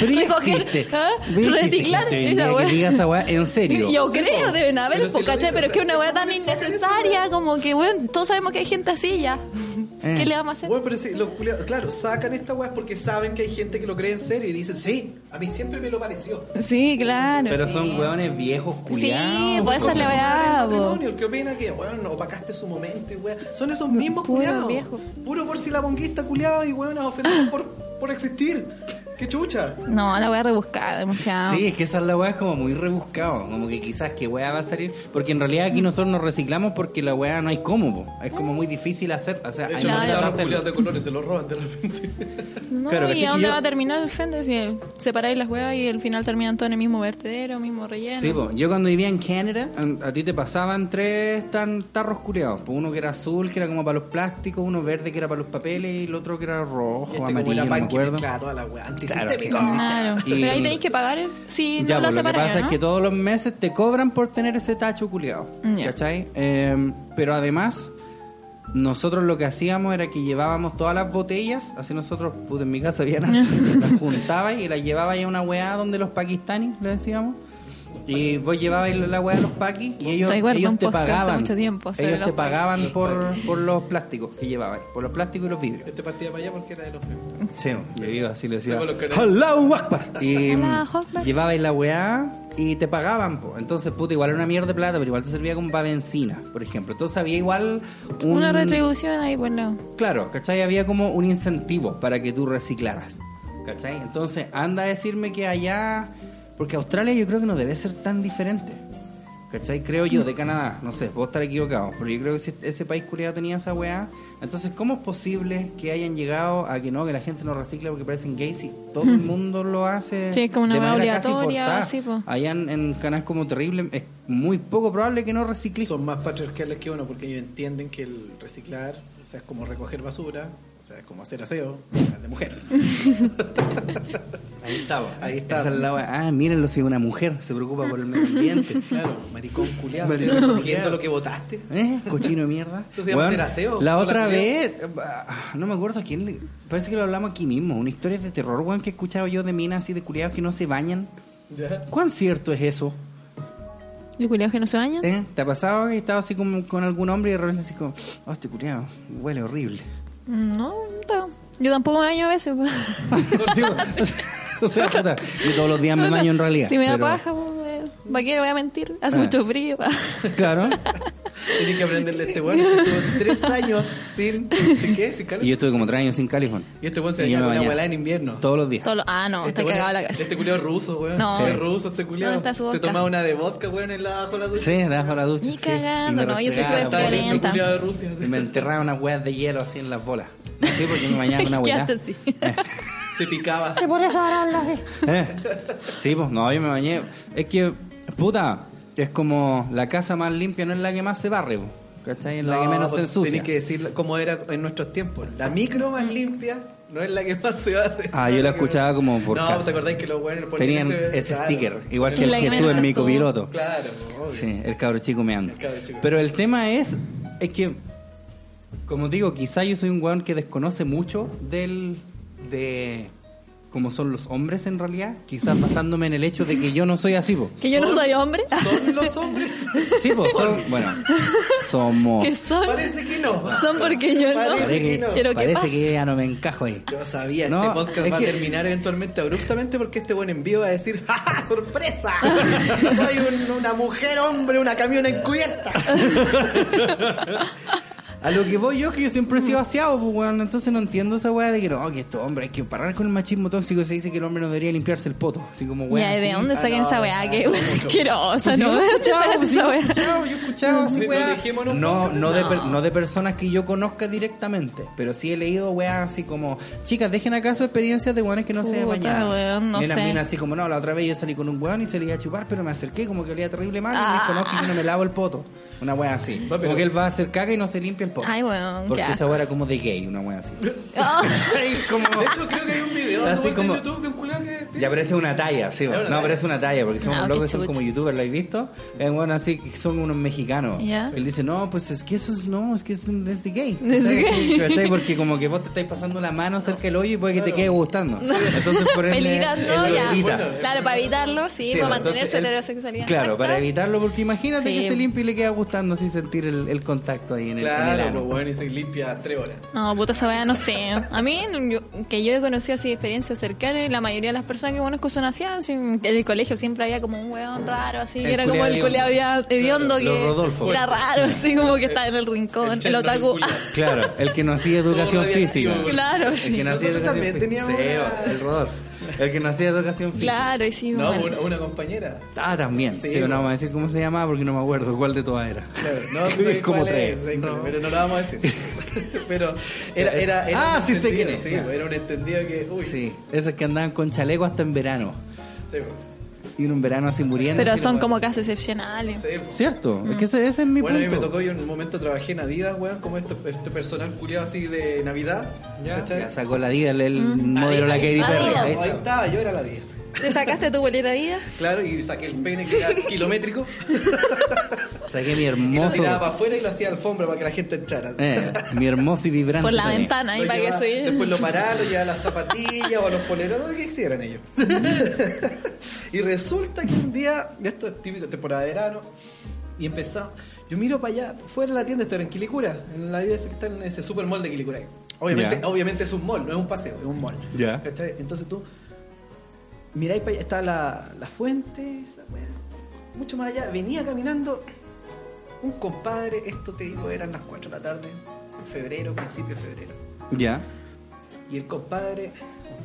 [SPEAKER 2] Pero ya
[SPEAKER 4] Recoger,
[SPEAKER 2] existe.
[SPEAKER 4] ¿ah?
[SPEAKER 2] Ya existe
[SPEAKER 4] reciclar,
[SPEAKER 2] gente hoy en día
[SPEAKER 4] esa
[SPEAKER 2] que
[SPEAKER 4] weá.
[SPEAKER 2] diga pues. esa weá en serio.
[SPEAKER 4] <laughs> Yo
[SPEAKER 3] Sí,
[SPEAKER 4] creo,
[SPEAKER 3] po.
[SPEAKER 4] deben haber,
[SPEAKER 3] Pero
[SPEAKER 4] pero
[SPEAKER 3] si lo dices,
[SPEAKER 4] pero es que una weá tan
[SPEAKER 3] ¿cómo le sacan esa
[SPEAKER 4] innecesaria, como que, weón, todos sabemos que hay gente así ya.
[SPEAKER 2] Eh.
[SPEAKER 4] ¿Qué le vamos a hacer?
[SPEAKER 3] Bueno, pero sí, los culiados, claro, sacan esta weá porque saben que hay gente que lo cree en serio y dicen, sí, a mí siempre me lo pareció.
[SPEAKER 4] Sí, claro.
[SPEAKER 2] Pero
[SPEAKER 4] sí.
[SPEAKER 2] son weones viejos, culiados.
[SPEAKER 4] Sí, pues esa es la
[SPEAKER 3] Concha su
[SPEAKER 2] Ah,
[SPEAKER 3] madre,
[SPEAKER 4] weá,
[SPEAKER 3] el
[SPEAKER 4] po.
[SPEAKER 3] matrimonio, El que opina que, bueno, opacaste su momento y weá. Son esos mismos
[SPEAKER 4] puro
[SPEAKER 3] culiados.
[SPEAKER 4] viejo.
[SPEAKER 3] Puro por si la bonguista culiado y weonas ofendidos por, por existir. Qué chucha.
[SPEAKER 4] No, la weá rebuscada, demasiado.
[SPEAKER 2] Sí, es que esa es la weá es como muy rebuscado, como que quizás que weá va a salir, porque en realidad
[SPEAKER 4] Mm.
[SPEAKER 2] aquí nosotros nos reciclamos porque la weá no hay cómo, po. es como muy difícil hacer, o sea, hay
[SPEAKER 4] hecho,
[SPEAKER 2] maneras de
[SPEAKER 4] claro.
[SPEAKER 3] los
[SPEAKER 2] hacerlo.
[SPEAKER 3] culiados de colores se los roban de repente.
[SPEAKER 4] No,
[SPEAKER 2] Claro, ¿cachai?
[SPEAKER 4] y
[SPEAKER 2] Que
[SPEAKER 4] a dónde
[SPEAKER 2] yo-
[SPEAKER 4] va a terminar el Fender si el- separáis las huevas y al final terminan todo en el mismo vertedero, mismo relleno.
[SPEAKER 2] Sí, po. yo cuando vivía en Canadá, a, a ti te pasaban tres tan tarros culiados. po. Uno que era azul, que era como para los plásticos, uno verde, que era para los papeles, y el otro que era rojo,
[SPEAKER 3] Gente Este como
[SPEAKER 2] amarillo, no
[SPEAKER 3] la
[SPEAKER 2] me
[SPEAKER 3] panqui,
[SPEAKER 2] acuerdo.
[SPEAKER 3] Claro, toda la weá.
[SPEAKER 2] Claro,
[SPEAKER 3] Antisistémico.
[SPEAKER 2] sí,
[SPEAKER 4] Claro.
[SPEAKER 2] Y-
[SPEAKER 4] Pero ahí tenéis que pagar eh, si
[SPEAKER 2] Ya,
[SPEAKER 4] no
[SPEAKER 2] pues,
[SPEAKER 4] lo
[SPEAKER 2] lo que
[SPEAKER 4] separáis.
[SPEAKER 2] pasa
[SPEAKER 4] ¿no?
[SPEAKER 2] es que todos los meses te cobran por tener ese tacho culiado.
[SPEAKER 4] Ya.
[SPEAKER 2] ¿Cachai? Eh, pero además, nosotros lo que hacíamos era que llevábamos todas las botellas, así nosotros, puta, en mi casa había
[SPEAKER 4] <laughs>
[SPEAKER 2] nada, las juntaba y las llevaba ahí a una weá donde los pakistanis, le decíamos. Y vos llevabas la la weá de los paquis y ellos,
[SPEAKER 4] Recuerdo
[SPEAKER 2] ellos
[SPEAKER 4] un
[SPEAKER 2] te
[SPEAKER 4] podcast hace
[SPEAKER 2] pagaban.
[SPEAKER 4] mucho tiempo sobre
[SPEAKER 2] ellos
[SPEAKER 4] los
[SPEAKER 2] te
[SPEAKER 4] paquis.
[SPEAKER 2] pagaban por, por los plásticos que llevabas, por los plásticos y los vidrios.
[SPEAKER 3] Este partía para allá porque era de los mismos.
[SPEAKER 2] Sí, yo iba así, le decía.
[SPEAKER 3] Saco los caretas.
[SPEAKER 2] ¡Allahu Akbar! Y
[SPEAKER 4] Allahu Akbar.
[SPEAKER 2] llevabais la weá y te pagaban, po. Entonces, puta, igual era una mierda de plata, pero igual te servía como para benzina, por ejemplo. Entonces había igual un...
[SPEAKER 4] Una retribución ahí, pues no.
[SPEAKER 2] Claro, ¿cachai? Había como un incentivo para que tú reciclaras, ¿cachai? Entonces, anda a decirme que allá... Porque Australia yo creo que no debe ser tan diferente. ¿Cachai? Creo yo, de Canadá, no sé, puedo estar equivocado, pero yo creo que ese, ese país culiado tenía esa weá. Entonces, ¿cómo es posible que hayan llegado a que no, que la gente no recicla porque parecen gays y todo el mundo lo hace?
[SPEAKER 4] Mm. Sí, es como una
[SPEAKER 2] de
[SPEAKER 4] weá
[SPEAKER 2] manera casi
[SPEAKER 4] obligatoria,
[SPEAKER 2] forzada?
[SPEAKER 4] sí, po.
[SPEAKER 2] Allá en, en Canadá es como terrible, es muy poco probable que no recicles.
[SPEAKER 3] Son más patriarcales que uno porque ellos entienden que el reciclar, o sea, es como recoger basura, o sea, es como hacer aseo, es de mujer.
[SPEAKER 2] Ahí estaba, ahí
[SPEAKER 3] está.
[SPEAKER 2] estaba. Ah, mírenlo, si es una mujer, se preocupa por el medio
[SPEAKER 3] <laughs>
[SPEAKER 2] ambiente.
[SPEAKER 3] Claro, maricón culiado.
[SPEAKER 2] Maricón
[SPEAKER 3] Maricón
[SPEAKER 2] culiao.
[SPEAKER 3] lo que votaste.
[SPEAKER 2] ¿Eh? Cochino de mierda.
[SPEAKER 3] Eso se llama
[SPEAKER 2] Weón,
[SPEAKER 3] hacer aseo,
[SPEAKER 2] La
[SPEAKER 3] no
[SPEAKER 2] otra
[SPEAKER 3] la
[SPEAKER 2] vez, ah, no me acuerdo a quién le- Parece que lo hablamos aquí mismo. Una historia de terror, weón, que he escuchado yo de minas y de curiados que no se bañan. ¿Cuán cierto es eso?
[SPEAKER 4] ¿Y culiados que no se bañan?
[SPEAKER 2] ¿Eh? ¿Te ha pasado que estaba así como con algún hombre y de repente así como, oh, este curiado huele horrible? <laughs>
[SPEAKER 4] No, no. Yo tampoco me baño a veces. pues.
[SPEAKER 2] Sí, weón. <laughs> o sea, puta, yo todos los días me baño
[SPEAKER 4] <laughs>
[SPEAKER 2] en realidad.
[SPEAKER 4] Si me da
[SPEAKER 2] pero- <laughs>
[SPEAKER 4] paja, pues, eh, ¿para qué le voy a mentir? Hace
[SPEAKER 2] Ah.
[SPEAKER 4] mucho frío. pa.
[SPEAKER 2] Claro.
[SPEAKER 3] Tienes que aprenderle a este weón. que Estuvo tres años sin. ¿sin qué? ¿Sin
[SPEAKER 2] Y yo
[SPEAKER 3] calor?
[SPEAKER 2] estuve como tres años sin califón.
[SPEAKER 3] Y este weón se
[SPEAKER 2] y yo
[SPEAKER 3] venía
[SPEAKER 2] me
[SPEAKER 3] con una
[SPEAKER 2] bañaba.
[SPEAKER 3] abuela en invierno.
[SPEAKER 2] Todos los días.
[SPEAKER 4] Todo lo- ah, no, está
[SPEAKER 3] weón-
[SPEAKER 4] cagado la cabeza.
[SPEAKER 3] Este culiao es ruso, weón.
[SPEAKER 4] No.
[SPEAKER 3] Es ruso este culiao.
[SPEAKER 4] ¿Dónde está su
[SPEAKER 3] Se
[SPEAKER 4] vodka?
[SPEAKER 3] tomaba una de vodka, weón, en la bajo la ducha.
[SPEAKER 2] Sí, debajo de la ducha.
[SPEAKER 4] Ni
[SPEAKER 2] sí.
[SPEAKER 4] cagando,
[SPEAKER 2] Y me
[SPEAKER 4] no, yo soy
[SPEAKER 2] restregaba,
[SPEAKER 4] súper
[SPEAKER 2] weón.
[SPEAKER 3] Estaba preso
[SPEAKER 4] violenta.
[SPEAKER 3] culiao de Rusia. así.
[SPEAKER 2] Y Me enterraba unas weas de hielo así en las bolas. Sí, porque me bañaba con
[SPEAKER 4] <laughs>
[SPEAKER 2] una weá.
[SPEAKER 4] Quedaste
[SPEAKER 2] <laughs>
[SPEAKER 4] así.
[SPEAKER 3] Se picaba.
[SPEAKER 2] Eh, Sí, pues no, yo me bañé. Es que, puta, es como la casa más limpia no es la que más se barre, po, ¿cachai? Es la que
[SPEAKER 3] No,
[SPEAKER 2] menos se
[SPEAKER 3] pues,
[SPEAKER 2] ensucia.
[SPEAKER 3] Tenés que decir cómo era en nuestros tiempos. La micro más limpia no es la que más se va a decir.
[SPEAKER 2] Ah, yo la escuchaba como por
[SPEAKER 3] No,
[SPEAKER 2] casa.
[SPEAKER 3] ¿os acordáis que los buenos ponían
[SPEAKER 2] Tenían ese
[SPEAKER 3] claro.
[SPEAKER 2] sticker, igual que
[SPEAKER 4] En
[SPEAKER 2] el
[SPEAKER 4] la que
[SPEAKER 2] Jesús
[SPEAKER 4] menos
[SPEAKER 2] en mi
[SPEAKER 4] estuvo.
[SPEAKER 2] copiloto. <laughs>
[SPEAKER 3] Claro, obvio.
[SPEAKER 2] Sí, el cabro chico me anda.
[SPEAKER 3] El cabro chico.
[SPEAKER 2] Pero el tema es, es que, como digo, quizá yo soy un weón que desconoce mucho del, de cómo son los hombres en realidad, quizás basándome en el hecho de que yo no soy así, po.
[SPEAKER 4] Que yo no
[SPEAKER 3] Son-
[SPEAKER 4] soy hombre. <laughs>
[SPEAKER 3] Son los hombres. <laughs>
[SPEAKER 2] Sí, po, son- bueno, somos...
[SPEAKER 4] Que son.
[SPEAKER 3] Parece
[SPEAKER 2] <laughs>
[SPEAKER 3] que no.
[SPEAKER 4] Son porque yo no.
[SPEAKER 3] Parece que no.
[SPEAKER 4] Pero ¿qué
[SPEAKER 2] parece
[SPEAKER 4] pasa?
[SPEAKER 2] que ya no me encajo ahí.
[SPEAKER 3] Yo sabía,
[SPEAKER 2] No,
[SPEAKER 3] este podcast
[SPEAKER 2] es
[SPEAKER 3] va
[SPEAKER 2] que-
[SPEAKER 3] a terminar eventualmente abruptamente porque este buen envío va a decir ¡Ja, ja,
[SPEAKER 2] <laughs>
[SPEAKER 3] sorpresa! Soy un- una mujer, hombre, una camión encubierta.
[SPEAKER 2] A lo que voy yo, que yo siempre he sido aseado, pues, weón. Entonces no entiendo esa weá de que, no, que esto, hombre, hay que parar con el machismo tóxico. Se dice que el hombre no debería limpiarse el poto. Así como, weón.
[SPEAKER 4] Ya, ¿y ¿de
[SPEAKER 2] así.
[SPEAKER 4] dónde
[SPEAKER 3] Ah,
[SPEAKER 4] saquen
[SPEAKER 3] no,
[SPEAKER 4] esa weá?
[SPEAKER 3] no,
[SPEAKER 4] Qué
[SPEAKER 3] no,
[SPEAKER 4] asquerosa,
[SPEAKER 2] Sí,
[SPEAKER 4] ¿no? <laughs>
[SPEAKER 2] yo he
[SPEAKER 4] ¿De dónde
[SPEAKER 2] escuchado,
[SPEAKER 4] sacan
[SPEAKER 2] sí,
[SPEAKER 4] esa
[SPEAKER 2] yo he
[SPEAKER 4] weá?
[SPEAKER 2] escuchado, yo he escuchado así,
[SPEAKER 3] Sí, lo
[SPEAKER 2] weá.
[SPEAKER 3] dijimos en un
[SPEAKER 2] No,
[SPEAKER 3] podcast.
[SPEAKER 2] no de, per-
[SPEAKER 4] No.
[SPEAKER 2] no de personas que yo conozca directamente, pero sí he leído weá así como, chicas, dejen acá sus experiencias de weones que no se
[SPEAKER 4] Puta,
[SPEAKER 2] bañaron.
[SPEAKER 4] weón, no
[SPEAKER 2] y una
[SPEAKER 4] sé.
[SPEAKER 2] mina así como, no, la otra vez yo salí con un weón y se le iba a chupar, pero me acerqué como que olía terrible mal
[SPEAKER 4] Ah.
[SPEAKER 2] y me conozco y yo no me lavo el poto. Una weá así.
[SPEAKER 3] Va, pero-
[SPEAKER 2] Como que él va a hacer caca y no se limpia el poto.
[SPEAKER 4] Ay, weón,
[SPEAKER 2] Porque
[SPEAKER 4] qué
[SPEAKER 2] esa
[SPEAKER 4] asco.
[SPEAKER 2] weá era como de gay, una
[SPEAKER 3] <laughs>
[SPEAKER 2] weá así.
[SPEAKER 4] <laughs> Ah,
[SPEAKER 2] como...
[SPEAKER 3] De hecho, creo que hay un
[SPEAKER 2] Así
[SPEAKER 3] video dando vuelta en
[SPEAKER 2] como-
[SPEAKER 3] YouTube de un culán que...
[SPEAKER 2] Ya, pero esa es una talla, sí,
[SPEAKER 3] Es una
[SPEAKER 2] bueno.
[SPEAKER 3] talla.
[SPEAKER 2] No, pero esa es una talla, porque son
[SPEAKER 4] No,
[SPEAKER 2] unos
[SPEAKER 4] qué
[SPEAKER 2] locos, son
[SPEAKER 4] Ah, chucha.
[SPEAKER 2] como youtubers, ¿lo habéis visto? Es bueno, así que son unos mexicanos.
[SPEAKER 4] Ya.
[SPEAKER 2] Él dice, no, pues es que eso es, no, es que es, es de gay.
[SPEAKER 4] Es de gay.
[SPEAKER 2] ¿Cachai? Porque como que vos te estáis pasando la mano cerca del hoyo y puede que te quede
[SPEAKER 4] <laughs>
[SPEAKER 2] gustando. Entonces, por ende, él
[SPEAKER 4] Peligrando,
[SPEAKER 2] lo
[SPEAKER 4] ya.
[SPEAKER 2] evita.
[SPEAKER 3] Bueno,
[SPEAKER 4] Claro, para evitarlo, sí,
[SPEAKER 2] Sí,
[SPEAKER 4] para
[SPEAKER 2] bueno,
[SPEAKER 4] mantener
[SPEAKER 2] entonces
[SPEAKER 4] su
[SPEAKER 2] él-
[SPEAKER 4] heterosexualidad.
[SPEAKER 2] Claro,
[SPEAKER 4] intacta.
[SPEAKER 2] para evitarlo, porque imagínate
[SPEAKER 4] Sí.
[SPEAKER 2] que se limpia y le queda gustando sin sentir el, el contacto ahí en el, en el
[SPEAKER 3] Claro,
[SPEAKER 2] ano.
[SPEAKER 3] pues bueno, y se limpia tres horas.
[SPEAKER 4] No, puta esa weá, no sé. A mí, yo- que yo he conocido así experiencias cercanas, la mayoría de las personas que conozco son así. así, en el colegio siempre había como un weón raro, así,
[SPEAKER 2] El
[SPEAKER 4] que era como el
[SPEAKER 2] culiao
[SPEAKER 4] culeado hediondo,
[SPEAKER 2] Los Rodolfo.
[SPEAKER 4] que era raro, así como que estaba en el rincón, el,
[SPEAKER 3] El Chernobyl
[SPEAKER 4] otaku.
[SPEAKER 3] culiao.
[SPEAKER 2] Claro, el que no hacía educación
[SPEAKER 3] radiactivo,
[SPEAKER 2] física.
[SPEAKER 3] güey.
[SPEAKER 4] Claro,
[SPEAKER 2] El
[SPEAKER 4] sí.
[SPEAKER 2] que no hacía
[SPEAKER 3] Nosotros
[SPEAKER 2] educación
[SPEAKER 3] también
[SPEAKER 2] física.
[SPEAKER 3] teníamos
[SPEAKER 2] Sí,
[SPEAKER 3] una-
[SPEAKER 2] el Rodolfo. El que no hacía educación física.
[SPEAKER 4] <laughs> Claro, y sí,
[SPEAKER 3] No,
[SPEAKER 4] bueno.
[SPEAKER 3] una, una compañera.
[SPEAKER 2] Ah, también.
[SPEAKER 3] Sí,
[SPEAKER 2] Sí,
[SPEAKER 3] bueno.
[SPEAKER 2] no vamos a decir cómo se llamaba porque no me acuerdo cuál de todas era.
[SPEAKER 3] Claro,
[SPEAKER 2] <laughs>
[SPEAKER 3] no sé
[SPEAKER 2] Como
[SPEAKER 3] cuál
[SPEAKER 2] tres.
[SPEAKER 3] es, sé cuál es,
[SPEAKER 2] No.
[SPEAKER 3] pero no lo vamos
[SPEAKER 2] <laughs>
[SPEAKER 3] a decir. pero era, era, era
[SPEAKER 2] Ah,
[SPEAKER 3] un
[SPEAKER 2] sí sé
[SPEAKER 3] entendido,
[SPEAKER 2] quién es.
[SPEAKER 3] sí, era un entendido que, uy,
[SPEAKER 2] Sí, esas que andaban con chaleco hasta en verano.
[SPEAKER 3] sí, pues,
[SPEAKER 2] Y en un verano así muriendo.
[SPEAKER 4] Pero Mm.
[SPEAKER 2] así
[SPEAKER 4] son
[SPEAKER 2] como-
[SPEAKER 4] como casos excepcionales.
[SPEAKER 3] sí, pues. po.
[SPEAKER 2] Cierto, es que ese, ese es mi
[SPEAKER 3] Bueno, a mí
[SPEAKER 2] punto.
[SPEAKER 3] me tocó, yo en un momento trabajé en Adidas, weón, como este, este personal culiado así de Navidad. ¿cachai?
[SPEAKER 2] Ya sacó la Dida, el, el
[SPEAKER 4] Mm.
[SPEAKER 2] modelo la Katy
[SPEAKER 4] ahí
[SPEAKER 2] Perry.
[SPEAKER 4] está.
[SPEAKER 2] Ahí
[SPEAKER 3] Ahí
[SPEAKER 2] está.
[SPEAKER 3] estaba, yo era la 10.
[SPEAKER 4] ¿Te sacaste tu bolera día?
[SPEAKER 3] Claro, y saqué el pene que era kilométrico,
[SPEAKER 2] Saqué mi
[SPEAKER 3] y lo
[SPEAKER 2] hermoso.
[SPEAKER 3] tiraba para afuera y lo hacía alfombra para que la gente entrara.
[SPEAKER 2] eh, mi hermoso y vibrante.
[SPEAKER 4] Por la
[SPEAKER 2] pene.
[SPEAKER 4] ventana, ahí
[SPEAKER 3] Lo
[SPEAKER 4] para que
[SPEAKER 3] llevaba-
[SPEAKER 4] subir.
[SPEAKER 3] Después lo paraba, lo llevaba a las zapatillas o a los poleros, lo que
[SPEAKER 2] <laughs>
[SPEAKER 3] quisieran ellos. y resulta que un día, ya esto es típico, temporada de verano, y empezaba. Yo miro para allá, fuera de la tienda, esto era en Quilicura, en la vida esa que está en ese super mall de Quilicura. Obviamente,
[SPEAKER 2] Ya.
[SPEAKER 3] obviamente es un mall, no es un paseo, es un mall.
[SPEAKER 2] Ya.
[SPEAKER 3] ¿Cachai? Entonces tú miráis para allá, está la, la fuente, esa weá. Mucho más allá, venía caminando un compadre, esto te digo, eran las 4 de la tarde, en febrero, principio de febrero.
[SPEAKER 2] Ya.
[SPEAKER 3] Y el compadre,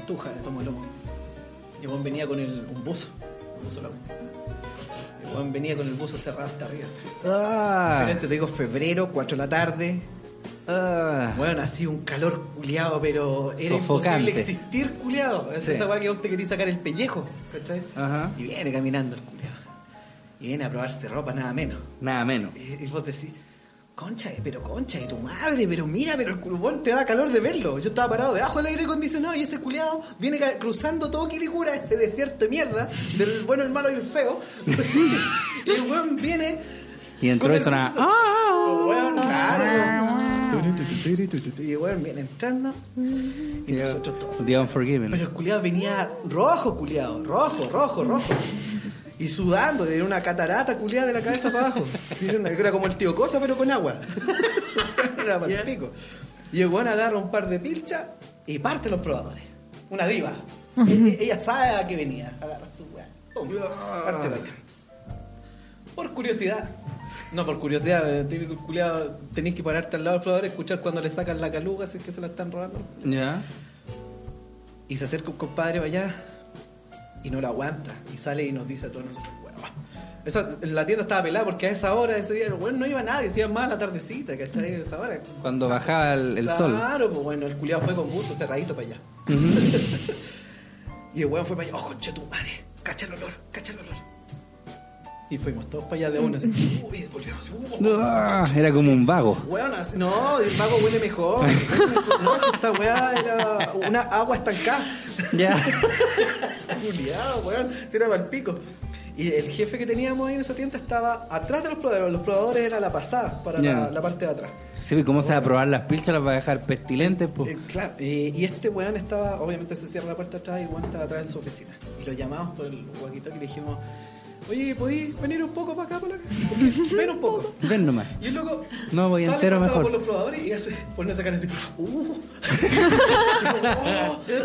[SPEAKER 3] tuja de tomo de lomo. Y el weón venía con el, un buzo. Un buzo lomo. El weón venía con el buzo cerrado hasta arriba.
[SPEAKER 2] Ah.
[SPEAKER 3] Pero esto te digo febrero, 4 de la tarde.
[SPEAKER 2] Ah.
[SPEAKER 3] Bueno, así un calor culiado, pero era
[SPEAKER 2] Sofocante.
[SPEAKER 3] imposible existir culiado. Es
[SPEAKER 2] Sí.
[SPEAKER 3] esa weá que vos te querís sacar el pellejo, ¿cachai?
[SPEAKER 2] Ajá.
[SPEAKER 3] Y viene caminando el culiado. Y viene a probarse ropa, nada menos.
[SPEAKER 2] Nada menos.
[SPEAKER 3] Eh, Y y vos decís, concha, eh, pero concha, de tu madre, pero mira, pero el culbón te da calor de verlo. Yo estaba parado debajo del aire acondicionado y ese culiado viene ca- cruzando todo Quilicura, ese desierto de mierda, del bueno, el malo y el feo. <laughs> y el weón viene.
[SPEAKER 2] Y entró "Ah,
[SPEAKER 3] con
[SPEAKER 2] y
[SPEAKER 3] el
[SPEAKER 2] sonaba,
[SPEAKER 3] buzo- Oh, Weón, claro. Y el weón viene entrando. Y nosotros todos.
[SPEAKER 2] The Unforgiven.
[SPEAKER 3] Pero el culiado venía rojo, culiado, rojo, rojo, rojo. Y sudando, de una catarata culiada de la cabeza para abajo. Sí, era, una- era como el tío Cosa, pero con agua. <laughs> era para el pico. Y el weón agarra un par de pilchas y parte los probadores. Una diva. Sí, Ella sabe a qué venía. Agarra su weá. Pum, Parte la diva. Por curiosidad, No, por curiosidad, eh, típico culiado, tenéis que pararte al lado del flotador y escuchar cuando le sacan la caluga si es que se la están robando.
[SPEAKER 2] Ya.
[SPEAKER 3] Y se acerca un compadre para allá y no la aguanta. Y sale y nos dice a todos nosotros, "Weón, va". Esa, la tienda estaba pelada porque a esa hora, ese día, bueno, no iba nadie, se iba más a la tardecita, ¿cachai? A esa hora.
[SPEAKER 2] Cuando bajaba el, el sol.
[SPEAKER 3] Claro, pues bueno, el culiado fue con buzo cerradito para allá. <laughs> y el weón fue para allá, oh, concha tu madre, cacha el olor, cacha el olor. Y fuimos todos para allá de una, así, uy, volvimos, uh,
[SPEAKER 2] Ah, Era como un vago.
[SPEAKER 3] Weón, así- no, el vago
[SPEAKER 2] <laughs>
[SPEAKER 3] huele mejor. No, si esta weá era una agua estancada.
[SPEAKER 2] Ya.
[SPEAKER 3] <laughs> Culiado, weón. Si era para el pico. Y el jefe que teníamos ahí en esa tienda estaba atrás de los probadores. Los probadores era la pasada para
[SPEAKER 2] Ya.
[SPEAKER 3] la, la parte de atrás.
[SPEAKER 2] Sí, ¿y ¿Cómo se va a probar las pilchas? ¿Las va a dejar pestilentes? pues. po?
[SPEAKER 3] Eh, claro, eh, y este weón estaba, obviamente se cierra la puerta atrás y el weón estaba atrás en su oficina. Y lo llamamos por el guaquito y le dijimos, oye, ¿podéis venir un poco para acá? Para acá? <laughs> Ven un poco.
[SPEAKER 2] Ven nomás.
[SPEAKER 3] Y el loco
[SPEAKER 2] No, voy
[SPEAKER 3] sale
[SPEAKER 2] entero
[SPEAKER 3] pasado
[SPEAKER 2] mejor.
[SPEAKER 3] por los probadores y hace, pone esa cara así,
[SPEAKER 2] <laughs>
[SPEAKER 3] ¡uh!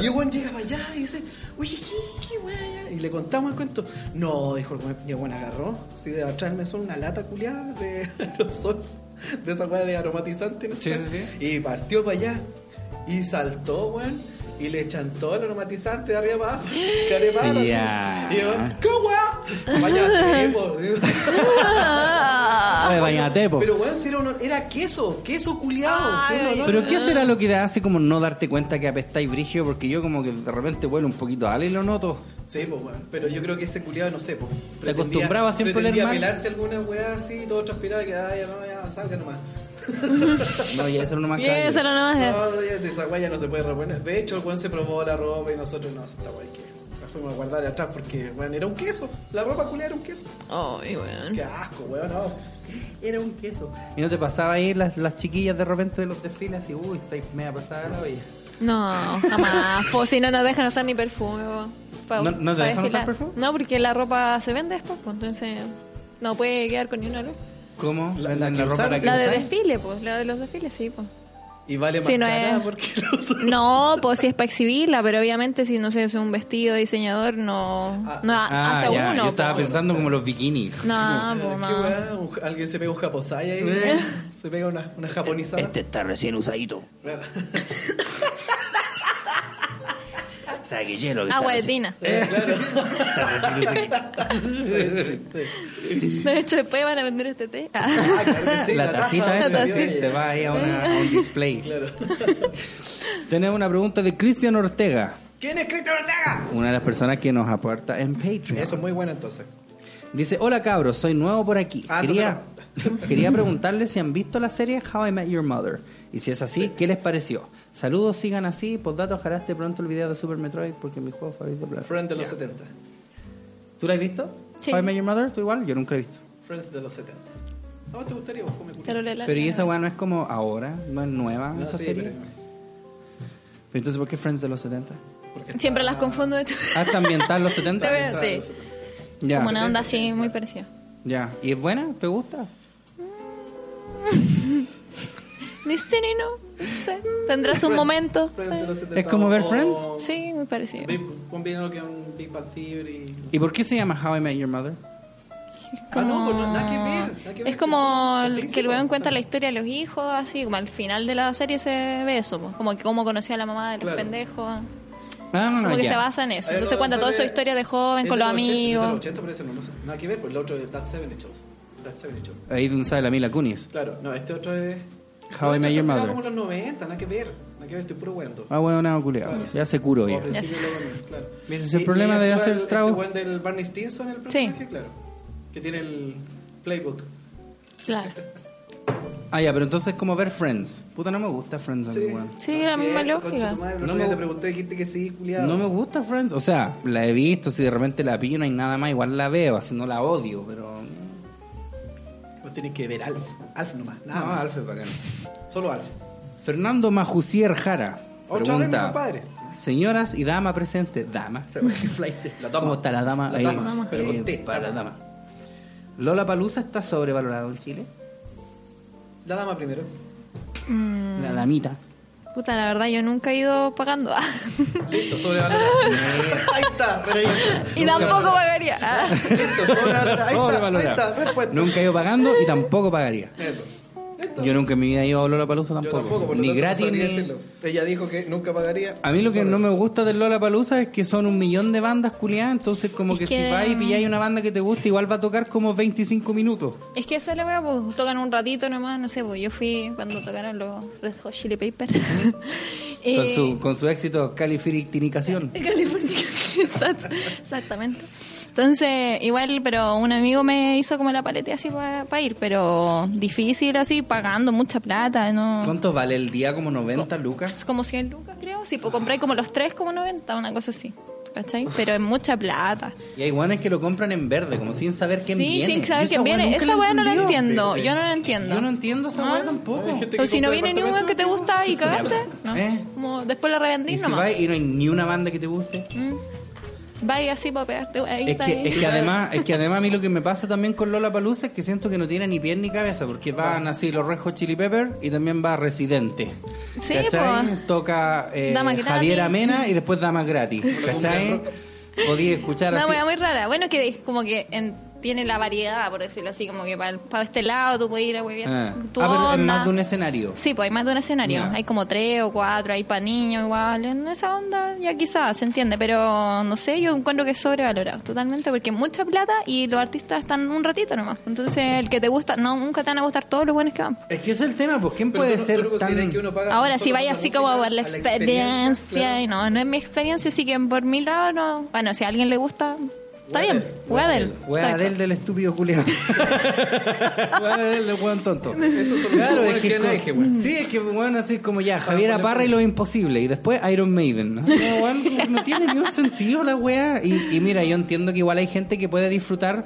[SPEAKER 3] y el weón llega para allá y dice, oye, ¿qué, qué weón allá?" Y le contamos el cuento. No, dijo el weón, y el weón agarró, así de atrás me son una lata culiada de aerosol, de esa weá de aromatizante, no sé.
[SPEAKER 2] Sí, sí,
[SPEAKER 3] Y partió para allá y saltó, weón. Y le chantó el aromatizante de arriba para
[SPEAKER 2] <laughs>
[SPEAKER 3] abajo, de arriba para abajo, así.
[SPEAKER 2] Ya.
[SPEAKER 3] Y el weón, ¡qué weón! Vaya, tipo,
[SPEAKER 4] <laughs>
[SPEAKER 2] Ah, de bañate, po.
[SPEAKER 3] pero weón, si era, un- era queso, queso culiado.
[SPEAKER 4] Ay,
[SPEAKER 3] sí, un olor.
[SPEAKER 2] Pero ¿qué será lo que te hace como no darte cuenta que apestáis brigio? Porque yo como que de repente vuelo un poquito a Ale y lo noto.
[SPEAKER 3] Sí, pues weón. Pero yo creo que ese culiado, no sé, pues. pretendía-
[SPEAKER 2] acostumbraba siempre a oler
[SPEAKER 3] pretendía
[SPEAKER 2] mal?
[SPEAKER 3] pelarse alguna weá así, todo transpirado y que, ay, ya no, ya, salga nomás.
[SPEAKER 2] No, ya eso no más
[SPEAKER 4] Y eso no nomás es.
[SPEAKER 3] No, ya, si esa weá ya no se puede reponer. De hecho, el weón se probó la ropa y nosotros no, esta weá hay que. La fuimos a guardar atrás porque, weón, era un queso. La ropa culiada era un queso.
[SPEAKER 4] Ay, weón.
[SPEAKER 3] Qué asco, weón, no. Era un queso.
[SPEAKER 2] ¿Y no te pasaba ahí las, las chiquillas de repente de los desfiles y uy, estáis media pasada de la olla?
[SPEAKER 4] No, jamás. Po, si no nos dejan usar ni perfume. po. Pa-
[SPEAKER 2] ¿No- no te
[SPEAKER 4] pa
[SPEAKER 2] dejan usar
[SPEAKER 4] desfilar.
[SPEAKER 2] perfume?
[SPEAKER 4] No, porque la ropa se vende después, pues entonces no puede quedar con ni una luz.
[SPEAKER 2] ¿Cómo?
[SPEAKER 3] La- la que usaron.
[SPEAKER 2] para que
[SPEAKER 4] La de
[SPEAKER 2] usáis?
[SPEAKER 4] desfile, pues, la de los desfiles, sí, pues.
[SPEAKER 3] Y vale más
[SPEAKER 4] Sí, no
[SPEAKER 3] cara
[SPEAKER 4] es.
[SPEAKER 3] porque lo usó.
[SPEAKER 4] No, pues si es para exhibirla, pero obviamente si no sé, es un vestido de diseñador, no,
[SPEAKER 3] Ah,
[SPEAKER 4] no ha-
[SPEAKER 2] Ah,
[SPEAKER 4] hace
[SPEAKER 2] ya,
[SPEAKER 4] uno.
[SPEAKER 2] yo estaba
[SPEAKER 4] po.
[SPEAKER 2] pensando como los bikinis.
[SPEAKER 4] No,
[SPEAKER 3] Pero
[SPEAKER 4] pues Eh.
[SPEAKER 3] qué
[SPEAKER 4] no.
[SPEAKER 3] weá, un- alguien se pega un japosai ahí. weón. se pega una, una japonizada.
[SPEAKER 5] Este está recién usadito. O sea, que hielo que está
[SPEAKER 4] Agua de
[SPEAKER 5] recién-
[SPEAKER 4] tina.
[SPEAKER 5] está <laughs> recién usadito.
[SPEAKER 4] De hecho, después van a vender este té. Ah.
[SPEAKER 3] <laughs> Ah, claro que sí,
[SPEAKER 2] la tacita
[SPEAKER 4] La
[SPEAKER 2] esta,
[SPEAKER 4] taza.
[SPEAKER 2] sí, se va ahí a, una- a
[SPEAKER 4] <laughs>
[SPEAKER 2] un display.
[SPEAKER 3] Claro.
[SPEAKER 2] Tenemos una pregunta de Cristian Ortega,
[SPEAKER 3] ¿Quién es Cristian Ortega?
[SPEAKER 2] una de las personas que nos aporta en Patreon.
[SPEAKER 3] Eso es muy bueno entonces.
[SPEAKER 2] Dice, hola cabros, soy nuevo por aquí.
[SPEAKER 3] Ah,
[SPEAKER 2] quería, <laughs> quería preguntarles si han visto la serie How I Met Your Mother. Y si es así, ¿qué les pareció? Saludos, sigan así. Postdata, ojalá esté pronto el video de Super Metroid porque es mi juego favorito. bla, bla.
[SPEAKER 3] Friends de los
[SPEAKER 2] Ya.
[SPEAKER 3] 70.
[SPEAKER 2] ¿Tú la has visto?
[SPEAKER 4] Sí.
[SPEAKER 2] How I Met Your Mother, ¿tú igual? Yo nunca he visto.
[SPEAKER 3] Friends de los 70. ¿A vos te gustaría vos come
[SPEAKER 4] Pero le- la-
[SPEAKER 2] Pero ¿y esa
[SPEAKER 4] la-
[SPEAKER 2] weá no es como ahora? ¿No es nueva
[SPEAKER 3] No,
[SPEAKER 2] esa
[SPEAKER 3] sí,
[SPEAKER 2] serie?
[SPEAKER 3] pero-
[SPEAKER 2] Pero... entonces, ¿por qué Friends de los 70?
[SPEAKER 4] Siempre las confundo de tu-
[SPEAKER 2] Hasta ambiental los 70.
[SPEAKER 4] Te veo, sí.
[SPEAKER 2] Ya.
[SPEAKER 4] <laughs> Como una onda así, muy parecida.
[SPEAKER 2] Ya. ¿Y es buena? ¿Te gusta?
[SPEAKER 4] Ni sí ni no. no sé. Tendrás un momento.
[SPEAKER 3] Friends de los 70.
[SPEAKER 2] ¿Es como ver
[SPEAKER 3] o-
[SPEAKER 2] Friends?
[SPEAKER 3] o-
[SPEAKER 4] Sí, muy parecido.
[SPEAKER 3] Big- Combínalo que un Big Bang Theory. no
[SPEAKER 2] ¿Y
[SPEAKER 3] sé.
[SPEAKER 2] por qué se llama How I Met Your Mother?
[SPEAKER 4] Es
[SPEAKER 3] Ah, no,
[SPEAKER 4] como-
[SPEAKER 3] pues no, nada que ver, nada que ver.
[SPEAKER 4] Es como
[SPEAKER 3] Sí,
[SPEAKER 4] el-
[SPEAKER 3] sí,
[SPEAKER 4] que el
[SPEAKER 3] pues,
[SPEAKER 4] weón cuenta
[SPEAKER 3] claro.
[SPEAKER 4] la historia de los hijos, así, como al final de la serie se ve eso, pues, como que cómo conoció a la mamá de los
[SPEAKER 3] Claro.
[SPEAKER 4] pendejos.
[SPEAKER 2] Ah,
[SPEAKER 4] Como que
[SPEAKER 2] ya.
[SPEAKER 4] se basa en eso.
[SPEAKER 3] A ver,
[SPEAKER 4] Entonces
[SPEAKER 3] no,
[SPEAKER 4] cuenta toda su
[SPEAKER 3] sale-
[SPEAKER 4] historia de
[SPEAKER 3] es
[SPEAKER 4] joven,
[SPEAKER 3] de
[SPEAKER 4] con los
[SPEAKER 3] 80, es de
[SPEAKER 4] amigos.
[SPEAKER 3] los 80 parece, no, no sé. Nada que ver, pues el otro es That Seven Shows. That Seven Shows.
[SPEAKER 2] Ahí donde sale la Mila Kunis.
[SPEAKER 3] Claro, no, este otro es.
[SPEAKER 2] How I Met Your
[SPEAKER 3] Está
[SPEAKER 2] Mother.
[SPEAKER 3] como los 90, nada que ver. Nada que ver, estoy puro weando.
[SPEAKER 2] Ah, bueno, nada, culiado.
[SPEAKER 3] Claro.
[SPEAKER 2] Ya se curó ya.
[SPEAKER 3] O al
[SPEAKER 4] Ya
[SPEAKER 3] principio lo- claro.
[SPEAKER 2] Ese es el
[SPEAKER 3] Y-
[SPEAKER 2] problema
[SPEAKER 3] y
[SPEAKER 2] de
[SPEAKER 3] actúa
[SPEAKER 2] hacer
[SPEAKER 3] el-
[SPEAKER 2] trago.
[SPEAKER 3] Este weón del Barney Stinson, el personaje,
[SPEAKER 4] Sí.
[SPEAKER 3] claro. Que tiene el playbook.
[SPEAKER 4] Claro.
[SPEAKER 2] Ah, ya, pero entonces es como ver Friends. Puta, no me gusta Friends,
[SPEAKER 3] Sí.
[SPEAKER 2] weón.
[SPEAKER 4] Sí, la misma lógica.
[SPEAKER 3] No
[SPEAKER 2] No
[SPEAKER 3] me
[SPEAKER 2] me-
[SPEAKER 3] te pregunté, dijiste que sí, culiado.
[SPEAKER 2] No me gusta Friends. O sea, la he visto, si de repente la pillo no hay nada más, igual la veo, así no la odio, pero...
[SPEAKER 3] Vos tenés que ver Alf. Alf nomás, nada
[SPEAKER 2] No,
[SPEAKER 3] más.
[SPEAKER 2] Alf es bacán.
[SPEAKER 3] Solo Alf.
[SPEAKER 2] Fernando Majusier Jara.
[SPEAKER 3] Otra vez, mi
[SPEAKER 2] Pregunta,
[SPEAKER 3] compadre.
[SPEAKER 2] señoras y dama presente, dama.
[SPEAKER 3] Se ve que flight. La
[SPEAKER 2] ¿Cómo está la dama?
[SPEAKER 3] La
[SPEAKER 2] Ahí,
[SPEAKER 3] dama.
[SPEAKER 2] eh,
[SPEAKER 3] Pero con T,
[SPEAKER 2] para la
[SPEAKER 3] dama.
[SPEAKER 2] dama. ¿Lola Palusa está sobrevalorado en Chile?
[SPEAKER 3] La dama primero.
[SPEAKER 2] La damita.
[SPEAKER 4] Puta, la verdad, yo nunca he ido pagando. ah.
[SPEAKER 3] <laughs> Listo, sobrevalorado. <laughs> Ahí está, respuesta.
[SPEAKER 4] y tampoco pagaría. Ah.
[SPEAKER 3] Listo, sobrevalorado. Ahí está, ahí
[SPEAKER 2] Sobrevalorado.
[SPEAKER 3] está, respuesta.
[SPEAKER 2] Nunca he ido pagando y tampoco pagaría.
[SPEAKER 3] Eso. Listo.
[SPEAKER 2] Yo nunca en mi vida he ido a Lollapalooza
[SPEAKER 3] Yo
[SPEAKER 2] tampoco.
[SPEAKER 3] tampoco, por lo
[SPEAKER 2] ni
[SPEAKER 3] tanto, no
[SPEAKER 2] gratis
[SPEAKER 3] sabría
[SPEAKER 2] ni...
[SPEAKER 3] decirlo. Ella dijo que nunca pagaría.
[SPEAKER 2] A mí lo que no me gusta del Lollapalooza es que son un millón de bandas culiadas, entonces como
[SPEAKER 4] Es
[SPEAKER 2] que, mm,
[SPEAKER 4] que-
[SPEAKER 2] si vas y pilláis una banda que te gusta, igual va a tocar como 25 minutos.
[SPEAKER 4] Es que esa es la wea, pues tocan un ratito nomás, no sé, pues yo fui cuando tocaron los Red Hot Chili Peppers. <laughs>
[SPEAKER 2] Con
[SPEAKER 4] Eh,
[SPEAKER 2] su, con su éxito califirictinicación.
[SPEAKER 4] California, <laughs> exact- Exactamente. Entonces, igual, pero un amigo me hizo como la paleta así para ir, pero difícil así, pagando mucha plata, ¿no?
[SPEAKER 2] ¿Cuánto vale el día? ¿Como 90 lucas?
[SPEAKER 4] Es como 100 lucas, creo. Sí, pues compré como los tres, como 90, una cosa así. ¿Cachai? Pero es mucha plata.
[SPEAKER 2] Y hay guanes que lo compran en verde, como sin saber quién
[SPEAKER 4] sí,
[SPEAKER 2] viene.
[SPEAKER 4] sin
[SPEAKER 2] Yo
[SPEAKER 4] saber
[SPEAKER 2] esa
[SPEAKER 4] quién
[SPEAKER 2] weá
[SPEAKER 4] viene.
[SPEAKER 2] nunca
[SPEAKER 4] Esa weá no la
[SPEAKER 2] entendí.
[SPEAKER 4] entiendo. Yo no la entiendo.
[SPEAKER 2] Yo no entiendo esa
[SPEAKER 4] Ah.
[SPEAKER 2] weá tampoco.
[SPEAKER 4] Pero si no viene ni uno que te
[SPEAKER 2] <laughs>
[SPEAKER 4] gusta y cagaste, no.
[SPEAKER 2] ¿Eh?
[SPEAKER 4] Como después la
[SPEAKER 2] Y
[SPEAKER 4] revendís
[SPEAKER 2] si
[SPEAKER 4] nomás.
[SPEAKER 2] vas y no hay ni una banda que te guste.
[SPEAKER 4] Vaya así para pegarte. Ahí
[SPEAKER 2] Es
[SPEAKER 4] está
[SPEAKER 2] que, es que además, es que además a mí lo que me pasa también con Lola Palusa es que siento que no tiene ni piel ni cabeza, porque van así los Rejos Chili Pepper y también va Residente.
[SPEAKER 4] Sí,
[SPEAKER 2] ¿Cachai?
[SPEAKER 4] po.
[SPEAKER 2] Toca eh,
[SPEAKER 4] Dama gratis.
[SPEAKER 2] Javier Amena y después Damas gratis. ¿Cachai? Podía escuchar
[SPEAKER 4] Una
[SPEAKER 2] así. Ah.
[SPEAKER 4] wea muy rara. Bueno, que es como que en- tiene la variedad, por decirlo así, como que para este lado tú puedes ir a huevear.
[SPEAKER 2] Ah,
[SPEAKER 4] tu
[SPEAKER 2] Ah, pero es
[SPEAKER 4] onda.
[SPEAKER 2] más de un escenario.
[SPEAKER 4] Sí, pues hay más de un escenario.
[SPEAKER 2] Ya.
[SPEAKER 4] Hay como tres o cuatro, hay para niños igual. En esa onda ya quizás se entiende, pero no sé, yo encuentro que es sobrevalorado totalmente porque es mucha plata y los artistas están un ratito nomás. Entonces, el que te gusta, no nunca te van a gustar todos los buenos que van.
[SPEAKER 2] Es que ese es el tema, pues ¿quién
[SPEAKER 3] Pero
[SPEAKER 2] puede
[SPEAKER 3] tú no- tú
[SPEAKER 2] ser
[SPEAKER 3] no consideras
[SPEAKER 2] tan...
[SPEAKER 3] que uno paga
[SPEAKER 4] Ahora,
[SPEAKER 3] solo
[SPEAKER 4] si vaya
[SPEAKER 3] por la
[SPEAKER 4] así como
[SPEAKER 3] música,
[SPEAKER 4] por la
[SPEAKER 3] a
[SPEAKER 4] experiencia, y no, no es mi experiencia, así que por mi lado, no. Bueno, si a alguien le gusta, está bien. Wea de él.
[SPEAKER 2] Wea
[SPEAKER 4] Exacto.
[SPEAKER 2] del del estúpido
[SPEAKER 3] <laughs>
[SPEAKER 2] Julián. Wea del del weón tonto.
[SPEAKER 3] Eso son
[SPEAKER 2] Claro,
[SPEAKER 3] los
[SPEAKER 2] es que,
[SPEAKER 3] que no dije, weón.
[SPEAKER 2] sí, es que bueno, así es como ya, Javier Aparra y lo imposible, y después Iron Maiden. Así como, weón, no tiene ningún sentido la weá. Y, y mira, yo entiendo que igual hay gente que puede disfrutar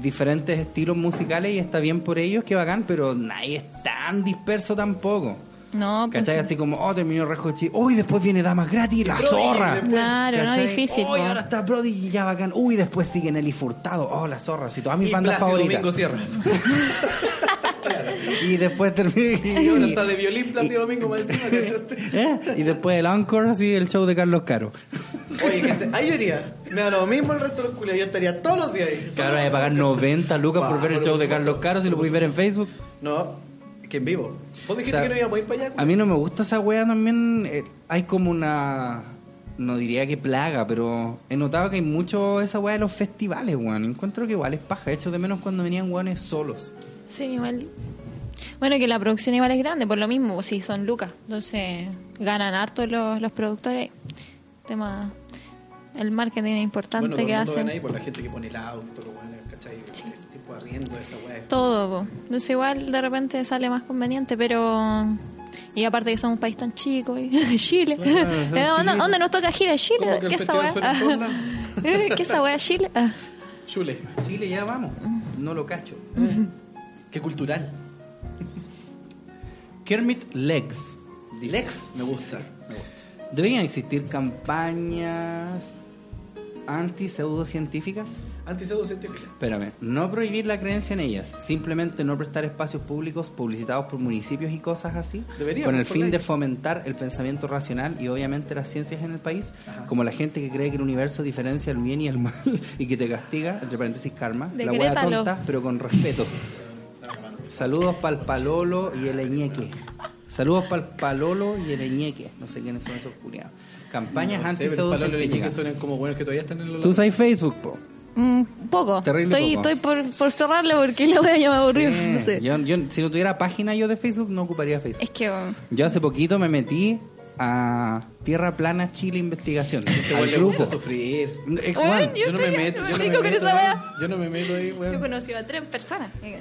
[SPEAKER 2] diferentes estilos musicales y está bien por ellos, que bacán, pero nadie es tan disperso tampoco.
[SPEAKER 4] No, pues.
[SPEAKER 2] ¿Cachai? Así como, oh, terminó Rejo Chi. Uy, después viene Damas Gratis, la zorra.
[SPEAKER 4] Claro, no,
[SPEAKER 2] ¿Cachai?
[SPEAKER 4] difícil.
[SPEAKER 2] Uy,
[SPEAKER 4] po.
[SPEAKER 2] ahora está Brody y ya bacán. Uy, después sigue Nelly Furtado. Oh, la zorra. Si todas mis
[SPEAKER 3] Y
[SPEAKER 2] bandas
[SPEAKER 3] Plácido Domingo
[SPEAKER 2] favoritas. <laughs>
[SPEAKER 3] Sierra.
[SPEAKER 2] Y después termina. <laughs>
[SPEAKER 3] Y ahora está de violín Plácido Domingo más encima, ¿cachaste?
[SPEAKER 2] ¿Eh? Y después el Encore, así el show de Carlos Caro.
[SPEAKER 3] Oye, que se... ahí yo iría. Me da lo mismo el resto de los culiados. Yo estaría todos los días ahí.
[SPEAKER 2] Claro, hay que pagar 90 lucas por
[SPEAKER 3] Bah,
[SPEAKER 2] ver el
[SPEAKER 3] por
[SPEAKER 2] show de
[SPEAKER 3] supuesto.
[SPEAKER 2] Carlos Caro si lo podéis ver en Facebook.
[SPEAKER 3] No, que en vivo. Vos dijiste
[SPEAKER 2] O sea,
[SPEAKER 3] que no íbamos a ir para allá.
[SPEAKER 2] A mí no me gusta esa wea también. eh, hay como una. No diría que plaga, pero he notado que hay mucho esa wea de los festivales, weón. Encuentro que igual es paja. Hecho de menos cuando venían weones solos.
[SPEAKER 4] Sí, igual. Bueno, que la producción igual es grande, por lo mismo, pues sí, son lucas. Entonces, ganan harto los, los productores. Tema. El marketing es importante
[SPEAKER 3] bueno, todo
[SPEAKER 4] que
[SPEAKER 3] el mundo gana ahí
[SPEAKER 4] hacen.
[SPEAKER 3] por la gente que pone el auto, todo lo bueno, ¿cachai? El tipo de arriendo de esa weá.
[SPEAKER 4] Todo, po. Entonces, igual de repente sale más conveniente, pero. Y aparte que somos un país tan chico, y <laughs> Chile.
[SPEAKER 2] Claro, son
[SPEAKER 4] <laughs> Eh, ¿Dónde,
[SPEAKER 2] chiquitos.
[SPEAKER 4] dónde nos toca gira
[SPEAKER 3] ¿Cómo
[SPEAKER 4] Chile?
[SPEAKER 3] que el
[SPEAKER 4] ¿Qué esa
[SPEAKER 3] festival
[SPEAKER 4] weá?
[SPEAKER 3] suena en todos lados?
[SPEAKER 4] Eh, <laughs> ¿Qué esa weá Chile? Ah.
[SPEAKER 3] Chule,
[SPEAKER 2] Chile, ya vamos. No lo cacho.
[SPEAKER 3] qué cultural.
[SPEAKER 2] Kermit Legs. dice.
[SPEAKER 3] Lex, me gusta.
[SPEAKER 2] ¿Deberían existir campañas anti-pseudocientíficas?
[SPEAKER 3] Antiseudocientífica.
[SPEAKER 2] Espérame, no prohibir la creencia en ellas, simplemente no prestar espacios públicos publicitados por municipios y cosas así,
[SPEAKER 3] Deberíamos,
[SPEAKER 2] con el
[SPEAKER 3] pues, por
[SPEAKER 2] fin
[SPEAKER 3] ley.
[SPEAKER 2] de fomentar el pensamiento racional y obviamente las ciencias en el país,
[SPEAKER 3] Ajá.
[SPEAKER 2] como la gente que cree que el universo diferencia el bien y el mal <laughs> y que te castiga, entre paréntesis karma, la hueá
[SPEAKER 4] Decrétalo.
[SPEAKER 2] tonta, pero con respeto. Saludos para el Palolo y el Eñeque. Saludos para el Palolo y el Eñeque. No sé quiénes son esos culiados. Campañas
[SPEAKER 3] No sé,
[SPEAKER 2] anti
[SPEAKER 3] pero el palo le dije que
[SPEAKER 2] pseudocientíficas.
[SPEAKER 3] suenan como buenos que todavía están en los
[SPEAKER 2] Tú sabes Facebook, po.
[SPEAKER 4] Mm, poco.
[SPEAKER 2] Terrible
[SPEAKER 4] estoy
[SPEAKER 2] poco.
[SPEAKER 4] estoy por, por cerrarle porque la weá ya me aburrió.
[SPEAKER 2] Sí.
[SPEAKER 4] No sé.
[SPEAKER 2] Yo- yo- si no tuviera página yo de Facebook, no ocuparía Facebook.
[SPEAKER 4] Es que. um,
[SPEAKER 2] Yo hace poquito me metí a Tierra Plana Chile Investigación.
[SPEAKER 3] Te
[SPEAKER 2] al
[SPEAKER 3] vuelve
[SPEAKER 2] grupo.
[SPEAKER 3] a sufrir.
[SPEAKER 2] Es-
[SPEAKER 4] Weón,
[SPEAKER 2] Juan,
[SPEAKER 4] Yo
[SPEAKER 3] Yo no me
[SPEAKER 4] estoy-
[SPEAKER 3] meto,
[SPEAKER 4] me
[SPEAKER 3] yo no
[SPEAKER 4] rico
[SPEAKER 3] me
[SPEAKER 4] con
[SPEAKER 3] meto
[SPEAKER 4] esa
[SPEAKER 3] ahí,
[SPEAKER 4] weá.
[SPEAKER 3] yo no me meto ahí,
[SPEAKER 4] Yo
[SPEAKER 3] weón.
[SPEAKER 4] conocí a tres personas. así que-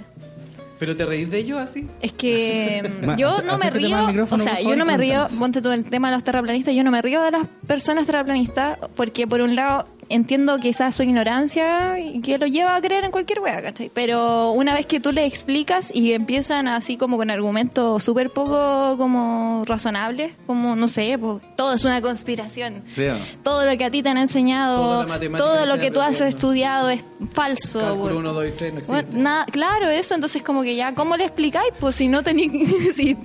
[SPEAKER 3] Pero te reís de ellos así.
[SPEAKER 4] Es que
[SPEAKER 2] <laughs> Ma-
[SPEAKER 4] mm, yo
[SPEAKER 2] ac-
[SPEAKER 4] no me
[SPEAKER 2] acércate más al
[SPEAKER 4] río,
[SPEAKER 2] micrófono,
[SPEAKER 4] o sea,
[SPEAKER 2] por favor,
[SPEAKER 4] yo no
[SPEAKER 2] y
[SPEAKER 4] me río,
[SPEAKER 2] cuéntanos.
[SPEAKER 4] ponte todo el tema de los terraplanistas, yo no me río de las personas terraplanistas porque por un lado entiendo quizás su ignorancia y que lo lleva a creer en cualquier wea, ¿cachai? Pero una vez que tú le explicas y empiezan así como con argumentos súper poco como razonables, como no sé, pues, todo es una conspiración.
[SPEAKER 2] Sí, ¿no?
[SPEAKER 4] Todo lo que a ti te han
[SPEAKER 3] Toda
[SPEAKER 4] enseñado,
[SPEAKER 3] la matemática
[SPEAKER 4] todo
[SPEAKER 3] que
[SPEAKER 4] lo
[SPEAKER 3] te
[SPEAKER 4] que tú has
[SPEAKER 3] aprendieron.
[SPEAKER 4] estudiado es falso.
[SPEAKER 3] Cálculo
[SPEAKER 4] weón.
[SPEAKER 3] 1, 2 y 3 no existe.
[SPEAKER 4] Bueno, nada, claro, eso, entonces como que ya, ¿cómo le explicáis? Pues si no tenéis, <laughs> si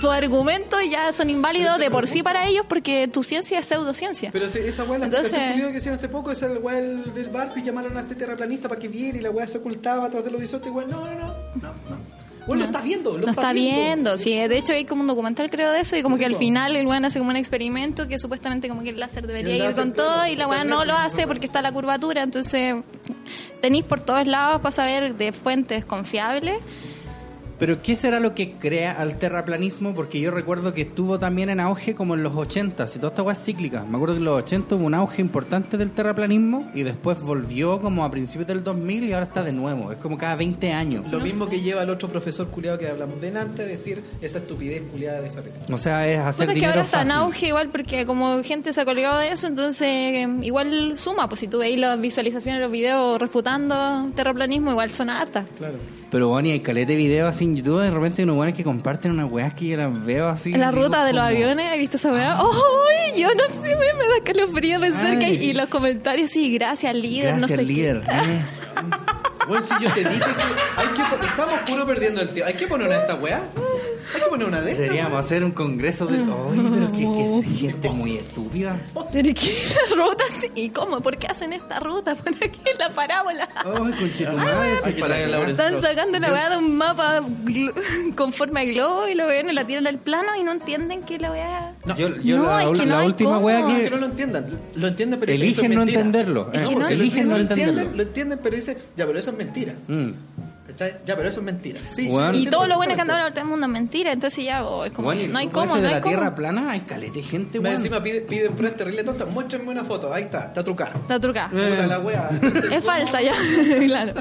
[SPEAKER 4] tu argumento ya son inválidos de por sí para ellos porque tu ciencia es pseudociencia.
[SPEAKER 3] Pero si esa weá, la
[SPEAKER 4] Entonces-
[SPEAKER 3] explicación culiada que hicieron hace poco, es el weá del, del barco y llamaron a este terraplanista para que viera y la weá se ocultaba atrás del horizonte. Weá, no, no, no, no, no. Weá, lo
[SPEAKER 4] No.
[SPEAKER 3] estás viendo, lo,
[SPEAKER 4] Lo está viendo, sí. De hecho, hay como un documental, creo, de eso. Y como
[SPEAKER 3] Sí,
[SPEAKER 4] que al
[SPEAKER 3] po.
[SPEAKER 4] final el weón hace como un experimento que supuestamente como que el láser debería
[SPEAKER 3] El
[SPEAKER 4] ir
[SPEAKER 3] láser,
[SPEAKER 4] con
[SPEAKER 3] claro,
[SPEAKER 4] todo y la weá
[SPEAKER 3] internet,
[SPEAKER 4] no lo
[SPEAKER 3] ¿no?
[SPEAKER 4] hace porque está la curvatura. Entonces, tenéis por todos lados para saber de fuentes confiables.
[SPEAKER 2] Pero ¿qué será lo que crea al terraplanismo? Porque yo recuerdo que estuvo también en auge como en los 80, si toda esta hueá es cíclica. Me acuerdo que en los 80 hubo un auge importante del terraplanismo y después volvió como a principios del 2000 y ahora está de nuevo. Es como cada 20 años.
[SPEAKER 3] Lo mismo que lleva el otro profesor culiado que hablamos delante a decir esa estupidez culiada de esa película.
[SPEAKER 2] O sea, es hacer
[SPEAKER 4] Puta, es que
[SPEAKER 2] dinero
[SPEAKER 4] ahora está en
[SPEAKER 2] fácil.
[SPEAKER 4] auge igual porque como gente se ha colgado de eso, entonces eh, igual suma, pues si tú veis las visualizaciones de los videos refutando terraplanismo, igual son hartas.
[SPEAKER 3] Claro.
[SPEAKER 2] Pero bueno, y hay caleta de videos así en YouTube de repente hay unos buenos que comparten unas weas que yo las veo así.
[SPEAKER 4] En la
[SPEAKER 2] digo,
[SPEAKER 4] ruta de los
[SPEAKER 2] como- Ah.
[SPEAKER 4] aviones, ¿he visto esa weá? ¡Ay! yo no sé, me, me da escalofrío pensar
[SPEAKER 2] Ay.
[SPEAKER 4] que... hay- Y los comentarios, sí, gracias líder, no
[SPEAKER 2] Gracias,
[SPEAKER 4] sé qué.
[SPEAKER 2] líder. eh.
[SPEAKER 3] Bueno, si yo te dije que, hay que po- estamos puro perdiendo el tiempo. Hay que poner una de esta weá. Hay que poner una de estas.
[SPEAKER 2] Deberíamos hacer un congreso de...
[SPEAKER 4] Ah.
[SPEAKER 2] Oye, pero que,
[SPEAKER 4] <laughs>
[SPEAKER 2] que gente muy estúpida.
[SPEAKER 4] <laughs> Pero ¿qué es la ruta? Sí, ¿Y cómo? ¿Por qué hacen esta ruta? <laughs> ¿Para qué la parábola?
[SPEAKER 2] Ay, conchetumadre, sí,
[SPEAKER 3] Hay que
[SPEAKER 2] para
[SPEAKER 3] traer
[SPEAKER 2] Ah, la
[SPEAKER 3] la
[SPEAKER 2] hora.
[SPEAKER 4] Están sacando la weá de un mapa glo- <laughs> con forma de globo y lo ven y la tiran al plano y no entienden que la weá...
[SPEAKER 3] No.
[SPEAKER 2] Yo, yo
[SPEAKER 4] No,
[SPEAKER 2] la,
[SPEAKER 4] es que
[SPEAKER 2] la
[SPEAKER 4] no hay
[SPEAKER 2] última
[SPEAKER 4] cómo,
[SPEAKER 2] wea
[SPEAKER 3] No, es
[SPEAKER 2] que...
[SPEAKER 3] que no lo entiendan. Lo entienden, pero dicen,
[SPEAKER 2] Eligen
[SPEAKER 3] "Esto es
[SPEAKER 2] no
[SPEAKER 3] mentira".
[SPEAKER 2] entenderlo.
[SPEAKER 4] Es que no,
[SPEAKER 3] porque lo
[SPEAKER 2] eligen no
[SPEAKER 3] Entienden,
[SPEAKER 2] entenderlo.
[SPEAKER 3] lo entienden, pero dicen, ya, pero eso es mentira.
[SPEAKER 2] Mm.
[SPEAKER 3] ¿Cachai? Ya, pero eso es mentira. Sí,
[SPEAKER 2] Bueno.
[SPEAKER 3] sí,
[SPEAKER 4] Y todo lo bueno que han
[SPEAKER 3] entiendo
[SPEAKER 4] dado ahora todo el mundo es mentira, entonces ya oh, es como...
[SPEAKER 2] Bueno, y
[SPEAKER 4] no hay
[SPEAKER 2] el grupo
[SPEAKER 4] cómo,
[SPEAKER 2] ese de
[SPEAKER 4] no hay
[SPEAKER 2] la
[SPEAKER 4] cómo.
[SPEAKER 2] tierra plana, hay caleta de gente,
[SPEAKER 3] Más
[SPEAKER 2] weón.
[SPEAKER 3] encima piden, piden puras terrible tontas. Muéstrenme una foto. Ahí está, está trucada.
[SPEAKER 4] La turca.
[SPEAKER 2] Eh.
[SPEAKER 3] Puta la wea.
[SPEAKER 4] Es falsa ya, <laughs> claro.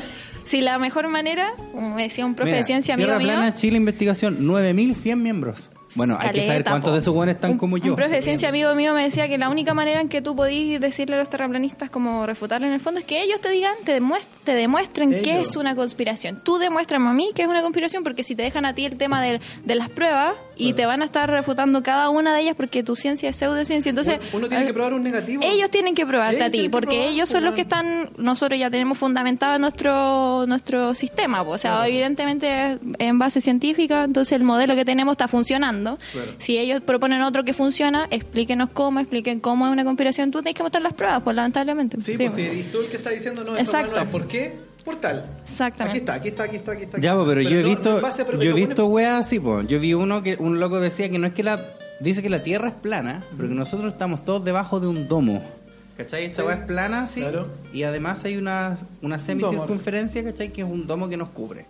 [SPEAKER 4] Si la mejor manera, como me decía un profe
[SPEAKER 2] Mira,
[SPEAKER 4] de ciencia amigo
[SPEAKER 2] Tierra
[SPEAKER 4] mío,
[SPEAKER 2] Plana, Chile Investigación, 9.100 miembros. Bueno, hay que saber
[SPEAKER 4] caleta,
[SPEAKER 2] cuántos
[SPEAKER 4] po.
[SPEAKER 2] de esos buenos están
[SPEAKER 4] Un-
[SPEAKER 2] como yo.
[SPEAKER 4] Un profe de ciencia amigo mío me decía que la única manera en que tú podís decirle a los terraplanistas como refutarle en el fondo es que ellos te digan, te, demuest- te demuestren que
[SPEAKER 3] Ellos.
[SPEAKER 4] es una conspiración. Tú demuéstrame a mí que es una conspiración porque si te dejan a ti el tema del- de las pruebas y te van a estar refutando cada una de ellas porque tu ciencia es pseudociencia, entonces...
[SPEAKER 3] Uno tiene
[SPEAKER 4] al-
[SPEAKER 3] que probar un negativo.
[SPEAKER 4] Eh, ellos tienen que probarte
[SPEAKER 3] Ellos
[SPEAKER 4] a ti,
[SPEAKER 3] tienen que
[SPEAKER 4] porque
[SPEAKER 3] probar,
[SPEAKER 4] ellos son
[SPEAKER 3] pues,
[SPEAKER 4] los que están, nosotros ya tenemos fundamentado nuestro nuestro sistema, pues, o sea, evidentemente en base científica, entonces el modelo que tenemos está funcionando. Si ellos proponen otro que funciona, explíquenos cómo, expliquen cómo es una conspiración, tú tienes que mostrar las pruebas, pues lamentablemente.
[SPEAKER 3] Sí,
[SPEAKER 4] Sí,
[SPEAKER 3] pues
[SPEAKER 4] pues.
[SPEAKER 3] si eres tú el que está diciendo no, eso
[SPEAKER 4] Exacto.
[SPEAKER 3] no es. ¿Por qué? Por tal. Aquí
[SPEAKER 4] Exactamente.
[SPEAKER 3] está, aquí está, aquí está, aquí está.
[SPEAKER 2] Ya, po, pero, yo he
[SPEAKER 3] no- no
[SPEAKER 2] visto,
[SPEAKER 3] en base, pero
[SPEAKER 2] yo he
[SPEAKER 3] ellos ponen-
[SPEAKER 2] visto weas así, po. Yo vi uno que un loco decía que no es que la dice que la Tierra es plana, pero que nosotros estamos todos debajo de un domo. ¿Cachai? Esa
[SPEAKER 3] Sí.
[SPEAKER 2] wea es plana, sí.
[SPEAKER 3] Claro.
[SPEAKER 2] Y además hay una, una semicircunferencia, ¿cachai? Que es un domo que nos cubre.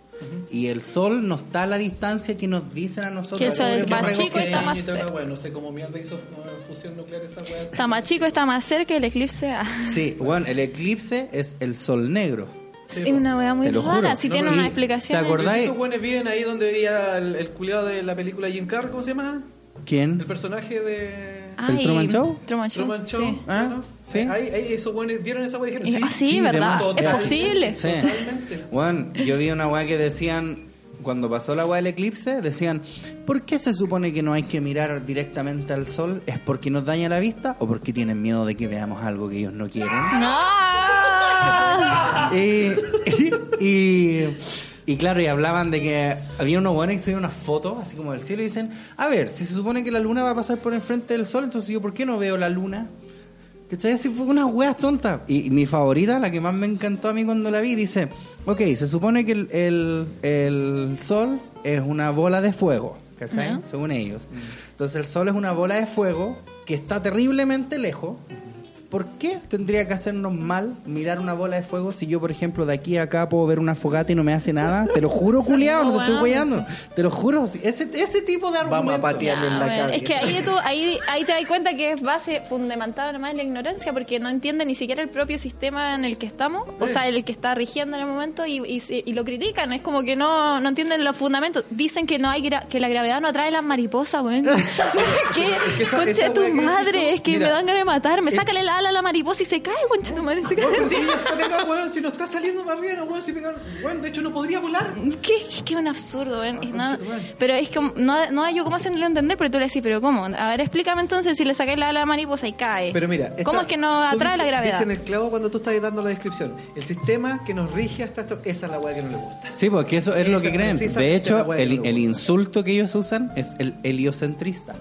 [SPEAKER 2] Y el sol no está a la distancia que nos dicen a nosotros.
[SPEAKER 4] Que eso
[SPEAKER 2] Como
[SPEAKER 4] es
[SPEAKER 2] que
[SPEAKER 4] más
[SPEAKER 2] rego-
[SPEAKER 4] chico y
[SPEAKER 2] que-
[SPEAKER 4] está más
[SPEAKER 3] y toda la
[SPEAKER 4] cerca.
[SPEAKER 3] wea, No sé cómo mierda hizo eh, fusión nuclear esa wea.
[SPEAKER 4] Está más chico, está más cerca el eclipse. ah.
[SPEAKER 2] Sí, bueno, el eclipse es el sol negro.
[SPEAKER 4] Es una weá muy
[SPEAKER 2] Te lo juro.
[SPEAKER 4] rara, si
[SPEAKER 2] No,
[SPEAKER 4] tiene
[SPEAKER 2] pero
[SPEAKER 4] una
[SPEAKER 2] y-
[SPEAKER 4] explicación.
[SPEAKER 2] ¿te acordás?
[SPEAKER 3] Esos buenos viven ahí donde vivía el, el culiado de la película Jim Carrey, ¿cómo se llama?
[SPEAKER 2] ¿Quién?
[SPEAKER 3] El personaje de...
[SPEAKER 4] Ay,
[SPEAKER 2] ¿El Truman Show?
[SPEAKER 4] Truman Show,
[SPEAKER 3] Truman Show.
[SPEAKER 4] sí.
[SPEAKER 2] Ah,
[SPEAKER 3] ¿no?
[SPEAKER 2] sí.
[SPEAKER 3] Ahí, ahí esos buenos vieron esa wea y
[SPEAKER 4] Y-
[SPEAKER 3] dijeron,
[SPEAKER 4] ah,
[SPEAKER 3] sí,
[SPEAKER 4] sí,
[SPEAKER 2] sí, de
[SPEAKER 4] ¿verdad?
[SPEAKER 2] modo
[SPEAKER 4] Es
[SPEAKER 2] total.
[SPEAKER 4] posible.
[SPEAKER 2] Sí.
[SPEAKER 4] <laughs>
[SPEAKER 3] Totalmente.
[SPEAKER 2] Juan, yo vi una weá que decían, cuando pasó la weá del eclipse, decían, ¿por qué se supone que no hay que mirar directamente al sol? ¿Es porque nos daña la vista o porque tienen miedo de que veamos algo que ellos no
[SPEAKER 4] <laughs>
[SPEAKER 2] quieren?
[SPEAKER 3] <laughs>
[SPEAKER 4] ¡No!
[SPEAKER 2] Eh, y, y claro, y hablaban de que había unos weones que se unas fotos así como del cielo y dicen, a ver, si se supone que la luna va a pasar por enfrente del sol, entonces yo, ¿por qué no veo la luna? ¿Cachai? Así fue unas weas tontas. Y, y mi favorita, la que más me encantó a mí cuando la vi, dice, ok, se supone que el, el- el sol es una bola de fuego, ¿cachai?
[SPEAKER 4] Ya.
[SPEAKER 2] Según ellos. Entonces el sol es una bola de fuego que está terriblemente lejos. ¿Por qué tendría que hacernos mal mirar una bola de fuego si yo, por ejemplo, de aquí a acá puedo ver una fogata y no me hace nada? Te lo juro, culiao, no te estoy
[SPEAKER 4] weón,
[SPEAKER 2] weyando. Te lo juro, sí, ese, ese tipo de argumento.
[SPEAKER 3] Vamos a patear.
[SPEAKER 4] Ya,
[SPEAKER 3] en la
[SPEAKER 4] bueno,
[SPEAKER 3] calle.
[SPEAKER 4] Es que ahí, tú, ahí, ahí te das cuenta que es base fundamentada nomás en la ignorancia, porque no entiende ni siquiera el propio sistema en el que estamos, o sea, el que está rigiendo en el momento y, y se- y lo critican. Es como que no, no entienden los fundamentos. Dicen que no hay gra- que la gravedad no
[SPEAKER 3] <laughs>
[SPEAKER 4] atrae las mariposas, weón. ¿Qué?
[SPEAKER 3] Es que esa-
[SPEAKER 4] Concha
[SPEAKER 3] esa
[SPEAKER 4] de tu
[SPEAKER 3] wea que decís
[SPEAKER 4] madre,
[SPEAKER 3] tú,
[SPEAKER 4] es que
[SPEAKER 3] mira,
[SPEAKER 4] me dan ganas de matarme.
[SPEAKER 3] es-
[SPEAKER 4] Sácale la jala la mariposa y se cae, concha tu madre, se cae.
[SPEAKER 3] Pero si ella está pegada, weón, si no está saliendo para arriba, no, weón, si pega- weón, de hecho no podría volar.
[SPEAKER 4] ¿Qué? Qué un absurdo, weón. Y no-
[SPEAKER 3] Ah, concha tu madre.
[SPEAKER 4] pero es que no, no hay yo cómo hacerlo entender, porque tú le decís, pero ¿cómo? A ver, explícame entonces si le sacáis la ala a la mariposa y cae.
[SPEAKER 3] Pero mira, esta-
[SPEAKER 4] ¿cómo es que no
[SPEAKER 3] tú
[SPEAKER 4] atrae la
[SPEAKER 3] diste-
[SPEAKER 4] gravedad?
[SPEAKER 3] diste en el clavo cuando tú estabas dando la descripción. El sistema que nos rige hasta esto, esa es la weá que no le gusta.
[SPEAKER 2] Sí, porque eso es lo
[SPEAKER 3] Esa-
[SPEAKER 2] que creen.
[SPEAKER 3] precisamente
[SPEAKER 2] De
[SPEAKER 3] la
[SPEAKER 2] hecho,
[SPEAKER 3] weá que no
[SPEAKER 2] el,
[SPEAKER 3] me
[SPEAKER 2] el
[SPEAKER 3] gusta.
[SPEAKER 2] insulto que ellos usan es el heliocentrista.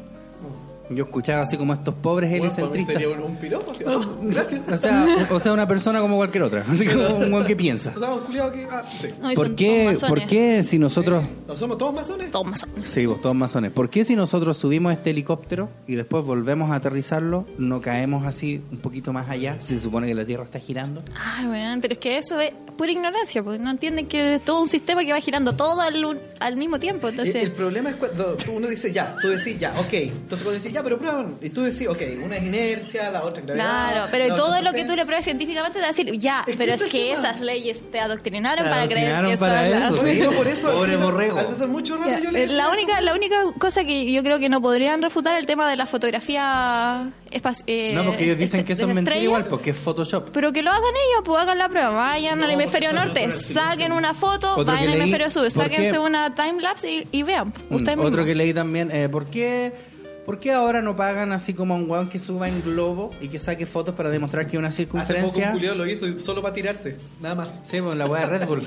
[SPEAKER 2] Yo escuchaba así como estos pobres
[SPEAKER 3] Weón, para mí
[SPEAKER 2] heliocentristas.
[SPEAKER 3] sería un, un piropo, ¿sí?
[SPEAKER 2] Oh,
[SPEAKER 3] Gracias.
[SPEAKER 2] O sea, <laughs> o sea, una persona como cualquier otra. Así como un buen que piensa.
[SPEAKER 3] O sea, un culiado que. Ah, sí.
[SPEAKER 4] Ay,
[SPEAKER 2] ¿Por
[SPEAKER 4] son
[SPEAKER 2] qué,
[SPEAKER 4] todos masones.
[SPEAKER 2] ¿Por qué si nosotros...
[SPEAKER 3] ¿No somos todos masones?
[SPEAKER 4] Todos masones.
[SPEAKER 2] Sí, vos, todos masones. ¿Por qué si nosotros subimos este helicóptero y después volvemos a aterrizarlo, no caemos así un poquito más allá? Si se supone que la Tierra está girando.
[SPEAKER 4] Ay, weón, pero es que eso es pura ignorancia, porque no entienden que es todo un sistema que va girando todo al, un- al mismo tiempo,
[SPEAKER 3] El,
[SPEAKER 4] entonces...
[SPEAKER 3] el problema es cuando tú- uno dice ya, tú decís ya, ok. Entonces cuando decís ya, pero prueban. Y tú decís, ok, una es inercia, la otra es gravedad.
[SPEAKER 4] Claro, pero
[SPEAKER 3] la
[SPEAKER 4] todo
[SPEAKER 3] otra
[SPEAKER 4] lo que tú le
[SPEAKER 3] es-
[SPEAKER 4] pruebes científicamente te va a decir, ya,
[SPEAKER 3] Es que
[SPEAKER 4] pero
[SPEAKER 3] ese
[SPEAKER 4] es
[SPEAKER 3] es
[SPEAKER 4] que
[SPEAKER 3] el tema.
[SPEAKER 4] esas leyes te adoctrinaron
[SPEAKER 2] Te
[SPEAKER 4] para creer
[SPEAKER 2] adoctrinaron
[SPEAKER 4] que
[SPEAKER 2] para
[SPEAKER 4] son
[SPEAKER 2] eso,
[SPEAKER 4] las... <laughs>
[SPEAKER 2] sí.
[SPEAKER 3] Oye, yo por eso. al
[SPEAKER 2] Pobre
[SPEAKER 3] César-
[SPEAKER 2] borrego.
[SPEAKER 3] al César mucho rato
[SPEAKER 4] Ya,
[SPEAKER 3] yo le "Ah,
[SPEAKER 4] eh, la
[SPEAKER 3] decía
[SPEAKER 4] única la única cosa que yo creo que no podrían refutar el tema de la fotografía eh, este, espacial.
[SPEAKER 2] no, porque ellos dicen que eso Eh, es mentira igual, porque es Photoshop.
[SPEAKER 4] Pero que lo hagan ellos, pues hagan la prueba. Vayan al hemisferio norte, saquen una foto,
[SPEAKER 2] Otro
[SPEAKER 4] vayan
[SPEAKER 2] que
[SPEAKER 4] al
[SPEAKER 2] leí,
[SPEAKER 4] hemisferio sur,
[SPEAKER 2] ¿por
[SPEAKER 4] sáquense
[SPEAKER 2] qué?
[SPEAKER 4] una timelapse y, y vean.
[SPEAKER 2] Mm,
[SPEAKER 4] Ustedes
[SPEAKER 2] Otro
[SPEAKER 4] mismos.
[SPEAKER 2] que leí también, eh, ¿por qué... ¿Por qué ahora no pagan así como a un weón que suba en globo y que saque fotos para demostrar que una
[SPEAKER 3] Hace poco un
[SPEAKER 2] circunferencia...
[SPEAKER 3] culiado lo hizo y solo para tirarse, nada más.
[SPEAKER 2] Sí, pues la weá de Red
[SPEAKER 3] <laughs>
[SPEAKER 2] Bull.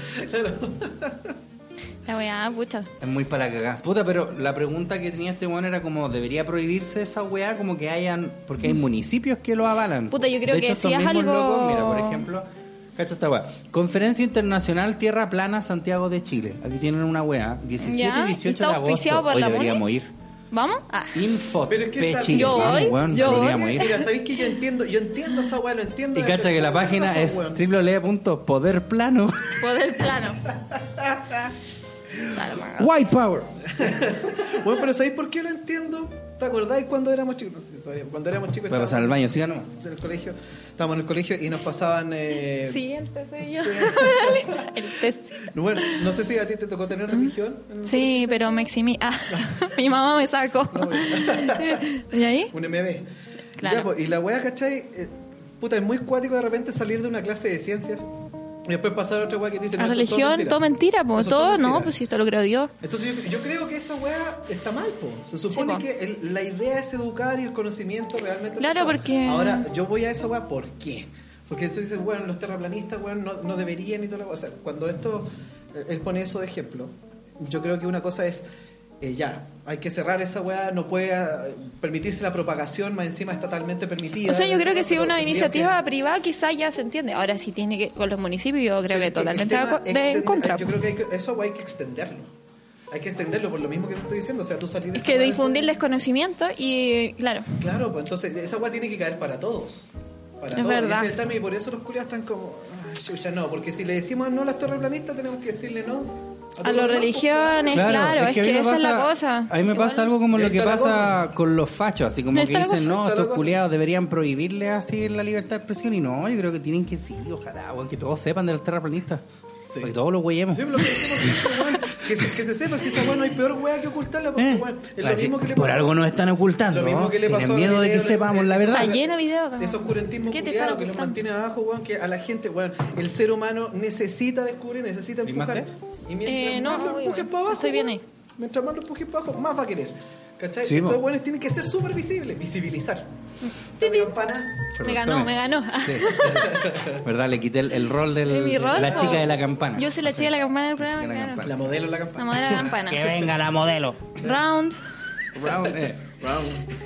[SPEAKER 4] La weá, pucha.
[SPEAKER 2] Es muy para cagar. Puta, pero la pregunta que tenía este weón era como, ¿debería prohibirse esa weá? Como que hayan... Porque hay municipios que lo avalan.
[SPEAKER 4] Mm. Puta, yo creo
[SPEAKER 2] De
[SPEAKER 4] que
[SPEAKER 2] estos
[SPEAKER 4] si es
[SPEAKER 2] mismos
[SPEAKER 4] algo-
[SPEAKER 2] locos, mira, por ejemplo... Cacha esta weá. Conferencia Internacional Tierra Plana Santiago de Chile. Aquí tienen una weá. 17
[SPEAKER 4] Ya,
[SPEAKER 2] y
[SPEAKER 4] ¿y
[SPEAKER 2] 18
[SPEAKER 4] está
[SPEAKER 2] de agosto.
[SPEAKER 4] auspiciado por
[SPEAKER 2] Hoy
[SPEAKER 4] la
[SPEAKER 2] deberíamos
[SPEAKER 4] MUNI?
[SPEAKER 2] ir.
[SPEAKER 4] ¿Vamos? Ah.
[SPEAKER 2] Info.
[SPEAKER 3] Pero es que esa-
[SPEAKER 2] Chile.
[SPEAKER 4] Yo
[SPEAKER 2] Vamos,
[SPEAKER 4] voy,
[SPEAKER 2] weón,
[SPEAKER 4] yo voy.
[SPEAKER 2] deberíamos ir.
[SPEAKER 3] Mira, ¿sabéis que yo entiendo? Yo entiendo esa weá, lo entiendo.
[SPEAKER 2] Y cacha que la
[SPEAKER 3] Pero
[SPEAKER 2] página
[SPEAKER 3] no son,
[SPEAKER 2] es
[SPEAKER 3] weón.
[SPEAKER 2] www.poderplano. <laughs>
[SPEAKER 4] Poder plano. Dale,
[SPEAKER 3] Ah.
[SPEAKER 4] man.
[SPEAKER 2] White Power.
[SPEAKER 3] Bueno, pero ¿sabéis por qué lo entiendo? ¿Te acordáis cuando éramos chicos? No sé, todavía. Cuando éramos chicos.
[SPEAKER 2] Voy a pasar al
[SPEAKER 3] estábamos
[SPEAKER 2] baño, sigan nomás.
[SPEAKER 3] En el colegio. Estábamos en el colegio y nos pasaban. Eh,
[SPEAKER 4] Sí, el test de yo. <laughs> el test.
[SPEAKER 3] Bueno, no sé si a ti te tocó tener religión.
[SPEAKER 4] Sí, pero me eximí. Ah, <laughs> mi mamá me sacó. <laughs> ¿Y ahí?
[SPEAKER 3] Un MB.
[SPEAKER 4] Claro.
[SPEAKER 3] Ya, po, y la weá, ¿cachai? Eh, puta, es muy cuático de repente salir de una clase de ciencias y después pasar a otra weá que dice.
[SPEAKER 4] La
[SPEAKER 3] no, esto es
[SPEAKER 4] religión, todo mentira, pues
[SPEAKER 3] Eso es todo
[SPEAKER 4] todo, no,
[SPEAKER 3] mentira.
[SPEAKER 4] pues si esto lo creo Dios.
[SPEAKER 3] Entonces yo, yo creo que esa weá está mal, po. Se supone
[SPEAKER 4] po.
[SPEAKER 3] que el- la idea es educar y el conocimiento realmente...
[SPEAKER 4] Claro,
[SPEAKER 3] aceptado.
[SPEAKER 4] porque-
[SPEAKER 3] Ahora, yo voy a esa weá, ¿por qué? Porque tú dices, bueno, los terraplanistas, weón, no, no deberían y toda la weá. O sea, cuando esto... eh, Él pone eso de ejemplo. Yo creo que una cosa es... eh, ya, hay que cerrar esa weá, no puede eh, permitirse la propagación, más encima estatalmente permitida.
[SPEAKER 4] O sea, yo
[SPEAKER 3] Esa
[SPEAKER 4] creo
[SPEAKER 3] weá,
[SPEAKER 4] que si
[SPEAKER 3] pero
[SPEAKER 4] una
[SPEAKER 3] creo que-
[SPEAKER 4] iniciativa privada quizás ya se entiende. Ahora si tiene que con los municipios, yo creo que
[SPEAKER 3] Pero es
[SPEAKER 4] totalmente
[SPEAKER 3] el tema
[SPEAKER 4] de- de- en
[SPEAKER 3] extender-
[SPEAKER 4] contra.
[SPEAKER 3] Yo
[SPEAKER 4] pues.
[SPEAKER 3] creo que, hay que eso hay que extenderlo. Hay que extenderlo por lo mismo que te estoy diciendo. O sea, tú salir de
[SPEAKER 4] Es
[SPEAKER 3] esa
[SPEAKER 4] que
[SPEAKER 3] weá-
[SPEAKER 4] difundir desconocimiento y claro,
[SPEAKER 3] Claro, pues entonces esa agua tiene que caer para todos. Para
[SPEAKER 4] Es
[SPEAKER 3] todos.
[SPEAKER 4] verdad.
[SPEAKER 3] Ese es el tema, y por eso los culiados están como, "Ah, chucha, no, porque si le decimos no a las torreplanistas tenemos que decirle no
[SPEAKER 4] a las religiones, claro, es que,
[SPEAKER 2] a mí me
[SPEAKER 4] esa es la
[SPEAKER 2] pasa-
[SPEAKER 4] cosa.
[SPEAKER 2] A mí me
[SPEAKER 4] Igual-
[SPEAKER 2] pasa algo como
[SPEAKER 3] Ahí
[SPEAKER 2] lo que
[SPEAKER 3] está la
[SPEAKER 2] pasa con los fachos, así como
[SPEAKER 4] Ahí
[SPEAKER 2] que
[SPEAKER 4] está la
[SPEAKER 2] dicen,
[SPEAKER 4] cosa.
[SPEAKER 2] no,
[SPEAKER 3] Ahí está la
[SPEAKER 2] estos
[SPEAKER 3] cosa.
[SPEAKER 2] culiados deberían prohibirle así la libertad de expresión y no, yo creo que tienen que sí, ojalá, weón, que todos sepan de los terraplanistas.
[SPEAKER 3] Sí.
[SPEAKER 2] Para que todos los ¿Eh? güeyemos.
[SPEAKER 3] pues. Sí, pero lo que decimos siempre, weón, que, se, que se sepa si esa weá no hay peor weá que ocultarla, porque
[SPEAKER 2] Eh,
[SPEAKER 3] weón, pues, es lo
[SPEAKER 2] así,
[SPEAKER 3] mismo que le
[SPEAKER 2] por
[SPEAKER 3] pasó-
[SPEAKER 2] algo nos están ocultando.
[SPEAKER 3] Lo mismo
[SPEAKER 2] ¿no?
[SPEAKER 3] que le
[SPEAKER 2] Tienen
[SPEAKER 3] pasó a
[SPEAKER 2] miedo de que
[SPEAKER 3] Galileo,
[SPEAKER 2] sepamos
[SPEAKER 3] el-
[SPEAKER 2] la
[SPEAKER 3] el-
[SPEAKER 2] verdad.
[SPEAKER 4] Está lleno de videos. ¿no?
[SPEAKER 3] Ese oscurantismo
[SPEAKER 4] ¿Qué te
[SPEAKER 3] culiado
[SPEAKER 4] están
[SPEAKER 3] que los
[SPEAKER 4] ocultando?
[SPEAKER 3] mantiene abajo, weón, que a la gente, weón, el ser humano necesita descubrir, necesita
[SPEAKER 2] ¿Y más
[SPEAKER 3] empujar. Y mientras
[SPEAKER 4] Eh, no,
[SPEAKER 3] más lo
[SPEAKER 4] no,
[SPEAKER 3] empujes
[SPEAKER 4] weón,
[SPEAKER 3] para abajo,
[SPEAKER 4] estoy bien
[SPEAKER 3] weón,
[SPEAKER 4] ahí.
[SPEAKER 3] mientras más lo empujes para abajo, más va a querer. ¿Cachai?
[SPEAKER 2] Sí,
[SPEAKER 3] Entonces,
[SPEAKER 2] po.
[SPEAKER 3] weones tienen que ser súper visibles, visibilizar.
[SPEAKER 4] Mm.
[SPEAKER 3] Tome, campana.
[SPEAKER 4] Me ganó,
[SPEAKER 2] Tome.
[SPEAKER 4] me ganó.
[SPEAKER 2] Sí, sí, sí. ¿Verdad? Le quité el, el rol de
[SPEAKER 4] <laughs> ¿Es mi rol,
[SPEAKER 2] la
[SPEAKER 4] po?
[SPEAKER 2] chica de la campana.
[SPEAKER 4] Yo soy la chica de la campana del
[SPEAKER 2] chica
[SPEAKER 4] programa,
[SPEAKER 2] de la
[SPEAKER 4] claro.
[SPEAKER 3] La modelo la
[SPEAKER 4] La
[SPEAKER 3] campana.
[SPEAKER 4] modelo de la campana.
[SPEAKER 2] venga la modelo.
[SPEAKER 4] Round.
[SPEAKER 2] Round, eh.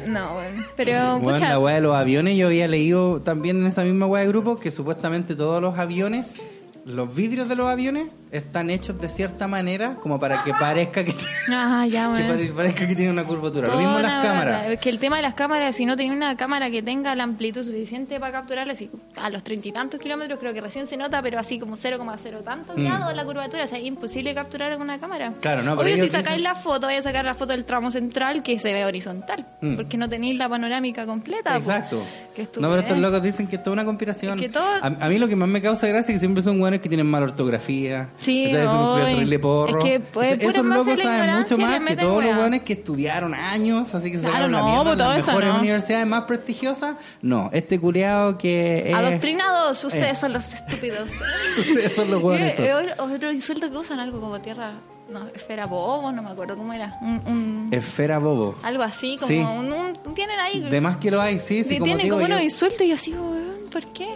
[SPEAKER 4] No, bueno. Pero,
[SPEAKER 2] Bueno,
[SPEAKER 4] pucha,
[SPEAKER 2] la weá de los aviones, yo había leído también en esa misma weá de grupo que supuestamente todos los aviones, los vidrios de los aviones, están hechos de cierta manera como para que parezca que, <laughs> que
[SPEAKER 4] Ah, ya, bueno.
[SPEAKER 2] pare- parezca que tiene una curvatura. Lo
[SPEAKER 4] Toda
[SPEAKER 2] mismo
[SPEAKER 4] una
[SPEAKER 2] las
[SPEAKER 4] barra.
[SPEAKER 2] cámaras.
[SPEAKER 4] Es que el tema de las cámaras, si no tenía una cámara que tenga la amplitud suficiente para capturarla, así, a los treinta y tantos kilómetros creo que recién se nota, pero así como 0,0 tantos
[SPEAKER 2] Mm.
[SPEAKER 4] grados la curvatura, o sea, es imposible capturar con una cámara.
[SPEAKER 2] Claro, no, pero
[SPEAKER 4] Obvio,
[SPEAKER 2] ellos
[SPEAKER 4] si sacáis
[SPEAKER 2] dicen-
[SPEAKER 4] la foto, vais a sacar la foto del tramo central que se ve horizontal,
[SPEAKER 2] Mm.
[SPEAKER 4] porque no tenéis la panorámica completa. pues.
[SPEAKER 2] Exacto.
[SPEAKER 4] Qué
[SPEAKER 2] no, pero
[SPEAKER 4] estupidez.
[SPEAKER 2] estos locos dicen que es toda una conspiración.
[SPEAKER 4] Es que todo-
[SPEAKER 2] a, a mí lo que más me causa gracia es que siempre son hueones que tienen mala ortografía,
[SPEAKER 4] Sí,
[SPEAKER 2] ¿Cachai? Es un
[SPEAKER 4] hoy.
[SPEAKER 2] terrible porro.
[SPEAKER 4] Es que, pues,
[SPEAKER 2] Entonces,
[SPEAKER 4] pura
[SPEAKER 2] esos
[SPEAKER 4] en base a
[SPEAKER 2] locos
[SPEAKER 4] la
[SPEAKER 2] saben mucho
[SPEAKER 4] ignorancia le
[SPEAKER 2] más que
[SPEAKER 4] meten
[SPEAKER 2] todos los
[SPEAKER 4] weá.
[SPEAKER 2] hueones que estudiaron años, así que se
[SPEAKER 4] Claro,
[SPEAKER 2] sacaron la
[SPEAKER 4] no,
[SPEAKER 2] mierda
[SPEAKER 4] pues,
[SPEAKER 2] en las
[SPEAKER 4] todo eso
[SPEAKER 2] mejores
[SPEAKER 4] no.
[SPEAKER 2] universidades más prestigiosas. No, este culiado que es-
[SPEAKER 4] Adoctrinados, ustedes
[SPEAKER 2] eh.
[SPEAKER 4] son los estúpidos.
[SPEAKER 2] <laughs> Ustedes son los
[SPEAKER 4] <laughs>
[SPEAKER 2] hueones
[SPEAKER 4] Eh,
[SPEAKER 2] todos.
[SPEAKER 4] eh, otro- otro insulto que usan, algo como tierra, no, esfera bobo, no me acuerdo cómo era. Un- un-
[SPEAKER 2] Esfera bobo.
[SPEAKER 4] algo así, como
[SPEAKER 2] Sí.
[SPEAKER 4] un, un- Tienen ahí.
[SPEAKER 2] De más que lo hay, sí, sí.
[SPEAKER 4] Sí,
[SPEAKER 2] como
[SPEAKER 4] tienen
[SPEAKER 2] digo
[SPEAKER 4] como
[SPEAKER 2] yo-
[SPEAKER 4] unos insultos y yo así, weón, ¿por qué?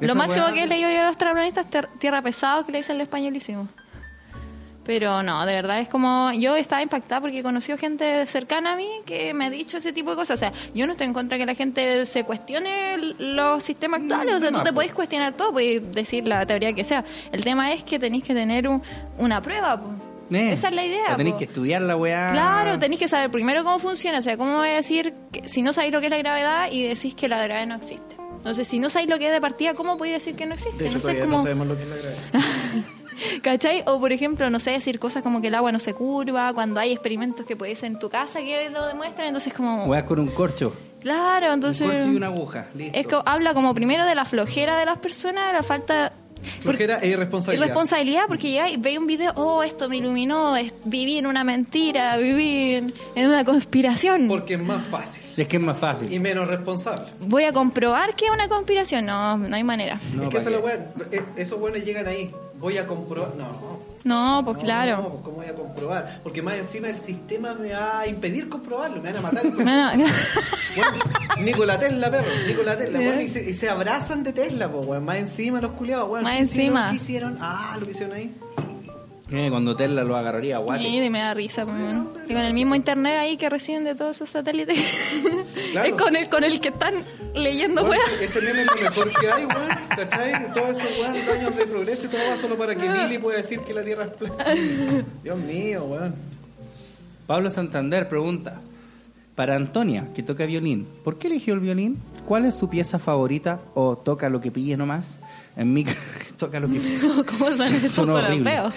[SPEAKER 2] Esa
[SPEAKER 4] Lo máximo
[SPEAKER 2] weá-
[SPEAKER 4] que he leído yo a los terraplanistas es ter- tierra pesado que le dicen al españolísimo. Pero no, de verdad es como. Yo estaba impactada porque he conocido gente cercana a mí que me ha dicho ese tipo de cosas. O sea, yo no estoy en contra de que la gente se cuestione l- los
[SPEAKER 2] Mm,
[SPEAKER 4] sistemas actuales. O sea, tú te podés cuestionar todo, podés decir la teoría que sea. El tema es que tenéis que tener un- una prueba. po.
[SPEAKER 2] Eh,
[SPEAKER 4] Esa es la idea.
[SPEAKER 2] o Tenéis
[SPEAKER 4] po.
[SPEAKER 2] que estudiar la weá.
[SPEAKER 4] Claro, tenéis que saber primero cómo funciona. O sea, cómo voy a decir, que- si no sabéis lo que es la gravedad y decís que la gravedad no existe. Entonces, si no sabéis lo que es de partida, ¿cómo podéis decir que no existe?
[SPEAKER 3] De hecho,
[SPEAKER 4] no sé
[SPEAKER 3] todavía
[SPEAKER 4] cómo.
[SPEAKER 3] no sabemos lo que es la gravedad.
[SPEAKER 4] ¿Cachai? O por ejemplo, no sé, decir cosas como que el agua no se curva, cuando hay experimentos que podéis hacer en tu casa que lo demuestran, entonces como...
[SPEAKER 2] Weá con un corcho.
[SPEAKER 4] Claro,
[SPEAKER 2] Un
[SPEAKER 4] entonces...
[SPEAKER 2] corcho y una aguja. Listo.
[SPEAKER 4] Es que habla como primero de la flojera de las personas, la falta...
[SPEAKER 3] Flojera e irresponsabilidad.
[SPEAKER 4] Irresponsabilidad, porque ya veis un video, oh, esto me iluminó, es- viví en una mentira, viví en, en una conspiración.
[SPEAKER 3] Mm. Porque es más fácil
[SPEAKER 2] Es que es más
[SPEAKER 3] y
[SPEAKER 2] fácil.
[SPEAKER 3] menos responsable.
[SPEAKER 4] Voy a comprobar que es una conspiración. No, no hay manera.
[SPEAKER 2] No,
[SPEAKER 3] es que
[SPEAKER 2] ¿pa'
[SPEAKER 3] esa es
[SPEAKER 2] qué?
[SPEAKER 3] la weá. Eh, Esos weones llegan ahí. Voy a comprobar. No.
[SPEAKER 4] No, pues
[SPEAKER 3] No, No,
[SPEAKER 4] claro.
[SPEAKER 3] pues, ¿Cómo voy a comprobar? Porque más encima el sistema me va a impedir comprobarlo, me van a matar.
[SPEAKER 4] <laughs> Bueno,
[SPEAKER 3] Bueno, Nikola Tesla, perro, Nikola Tesla, bueno, y, se, y se abrazan de Tesla, pues, weón. Más encima los culiados, weón.
[SPEAKER 4] Más
[SPEAKER 3] ¿Qué hicieron?
[SPEAKER 4] encima.
[SPEAKER 3] ¿Qué hicieron? Ah, lo que hicieron ahí.
[SPEAKER 2] Eh, cuando Tesla lo agarraría, guate.
[SPEAKER 4] y me da risa. pues, bueno. Y con el mismo internet ahí que reciben de todos esos satélites.
[SPEAKER 3] Claro.
[SPEAKER 4] es con el, con el que están leyendo,
[SPEAKER 3] Weón,
[SPEAKER 4] weá.
[SPEAKER 3] ese meme es lo mejor que hay, weón. ¿Cachai? Todos esos weón, años de progreso y todo va solo para
[SPEAKER 4] Ah.
[SPEAKER 3] que Billy pueda decir que la Tierra es
[SPEAKER 4] <laughs>
[SPEAKER 3] plana. Dios mío, weón.
[SPEAKER 2] Pablo Santander pregunta. Para Antonia, que toca violín, ¿por qué eligió el violín? ¿Cuál es su pieza favorita? ¿O toca lo que pille nomás? En mi ca- <laughs> toca lo que pille.
[SPEAKER 4] <laughs> ¿Cómo son esos
[SPEAKER 2] Sonó horrible.
[SPEAKER 4] europeos?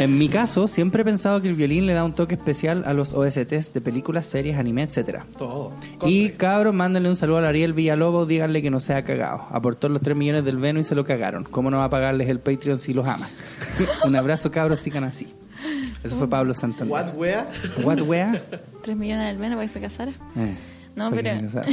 [SPEAKER 2] En mi caso, siempre he pensado que el violín le da un toque especial a los OSTs de películas, series, anime, etcétera.
[SPEAKER 3] Todo.
[SPEAKER 2] Y cabros, mándenle un saludo a Ariel Villalobos, díganle que no se ha cagado. Aportó los 3 millones del Veno y se lo cagaron. ¿Cómo no va a pagarles el Patreon si los ama? <laughs> un abrazo, cabros, sigan así. Eso fue Pablo Santander.
[SPEAKER 3] What, wea?
[SPEAKER 2] What wea?
[SPEAKER 4] Tres millones al menos para que se casara.
[SPEAKER 2] Eh,
[SPEAKER 4] No,
[SPEAKER 2] para que
[SPEAKER 4] pero-
[SPEAKER 2] se
[SPEAKER 4] <laughs>
[SPEAKER 2] casara.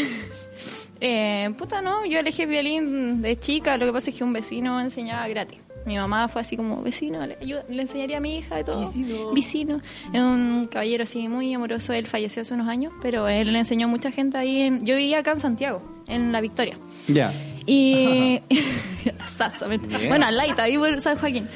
[SPEAKER 4] Eh, puta, no, yo elegí el violín de chica, lo que pasa es que un vecino enseñaba gratis. Mi mamá fue así como, vecino, le, yo le enseñaría a mi hija y todo. Vecino. Es un caballero así muy amoroso, él falleció hace unos años, pero él le enseñó a mucha gente ahí. En, yo vivía acá en Santiago, en La Victoria.
[SPEAKER 2] Ya.
[SPEAKER 4] Y. <laughs> Exactamente.
[SPEAKER 2] Bien.
[SPEAKER 4] Bueno, al Laita, ahí por San Joaquín.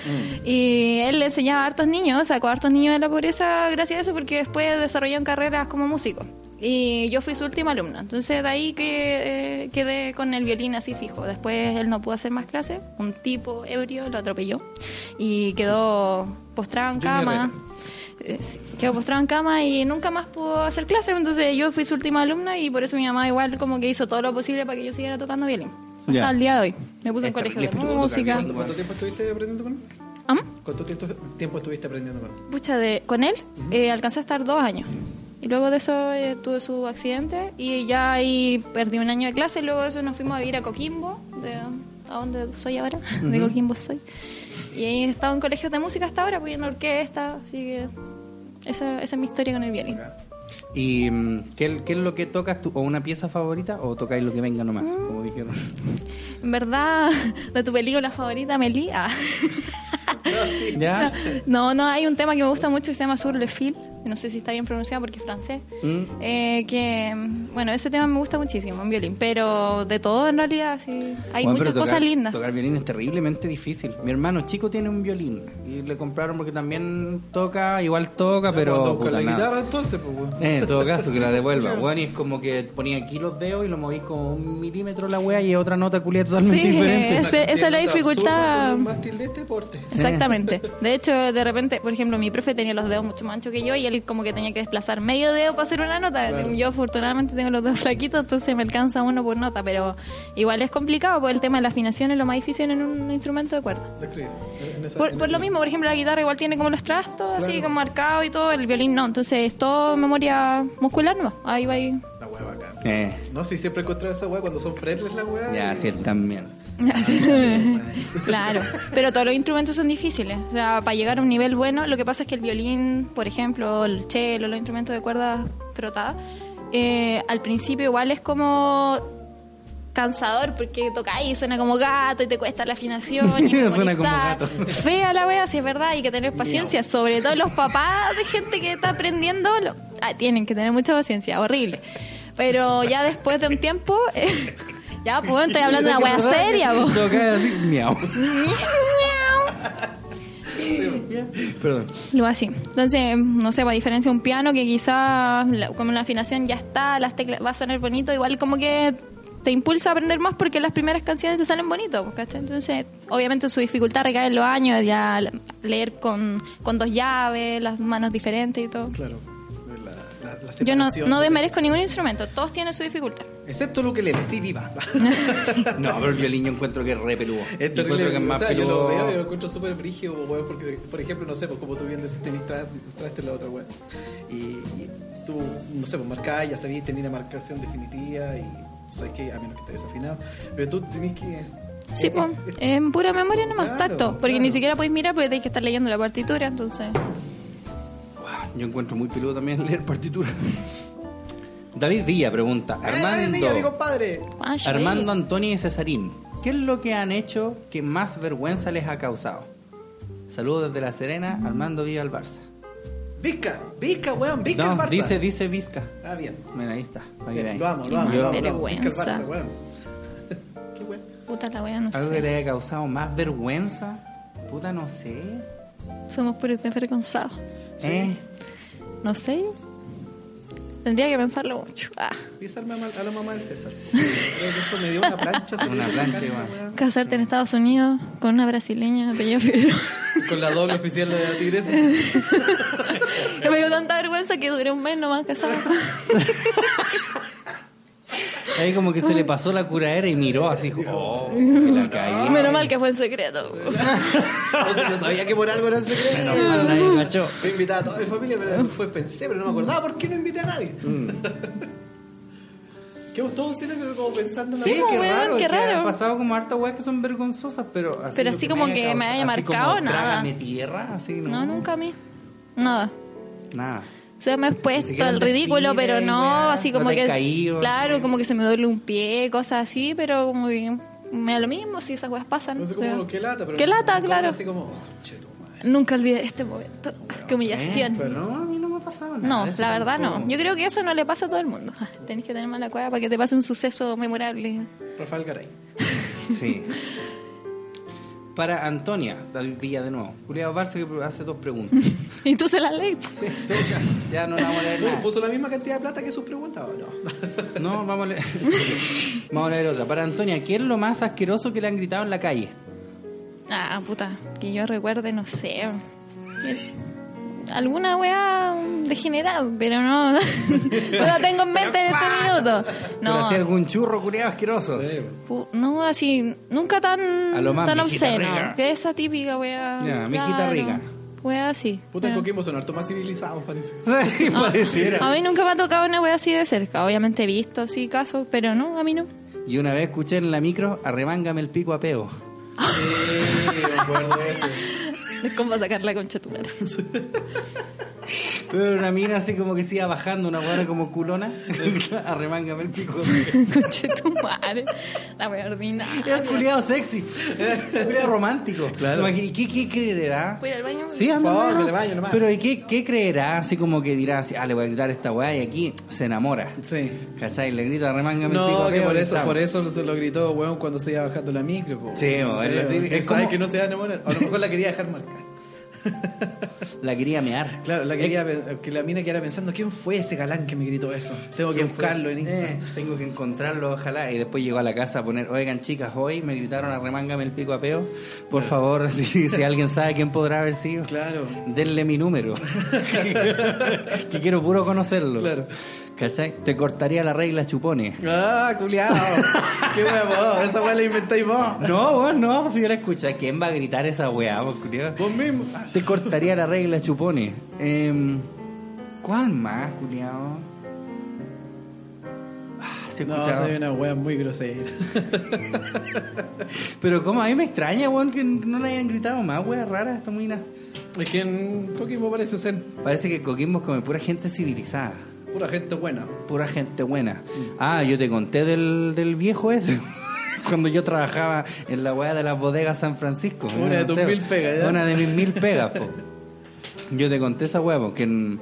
[SPEAKER 4] Y él le enseñaba a hartos niños, sacó a hartos niños de la pobreza gracias a eso, porque después desarrollaron carreras como músicos. Y yo fui su última alumna. Entonces, de ahí que eh, quedé con el violín así fijo. Después él no pudo hacer más clases. Un tipo ebrio lo atropelló. Y quedó postrado en
[SPEAKER 3] Jimmy
[SPEAKER 4] cama. Eh, sí, quedó postrado en cama y nunca más pudo hacer clases. Entonces yo fui su última alumna y por eso mi mamá igual como que hizo todo lo posible para que yo siguiera tocando violín. Hasta
[SPEAKER 2] Ya.
[SPEAKER 4] el día de hoy. Me puse en
[SPEAKER 2] Está
[SPEAKER 4] colegio de
[SPEAKER 2] terrible, tú tocas
[SPEAKER 4] música.
[SPEAKER 2] violín,
[SPEAKER 3] ¿Cuánto tiempo estuviste aprendiendo con él?
[SPEAKER 4] ¿Am?
[SPEAKER 3] ¿Cuánto tiempo, tiempo estuviste aprendiendo con él?
[SPEAKER 4] Pucha, de, con él eh, alcancé a estar dos años. Y luego de eso eh, tuve su accidente y ya ahí perdí un año de clase. Luego de eso nos fuimos a vivir a Coquimbo, de, a donde soy ahora, <laughs> de Coquimbo soy. Y ahí he estado en colegios de música hasta ahora, pues en orquesta, así que esa, esa es mi historia con el violín.
[SPEAKER 2] ¿Y mm, ¿qué, qué es lo que tocas tú? ¿O una pieza favorita o tocáis lo que venga nomás?
[SPEAKER 4] Mm.
[SPEAKER 2] Como
[SPEAKER 4] <laughs>
[SPEAKER 2] dijeron.
[SPEAKER 4] En verdad, <laughs> de tu película favorita, Meli. ah.
[SPEAKER 2] ¿Ya?
[SPEAKER 4] No, no, hay un tema que me gusta mucho que se llama Sur le Fil. No sé si está bien pronunciado porque es francés.
[SPEAKER 2] Mm.
[SPEAKER 4] Eh, que, mm, bueno, ese tema me gusta muchísimo en violín, pero de todo en realidad, sí. Hay
[SPEAKER 2] Bueno,
[SPEAKER 4] muchas
[SPEAKER 2] pero
[SPEAKER 4] cosas
[SPEAKER 2] tocar-
[SPEAKER 4] lindas.
[SPEAKER 2] Tocar violín es terriblemente difícil. Mi hermano chico tiene un violín y le compraron porque también toca, igual toca, pero.
[SPEAKER 3] con
[SPEAKER 2] puta,
[SPEAKER 3] pues, la
[SPEAKER 2] nada.
[SPEAKER 3] guitarra entonces, pues, weón.
[SPEAKER 2] Eh, en todo caso, que la devuelva. Bueno, y es como que ponía aquí los dedos y lo moví como un milímetro la wea y es otra nota culia totalmente
[SPEAKER 4] Sí,
[SPEAKER 2] diferente.
[SPEAKER 4] Ese- esa es la dificultad.
[SPEAKER 3] Con un mástil de este porte.
[SPEAKER 4] Exactamente. De hecho, de repente, por ejemplo, mi profe tenía los dedos mucho más anchos que yo y él como que tenía que desplazar medio dedo para hacer una nota. Yo afortunadamente tengo los dedos flaquitos, entonces me alcanza uno por nota, pero igual es complicado porque el tema de la afinación es lo más difícil en un instrumento de cuerda.
[SPEAKER 3] Describe. en esa-
[SPEAKER 4] Por,
[SPEAKER 3] en-
[SPEAKER 4] por lo mismo, por ejemplo, la guitarra igual tiene como los trastos, así como marcado y todo, el violín no, entonces es todo memoria muscular nomás. Ahí va ahí.
[SPEAKER 3] La wea bacán.
[SPEAKER 2] Eh,
[SPEAKER 3] No, sí, siempre he encontrado esa wea cuando son fretless la wea.
[SPEAKER 2] ya,
[SPEAKER 3] y-
[SPEAKER 2] sí, él también.
[SPEAKER 4] claro, pero todos los instrumentos son difíciles. O sea, para llegar a un nivel bueno, lo que pasa es que el violín, por ejemplo, el cello, los instrumentos de cuerda frotada, eh, al principio igual es como cansador porque tocáis y suena como gato y te cuesta la afinación y
[SPEAKER 2] <laughs> Suena como
[SPEAKER 4] memorizar.
[SPEAKER 2] gato.
[SPEAKER 4] fea la wea si es verdad hay que tener paciencia sobre todo los papás de gente que está aprendiendo lo- ah, tienen que tener mucha paciencia horrible pero ya después de un tiempo <laughs> eh, ya pues estoy hablando de
[SPEAKER 2] <laughs>
[SPEAKER 4] una wea seria po.
[SPEAKER 2] Toca así, miau. Perdón.
[SPEAKER 4] Lo así. Entonces, no sé, pues, a diferencia de un piano que quizás la- como la afinación ya está, las teclas va a sonar bonito, igual como que te impulsa a aprender más porque las primeras canciones te salen bonito, pues, ¿cachai? Entonces, obviamente su dificultad recae en los años, ya leer con, con dos llaves, las manos diferentes y todo.
[SPEAKER 3] Claro. La- la- la
[SPEAKER 4] Yo no,
[SPEAKER 3] separación
[SPEAKER 4] no
[SPEAKER 3] de-
[SPEAKER 4] desmerezco ningún instrumento, todos tienen su dificultad.
[SPEAKER 3] Excepto lo que le sí, viva.
[SPEAKER 2] <laughs>
[SPEAKER 3] <laughs>
[SPEAKER 2] No, pero el violín yo encuentro que es re peludo. Yo
[SPEAKER 3] Es
[SPEAKER 2] encuentro
[SPEAKER 3] terrible.
[SPEAKER 2] que es
[SPEAKER 3] o
[SPEAKER 2] más
[SPEAKER 3] sea, yo lo
[SPEAKER 2] peludo.
[SPEAKER 3] veo y lo encuentro súper brígido, weón, porque, por ejemplo, no sé, pues como tú bien decís, tenés tra- traste la otra weón. Y, y tú, no sé, pues marcás, ya sabías, tenías la marcación definitiva y sabes que a menos que estés desafinado, pero tú tenés que...
[SPEAKER 4] Sí, pues, en pura memoria nomás,
[SPEAKER 3] Eh, Claro,
[SPEAKER 4] tacto, porque ni
[SPEAKER 3] claro.
[SPEAKER 4] siquiera podéis mirar porque tenéis que estar leyendo la partitura, entonces...
[SPEAKER 2] Yo encuentro muy peludo también leer partitura. <laughs> David Villa
[SPEAKER 3] Eh,
[SPEAKER 2] pregunta,
[SPEAKER 3] ¡Ay, mira, mi
[SPEAKER 2] Armando,
[SPEAKER 3] compadre!
[SPEAKER 4] ah, yo
[SPEAKER 3] eh.
[SPEAKER 2] Armando Antonio y Cesarín, ¿qué es lo que han hecho que más vergüenza les ha causado? Saludos desde La Serena, Armando Villa al Barça.
[SPEAKER 3] ¡Vizca! ¡Vizca, weón! ¡Vizca
[SPEAKER 2] No,
[SPEAKER 3] el Barça!
[SPEAKER 2] dice, dice Vizca.
[SPEAKER 3] Ah, bien.
[SPEAKER 2] Mira, ahí está. para que
[SPEAKER 3] Bien,
[SPEAKER 2] veáis.
[SPEAKER 3] Lo amo, lo amo. lo amo, lo amo. Vizca el
[SPEAKER 4] vergüenza.
[SPEAKER 3] Barça, weón. Qué weón.
[SPEAKER 4] Puta la wea, no
[SPEAKER 2] Algo
[SPEAKER 4] sé.
[SPEAKER 2] que le haya causado más vergüenza. Puta, no sé.
[SPEAKER 4] Somos puros desvergonzados.
[SPEAKER 2] ¿Eh?
[SPEAKER 4] No sé. Tendría que pensarlo mucho. Ah,
[SPEAKER 3] Dice a la mamá- a la mamá del César. Creo que eso me dio una plancha. se me
[SPEAKER 2] <laughs> Una
[SPEAKER 3] dio
[SPEAKER 2] plancha,
[SPEAKER 3] esa
[SPEAKER 2] weón.
[SPEAKER 3] weón.
[SPEAKER 4] casarte en Estados Unidos con una brasileña, apellido Figueroa. <laughs>
[SPEAKER 3] Con la doble oficial de la tigresa.
[SPEAKER 4] Me dio tanta vergüenza que duré un mes nomás casada.
[SPEAKER 2] Ahí como que se le pasó la curadera y miró así. Oh, me la caí.
[SPEAKER 4] Menos mal que fue en secreto.
[SPEAKER 3] Entonces yo sabía que por algo era secreto.
[SPEAKER 2] Menos mal nadie cachó.
[SPEAKER 3] Yo invitaba a toda mi familia, pero después pensé, pero no me acordaba por qué no invité a nadie.
[SPEAKER 2] Mm.
[SPEAKER 3] <laughs> Quedamos todos en silencio, como pensando en la
[SPEAKER 2] Sí,
[SPEAKER 4] ¿Cómo,
[SPEAKER 2] qué
[SPEAKER 4] pues, weón?
[SPEAKER 2] raro.
[SPEAKER 4] Qué
[SPEAKER 2] que
[SPEAKER 4] raro.
[SPEAKER 2] Han pasado como harta weas que son vergonzosas, pero así.
[SPEAKER 4] Pero
[SPEAKER 2] lo
[SPEAKER 4] así como que me
[SPEAKER 2] causado-
[SPEAKER 4] haya
[SPEAKER 2] así
[SPEAKER 4] marcado,
[SPEAKER 2] como,
[SPEAKER 4] nada.
[SPEAKER 2] "Trágame tierra, así. No,
[SPEAKER 4] No, nunca a mí. Nada.
[SPEAKER 2] Nada.
[SPEAKER 4] O sea, me he puesto
[SPEAKER 2] siquiera
[SPEAKER 4] al
[SPEAKER 2] un
[SPEAKER 4] ridículo,
[SPEAKER 2] desfile,
[SPEAKER 4] pero no,
[SPEAKER 2] weá,
[SPEAKER 4] así
[SPEAKER 2] no
[SPEAKER 4] como
[SPEAKER 2] te has
[SPEAKER 4] que.
[SPEAKER 2] caído,
[SPEAKER 4] claro,
[SPEAKER 2] así.
[SPEAKER 4] como que se me duele un pie, cosas así, pero como que me da lo mismo si esas weas pasan.
[SPEAKER 3] No sé cómo, qué lata, pero.
[SPEAKER 4] Qué lata,
[SPEAKER 3] como
[SPEAKER 4] claro.
[SPEAKER 3] Así como, oh, che, tu madre.
[SPEAKER 4] Nunca olvidaré este momento. Qué humillación.
[SPEAKER 2] Pero no, a mí no me ha pasado nada.
[SPEAKER 4] No,
[SPEAKER 2] eso
[SPEAKER 4] la verdad no.
[SPEAKER 2] tampoco.
[SPEAKER 4] Yo creo que eso no le pasa a todo el mundo. Ah, Tenés que tener mala cueva para que te pase un suceso memorable. <laughs>
[SPEAKER 3] Rafael Garay.
[SPEAKER 2] Sí. Para Antonia, David Villa de nuevo. Julián Barça que hace dos preguntas.
[SPEAKER 4] <laughs> Y tú se la leí. po.
[SPEAKER 3] Sí, en todo caso.
[SPEAKER 4] <laughs>
[SPEAKER 2] Ya no la vamos a leer
[SPEAKER 3] Uy,
[SPEAKER 2] nada.
[SPEAKER 3] ¿Puso la misma cantidad de plata que sus preguntas o no?
[SPEAKER 2] No, vamos a leer. <laughs> vamos a leer otra. Para Antonia, ¿qué es lo más asqueroso que le han gritado en la calle?
[SPEAKER 4] Ah, puta. Que yo recuerde, no sé. El- Alguna weá degenerada, pero no. <laughs> No la tengo en mente en este minuto.
[SPEAKER 2] ¿Pero
[SPEAKER 4] No.
[SPEAKER 2] hacía algún churro culiado asqueroso? <laughs>
[SPEAKER 4] pu- No, así, nunca tan,
[SPEAKER 2] A lo más,
[SPEAKER 4] tan
[SPEAKER 2] mijita
[SPEAKER 4] obsceno.
[SPEAKER 2] rica.
[SPEAKER 4] Que esa típica weá.
[SPEAKER 2] Ya, mijita rica.
[SPEAKER 4] Weá así.
[SPEAKER 3] Puta, en
[SPEAKER 4] pero-
[SPEAKER 3] Coquimbo son harto más civilizados, parece.
[SPEAKER 2] Sí, pareciera.
[SPEAKER 4] A mí nunca me ha tocado una wea así de cerca. Obviamente he visto así casos, pero no, a mí no.
[SPEAKER 2] Y una vez escuché en la micro, arremángame el pico a peo.
[SPEAKER 3] Sí, me acuerdo de eso.
[SPEAKER 4] <laughs> Es como sacar la concha de tu <laughs> madre.
[SPEAKER 2] Pero una mina así como que se iba bajando, una buena como culona. <laughs> arremángame el pico a peo.
[SPEAKER 4] Concha de tu madre. La wea
[SPEAKER 2] Era
[SPEAKER 4] ordinaria.
[SPEAKER 2] culiado sexy. Era culiado romántico.
[SPEAKER 3] Claro.
[SPEAKER 2] Imagina- ¿Y qué, qué creerá?
[SPEAKER 4] ¿Puedo ir al baño?
[SPEAKER 2] Sí,
[SPEAKER 3] Por
[SPEAKER 2] anda,
[SPEAKER 3] favor,
[SPEAKER 2] hermano.
[SPEAKER 3] que le vaya nomás.
[SPEAKER 2] Pero ¿y qué, qué creerá? Así como que dirá, así, ah, le voy a gritar a esta weá y aquí se enamora.
[SPEAKER 3] Sí.
[SPEAKER 2] ¿Cachai? Le grita, remángame el pico.
[SPEAKER 3] No, que
[SPEAKER 2] Peo,
[SPEAKER 3] por
[SPEAKER 2] y
[SPEAKER 3] eso,
[SPEAKER 2] estamos.
[SPEAKER 3] por eso se lo gritó, weón, cuando se iba bajando la micro. po.
[SPEAKER 2] Sí, weón, es la
[SPEAKER 3] weón,
[SPEAKER 2] típica.
[SPEAKER 3] que
[SPEAKER 2] Es
[SPEAKER 3] sabe
[SPEAKER 2] como-
[SPEAKER 3] que no se va a enamorar. A lo mejor la quería dejar marcar.
[SPEAKER 2] La quería mear.
[SPEAKER 3] Claro, la quería que la mina que era pensando, ¿quién fue ese galán que me gritó eso? Tengo que
[SPEAKER 2] ¿Quién fue?
[SPEAKER 3] buscarlo en Instagram.
[SPEAKER 2] Eh, tengo que encontrarlo, ojalá. Y después llegó a la casa a poner, oigan chicas, hoy me gritaron arremángame el pico a peo. Por favor, si,
[SPEAKER 3] <laughs>
[SPEAKER 2] si alguien sabe quién podrá haber sido,
[SPEAKER 3] Claro.
[SPEAKER 2] denle mi
[SPEAKER 3] <laughs>
[SPEAKER 2] número. que quiero puro conocerlo.
[SPEAKER 3] Claro.
[SPEAKER 2] ¿Cachai? Te cortaría la regla, chupones.
[SPEAKER 3] Ah, <laughs> culiao. Qué huevo, esa weá la inventáis vos.
[SPEAKER 2] No, vos no, pues si yo la escucha, ¿quién va a gritar esa weá, vos, culiao?
[SPEAKER 3] Vos mismo. Ah,
[SPEAKER 2] Te cortaría la regla, chupone. Em, ¿Cuál más, culiao? Ah, se
[SPEAKER 3] No,
[SPEAKER 2] escuchaba.
[SPEAKER 3] soy una wea muy grosera.
[SPEAKER 2] Pero como a mí me extraña, weón, que no le hayan gritado más, weón, rara esta muina.
[SPEAKER 3] es que en Coquimbo parece ser
[SPEAKER 2] Parece que Coquimbo es como pura gente civilizada,
[SPEAKER 3] pura gente buena.
[SPEAKER 2] pura gente buena.
[SPEAKER 3] Mm.
[SPEAKER 2] Ah, yo te conté del, del viejo ese. <laughs> Cuando yo trabajaba en la weá de las bodegas San Francisco.
[SPEAKER 3] Una de tus
[SPEAKER 2] Te-
[SPEAKER 3] mil pegas, ¿eh? ¿ya?
[SPEAKER 2] Una de mis mil pegas, po. Yo te conté esa huevo, que en-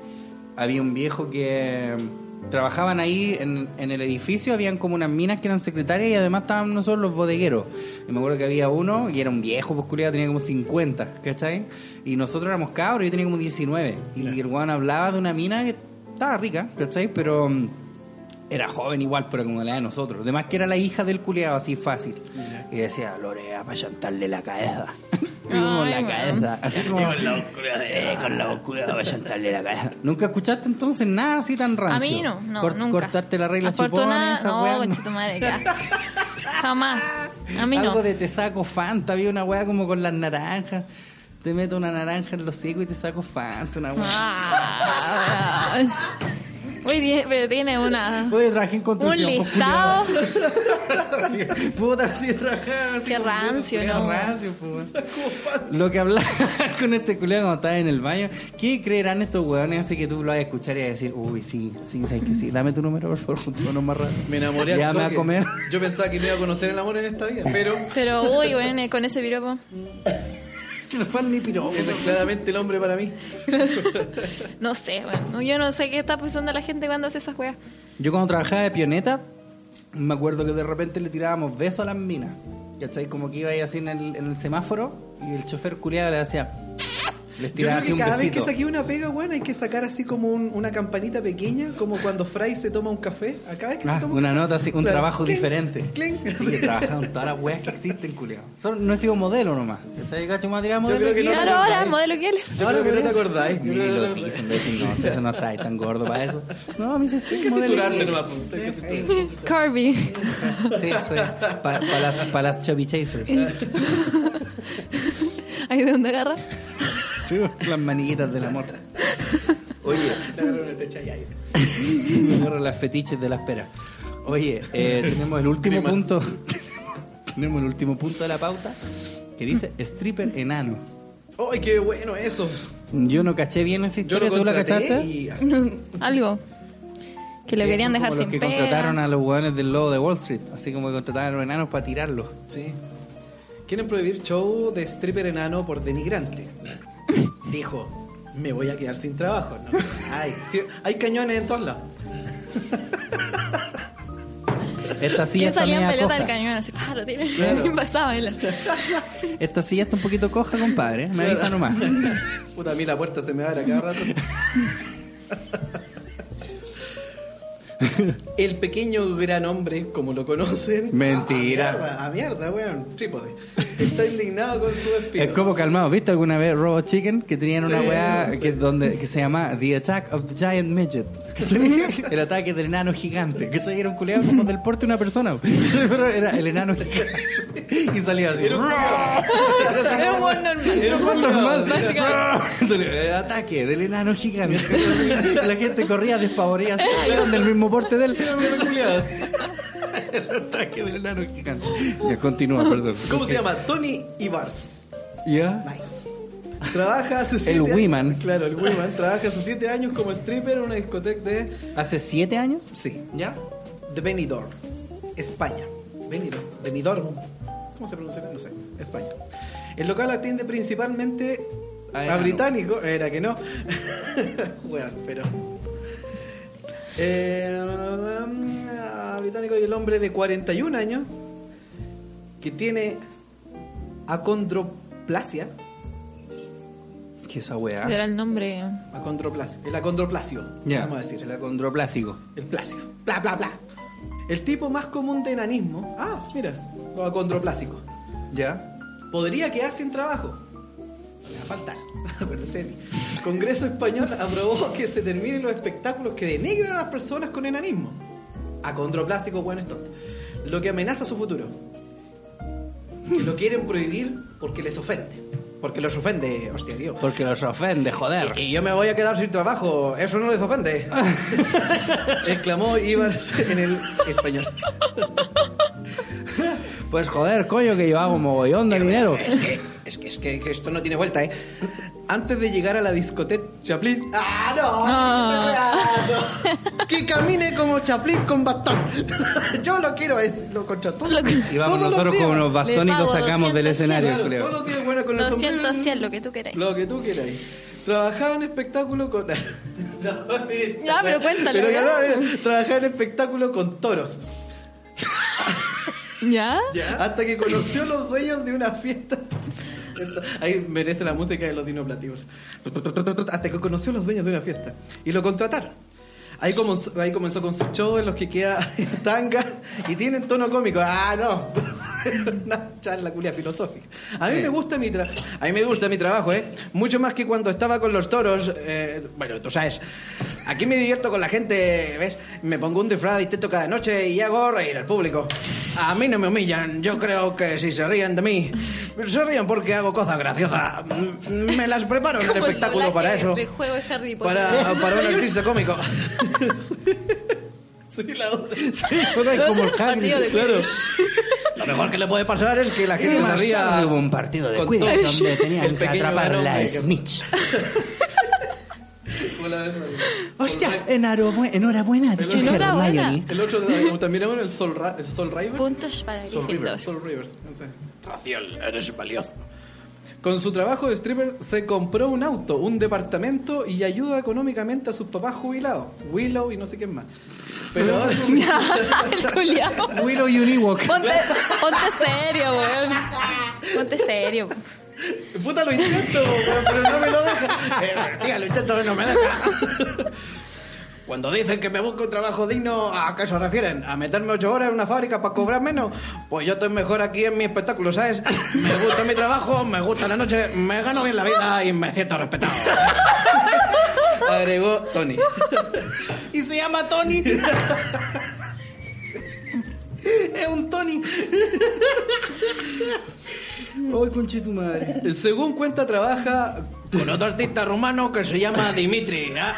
[SPEAKER 2] había un viejo que mm, trabajaban ahí en, en el edificio, habían como unas minas que eran secretarias y además estaban nosotros los bodegueros. Y me acuerdo que había uno y era un viejo, pues culiao, tenía como 50, ¿cachai? Y nosotros éramos cabros, yo tenía como 19. Y el weón hablaba de una mina que estaba rica, ¿cachai? Pero mm, era joven igual, pero como la de nosotros. Además que era la hija del culiado, así fácil. Y decía, Lorea, para chantarle la cabeza. <laughs> Y como
[SPEAKER 4] Ay,
[SPEAKER 2] la
[SPEAKER 4] weón.
[SPEAKER 2] cabeza. Así como-
[SPEAKER 5] Con la oscuridad de, Eh, con la oscuridad voy a chantarle la cabeza.
[SPEAKER 2] ¿Nunca escuchaste entonces nada así tan rancio?
[SPEAKER 4] A mí no, no,
[SPEAKER 2] Cort-
[SPEAKER 4] nunca.
[SPEAKER 2] Cortarte la regla chipona,
[SPEAKER 4] Afortuna-
[SPEAKER 2] esa weá,
[SPEAKER 4] no,
[SPEAKER 2] no.
[SPEAKER 4] conchetumadre, ya. Jamás. A mí
[SPEAKER 2] Algo
[SPEAKER 4] no.
[SPEAKER 2] de te saco Fanta, había una weá como con las naranjas. Te meto una naranja en los secos y te saco Fanta, una weá.
[SPEAKER 4] Ah, Uy, tiene- pero tiene una...
[SPEAKER 2] Oye, trabajé en
[SPEAKER 4] Un
[SPEAKER 2] construcción. pues,
[SPEAKER 4] listado.
[SPEAKER 2] <laughs> culiao. Puta, sí, trabajaba. así
[SPEAKER 4] Qué
[SPEAKER 2] como bien,
[SPEAKER 4] rancio,
[SPEAKER 2] culiao,
[SPEAKER 4] ¿no?
[SPEAKER 2] rancio, pues, weón. Lo que hablaba <laughs> con este culiao cuando estaba en el baño. ¿Qué creerán estos weones? Así que tú lo vas a escuchar y vas a decir, uy, sí, sí, sabes que sí. Dame tu número, por favor, juntémonos más rato.
[SPEAKER 3] Me enamoré al
[SPEAKER 2] Ya me va a
[SPEAKER 3] toque.
[SPEAKER 2] comer.
[SPEAKER 3] Yo pensaba que no iba a conocer el amor en esta vida, <laughs> pero
[SPEAKER 2] <laughs>
[SPEAKER 4] Pero, uy, bueno, eh, con ese piropo.
[SPEAKER 2] No son ni piropos.
[SPEAKER 3] ese es claramente el hombre para mí.
[SPEAKER 4] No sé, bueno. Yo no sé qué está pensando la gente cuando hace esas weas.
[SPEAKER 2] Yo cuando trabajaba de pioneta, me acuerdo que de repente le tirábamos besos a las minas. ¿Cachai? Como que iba ahí así en el, en el semáforo y el chofer culiado le hacía... Les
[SPEAKER 3] Yo
[SPEAKER 2] tiraba
[SPEAKER 3] creo
[SPEAKER 2] así
[SPEAKER 3] que
[SPEAKER 2] un
[SPEAKER 3] cada vez
[SPEAKER 2] besito.
[SPEAKER 3] que saqué una pega, bueno, hay que sacar así como un- una campanita pequeña, como cuando Fry se toma un café. Acá es que
[SPEAKER 2] Ah,
[SPEAKER 3] se toma
[SPEAKER 2] una nota así, un
[SPEAKER 3] Claro.
[SPEAKER 2] trabajo
[SPEAKER 3] Cling,
[SPEAKER 2] diferente.
[SPEAKER 3] cling.
[SPEAKER 2] Sí, he trabajado en todas las weas que existen, culiado. No he sido modelo nomás. ¿Cachai? Cacho, me voy a tirar modelo
[SPEAKER 3] creo que
[SPEAKER 2] aquí.
[SPEAKER 3] no
[SPEAKER 4] Claro,
[SPEAKER 3] lo
[SPEAKER 4] ahora,
[SPEAKER 3] acordáis.
[SPEAKER 4] modelo que él.
[SPEAKER 3] Yo creo que no te acordáis.
[SPEAKER 2] Ni
[SPEAKER 3] Yo creo que
[SPEAKER 2] lo
[SPEAKER 3] no te
[SPEAKER 2] dicen,
[SPEAKER 3] acordáis.
[SPEAKER 2] me dicen, no, si eso no está ahí tan gordo para eso. No, me dice, sí,
[SPEAKER 3] Hay que
[SPEAKER 2] modelo.
[SPEAKER 3] saturarle nomás, punto, hay que saturarle. <laughs>
[SPEAKER 4] Kirby.
[SPEAKER 2] Sí, soy para las, pa las chubby
[SPEAKER 3] <laughs>
[SPEAKER 2] chasers.
[SPEAKER 4] Ahí de dónde agarra. <laughs>
[SPEAKER 2] Sí, las manillitas del amor. Oye,
[SPEAKER 3] Le agarraron el techo ahí, ahí.
[SPEAKER 2] me agarro las fetiches de la espera. Oye,
[SPEAKER 3] <laughs>
[SPEAKER 2] eh, tenemos el último
[SPEAKER 3] Cremas.
[SPEAKER 2] punto. <laughs> tenemos el último punto de la pauta que
[SPEAKER 3] <laughs>
[SPEAKER 2] dice stripper enano.
[SPEAKER 3] ¡Ay, qué bueno eso!
[SPEAKER 2] Yo no caché bien esa
[SPEAKER 3] Yo
[SPEAKER 2] historia,
[SPEAKER 3] lo
[SPEAKER 2] ¿tú la
[SPEAKER 3] contraté
[SPEAKER 2] cachaste?
[SPEAKER 3] y ah,
[SPEAKER 4] Algo. Que lo
[SPEAKER 2] Que
[SPEAKER 4] querían
[SPEAKER 2] son
[SPEAKER 4] dejar
[SPEAKER 2] como los
[SPEAKER 4] sin
[SPEAKER 2] que
[SPEAKER 4] pega.
[SPEAKER 2] contrataron a los hueones del lobo de Wall Street, así como que contrataron a los enanos para tirarlos.
[SPEAKER 3] Sí. Quieren prohibir show de stripper enano por denigrante. Dijo, me voy a quedar sin trabajo. ¿no? Ay, sí, hay cañones en todos lados.
[SPEAKER 2] Esta silla
[SPEAKER 4] <laughs> Que
[SPEAKER 2] está
[SPEAKER 4] salían
[SPEAKER 2] media
[SPEAKER 4] pelota
[SPEAKER 2] coja.
[SPEAKER 4] del cañón, así, pa, lo tiene.
[SPEAKER 3] Claro.
[SPEAKER 4] <laughs> Pasaba él.
[SPEAKER 2] Esta silla está un poquito coja, compadre, ¿eh? me avisa nomás.
[SPEAKER 3] <laughs> Puta, a mí la puerta se me abre a cada rato. El pequeño gran hombre, como lo conocen.
[SPEAKER 2] Mentira.
[SPEAKER 3] A Ah, mierda, a mierda, weón. Trípode. Está indignado con su despido.
[SPEAKER 2] Es
[SPEAKER 3] <laughs>
[SPEAKER 2] como calmado, ¿viste alguna vez Robot Chicken? Que tenían una
[SPEAKER 3] Sí,
[SPEAKER 2] weá
[SPEAKER 3] sí.
[SPEAKER 2] que, donde, que se llama The Attack of the Giant Midget. <laughs> el ataque del enano gigante. Que eso era un culeado como del porte de una persona. <laughs> Pero era el enano gigante. Y salía así.
[SPEAKER 4] Era un buen normal.
[SPEAKER 2] Era un buen normal.
[SPEAKER 4] Básicamente.
[SPEAKER 3] Eh,
[SPEAKER 2] El
[SPEAKER 3] ah,
[SPEAKER 2] ataque del enano gigante. <laughs> La gente corría despavorida así, eran del mismo porte de él. El ataque del enano gigante. Ya continúa, perdón.
[SPEAKER 3] ¿Cómo se llama? Tony Ibars.
[SPEAKER 2] Ya.
[SPEAKER 3] Nice. Trabaja hace siete
[SPEAKER 2] Wiman.
[SPEAKER 3] años- Claro, el Wiman. Trabaja hace siete años como stripper en una discoteca de.
[SPEAKER 2] ¿Hace siete años?
[SPEAKER 3] Sí,
[SPEAKER 2] ¿Ya?
[SPEAKER 3] de Benidorm, España. Benidorm. Benidorm. ¿Cómo se pronuncia? No sé. España. El local atiende principalmente
[SPEAKER 2] A
[SPEAKER 3] a,
[SPEAKER 2] enano.
[SPEAKER 3] británico. Era que no. <laughs> bueno, pero. Eh, um, a británico y el hombre de 41 años que tiene acondroplasia.
[SPEAKER 2] ¿Qué esa weá?
[SPEAKER 4] Era el nombre.
[SPEAKER 3] Acondroplasio. El acondroplasio.
[SPEAKER 2] Ya.
[SPEAKER 3] Vamos a decir. El,
[SPEAKER 2] El acondroplásico.
[SPEAKER 3] el plasio. Bla, bla, bla. El tipo más común de enanismo. Ah, mira. Los acondroplásicos.
[SPEAKER 2] Ya.
[SPEAKER 3] Podría quedar sin trabajo. No Le va a faltar. <laughs> Acuérdense de mí. El Congreso Español aprobó que se terminen los espectáculos que denigran a las personas con enanismo. Acondroplásico, bueno, es tonto. Lo que amenaza su futuro. Que lo quieren prohibir porque les ofende. Porque los ofende, hostia, Dios.
[SPEAKER 2] Porque los ofende, joder.
[SPEAKER 3] Y yo me voy a quedar sin trabajo. Eso no les
[SPEAKER 2] <laughs>
[SPEAKER 3] ofende. Exclamó Ibars en el español.
[SPEAKER 2] Pues joder, coño, que yo hago mogollón de dinero. <laughs>
[SPEAKER 3] Es que, es que, es que, que esto no tiene vuelta, ¿eh? Antes de llegar a la discoteca, Chaplin. ¡Ah, no! Que camine como Chaplin con bastón. <laughs> Yo lo quiero, es lo contrató.
[SPEAKER 4] Lo-
[SPEAKER 2] Y vamos nosotros con unos bastones y lo
[SPEAKER 4] pago
[SPEAKER 2] sacamos del
[SPEAKER 4] 200
[SPEAKER 2] escenario,
[SPEAKER 4] euros.
[SPEAKER 2] culeo.
[SPEAKER 3] Todos los días, bueno, con los
[SPEAKER 4] Lo siento,
[SPEAKER 3] sombreros.
[SPEAKER 4] cielo, lo que tú querés.
[SPEAKER 3] Lo que tú quieras. Trabajaba en espectáculo con. <laughs> ya,
[SPEAKER 4] Ya, pero cuéntalo,
[SPEAKER 3] Pero que
[SPEAKER 4] ya.
[SPEAKER 3] no, mira, trabajaba en espectáculo con toros.
[SPEAKER 4] ¿Ya?
[SPEAKER 3] Hasta que conoció a los dueños de una fiesta. Ahí merece la música de los dinoplativos. Hasta que conoció a los dueños de una fiesta. Y lo contrataron. Ahí comenzó, ahí comenzó con su show en los que queda <laughs> en tanga y tienen tono cómico. Ah, no. <laughs> Una charla culia filosófica. A mí me gusta mi trabajo. A mí me gusta mi trabajo, ¿eh? Mucho más que cuando estaba con los toros. eh, bueno, tú sabes. Aquí me divierto con la gente, ¿ves? Me pongo un disfraz distinto cada noche y hago reír al público. A mí no me humillan. Yo creo que si se ríen de mí, se ríen porque hago cosas graciosas. Mm, Me las preparo en el
[SPEAKER 4] Como el
[SPEAKER 3] espectáculo
[SPEAKER 4] doblaje
[SPEAKER 3] para eso.
[SPEAKER 4] de juego de Harry Potter. <laughs>
[SPEAKER 3] Para, para un artista cómico. <laughs> Soy la otra.
[SPEAKER 2] Suena como el Hagrid.
[SPEAKER 4] Partido de
[SPEAKER 3] Claro. Lo mejor que le puede pasar es que la gente se ría.
[SPEAKER 2] hubo un partido de
[SPEAKER 3] con
[SPEAKER 2] cuidos
[SPEAKER 3] todo.
[SPEAKER 2] donde
[SPEAKER 3] El
[SPEAKER 2] tenían que
[SPEAKER 3] pequeño
[SPEAKER 2] atrapar
[SPEAKER 3] varón
[SPEAKER 2] la
[SPEAKER 3] Baker.
[SPEAKER 2] snitch.
[SPEAKER 3] Como la vez, amigo.
[SPEAKER 2] Hostia, enhorabuena, enhorabuena, dicho
[SPEAKER 4] Enhorabuena.
[SPEAKER 2] Hermione.
[SPEAKER 3] El otro como también era el Sol, Ra- el Sol River.
[SPEAKER 4] Puntos para
[SPEAKER 3] Sol
[SPEAKER 4] Gryffindor.
[SPEAKER 3] River. Sol River. no sé.
[SPEAKER 5] Racial, eres valioso.
[SPEAKER 3] Con su trabajo de stripper se compró un auto, un departamento y ayuda económicamente a sus papás jubilados. Willow y no sé quién más. <laughs> Pero ahora
[SPEAKER 4] Ya, <laughs> el culiao.
[SPEAKER 2] Willow y un Ewok.
[SPEAKER 4] Ponte, ponte serio, weón. Ponte serio.
[SPEAKER 3] Puta, lo intento, weón, pero no me lo deja. <laughs> Eh, tía, lo intento, pero no me deja. Cuando dicen que me busco un trabajo digno, ¿a qué se refieren? ¿A meterme ocho horas en una fábrica para cobrar menos? Pues yo estoy mejor aquí en mi espectáculo, ¿sabes? Me gusta mi trabajo, me gusta la noche, me gano bien la vida y me siento <laughs> respetado. Agregó Tony. Y se llama Tony. Es un Tony.
[SPEAKER 2] Hoy conche tu madre.
[SPEAKER 3] Según cuenta, trabaja con otro artista rumano que se llama Dimitri. ¿ah?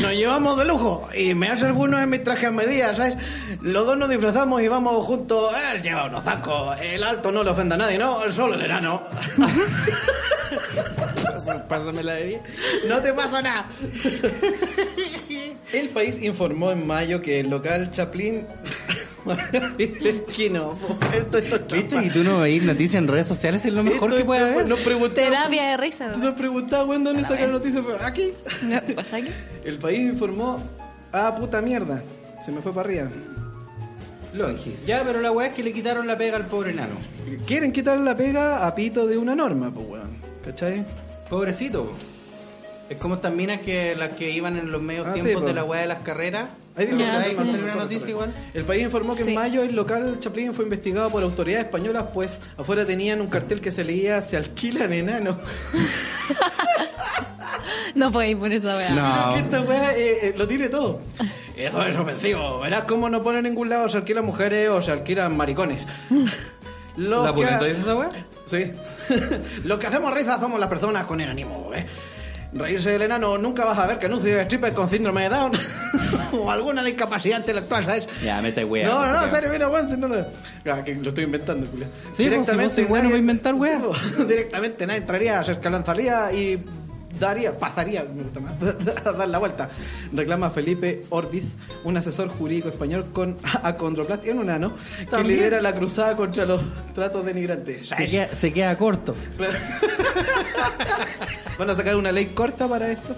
[SPEAKER 3] Nos llevamos de lujo y me hace algunos de mis trajes a medida, ¿sabes? Los dos nos disfrazamos y vamos juntos. Él lleva unos sacos, el alto no le ofende a nadie, ¿no? Solo el enano.
[SPEAKER 2] Pásamela de bien.
[SPEAKER 3] No te pasa nada. <laughs> El país informó en mayo que el local Chaplin. <laughs> ¿Viste? Que no. Esto, esto es
[SPEAKER 2] ¿Viste?
[SPEAKER 3] trampa.
[SPEAKER 2] Y tú no veis noticias en redes sociales, es lo mejor
[SPEAKER 3] Esto
[SPEAKER 2] que
[SPEAKER 3] es
[SPEAKER 2] puede
[SPEAKER 3] trampa.
[SPEAKER 2] haber.
[SPEAKER 3] Nos preguntaba,
[SPEAKER 4] Terapia de risa. weón.
[SPEAKER 3] nos preguntaba, weón, ¿dónde sacan noticias? Pero Aquí.
[SPEAKER 4] No, pues, ¿Pasa aquí?
[SPEAKER 3] El país informó. Ah, puta mierda. Se me fue para arriba.
[SPEAKER 2] Longe. Ya, pero la weá es que le quitaron la pega al pobre enano.
[SPEAKER 3] Quieren quitar la pega a pito de una norma, pues weón. ¿Cachai?
[SPEAKER 2] Pobrecito. po. Es como estas minas que las que iban en los medios
[SPEAKER 3] Ah, sí,
[SPEAKER 2] tiempos
[SPEAKER 3] po.
[SPEAKER 2] de la weá de las carreras.
[SPEAKER 3] Ahí dice
[SPEAKER 4] Ya,
[SPEAKER 3] por ahí,
[SPEAKER 4] sí.
[SPEAKER 3] va a ser una
[SPEAKER 2] Sorry,
[SPEAKER 3] noticia
[SPEAKER 2] sorry.
[SPEAKER 3] igual. El país informó que
[SPEAKER 4] Sí.
[SPEAKER 3] en mayo el local Chaplin fue investigado por autoridades españolas, pues afuera tenían un cartel que se leía Se alquilan enano.
[SPEAKER 4] No podéis por esa weá.
[SPEAKER 3] Creo que esta weá eh, eh, lo tiene todo. <laughs> Eso es ofensivo. Verás cómo no pone en ningún lado se alquilan mujeres o se alquilan <laughs> maricones. Los
[SPEAKER 2] ¿La
[SPEAKER 3] que-
[SPEAKER 2] pulenta dice esa weá?
[SPEAKER 3] Sí. <laughs> Los que hacemos risa somos las personas con enanismo, ¿eh? Reírse del enano, nunca vas a ver que anuncie de stripper con síndrome de Down <laughs> o alguna discapacidad intelectual, ¿sabes?
[SPEAKER 2] Ya, mete weá.
[SPEAKER 3] No, no, no, en
[SPEAKER 2] weá.
[SPEAKER 3] serio, mira, weón, si no lo... Ah, que lo estoy inventando, culia.
[SPEAKER 2] Sí, pues, si vos sois bueno para inventar, weá.
[SPEAKER 3] Sí, pues, <laughs> directamente, nada, entraría, se escalanzaría y daría, pasaría, me gusta más, <laughs> a dar la vuelta. Reclama Felipe Orbiz, un asesor jurídico español con <laughs> acondroplastia en un ano, que
[SPEAKER 2] También.
[SPEAKER 3] lidera la cruzada contra los tratos denigrantes.
[SPEAKER 2] Se queda, se queda corto.
[SPEAKER 3] Van a sacar una ley corta para esto.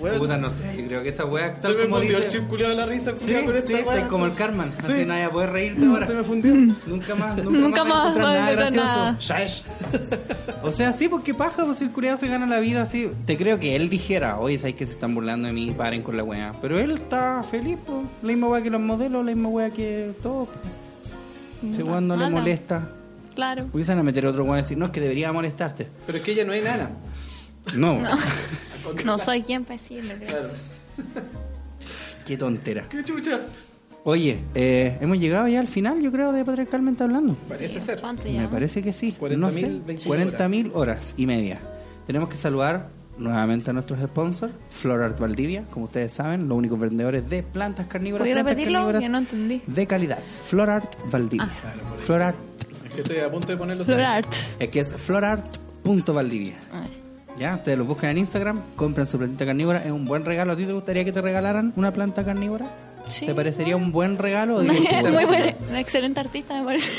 [SPEAKER 3] Weón,
[SPEAKER 2] Puta, no sé. Yo creo que esa weá
[SPEAKER 3] se
[SPEAKER 2] tal
[SPEAKER 3] me
[SPEAKER 2] como
[SPEAKER 3] fundió
[SPEAKER 2] dice...
[SPEAKER 3] el chip culiao de la risa,
[SPEAKER 2] Sí,
[SPEAKER 3] culiao, con esta
[SPEAKER 2] sí,
[SPEAKER 3] weá.
[SPEAKER 2] estáis como el Carmen.
[SPEAKER 3] Sí.
[SPEAKER 2] Así nadie va a poder reírte ahora.
[SPEAKER 3] Se me fundió.
[SPEAKER 2] Nunca más, nunca,
[SPEAKER 4] Nunca más
[SPEAKER 2] vas a
[SPEAKER 4] va
[SPEAKER 2] encontrar
[SPEAKER 4] a encontrar
[SPEAKER 2] nada
[SPEAKER 4] nada.
[SPEAKER 2] gracioso. O sea, sí, porque paja, pues el culiado se gana la vida así. Te creo que él dijera, oye, sabes que se están burlando de mí, paren con la weá. Pero él está feliz, pues. La misma weá que los modelos, la misma weá que todos. Si weón Mm, ah, no le
[SPEAKER 4] Nada.
[SPEAKER 2] molesta.
[SPEAKER 4] Ah, Claro.
[SPEAKER 2] Porque se van a meter otro weón a decir, no, es que debería molestarte.
[SPEAKER 3] Pero es que ella no es nana.
[SPEAKER 2] <laughs> No,
[SPEAKER 4] No soy quien para decirlo. creo.
[SPEAKER 3] Claro.
[SPEAKER 2] qué tontera.
[SPEAKER 3] ¡Qué chucha!
[SPEAKER 2] Oye, eh, hemos llegado ya al final, yo creo, de patriarcalmente hablando.
[SPEAKER 3] Parece ser.
[SPEAKER 4] ¿Cuánto
[SPEAKER 2] Me
[SPEAKER 4] llevamos?
[SPEAKER 2] parece que sí.
[SPEAKER 3] 40.000,
[SPEAKER 2] no sé,
[SPEAKER 3] 25
[SPEAKER 2] 40.000 horas y media. Tenemos que saludar nuevamente a nuestros sponsors, Florart Valdivia, como ustedes saben, los únicos vendedores de plantas carnívoras,
[SPEAKER 4] ¿Puedo
[SPEAKER 2] plantas
[SPEAKER 4] repetirlo?
[SPEAKER 2] carnívoras
[SPEAKER 4] Que no entendí. Ah.
[SPEAKER 2] de calidad. Florart Valdivia. Florart,
[SPEAKER 3] Es que estoy a punto de ponerlo.
[SPEAKER 4] Florart.
[SPEAKER 2] es que es florart.valdivia.
[SPEAKER 4] Ay.
[SPEAKER 2] Ya, ustedes los buscan en Instagram, compran su plantita carnívora, es un buen regalo. ¿A ti te gustaría que te regalaran una planta carnívora?
[SPEAKER 4] Sí,
[SPEAKER 2] ¿Te parecería un buen regalo?
[SPEAKER 4] <laughs>
[SPEAKER 2] o dirías,
[SPEAKER 4] Muy
[SPEAKER 2] "Puta,
[SPEAKER 4] muy buena, una excelente artista me parece.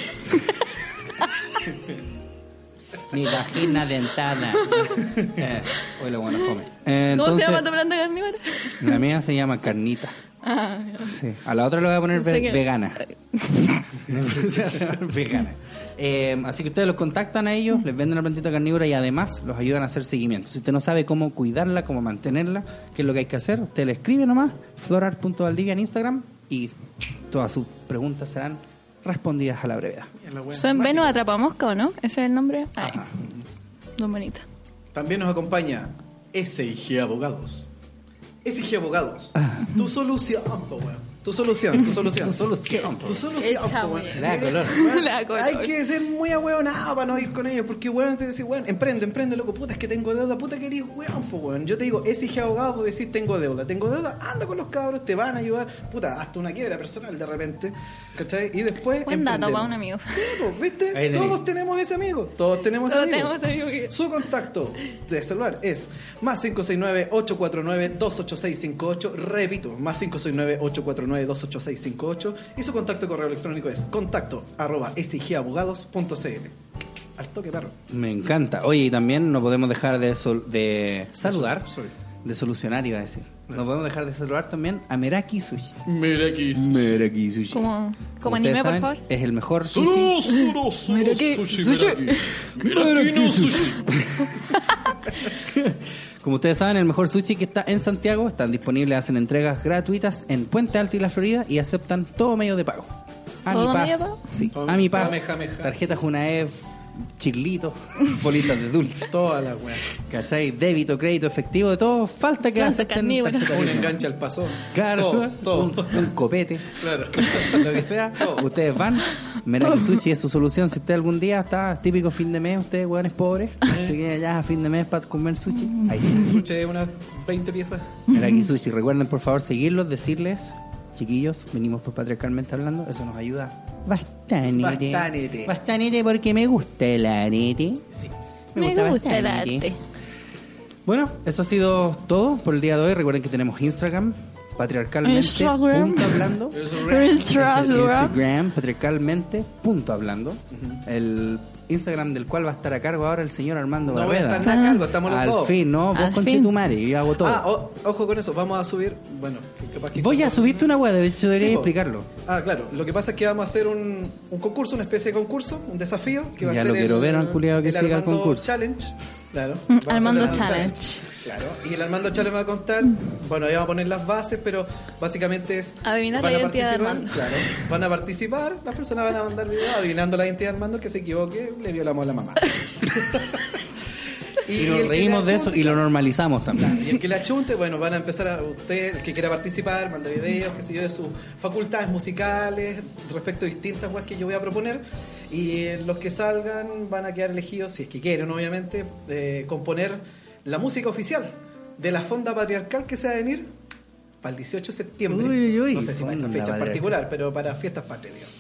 [SPEAKER 2] Mi vagina
[SPEAKER 4] <laughs>
[SPEAKER 2] dentada. eh, hoy lo bueno fome. Eh,
[SPEAKER 4] ¿Cómo se
[SPEAKER 2] entonces,
[SPEAKER 4] llama tu planta carnívora?
[SPEAKER 2] La mía se llama carnita.
[SPEAKER 4] Ah,
[SPEAKER 2] Sí. A la otra le voy a poner
[SPEAKER 4] No sé
[SPEAKER 2] ve-
[SPEAKER 4] qué-
[SPEAKER 2] vegana. <laughs> Se va a llamar vegana. Eh, así que ustedes los contactan a ellos, les venden la plantita carnívora y además los ayudan a hacer seguimiento. Si usted no sabe cómo cuidarla, cómo mantenerla, qué es lo que hay que hacer, usted le escribe nomás, florar.valdivia en Instagram y todas sus preguntas serán respondidas a la brevedad.
[SPEAKER 4] Son Venus Atrapamosca, ¿o no? Ese es el nombre. Ay,
[SPEAKER 2] Ajá.
[SPEAKER 4] don bonita.
[SPEAKER 3] También nos acompaña SIG Abogados. SIG
[SPEAKER 2] <laughs>
[SPEAKER 3] Abogados. Tu solución, po, weón. Tu solución, tu
[SPEAKER 2] <laughs>
[SPEAKER 3] solución. tu solución. Tu solución, po,
[SPEAKER 4] Échame.
[SPEAKER 3] weón.
[SPEAKER 4] La
[SPEAKER 2] color.
[SPEAKER 3] Weón,
[SPEAKER 4] <laughs> La color.
[SPEAKER 3] Hay que ser muy ahueonado para no ir con ellos, porque weón te decís, weón, emprende, emprende, loco, puta, es que tengo deuda, puta que eres weón, po, weón. Yo te digo, SIG Abogados, vos decís, tengo deuda, tengo deuda, anda con los cabros, te van a ayudar, puta, hasta una quiebra personal de repente, ¿cachai? Y después.
[SPEAKER 4] Buen dato
[SPEAKER 3] emprendemos.
[SPEAKER 4] para un amigo.
[SPEAKER 3] Sí, po, ¿viste?
[SPEAKER 2] Ahí tenés.
[SPEAKER 3] Todos tenemos ese amigo, todos tenemos ese
[SPEAKER 4] Todos
[SPEAKER 3] amigo.
[SPEAKER 4] tenemos ese amigo que-
[SPEAKER 3] Su contacto de celular es más 569-849-28658. Repito, más 569-849-28658. Y su contacto de correo electrónico es contacto arroba sigabogados.cl. Al toque, perro.
[SPEAKER 2] Me encanta. Oye, y también no podemos dejar de, sol- de saludar,
[SPEAKER 3] sol- sorry.
[SPEAKER 2] de solucionar, iba a decir. No podemos dejar de saludar también a Meraki Sushi.
[SPEAKER 8] Meraki Sushi.
[SPEAKER 4] Como, como
[SPEAKER 2] ustedes
[SPEAKER 4] anime, por
[SPEAKER 2] saben,
[SPEAKER 4] favor.
[SPEAKER 2] Es el mejor
[SPEAKER 8] Solo,
[SPEAKER 2] sushi.
[SPEAKER 8] solo, solo
[SPEAKER 4] Meraki
[SPEAKER 8] sushi,
[SPEAKER 4] sushi.
[SPEAKER 8] Meraki. Meraki no sushi.
[SPEAKER 2] <laughs> Como ustedes saben, el mejor sushi que está en Santiago. Están disponibles, hacen entregas gratuitas en Puente Alto y La Florida y aceptan todo medio de pago. A
[SPEAKER 4] ¿Todo
[SPEAKER 2] mi
[SPEAKER 4] medio de
[SPEAKER 2] paz.
[SPEAKER 4] pago?
[SPEAKER 2] Sí,
[SPEAKER 3] Todo-
[SPEAKER 2] a mi paz.
[SPEAKER 3] Jameja, jameja.
[SPEAKER 2] Tarjetas Junaev,
[SPEAKER 4] <laughs>
[SPEAKER 2] chirlitos, bolitas de dulce.
[SPEAKER 3] Toda la weá.
[SPEAKER 2] ¿Cachai? Débito, crédito, efectivo, de todo. Falta que
[SPEAKER 4] Planta
[SPEAKER 2] acepten
[SPEAKER 4] carnívora.
[SPEAKER 2] tarjeta
[SPEAKER 3] Un
[SPEAKER 2] de-
[SPEAKER 3] enganche al paso.
[SPEAKER 2] Claro,
[SPEAKER 3] Todo,
[SPEAKER 2] un,
[SPEAKER 3] todo.
[SPEAKER 2] un copete,
[SPEAKER 3] Claro.
[SPEAKER 2] <laughs> lo que sea. Ustedes van, <laughs> Meraki Sushi es su solución. Si usted algún día está típico fin de mes, ustedes, hueones pobres, así que ya a fin de mes para comer sushi, ahí está. <laughs>
[SPEAKER 3] Escuché unas 20 piezas.
[SPEAKER 2] Meraki Sushi, recuerden por favor seguirlos, decirles, chiquillos, venimos por patriarcalmente hablando, eso nos ayuda bastante.
[SPEAKER 3] Bastanete.
[SPEAKER 2] Bastanete porque me gusta el arete.
[SPEAKER 3] Sí.
[SPEAKER 4] Me gusta el
[SPEAKER 2] bastante.
[SPEAKER 4] arte.
[SPEAKER 2] Bueno, eso ha sido todo por el día de hoy. Recuerden que tenemos Instagram, patriarcalmente.
[SPEAKER 4] Instagram.
[SPEAKER 2] punto hablando. este Es el
[SPEAKER 4] Instagram.
[SPEAKER 2] Instagram, patriarcalmente, punto hablando. El Instagram del cual va a estar a cargo ahora el señor Armando
[SPEAKER 3] No voy a
[SPEAKER 2] Barreda.
[SPEAKER 3] estar nada a cargo, estamos los
[SPEAKER 2] Al
[SPEAKER 3] dos.
[SPEAKER 2] fin, no,
[SPEAKER 4] Al
[SPEAKER 2] vos con
[SPEAKER 4] fin.
[SPEAKER 2] tu madre, yo hago todo.
[SPEAKER 3] Ah, o- ojo con eso, vamos a subir. Bueno, capaz que.
[SPEAKER 2] Voy a subirte una weá, de hecho debería
[SPEAKER 3] Sí, po.
[SPEAKER 2] explicarlo.
[SPEAKER 3] Ah, claro. Lo que pasa es que vamos a hacer un, un concurso, una especie de concurso, un desafío. Que va
[SPEAKER 2] Ya
[SPEAKER 3] a ser
[SPEAKER 2] lo quiero
[SPEAKER 3] el,
[SPEAKER 2] ver al culiao que
[SPEAKER 3] el
[SPEAKER 2] siga el
[SPEAKER 3] Armando
[SPEAKER 2] concurso.
[SPEAKER 3] Challenge.
[SPEAKER 4] <laughs>
[SPEAKER 3] Claro.
[SPEAKER 4] Mm,
[SPEAKER 3] Vamos a hacer
[SPEAKER 4] Armando
[SPEAKER 3] el
[SPEAKER 4] Challenge. <laughs>
[SPEAKER 3] Claro. Y el Armando Challenge va a contar. Bueno, ahí vamos a poner las bases, pero básicamente es.
[SPEAKER 4] Adivinar
[SPEAKER 3] van
[SPEAKER 4] la
[SPEAKER 3] a
[SPEAKER 4] identidad de
[SPEAKER 3] participar, Claro. Van a participar, las personas van a mandar videos adivinando la identidad de Armando, que se equivoque, le violamos a
[SPEAKER 2] <laughs>
[SPEAKER 3] la mamá. <laughs>
[SPEAKER 2] Y
[SPEAKER 3] el que
[SPEAKER 2] nos
[SPEAKER 3] le
[SPEAKER 2] reímos de eso
[SPEAKER 3] achunte-
[SPEAKER 2] y lo normalizamos también.
[SPEAKER 3] y el que la chunte, bueno, van a empezar a usted, el que quiera participar, manda videos, qué sé yo, de sus facultades musicales, respecto a distintas weas que yo voy a proponer. Y eh, los que salgan van a quedar elegidos, si es que quieren, obviamente, eh, componer la música oficial de la Fonda Patriarcal que se va a venir para el 18 de septiembre.
[SPEAKER 2] Uy, uy,
[SPEAKER 3] no sé si para esa
[SPEAKER 2] Fonda
[SPEAKER 3] fecha en
[SPEAKER 2] Patriarcal.
[SPEAKER 3] particular, pero para fiestas patrias, digamos.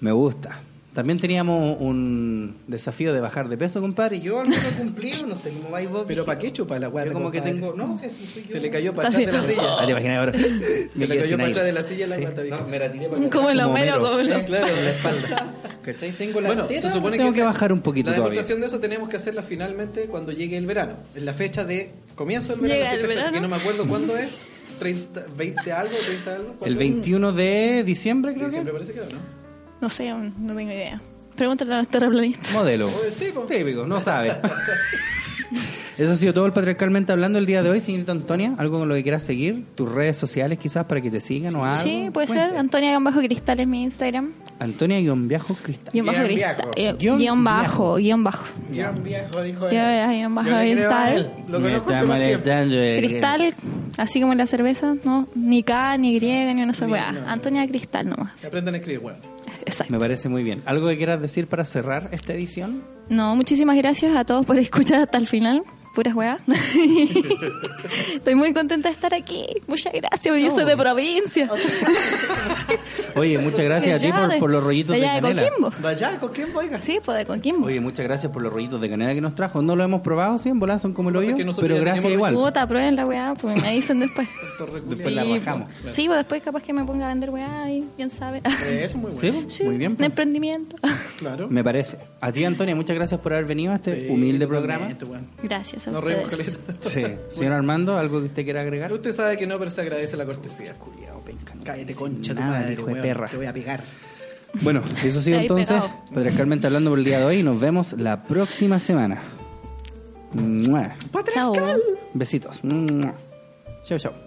[SPEAKER 2] Me gusta. También teníamos un desafío de bajar de peso, compadre. y Yo al menos cumplí, no sé cómo vais vos.
[SPEAKER 3] Pero ¿para qué chupa la wea?
[SPEAKER 2] Yo
[SPEAKER 3] de
[SPEAKER 2] como que
[SPEAKER 3] compadre?
[SPEAKER 2] tengo. No, sí, sí, soy yo.
[SPEAKER 3] Se le cayó para
[SPEAKER 4] Está
[SPEAKER 3] atrás de la
[SPEAKER 4] así.
[SPEAKER 3] silla.
[SPEAKER 2] Ah, te imaginas <laughs> ahora.
[SPEAKER 3] Se
[SPEAKER 2] Me
[SPEAKER 3] le
[SPEAKER 2] quedé
[SPEAKER 3] cayó
[SPEAKER 2] sin
[SPEAKER 3] para atrás
[SPEAKER 2] aire.
[SPEAKER 3] de la silla la
[SPEAKER 2] Sí.
[SPEAKER 3] guata, viejo.
[SPEAKER 2] No, me la tiré para
[SPEAKER 4] Como el
[SPEAKER 2] Como
[SPEAKER 4] Homero,
[SPEAKER 2] Homero.
[SPEAKER 4] como el
[SPEAKER 3] Eh, claro, en la espalda.
[SPEAKER 2] ¿Cachai? Tengo la
[SPEAKER 3] bueno,
[SPEAKER 2] teta,
[SPEAKER 3] se supone
[SPEAKER 2] tengo
[SPEAKER 3] que,
[SPEAKER 2] que
[SPEAKER 3] esa-
[SPEAKER 2] bajar un poquito
[SPEAKER 3] La
[SPEAKER 2] todavía.
[SPEAKER 3] demostración de eso tenemos que hacerla finalmente cuando llegue el verano. En la fecha de comienzo del verano.
[SPEAKER 4] Llega el
[SPEAKER 3] fecha exacta,
[SPEAKER 4] verano.
[SPEAKER 3] Que no me acuerdo cuándo es. 30, 20 algo, 30 algo. ¿cuándo
[SPEAKER 2] El
[SPEAKER 3] es?
[SPEAKER 2] 21 de diciembre, creo
[SPEAKER 3] Siempre
[SPEAKER 2] que.
[SPEAKER 3] parece que era, ¿no?
[SPEAKER 4] No sé, aún no tengo idea. Pregúntale a los terraplanistas.
[SPEAKER 3] pues.
[SPEAKER 2] Modelo.
[SPEAKER 4] <laughs>
[SPEAKER 3] Oye, sí, po.
[SPEAKER 2] Típico, no sabe. Eso ha sido todo el patriarcalmente hablando el día de hoy, señorita Antonia. ¿Algo con lo que quieras seguir? ¿Tus redes sociales quizás para que te sigan o algo?
[SPEAKER 4] Sí, puede ser.
[SPEAKER 2] Cuenta.
[SPEAKER 4] Antonia Bajo Cristal es mi Instagram.
[SPEAKER 2] Antonia guión viajo cristal.
[SPEAKER 4] Guión bajo
[SPEAKER 3] Guión
[SPEAKER 4] cristal.
[SPEAKER 3] bajo.
[SPEAKER 4] eh,
[SPEAKER 2] Guión
[SPEAKER 4] Guión bajo, guión bajo.
[SPEAKER 3] Guión viejo, dijo
[SPEAKER 4] Yo,
[SPEAKER 3] él.
[SPEAKER 4] eh, guión bajo
[SPEAKER 3] Yo le creo a
[SPEAKER 4] cristal.
[SPEAKER 3] él. Lo conozco hace más tiempo.
[SPEAKER 2] eh,
[SPEAKER 4] Cristal, así como la cerveza, no, ni K, ni griega, ni una sola weá. Antonia Cristal nomás.
[SPEAKER 3] Que aprendan a escribir, bueno.
[SPEAKER 4] Exacto.
[SPEAKER 2] Me parece muy bien. ¿Algo que quieras decir para cerrar esta edición?
[SPEAKER 4] No, muchísimas gracias a todos por escuchar hasta el final. Puras weá. <laughs> Estoy muy contenta de estar aquí. Muchas gracias, porque yo soy de provincia.
[SPEAKER 2] Oye,
[SPEAKER 4] <laughs>
[SPEAKER 2] muchas gracias a ti
[SPEAKER 4] Allá
[SPEAKER 2] por,
[SPEAKER 4] de-
[SPEAKER 2] por los rollitos de,
[SPEAKER 4] allá de
[SPEAKER 2] canela.
[SPEAKER 4] Coquimbo.
[SPEAKER 3] Vaya, ¿con quién oiga?
[SPEAKER 4] Sí, pues de Coquimbo.
[SPEAKER 2] Oye, muchas gracias por los rollitos de canela que nos trajo. No lo hemos probado, sí, en bolas son como lo
[SPEAKER 3] Pasa
[SPEAKER 2] digo,
[SPEAKER 3] que nosotros
[SPEAKER 2] pero
[SPEAKER 3] ya
[SPEAKER 2] gracias
[SPEAKER 3] teníamos
[SPEAKER 2] igual.
[SPEAKER 4] Puta, prueben la weá, pues me
[SPEAKER 2] <laughs>
[SPEAKER 4] dicen después.
[SPEAKER 2] Después la
[SPEAKER 4] Sí, pues.
[SPEAKER 2] bajamos.
[SPEAKER 4] Sí, pues después capaz que me ponga a vender weá y quién sabe. <laughs>
[SPEAKER 3] Eh, eso es muy bueno.
[SPEAKER 2] Sí, muy bien. pues.
[SPEAKER 4] Un emprendimiento. <laughs>
[SPEAKER 3] Claro.
[SPEAKER 2] Me parece. A ti, Antonia, muchas gracias por haber venido a este
[SPEAKER 3] Sí,
[SPEAKER 2] humilde programa.
[SPEAKER 3] totalmente, bueno.
[SPEAKER 4] Gracias a
[SPEAKER 3] Nos reímos con
[SPEAKER 4] ustedes.
[SPEAKER 3] eso.
[SPEAKER 2] Sí. <laughs> Señor Armando, ¿algo que usted quiera agregar?
[SPEAKER 3] Usted sabe que no, pero se agradece la cortesía. Cállate, concha, tu madre,
[SPEAKER 2] hijo de
[SPEAKER 3] weón,
[SPEAKER 2] perra.
[SPEAKER 3] Te voy a pegar.
[SPEAKER 2] Bueno, eso ha sido
[SPEAKER 4] Ahí
[SPEAKER 2] entonces.
[SPEAKER 4] pegado.
[SPEAKER 2] Patriarcalmente hablando por el día de hoy. Nos vemos la próxima semana. Mua.
[SPEAKER 4] Chao.
[SPEAKER 2] Besitos. Mua. Chau, chau.